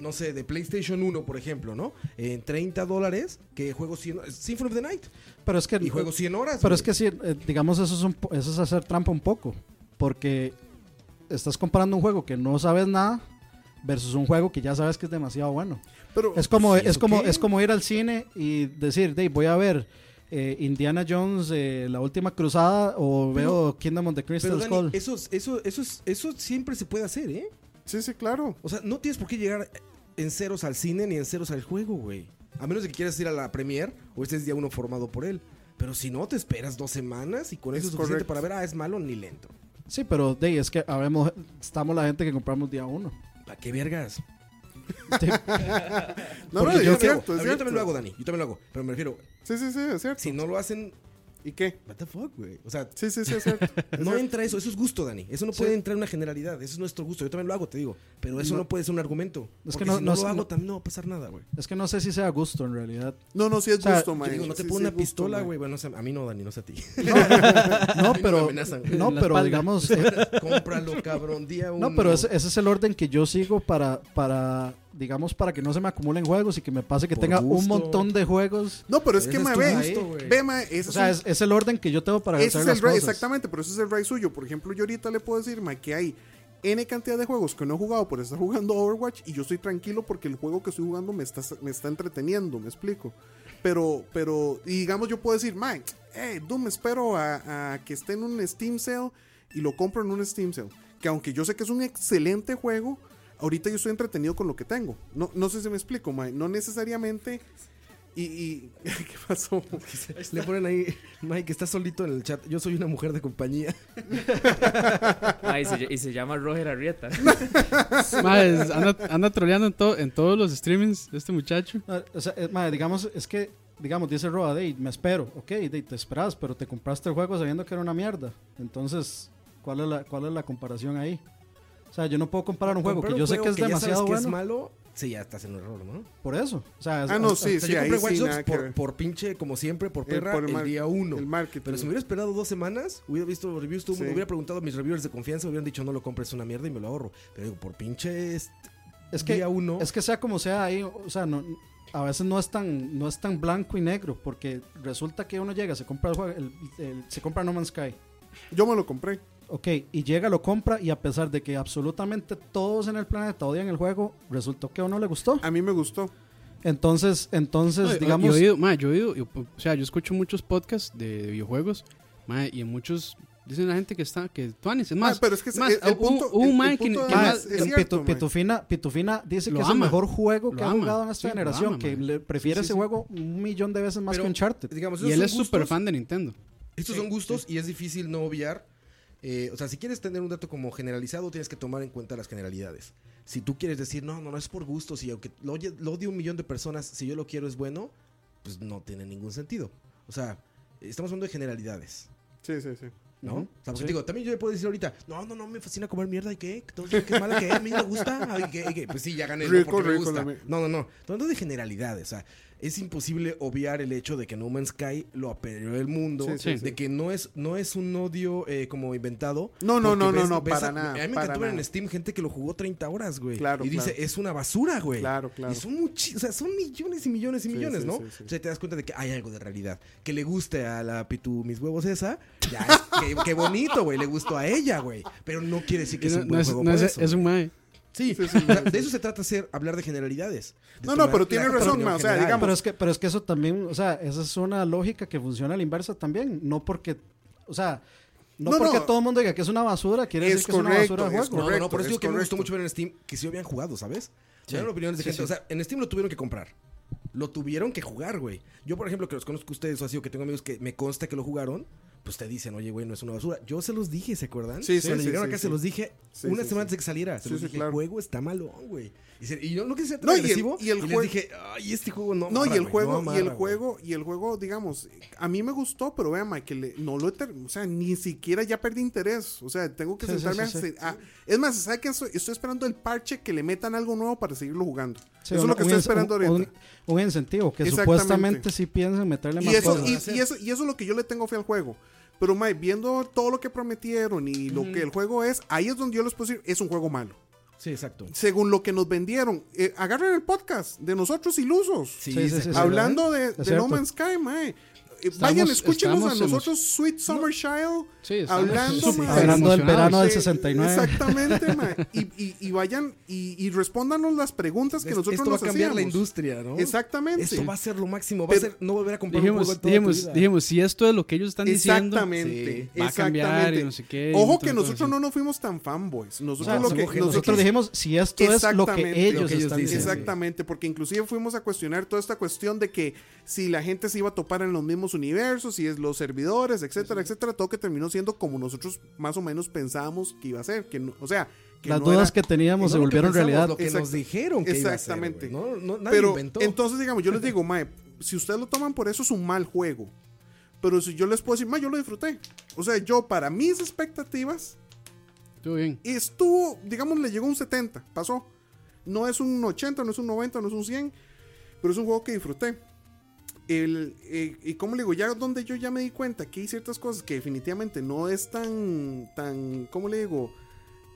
D: no sé, de PlayStation 1, por ejemplo, ¿no? En 30 dólares, que juego 100... Symphony of the Night.
A: Pero es que...
D: Y juego 100 horas.
A: Pero
D: güey.
A: es que sí, eh, digamos, eso es, un po- eso es hacer trampa un poco. Porque estás comparando un juego que no sabes nada versus un juego que ya sabes que es demasiado bueno.
B: Pero,
A: Es como,
D: ¿y
A: es
D: eso
A: como,
D: qué?
A: es como ir al cine y decir, "Dey, voy a ver eh, Indiana Jones, eh, La Última Cruzada o veo Kingdom of the
D: Pero,
A: Crystal
D: Dani,
A: Skull.
D: eso, es- eso, eso, es- eso siempre se puede hacer, ¿eh?
B: sí, sí, claro.
D: O sea, no tienes por qué llegar en ceros al cine ni en ceros al juego, güey. A menos de que quieras ir a la premier o este es día uno formado por él. Pero si no, te esperas dos semanas y con eso
B: Es
D: es suficiente
B: correcto.
D: para ver, ah, es malo ni lento.
A: Sí, pero dey, es que habemos, estamos la gente que compramos día uno.
D: ¿Para qué vergas?
B: No,
D: Porque
B: no,
D: yo,
B: es
D: también
B: cierto,
D: hago-
B: es
D: yo también lo
B: cierto.
D: hago, Dani. Yo también lo hago. Pero me refiero,
B: Sí, sí, sí, es cierto.
D: si no lo hacen,
B: ¿Y qué?
D: what the fuck, güey. O sea,
B: Sí, sí, sí, es cierto. Es
D: no
B: cierto.
D: entra eso. Eso es gusto, Dani. Eso no puede entrar en una generalidad. Eso es nuestro gusto. Yo también lo hago, te digo. Pero eso no, puede ser un argumento.
A: Es
D: porque
A: que no-
D: si
A: no
D: no,
A: es-
D: lo hago,
A: no-
D: también no va a pasar nada, güey.
A: Es que no sé si sea gusto en realidad.
B: No, no, sí es
A: O sea,
B: gusto,
A: yo
B: mae.
D: Yo digo, no te
B: Sí,
D: pongo
B: sí
D: una
B: es gusto,
D: pistola,
B: mae.
D: güey. Bueno, o sea, a mí no, Dani, no sé a ti.
A: No,
D: me
A: pero,
D: amenazan, güey.
A: no,
C: En la
A: pero
C: espalda.
A: digamos, eh,
D: Cómpralo, cabrón, día uno.
A: No, pero ese, ese es el orden que yo sigo para, para, digamos, para que no se me acumulen juegos y que me pase que
D: Por
A: tenga un
D: gusto.
A: montón de juegos.
B: No, pero es
D: Ese
B: que,
D: es
B: mae,
D: tu
B: ve.
D: gusto, güey.
B: Ve, mae, ese
A: O sea,
B: es
A: es, es el orden que yo tengo para
B: un- ese
A: hacer
B: es
A: las
B: el rey,
A: cosas.
B: exactamente, pero ese es el rey suyo. Por ejemplo, yo ahorita le puedo decir, mae, que hay N cantidad de juegos que no he jugado por estar jugando Overwatch y yo estoy tranquilo porque el juego que estoy jugando me está, me está entreteniendo, me explico. Pero, pero, y digamos, yo puedo decir, mae, eh, Doom, espero a, a que esté en un Steam Sale y lo compro en un Steam Sale. Que aunque yo sé que es un excelente juego, ahorita yo estoy entretenido con lo que tengo. No, no sé si me explico, mae, no necesariamente. Y, y- ¿qué pasó?
D: Le ponen ahí, Mike, está solito en el chat. Yo soy una mujer de compañía.
F: Ah, y, se, y se llama Roger Arrieta.
C: Ma, es- anda, anda troleando en, to- en todos los streamings este muchacho.
A: No, o sea, eh, madre, digamos, es que, digamos, dice Roa, "Dey, me espero, ok, dey, te esperas, pero te compraste el juego sabiendo que era una mierda. Entonces, ¿cuál es la, cuál es la comparación ahí? O sea, yo no puedo comparar un juego que
D: Comprar
A: yo sé que
D: juego
A: es demasiado
D: ya sabes
A: bueno.
D: que es malo Sí, ya estás en un error, ¿no?
A: Por eso. O sea, es-
B: Ah, no,
A: hasta-
B: sí,
D: O sea,
B: sí,
D: yo
B: ahí
D: compré White
B: sí,
D: Sox
B: nada que
D: por,
B: ver.
D: por pinche, como siempre, por
B: Eh,
D: perra,
B: por el
D: el,
B: mar-
D: día uno.
B: el marketing.
D: Pero si me hubiera esperado dos semanas, hubiera visto reviews, todo el mundo,
B: Sí.
D: hubiera preguntado a mis reviewers de confianza, hubieran dicho, no lo compres, es una mierda y me lo ahorro. Pero digo, por pinche este
A: Es que,
D: día uno.
A: es que sea como sea ahí, o sea, no, a veces no es, tan, no es tan blanco y negro, porque resulta que uno llega, se compra, el jue- el- el- se compra No Man's Sky,
B: Yo me lo compré.
A: ok, y llega, lo compra, y a pesar de que absolutamente todos en el planeta odian el juego, resultó que a uno le gustó.
B: A mí me gustó.
A: Entonces, entonces
C: No, y-
A: digamos...
C: y he oído, mae, yo he oído, y- o sea, yo escucho muchos podcasts de, de videojuegos, mae, y en muchos dicen la gente que está, que Tuanis, es más,
B: Ah, pero es que es-
C: más,
B: el- el
C: hubo-
B: punto-
C: hubo un
B: el-
C: mae
B: el
C: que-
B: punto
C: que
A: Mae,
B: además-
C: más-
B: es
A: el
B: cierto,
A: ah, Pitu-
B: mae.
A: Pitufina, Pitufina dice
C: Lo
A: que es el
C: ama.
A: mejor juego
C: Lo
A: que ha
C: ama.
A: jugado en esta
C: Sí, lo
A: generación,
C: ama,
A: que
C: mae.
A: le prefiere
C: Sí,
A: ese
C: sí.
A: juego un millón de veces más
D: Pero-
A: que Uncharted.
D: digamos,
C: y
D: esos
C: él
D: son
C: es súper
D: gustos.
C: fan de Nintendo.
D: Estos son gustos y es difícil no obviar. eh, o sea, si quieres tener un dato como generalizado, tienes que tomar en cuenta las generalidades. Si tú quieres decir, no, no, no es por gustos y aunque lo, oye- lo odie un millón de personas, si yo lo quiero es bueno, pues no tiene ningún sentido. O sea, estamos hablando de generalidades.
B: Sí, sí, sí.
D: ¿No?
A: Ujú,
D: O sea, porque
A: sí.
D: digo, también yo le puedo decir ahorita, no, no, no, me fascina comer mierda y qué, entonces, qué mala que es, a mí me gusta, ay, qué, qué. pues sí, ya gané,
B: Rico,
D: no, porque me
B: rico
D: gusta.
B: la mi-
D: No, no, no, Estoy hablando de generalidades, o sea, es imposible obviar el hecho de que No Man's Sky lo apeló el mundo,
B: Sí, sí,
D: de
B: sí.
D: que no es, no es un odio eh, como inventado.
B: No, no,
D: porque
B: no, no, no, para
D: a-
B: nada,
D: A mí me
B: para
D: encantó ver en
B: nada.
D: Steam gente que lo jugó 30 horas, güey,
B: Claro,
D: y dice,
B: claro.
D: es una basura, güey.
B: Claro, claro.
D: Y son muchi- o sea, son millones y millones y
B: Sí,
D: millones,
B: sí,
D: ¿no?
B: sí, sí.
D: O sea, te das cuenta de que hay algo de realidad. Que le guste a la pitu mis huevos esa, ya es- qué, qué bonito, güey, le gustó a ella, güey. Pero no quiere decir que es
C: No-
D: un
C: no
D: buen
C: es,
D: juego
C: no
D: por
C: es-
D: eso.
C: es un mae.
D: Sí,
B: Sí, sí,
D: o sea, de eso se trata ser, hablar de generalidades. De
B: No, no,
D: tomar
B: pero tiene
D: la
B: razón,
D: opinión
B: ma, o sea,
D: general.
B: digamos-
A: Pero es que, pero es que eso también, o sea, esa es una lógica que funciona a la inversa también. No porque, o sea, no,
B: No,
A: porque
B: no.
A: todo el mundo diga que es una basura, quiere
B: Es
A: decir que es
B: correcto,
A: una basura de
B: es
A: juego.
D: No, no, no, por
B: Correcto,
D: eso digo
B: es
D: que me
B: correcto.
D: gustó mucho ver en Steam que sí habían jugado, ¿sabes?
F: Sí.
D: Eran opiniones de
F: Sí,
D: gente. O
F: sí.
D: sea, en Steam lo tuvieron que comprar. Lo tuvieron que jugar, güey. Yo, por ejemplo, que los conozco a ustedes, o así, o que tengo amigos que me consta que lo jugaron, pues te dicen, oye, güey, no es una basura. Yo se los dije, ¿se acuerdan?
B: Sí, sí,
D: Cuando
B: sí,
D: llegaron
B: sí,
D: acá
B: sí.
D: se los dije
B: Sí,
D: una
B: sí,
D: semana
B: sí.
D: antes de que saliera. Se
B: Sí,
D: los
B: sí,
D: dije,
B: claro.
D: el juego está malón, güey. Y, se- y yo no quise ser tan
B: No, y el-
D: agresivo.
B: y el
D: les
B: juego-
D: dije, ay, este juego no
B: No, y
D: amarra,
B: el
D: güey,
B: juego,
D: no
B: y el
D: amarra, güey".
B: juego, y el juego, digamos, a mí me gustó, pero vea, Mike, que le- no lo he ter- o sea, ni siquiera ya perdí interés. O sea, tengo que
A: Sí, sí,
B: sentarme
A: sí,
B: a,
A: sí.
B: se- a- Es más, ¿sabe qué? Estoy, estoy esperando el parche que le metan algo nuego para seguirlo jugando.
A: Sí,
B: eso es
A: un-
B: lo que
A: un
B: estoy
A: in-
B: esperando
A: un,
B: ahorita.
A: Un, un incentivo, que
B: Exactamente.
A: supuestamente sí piensan meterle
B: Y
A: más
B: eso,
A: cosas.
B: y, y eso, y eso es lo que yo le tengo fe al juego. Pero, Mike, viendo todo lo que prometieron y lo que el juego es, ahí es donde yo les puedo decir, es un juego malo.
D: Sí, exacto.
B: Según lo que nos vendieron, eh, agarren el podcast de nosotros ilusos.
D: Sí,
A: Sí, sí,
D: se-
A: sí, sí.
B: Hablando de,
A: Es
B: de
A: cierto.
B: No Man's Sky, mae. Eh,
C: Estamos-
B: Vayan, escúchenos
C: estamos
B: a
C: emo-
B: nosotros, Sweet Summer Child,
C: Sí, estamos
B: hablando,
C: súper
B: mae.
A: Hablando del
C: emocionados.
A: verano del
B: Sí,
A: 69.
B: Exactamente, mae. Y, y- y vayan y, y respóndanos las preguntas que
D: Es-
B: nosotros
D: Esto va a
B: nos
D: cambiar la
B: hacíamos.
D: industria, ¿no?
B: Exactamente.
D: Esto va a ser lo máximo. Va a
B: Pero-
D: ser no volver a comprar un juego
C: Dijimos,
D: en toda tu
C: dijimos,
D: vida.
C: dijimos, si esto es lo que ellos están diciendo,
B: Exactamente.
C: sí, va a cambiar y
B: exactamente.
C: no sé qué. y un
B: Ojo
C: montón
B: que
C: de
B: nosotros
C: cosas.
B: no nos fuimos tan fanboys.
A: O
B: Nosotros
A: sea,
B: lo que
A: nosotros,
D: que- nosotros-
A: dijimos, si esto es lo
B: Exactamente,
A: que ellos,
D: lo que ellos
A: están
D: dicen.
A: diciendo.
B: Exactamente, porque inclusive fuimos a cuestionar toda esta cuestión de que si la gente se iba a topar en los mismos universos, si es los servidores, etcétera, etcétera, todo que terminó siendo como nosotros más o menos pensábamos que iba a ser, que no- o sea, que
A: Las
B: no
A: dudas
B: era-
A: que teníamos
D: No
A: se
D: lo que
A: volvieron
D: pensamos,
A: realidad.
D: Lo que nos
B: Exacto.
D: dijeron que
B: Exactamente.
D: Iba a ser, güey. no, no, nadie
B: pero
D: inventó.
B: entonces digamos, yo les digo, mae, si ustedes lo toman por eso es un mal juego. Pero si yo les puedo decir, mae, yo lo disfruté. O sea, yo para mis expectativas
C: Estuvo bien.
B: Y estuvo, digamos, le llegó un 70, pasó. No es un 80, no es un 90, no es un 100, pero es un juego que disfruté. El, eh, y como le digo, ya donde yo ya me di cuenta que hay ciertas cosas que definitivamente no es tan, tan, ¿cómo le digo?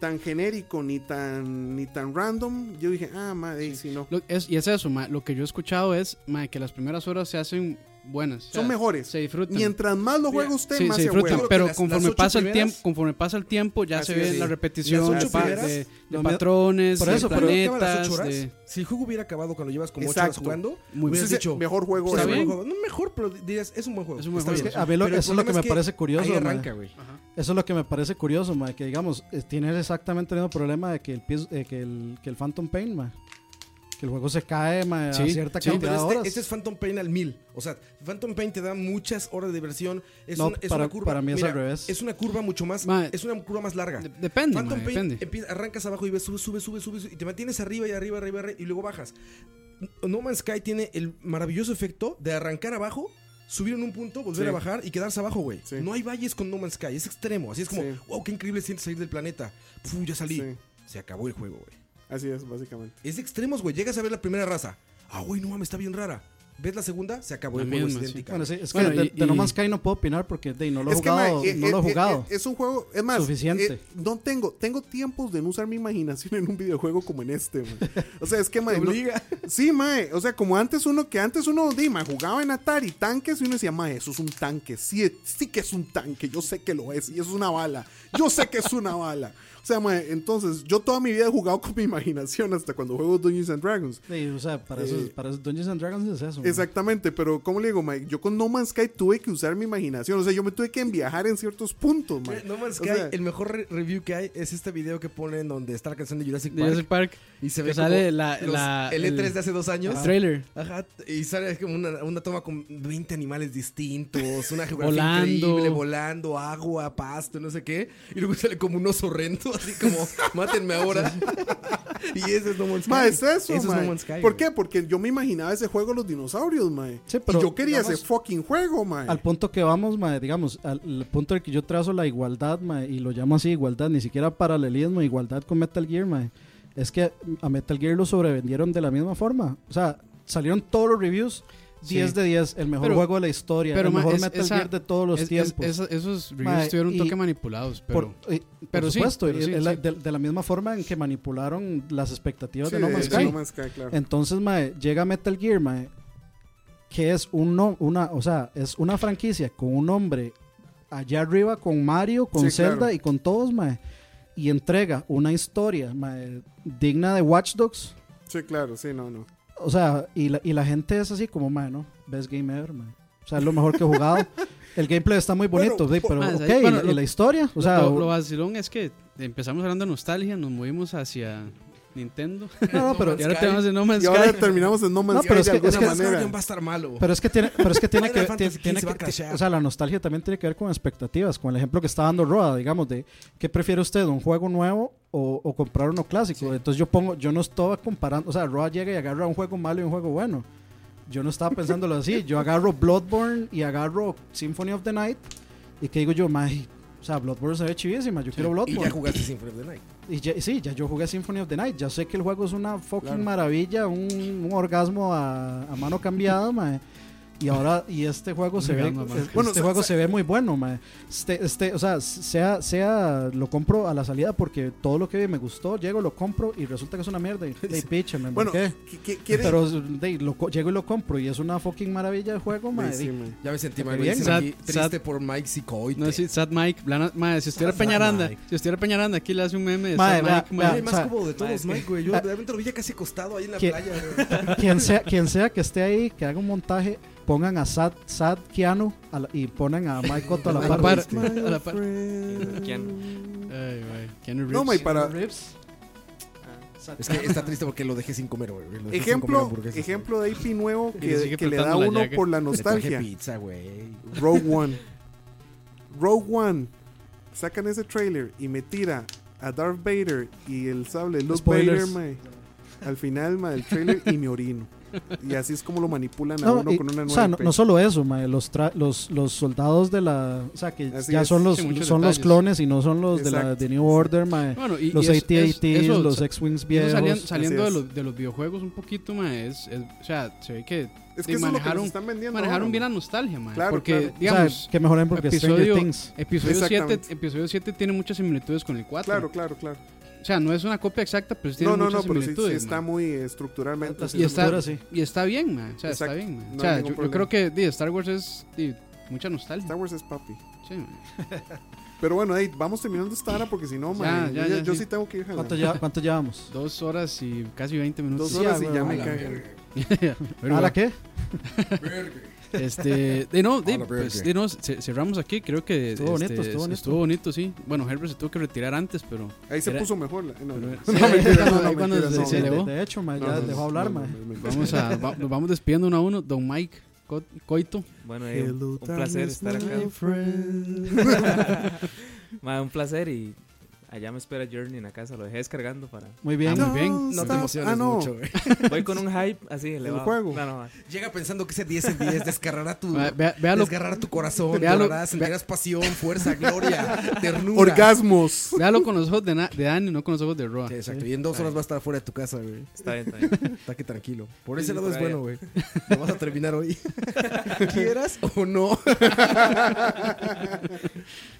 B: Tan genérico ni tan, ni tan random. Yo dije, ah, madre, si no.
C: Lo- es- y es eso, ma, lo que yo he escuchado es ma, que las primeras horas se hacen buenas. O sea,
B: Son mejores.
C: Se disfrutan.
B: Mientras más lo juega usted,
C: Sí,
B: más
C: se
B: se
C: disfrutan,
B: juega.
D: Yo creo
C: pero
D: que las-
C: conforme
D: las ocho
C: pasa el
D: primeras-
C: tiempo, conforme pasa el tiempo, ya
B: Así
C: se ve
B: es.
C: la repetición
D: Las ocho
C: pa-
D: primeras-
C: de, de
A: no, mira,
C: patrones,
A: por
C: de
A: eso, pero-
D: Pero lleva las
C: planetas,
D: ocho horas,
C: de-
D: Si el juego hubiera acabado cuando llevas como ocho horas
B: Exacto.
D: jugando,
C: Muy
D: hubieras
B: Sí, sí,
D: dicho,
B: mejor juego.
D: "Está
B: de-
C: Está
D: bien,
C: bien.
D: juego". No mejor, pero dirías, es un buen juego.
C: Es un buen
D: está
C: juego.
D: bien".
A: Es que a mí lo-
D: Pero el
A: eso es lo que
D: problema
A: me parece curioso,
D: Ahí
A: man.
D: arranca, güey.
A: Eso es lo que me parece curioso, ma, que digamos, eh, tienes exactamente el mismo problema de que el, pies- eh, que el, que el Phantom Pain, ma. Que el juego se cae, ma, a
C: Sí,
A: cierta
C: sí.
D: No,
A: cantidad
D: pero
A: de
D: este,
A: horas.
D: este es Phantom Pain al mil. O sea, Phantom Pain te da muchas horas de diversión. Es,
A: No,
D: una, es
A: para-
D: una curva.
A: para mí es al revés.
D: Es una curva mucho más.
C: Ma-
D: es una curva más larga.
C: de- depende, ma,
D: Phantom Pain
C: depende.
D: empie- arrancas abajo y ves, sube, sube, sube, sube, sube, y te mantienes arriba y arriba, arriba, arriba, y luego bajas. No Man's Sky tiene el maravilloso efecto de arrancar abajo, subir en un punto, volver
B: Sí.
D: a bajar y quedarse abajo, güey.
B: Sí.
D: No hay valles con No Man's Sky, es extremo. Así es como,
B: Sí.
D: wow, qué increíble sientes salir del planeta. Puf, ya salí.
B: Sí.
D: Se acabó el juego, güey.
B: Así es, básicamente.
D: Es de extremos, güey. Llegas a ver la primera raza. Ah, güey, no mames, está bien rara. ¿Ves la segunda? Se acabó
C: La
D: el juego, es
C: misma, sí.
D: idéntica.
A: Bueno, sí, es
C: Bueno,
A: que de,
C: y-
A: de No
C: y-
A: Man's Sky no puedo opinar porque de, no lo he
B: Es que,
A: jugado.
B: mae, eh,
A: no lo
B: eh,
A: he jugado.
B: eh, Es un juego, es más,
A: Suficiente.
B: eh, no tengo, tengo tiempos de no usar mi imaginación en un videojuego como en este, mae. O sea, es que, mae, no- sí, mae, o sea, como antes uno, que antes uno, di, mae, jugaba en Atari tanques y uno decía, mae, eso es un tanque, sí, es- sí que es un tanque, yo sé que lo es, y eso es una bala, yo sé que es una bala. O sea, mae, entonces, yo toda mi vida he jugado con mi imaginación hasta cuando juego Dungeons and Dragons.
A: Sí, o sea, para,
B: eh,
A: eso, para eso Dungeons and Dragons es eso. mae.
B: Exactamente, pero ¿cómo le digo, Mike? Yo con No Man's Sky tuve que usar mi imaginación. O sea, yo me tuve que viajar en ciertos puntos, Mike.
D: No Man's
B: O
D: Sky,
B: sea,
D: el mejor re- review que hay es este video que ponen donde está la canción de Jurassic
C: De
D: Park.
C: Jurassic Park.
D: Y se
C: que
D: ve
C: sale
D: como
C: la-
D: los-
C: la-
D: el E3
C: el-
D: de hace dos años.
C: El trailer.
D: Ajá, y sale como una, una toma con 20 animales distintos, una geografía
C: Volando.
D: increíble, volando, agua, pasto, no sé qué. Y luego sale como un oso rento, así como, mátenme ahora. y ese es No Man's Sky.
B: Mae, es eso,
D: es
B: mae.
D: No Man's Sky.
B: ¿Por
D: güey.
B: qué? Porque yo me imaginaba ese juego de los dinosaurios, mae.
A: Sí, pero,
B: y yo quería
A: digamos,
B: ese fucking juego, mae.
C: Eh.
A: Al punto que vamos, mae, digamos, al, al punto al que yo trazo la igualdad, mae, y lo llamo así, igualdad, ni siquiera paralelismo, igualdad con Metal Gear, mae. Es que a Metal Gear lo sobrevendieron de la misma forma. O sea, salieron todos los reviews 10
C: Sí.
A: de 10, el mejor
C: Pero-
A: juego de la historia,
C: pero,
A: el
C: ma,
A: mejor
C: es-
A: Metal
C: esa-
A: Gear de todos los
C: Es- es-
A: tiempos.
C: esa- esos reviews
A: Mae,
C: estuvieron un
A: y-
C: toque manipulados, pero.
A: por, y- por
C: pero sí,
A: supuesto,
C: pero
A: y
C: sí,
A: es la-
C: sí.
A: De, de la misma forma en que manipularon las expectativas
B: Sí,
A: de No Man's
B: de- de
A: Sky.
B: No Man's Sky, claro.
A: Entonces, mae, llega Metal Gear, mae, que es un no- una, o sea, es una franquicia con un nombre allá arriba con Mario, con
B: Sí,
A: Zelda
B: claro.
A: y con todos, mae, y entrega una historia, mae, digna de Watch Dogs.
B: Sí, claro, sí, no, no.
A: O sea, y la, y la gente es así como, mae, ¿no? Best game ever, mae. O sea, es lo mejor que he jugado. El gameplay está muy bonito,
B: Bueno,
A: sí, pero
C: ah,
A: ok,
C: ahí- bueno,
A: ¿y la-
C: lo-
A: y la historia, o sea,
C: lo, lo vacilón es que empezamos hablando de nostalgia, nos movimos hacia Nintendo.
A: no, no, pero,
C: y ahora
D: Sky.
C: tenemos el No Man's
B: Y ahora
C: Sky.
B: terminamos en No Man's
A: No,
B: Sky
A: pero
B: de
A: es que-
B: alguna
A: es que-
B: manera.
D: Guardian va a estar malo.
A: Pero es que tiene, pero es que tiene que
D: Final
A: tiene,
D: Fantasy
A: tiene
D: XV va a
A: que-
D: crashear.
A: o sea, la nostalgia también tiene que ver con expectativas, con el ejemplo que está dando Roa, digamos, de qué prefiere usted, un juego nuevo o, o comprar uno clásico. Entonces yo pongo, yo no estaba comparando, o sea, Roa llega y agarra un juego malo y un juego bueno. Yo no estaba pensándolo así, yo agarro Bloodborne y agarro Symphony of the Night y que digo yo, "Mae, o sea, Bloodborne se ve chivísima, yo quiero
D: y ya
A: Bloodborne.
D: jugaste Symphony of the Night.
A: Y ya- sí, ya yo jugué Symphony of the Night. Ya sé que el juego es una fucking maravilla, un, un orgasmo a, a mano cambiada, mae. Y ahora, y este juego se ve,
C: Orgasmo a mano
A: este
B: Bueno, o sea,
A: juego
B: o
A: se
B: sea-
A: ve muy bueno, mae. Este, este, o sea, sea, sea, lo compro a la salida porque todo lo que me gustó, llego, lo compro y resulta que es una mierda. Y, "Ey, picha, me
B: Bueno,
A: embarqué".
B: qui- qui- ¿quiere-
A: Pero de, lo co- llego y lo compro y es una fucking maravilla de juego, mae.
B: Sí, mae.
D: Ya me sentí mal,
A: Qué
D: me dicen
A: bien.
D: aquí,
C: Sad,
D: triste por Mike Sicoite.
C: No, sí, Sad Mike. Blana- mae, si estuviera
D: Sad
C: Peñaranda,
D: Mike.
C: si estuviera Peñaranda, aquí le hace un meme de
A: Mae,
C: Sad
A: vea,
C: Mike. mae.
A: vea.
D: Ay, más
A: o sea,
D: como de todos,
F: es que-
D: Mike, güey. Yo
A: Ah.
D: realmente lo vi ya casi acostado ahí en la
A: ¿Qué?
D: playa, güey.
A: quien sea, quien sea que esté ahí, que haga un montaje, pongan a Sad, Sad Keanu a la- y pongan a Mike Cotto a la
C: A
A: par.
C: la par, a la par.
F: ¿Quién?
C: Ay, mae, Keanu
B: No,
C: Reeves.
B: mae, para,
D: Es que está triste porque lo dejé sin comer, güey. Lo dejé sin comer
B: ejemplo,
D: hamburguesas,
B: ejemplo de IP nuevo
C: Y le
B: que,
C: sigue
B: que le da
C: apretando la
B: uno
C: llaga.
B: por la
D: güey. Le traje
B: nostalgia.
D: pizza, güey.
B: Rogue One. Rogue One. Sacan ese trailer y me tira a Darth Vader y el sable de Luke
A: Spoilers.
B: Vader, mae. Al final, mae, del trailer y me orino. Y así es como lo manipulan a
A: No,
B: uno
A: y-
B: con una
A: o
B: nueva.
A: sea, no,
B: IP.
A: no solo eso, mae, los, tra- los, los soldados de la. O sea, que
B: Así
A: ya
B: es.
A: son, los,
C: Sí, muchos
A: son los
C: detalles.
A: clones y no son los de la
B: Exacto.
A: de New Order, mae.
C: Bueno, y- y
A: los
C: eso-
A: AT-ATs,
C: eso-
A: los X-Wings
C: Eso
A: viejos.
C: salían- saliendo de
B: es.
C: los, de los videojuegos un poquito, mae, es, es- o sea, se ve que
B: es
C: y
B: que eso es lo que
C: manejaron-
B: nos están vendiendo.
C: manejaron
B: ahora,
C: bien la
B: mae.
C: nostalgia, mae,
B: Claro,
C: porque,
B: claro.
A: O sea,
C: digamos,
A: que mejoran porque Stranger
C: episodio-
A: Things.
C: episodio 7
B: Exactamente.
C: episodio siete tiene muchas similitudes con el 4.
B: Claro, claro, claro.
C: O sea, no es una copia exacta, pero sí tiene
B: No, no, no,
C: muchas
B: pero sí,
C: similitudes.
B: sí está
C: mae.
B: muy eh, estructuralmente.
A: Las
C: Y está,
A: estructuras, sí.
C: y está bien, mae, o sea,
B: Exacto,
C: está bien, mae.
B: no
C: o sea,
B: hay
C: yo,
B: ningún
C: yo creo que di, Star Wars es di, mucha nostalgia.
B: Star Wars es papi.
C: Sí, mae.
B: Pero bueno, ey, vamos terminando esta hora porque si no,
C: Ya,
B: mae,
C: ya,
B: yo,
C: ya,
B: yo
C: sí.
B: sí tengo que ir jalando.
A: ¿Cuánto, lleva- cuánto llevamos?
C: Dos horas y casi 20 minutos.
B: Dos horas y ya
A: güey,
B: me
A: a la
B: cagan.
C: Pero
A: ¿A la
C: bueno,
A: qué?
C: Este, de no, de,
D: A la
C: pues,
D: verga.
C: de no, ce- cerramos aquí, creo que
A: Estuvo
C: este,
A: bonito, estuvo bonito.
C: bonito, sí. Bueno, Herbert se tuvo que retirar antes, pero
B: Ahí se
C: Era-
B: puso mejor. la- eh, No, no, no,
C: Sí, ahí
B: mentira,
C: cuando-
B: no, no,
C: ahí cuando
B: mentira,
C: se-
B: no,
C: se
A: de,
B: no,
C: elevó.
A: de hecho, mae,
B: no,
A: ya
B: no,
A: dejó
B: no,
A: hablar,
B: no,
A: mae.
B: no, no, no.
C: vamos a va- nos vamos despidiendo uno a uno. Don Mike Co- Coito.
F: Bueno, eh, un- un placer estar acá. Ma, un placer y Allá me espera Journey en la casa, lo dejé descargando para...
A: Muy bien.
C: Ah, muy bien.
B: Don't
D: No te
B: stop.
D: emociones
B: Ah, no.
D: mucho, güey.
F: Voy con un hype así elevado.
B: juego.
F: No, no,
D: Llega pensando que ese 10 en 10 desgarrará tu,
C: Vea- vea- véalo.
D: desgarrará tu corazón,
C: Véalo.
D: llorarás, sentirás pasión, fuerza, gloria, ternura.
B: Orgasmos.
C: Véalo con los ojos de, Na- de Dani, no con los ojos de Roa.
D: Sí, exacto. Y en dos horas va a estar fuera de tu casa, güey.
F: está bien, está bien.
D: Taque tranquilo. Por
F: Sí,
D: ese
F: sí,
D: lado es
F: por ahí.
D: bueno, güey. Lo vas a terminar hoy. ¿Quieras o no?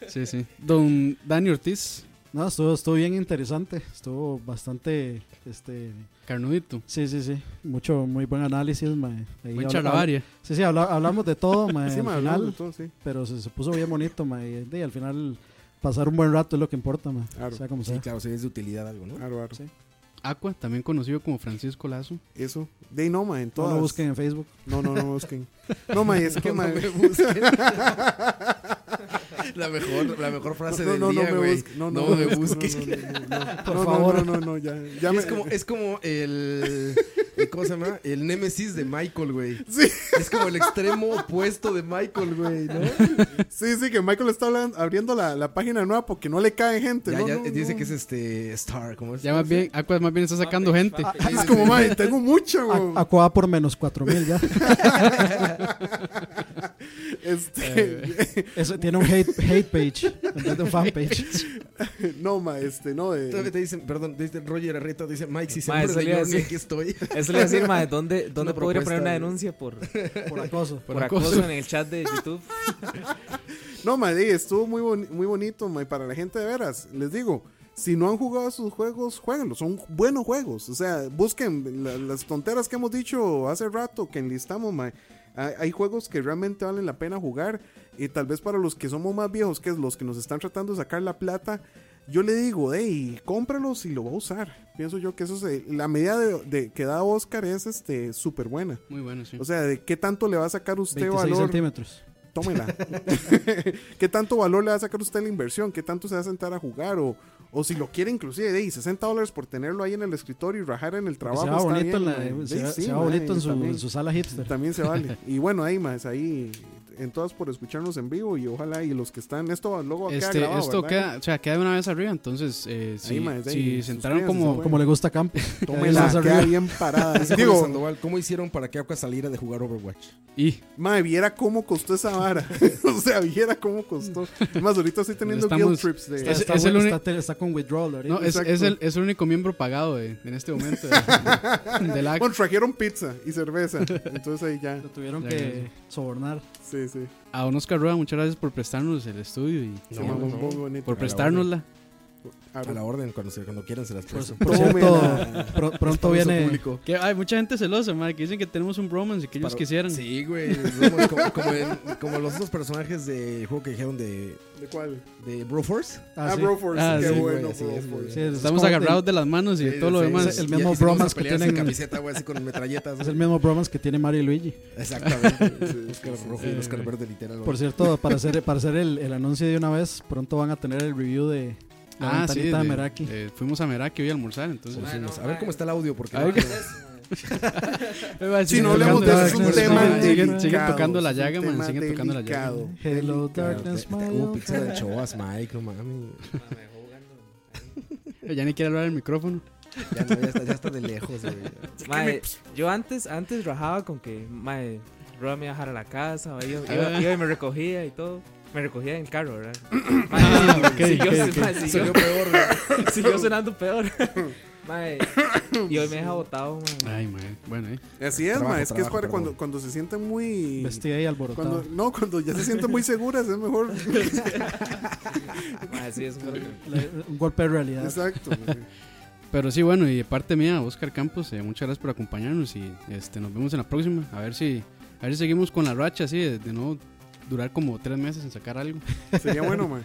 C: Sí, sí. Don Dani Ortiz,
A: No, estuvo, estuvo bien interesante. Estuvo bastante. Este,
C: carnudito.
A: sí, sí, sí. Mucho, muy buen análisis. mae. Ahí
C: Muy
A: habla-
C: charlavaria.
A: Sí, sí, habla- hablamos de todo, mae,
B: Sí,
A: al
B: ma,
A: final,
B: hablamos de todo, sí.
A: pero se, se puso bien bonito, mae, y, de, al final pasar un buen rato es lo que importa, mae,
B: Claro. Ah,
A: sea como
D: Sí,
A: sea.
D: claro, si es de utilidad algo, ¿no?
B: Aro, aro.
C: Aqua, también conocido como Francisco Lazo.
B: Eso. De ahí no, ma, en
A: No
B: todas.
A: lo busquen en Facebook.
B: No, no, no busquen. No, ma, es que,
D: No,
B: ma.
D: no me busquen. la, mejor, la mejor frase
B: No,
D: del
B: no, no
D: día,
B: me
D: güey.
B: busquen.
D: No,
B: No, no
D: me
B: me
D: busques.
A: Por
B: no,
A: favor.
B: No, no, no, no, ya. ya me-
D: Es como, es como el. ¿Cómo se llama? El némesis de Michael, güey.
B: Sí.
D: Es como el extremo opuesto de Michael, güey, ¿no?
B: Sí, sí, que Michael está hablan- abriendo la, la página nueva porque no le cae gente.
D: Ya,
B: no,
D: ya
B: no,
D: dice
B: no.
D: que es este Star, ¿cómo es?
C: Ya más bien, Aqua más bien está sacando gente.
B: Ah, Es como, ma, tengo mucho, güey.
A: A- Aqua va por menos 4000 ya.
D: Eh.
B: Este.
A: Eso tiene un hate, hate page en vez de un fan page.
B: no, ma, este, no. eh,
D: Todavía te dicen, perdón, dice Roger Herreta, dice Mike, si se
F: Mae,
D: muere
F: eso le
D: de
F: iba a
D: Journey,
F: decir.
D: aquí estoy.
F: Eso le iba a decir, mae, ¿dónde, dónde
D: Una
F: podría
D: propuesta,
F: poner una
D: güey.
F: denuncia por,
A: Por acoso.
F: por
C: Por
F: acoso
C: acoso.
F: en el chat de YouTube?
B: No, ma, di, estuvo muy, boni- muy bonito, ma, y para la gente de veras, les digo, si no han jugado esos juegos, jueguenlos, son buenos juegos, o sea, busquen la- las tonteras que hemos dicho hace rato, que enlistamos, ma, hay, hay juegos que realmente valen la pena jugar, y tal vez para los que somos más viejos, que es los que nos están tratando de sacar la plata, yo le digo, hey, cómpralos y lo va a usar, pienso yo que eso es, la medida de, de- que da Oscar es, este, súper buena.
C: Muy bueno, sí.
B: O sea, de qué tanto le va a sacar usted
A: 26
B: Este valor
A: centímetros.
B: tómela. ¿Qué tanto valor le va a sacar usted a la inversión? ¿Qué tanto se va a sentar a jugar? O, o si lo quiere inclusive, de 60 dólares por tenerlo ahí en el escritorio y rajar en el trabajo.
A: se va
B: está
A: bonito, en,
B: bien,
A: la-
B: mae.
A: se
B: Ey,
A: va-
B: sí,
A: se va
B: mae,
A: bonito en, su,
B: también,
A: en su sala hipster.
B: también se vale. Y bueno, ahí más, ahí en todas por escucharnos en vivo y ojalá y los que están, esto luego queda
C: Este,
B: grabado,
C: esto
B: ¿verdad?
C: queda, o sea, queda de una vez arriba, entonces eh, si,
B: Ahí, mae,
C: si
B: ahí,
C: se entraron
B: suscríbanse,
C: como,
B: güey.
A: Como le gusta a Campos.
B: Tómela,
A: Ya,
B: queda
A: ya.
B: bien parada.
D: Dice Julio
B: Digo,
D: Sandoval, ¿cómo hicieron para que Aqua saliera de jugar Overwatch?
C: y
B: madre, viera cómo costó esa vara. o sea, viera cómo costó. Es Más ahorita estoy teniendo guilt
C: Estamos-
B: trips
A: Está,
B: de...
C: Es-
A: está
C: es el
A: bueno,
C: uni-
A: está- está con withdrawal ahorita.
C: no, es,
B: Exacto.
C: es el, es el único miembro pagado de- en este momento de, de la
B: Bueno, trajeron pizza y cerveza. Entonces ahí ya.
A: Lo tuvieron
C: Ya,
A: que sobornar.
B: Sí, sí.
C: a Don Oscar Rueda, muchas gracias por prestarnos el estudio y
D: No,
B: Sí,
D: no,
B: muy,
D: no.
B: muy bonito.
C: por
D: la
C: prestárnosla.
B: A ver,
D: A la orden, cuando, se- cuando quieran se las
A: Por,
D: presto.
A: por
B: Tómela.
A: cierto, pro- pronto
D: Uso
A: viene.
D: público.
C: Que hay mucha gente celosa, madre, que dicen que tenemos un bromance y que ellos
D: Para-
C: quisieran.
D: Sí, güey. somos como, como en- como los otros personajes del juego que dijeron de,
B: ¿De cuál?
D: de Broforce.
B: Ah,
A: Ah, sí.
B: Broforce.
C: Ah,
B: qué
C: sí,
B: bueno,
D: güey, sí, es,
B: Broforce.
A: Sí, es
C: Estamos
A: como el-
C: agarrados de las manos y de todo lo
D: Sí,
C: demás.
D: sí,
A: el mismo
D: sí, y se vamos a
A: bromas que
D: pelear sin
A: tienen-
D: camiseta, güey, así con metralletas.
A: Es el mismo bromance que tiene Mario y Luigi.
D: Exactamente.
B: sí,
D: Oscar
B: sí,
D: Rojo y
C: sí,
D: Oscar
C: güey.
D: Verde, literal.
A: Por cierto, para hacer, para hacer el, el anuncio de una vez, pronto van a tener el review de la
C: Ah, sí,
A: ventanita de
C: de-
A: Meraki.
C: eh, fuimos a Meraki hoy a almorzar, entonces. ah,
D: Por si
F: Bueno,
D: nos- a
F: bueno.
D: ver cómo está el audio, porque...
C: A ver,
B: Si no hablamos de eso, es un
A: Sí,
B: tema
A: sí, sí,
B: delicado.
C: Siguen tocando la
B: es un
C: llaga, man,
B: tema
C: siguen tocando la llaga.
B: delicado.
A: Hello Darkness, my
D: Uh,
A: old
D: pizza de
A: friend.
D: anchoas, Mike, no mames.
C: Ya ni quiere hablar el micrófono.
D: Ya, no, ya, está, ya está de lejos, güey.
F: Mae, yo antes, antes rajaba con que, mae, Roa me iba a dejar a la casa, mae,
D: Ah.
F: iba, iba- iba y me recogía y todo. Me recogía en el carro, ¿verdad? Mae,
D: Ah,
F: siguió- mae, siguió-
D: Salió peor, güey.
F: siguió sonando peor. Mae, y hoy me deja botado, mae.
C: Ay, madre. Bueno, eh.
B: Así es,
D: Trabajo,
B: ma. Es que es
D: trabajo,
B: para cuando,
D: perdón.
B: cuando se sienten muy.
A: Vestida y
B: Cuando,
A: alborotada.
B: no, cuando ya se sienten muy seguras, es mejor.
D: Ah.
F: Mae, sí, eso fue lo que-
A: Le- Un golpe de realidad.
B: Exacto.
C: Pero sí, bueno, y de parte mía, Oscar Campos, eh, muchas gracias por acompañarnos y este, nos vemos en la próxima. A ver si, a ver si seguimos con la racha, así, de, de no durar como tres meses en sacar algo.
B: Sería bueno, ma.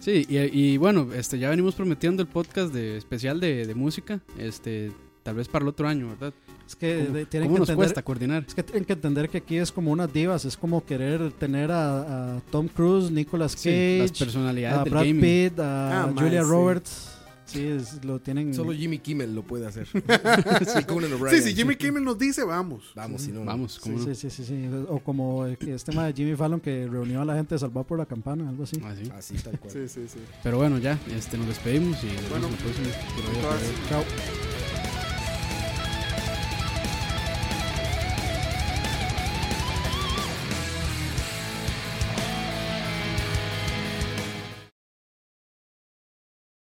C: Sí, y, y bueno, este, ya venimos prometiendo el podcast de, especial de, de música, este, tal vez para el otro año, ¿verdad?
A: Es que
C: ¿Cómo,
A: de- tienen
C: cómo
A: que
C: nos
A: entender.
C: cuesta coordinar?
A: Es que tienen que entender que aquí es como unas divas, es como querer tener a, a Tom Cruise, Nicolas
C: Sí, las
A: Cage,
C: personalidades
A: a
C: del
A: Brad
C: gaming.
A: Pitt, a
B: Ah, mae,
A: Julia
B: sí.
A: Roberts. Sí, es- lo tienen.
D: Solo Jimmy Kimmel lo puede hacer. Y Conan
B: Sí,
D: O'Brien.
B: si Jimmy Kimmel nos dice, vamos.
D: Vamos, si no.
C: Vamos,
A: Sí,
C: ¿cómo
A: sí,
C: no?
A: sí, sí, sí. O como eh, que este tema de Jimmy Fallon que reunió a la gente salvado por la campana, algo así.
C: Así.
D: Así, tal cual.
B: Sí, sí, sí.
C: Pero bueno, ya, este, nos despedimos y nos vemos
B: Bueno,
C: en el próximo.
B: Entonces,
A: Chao.
B: Chao.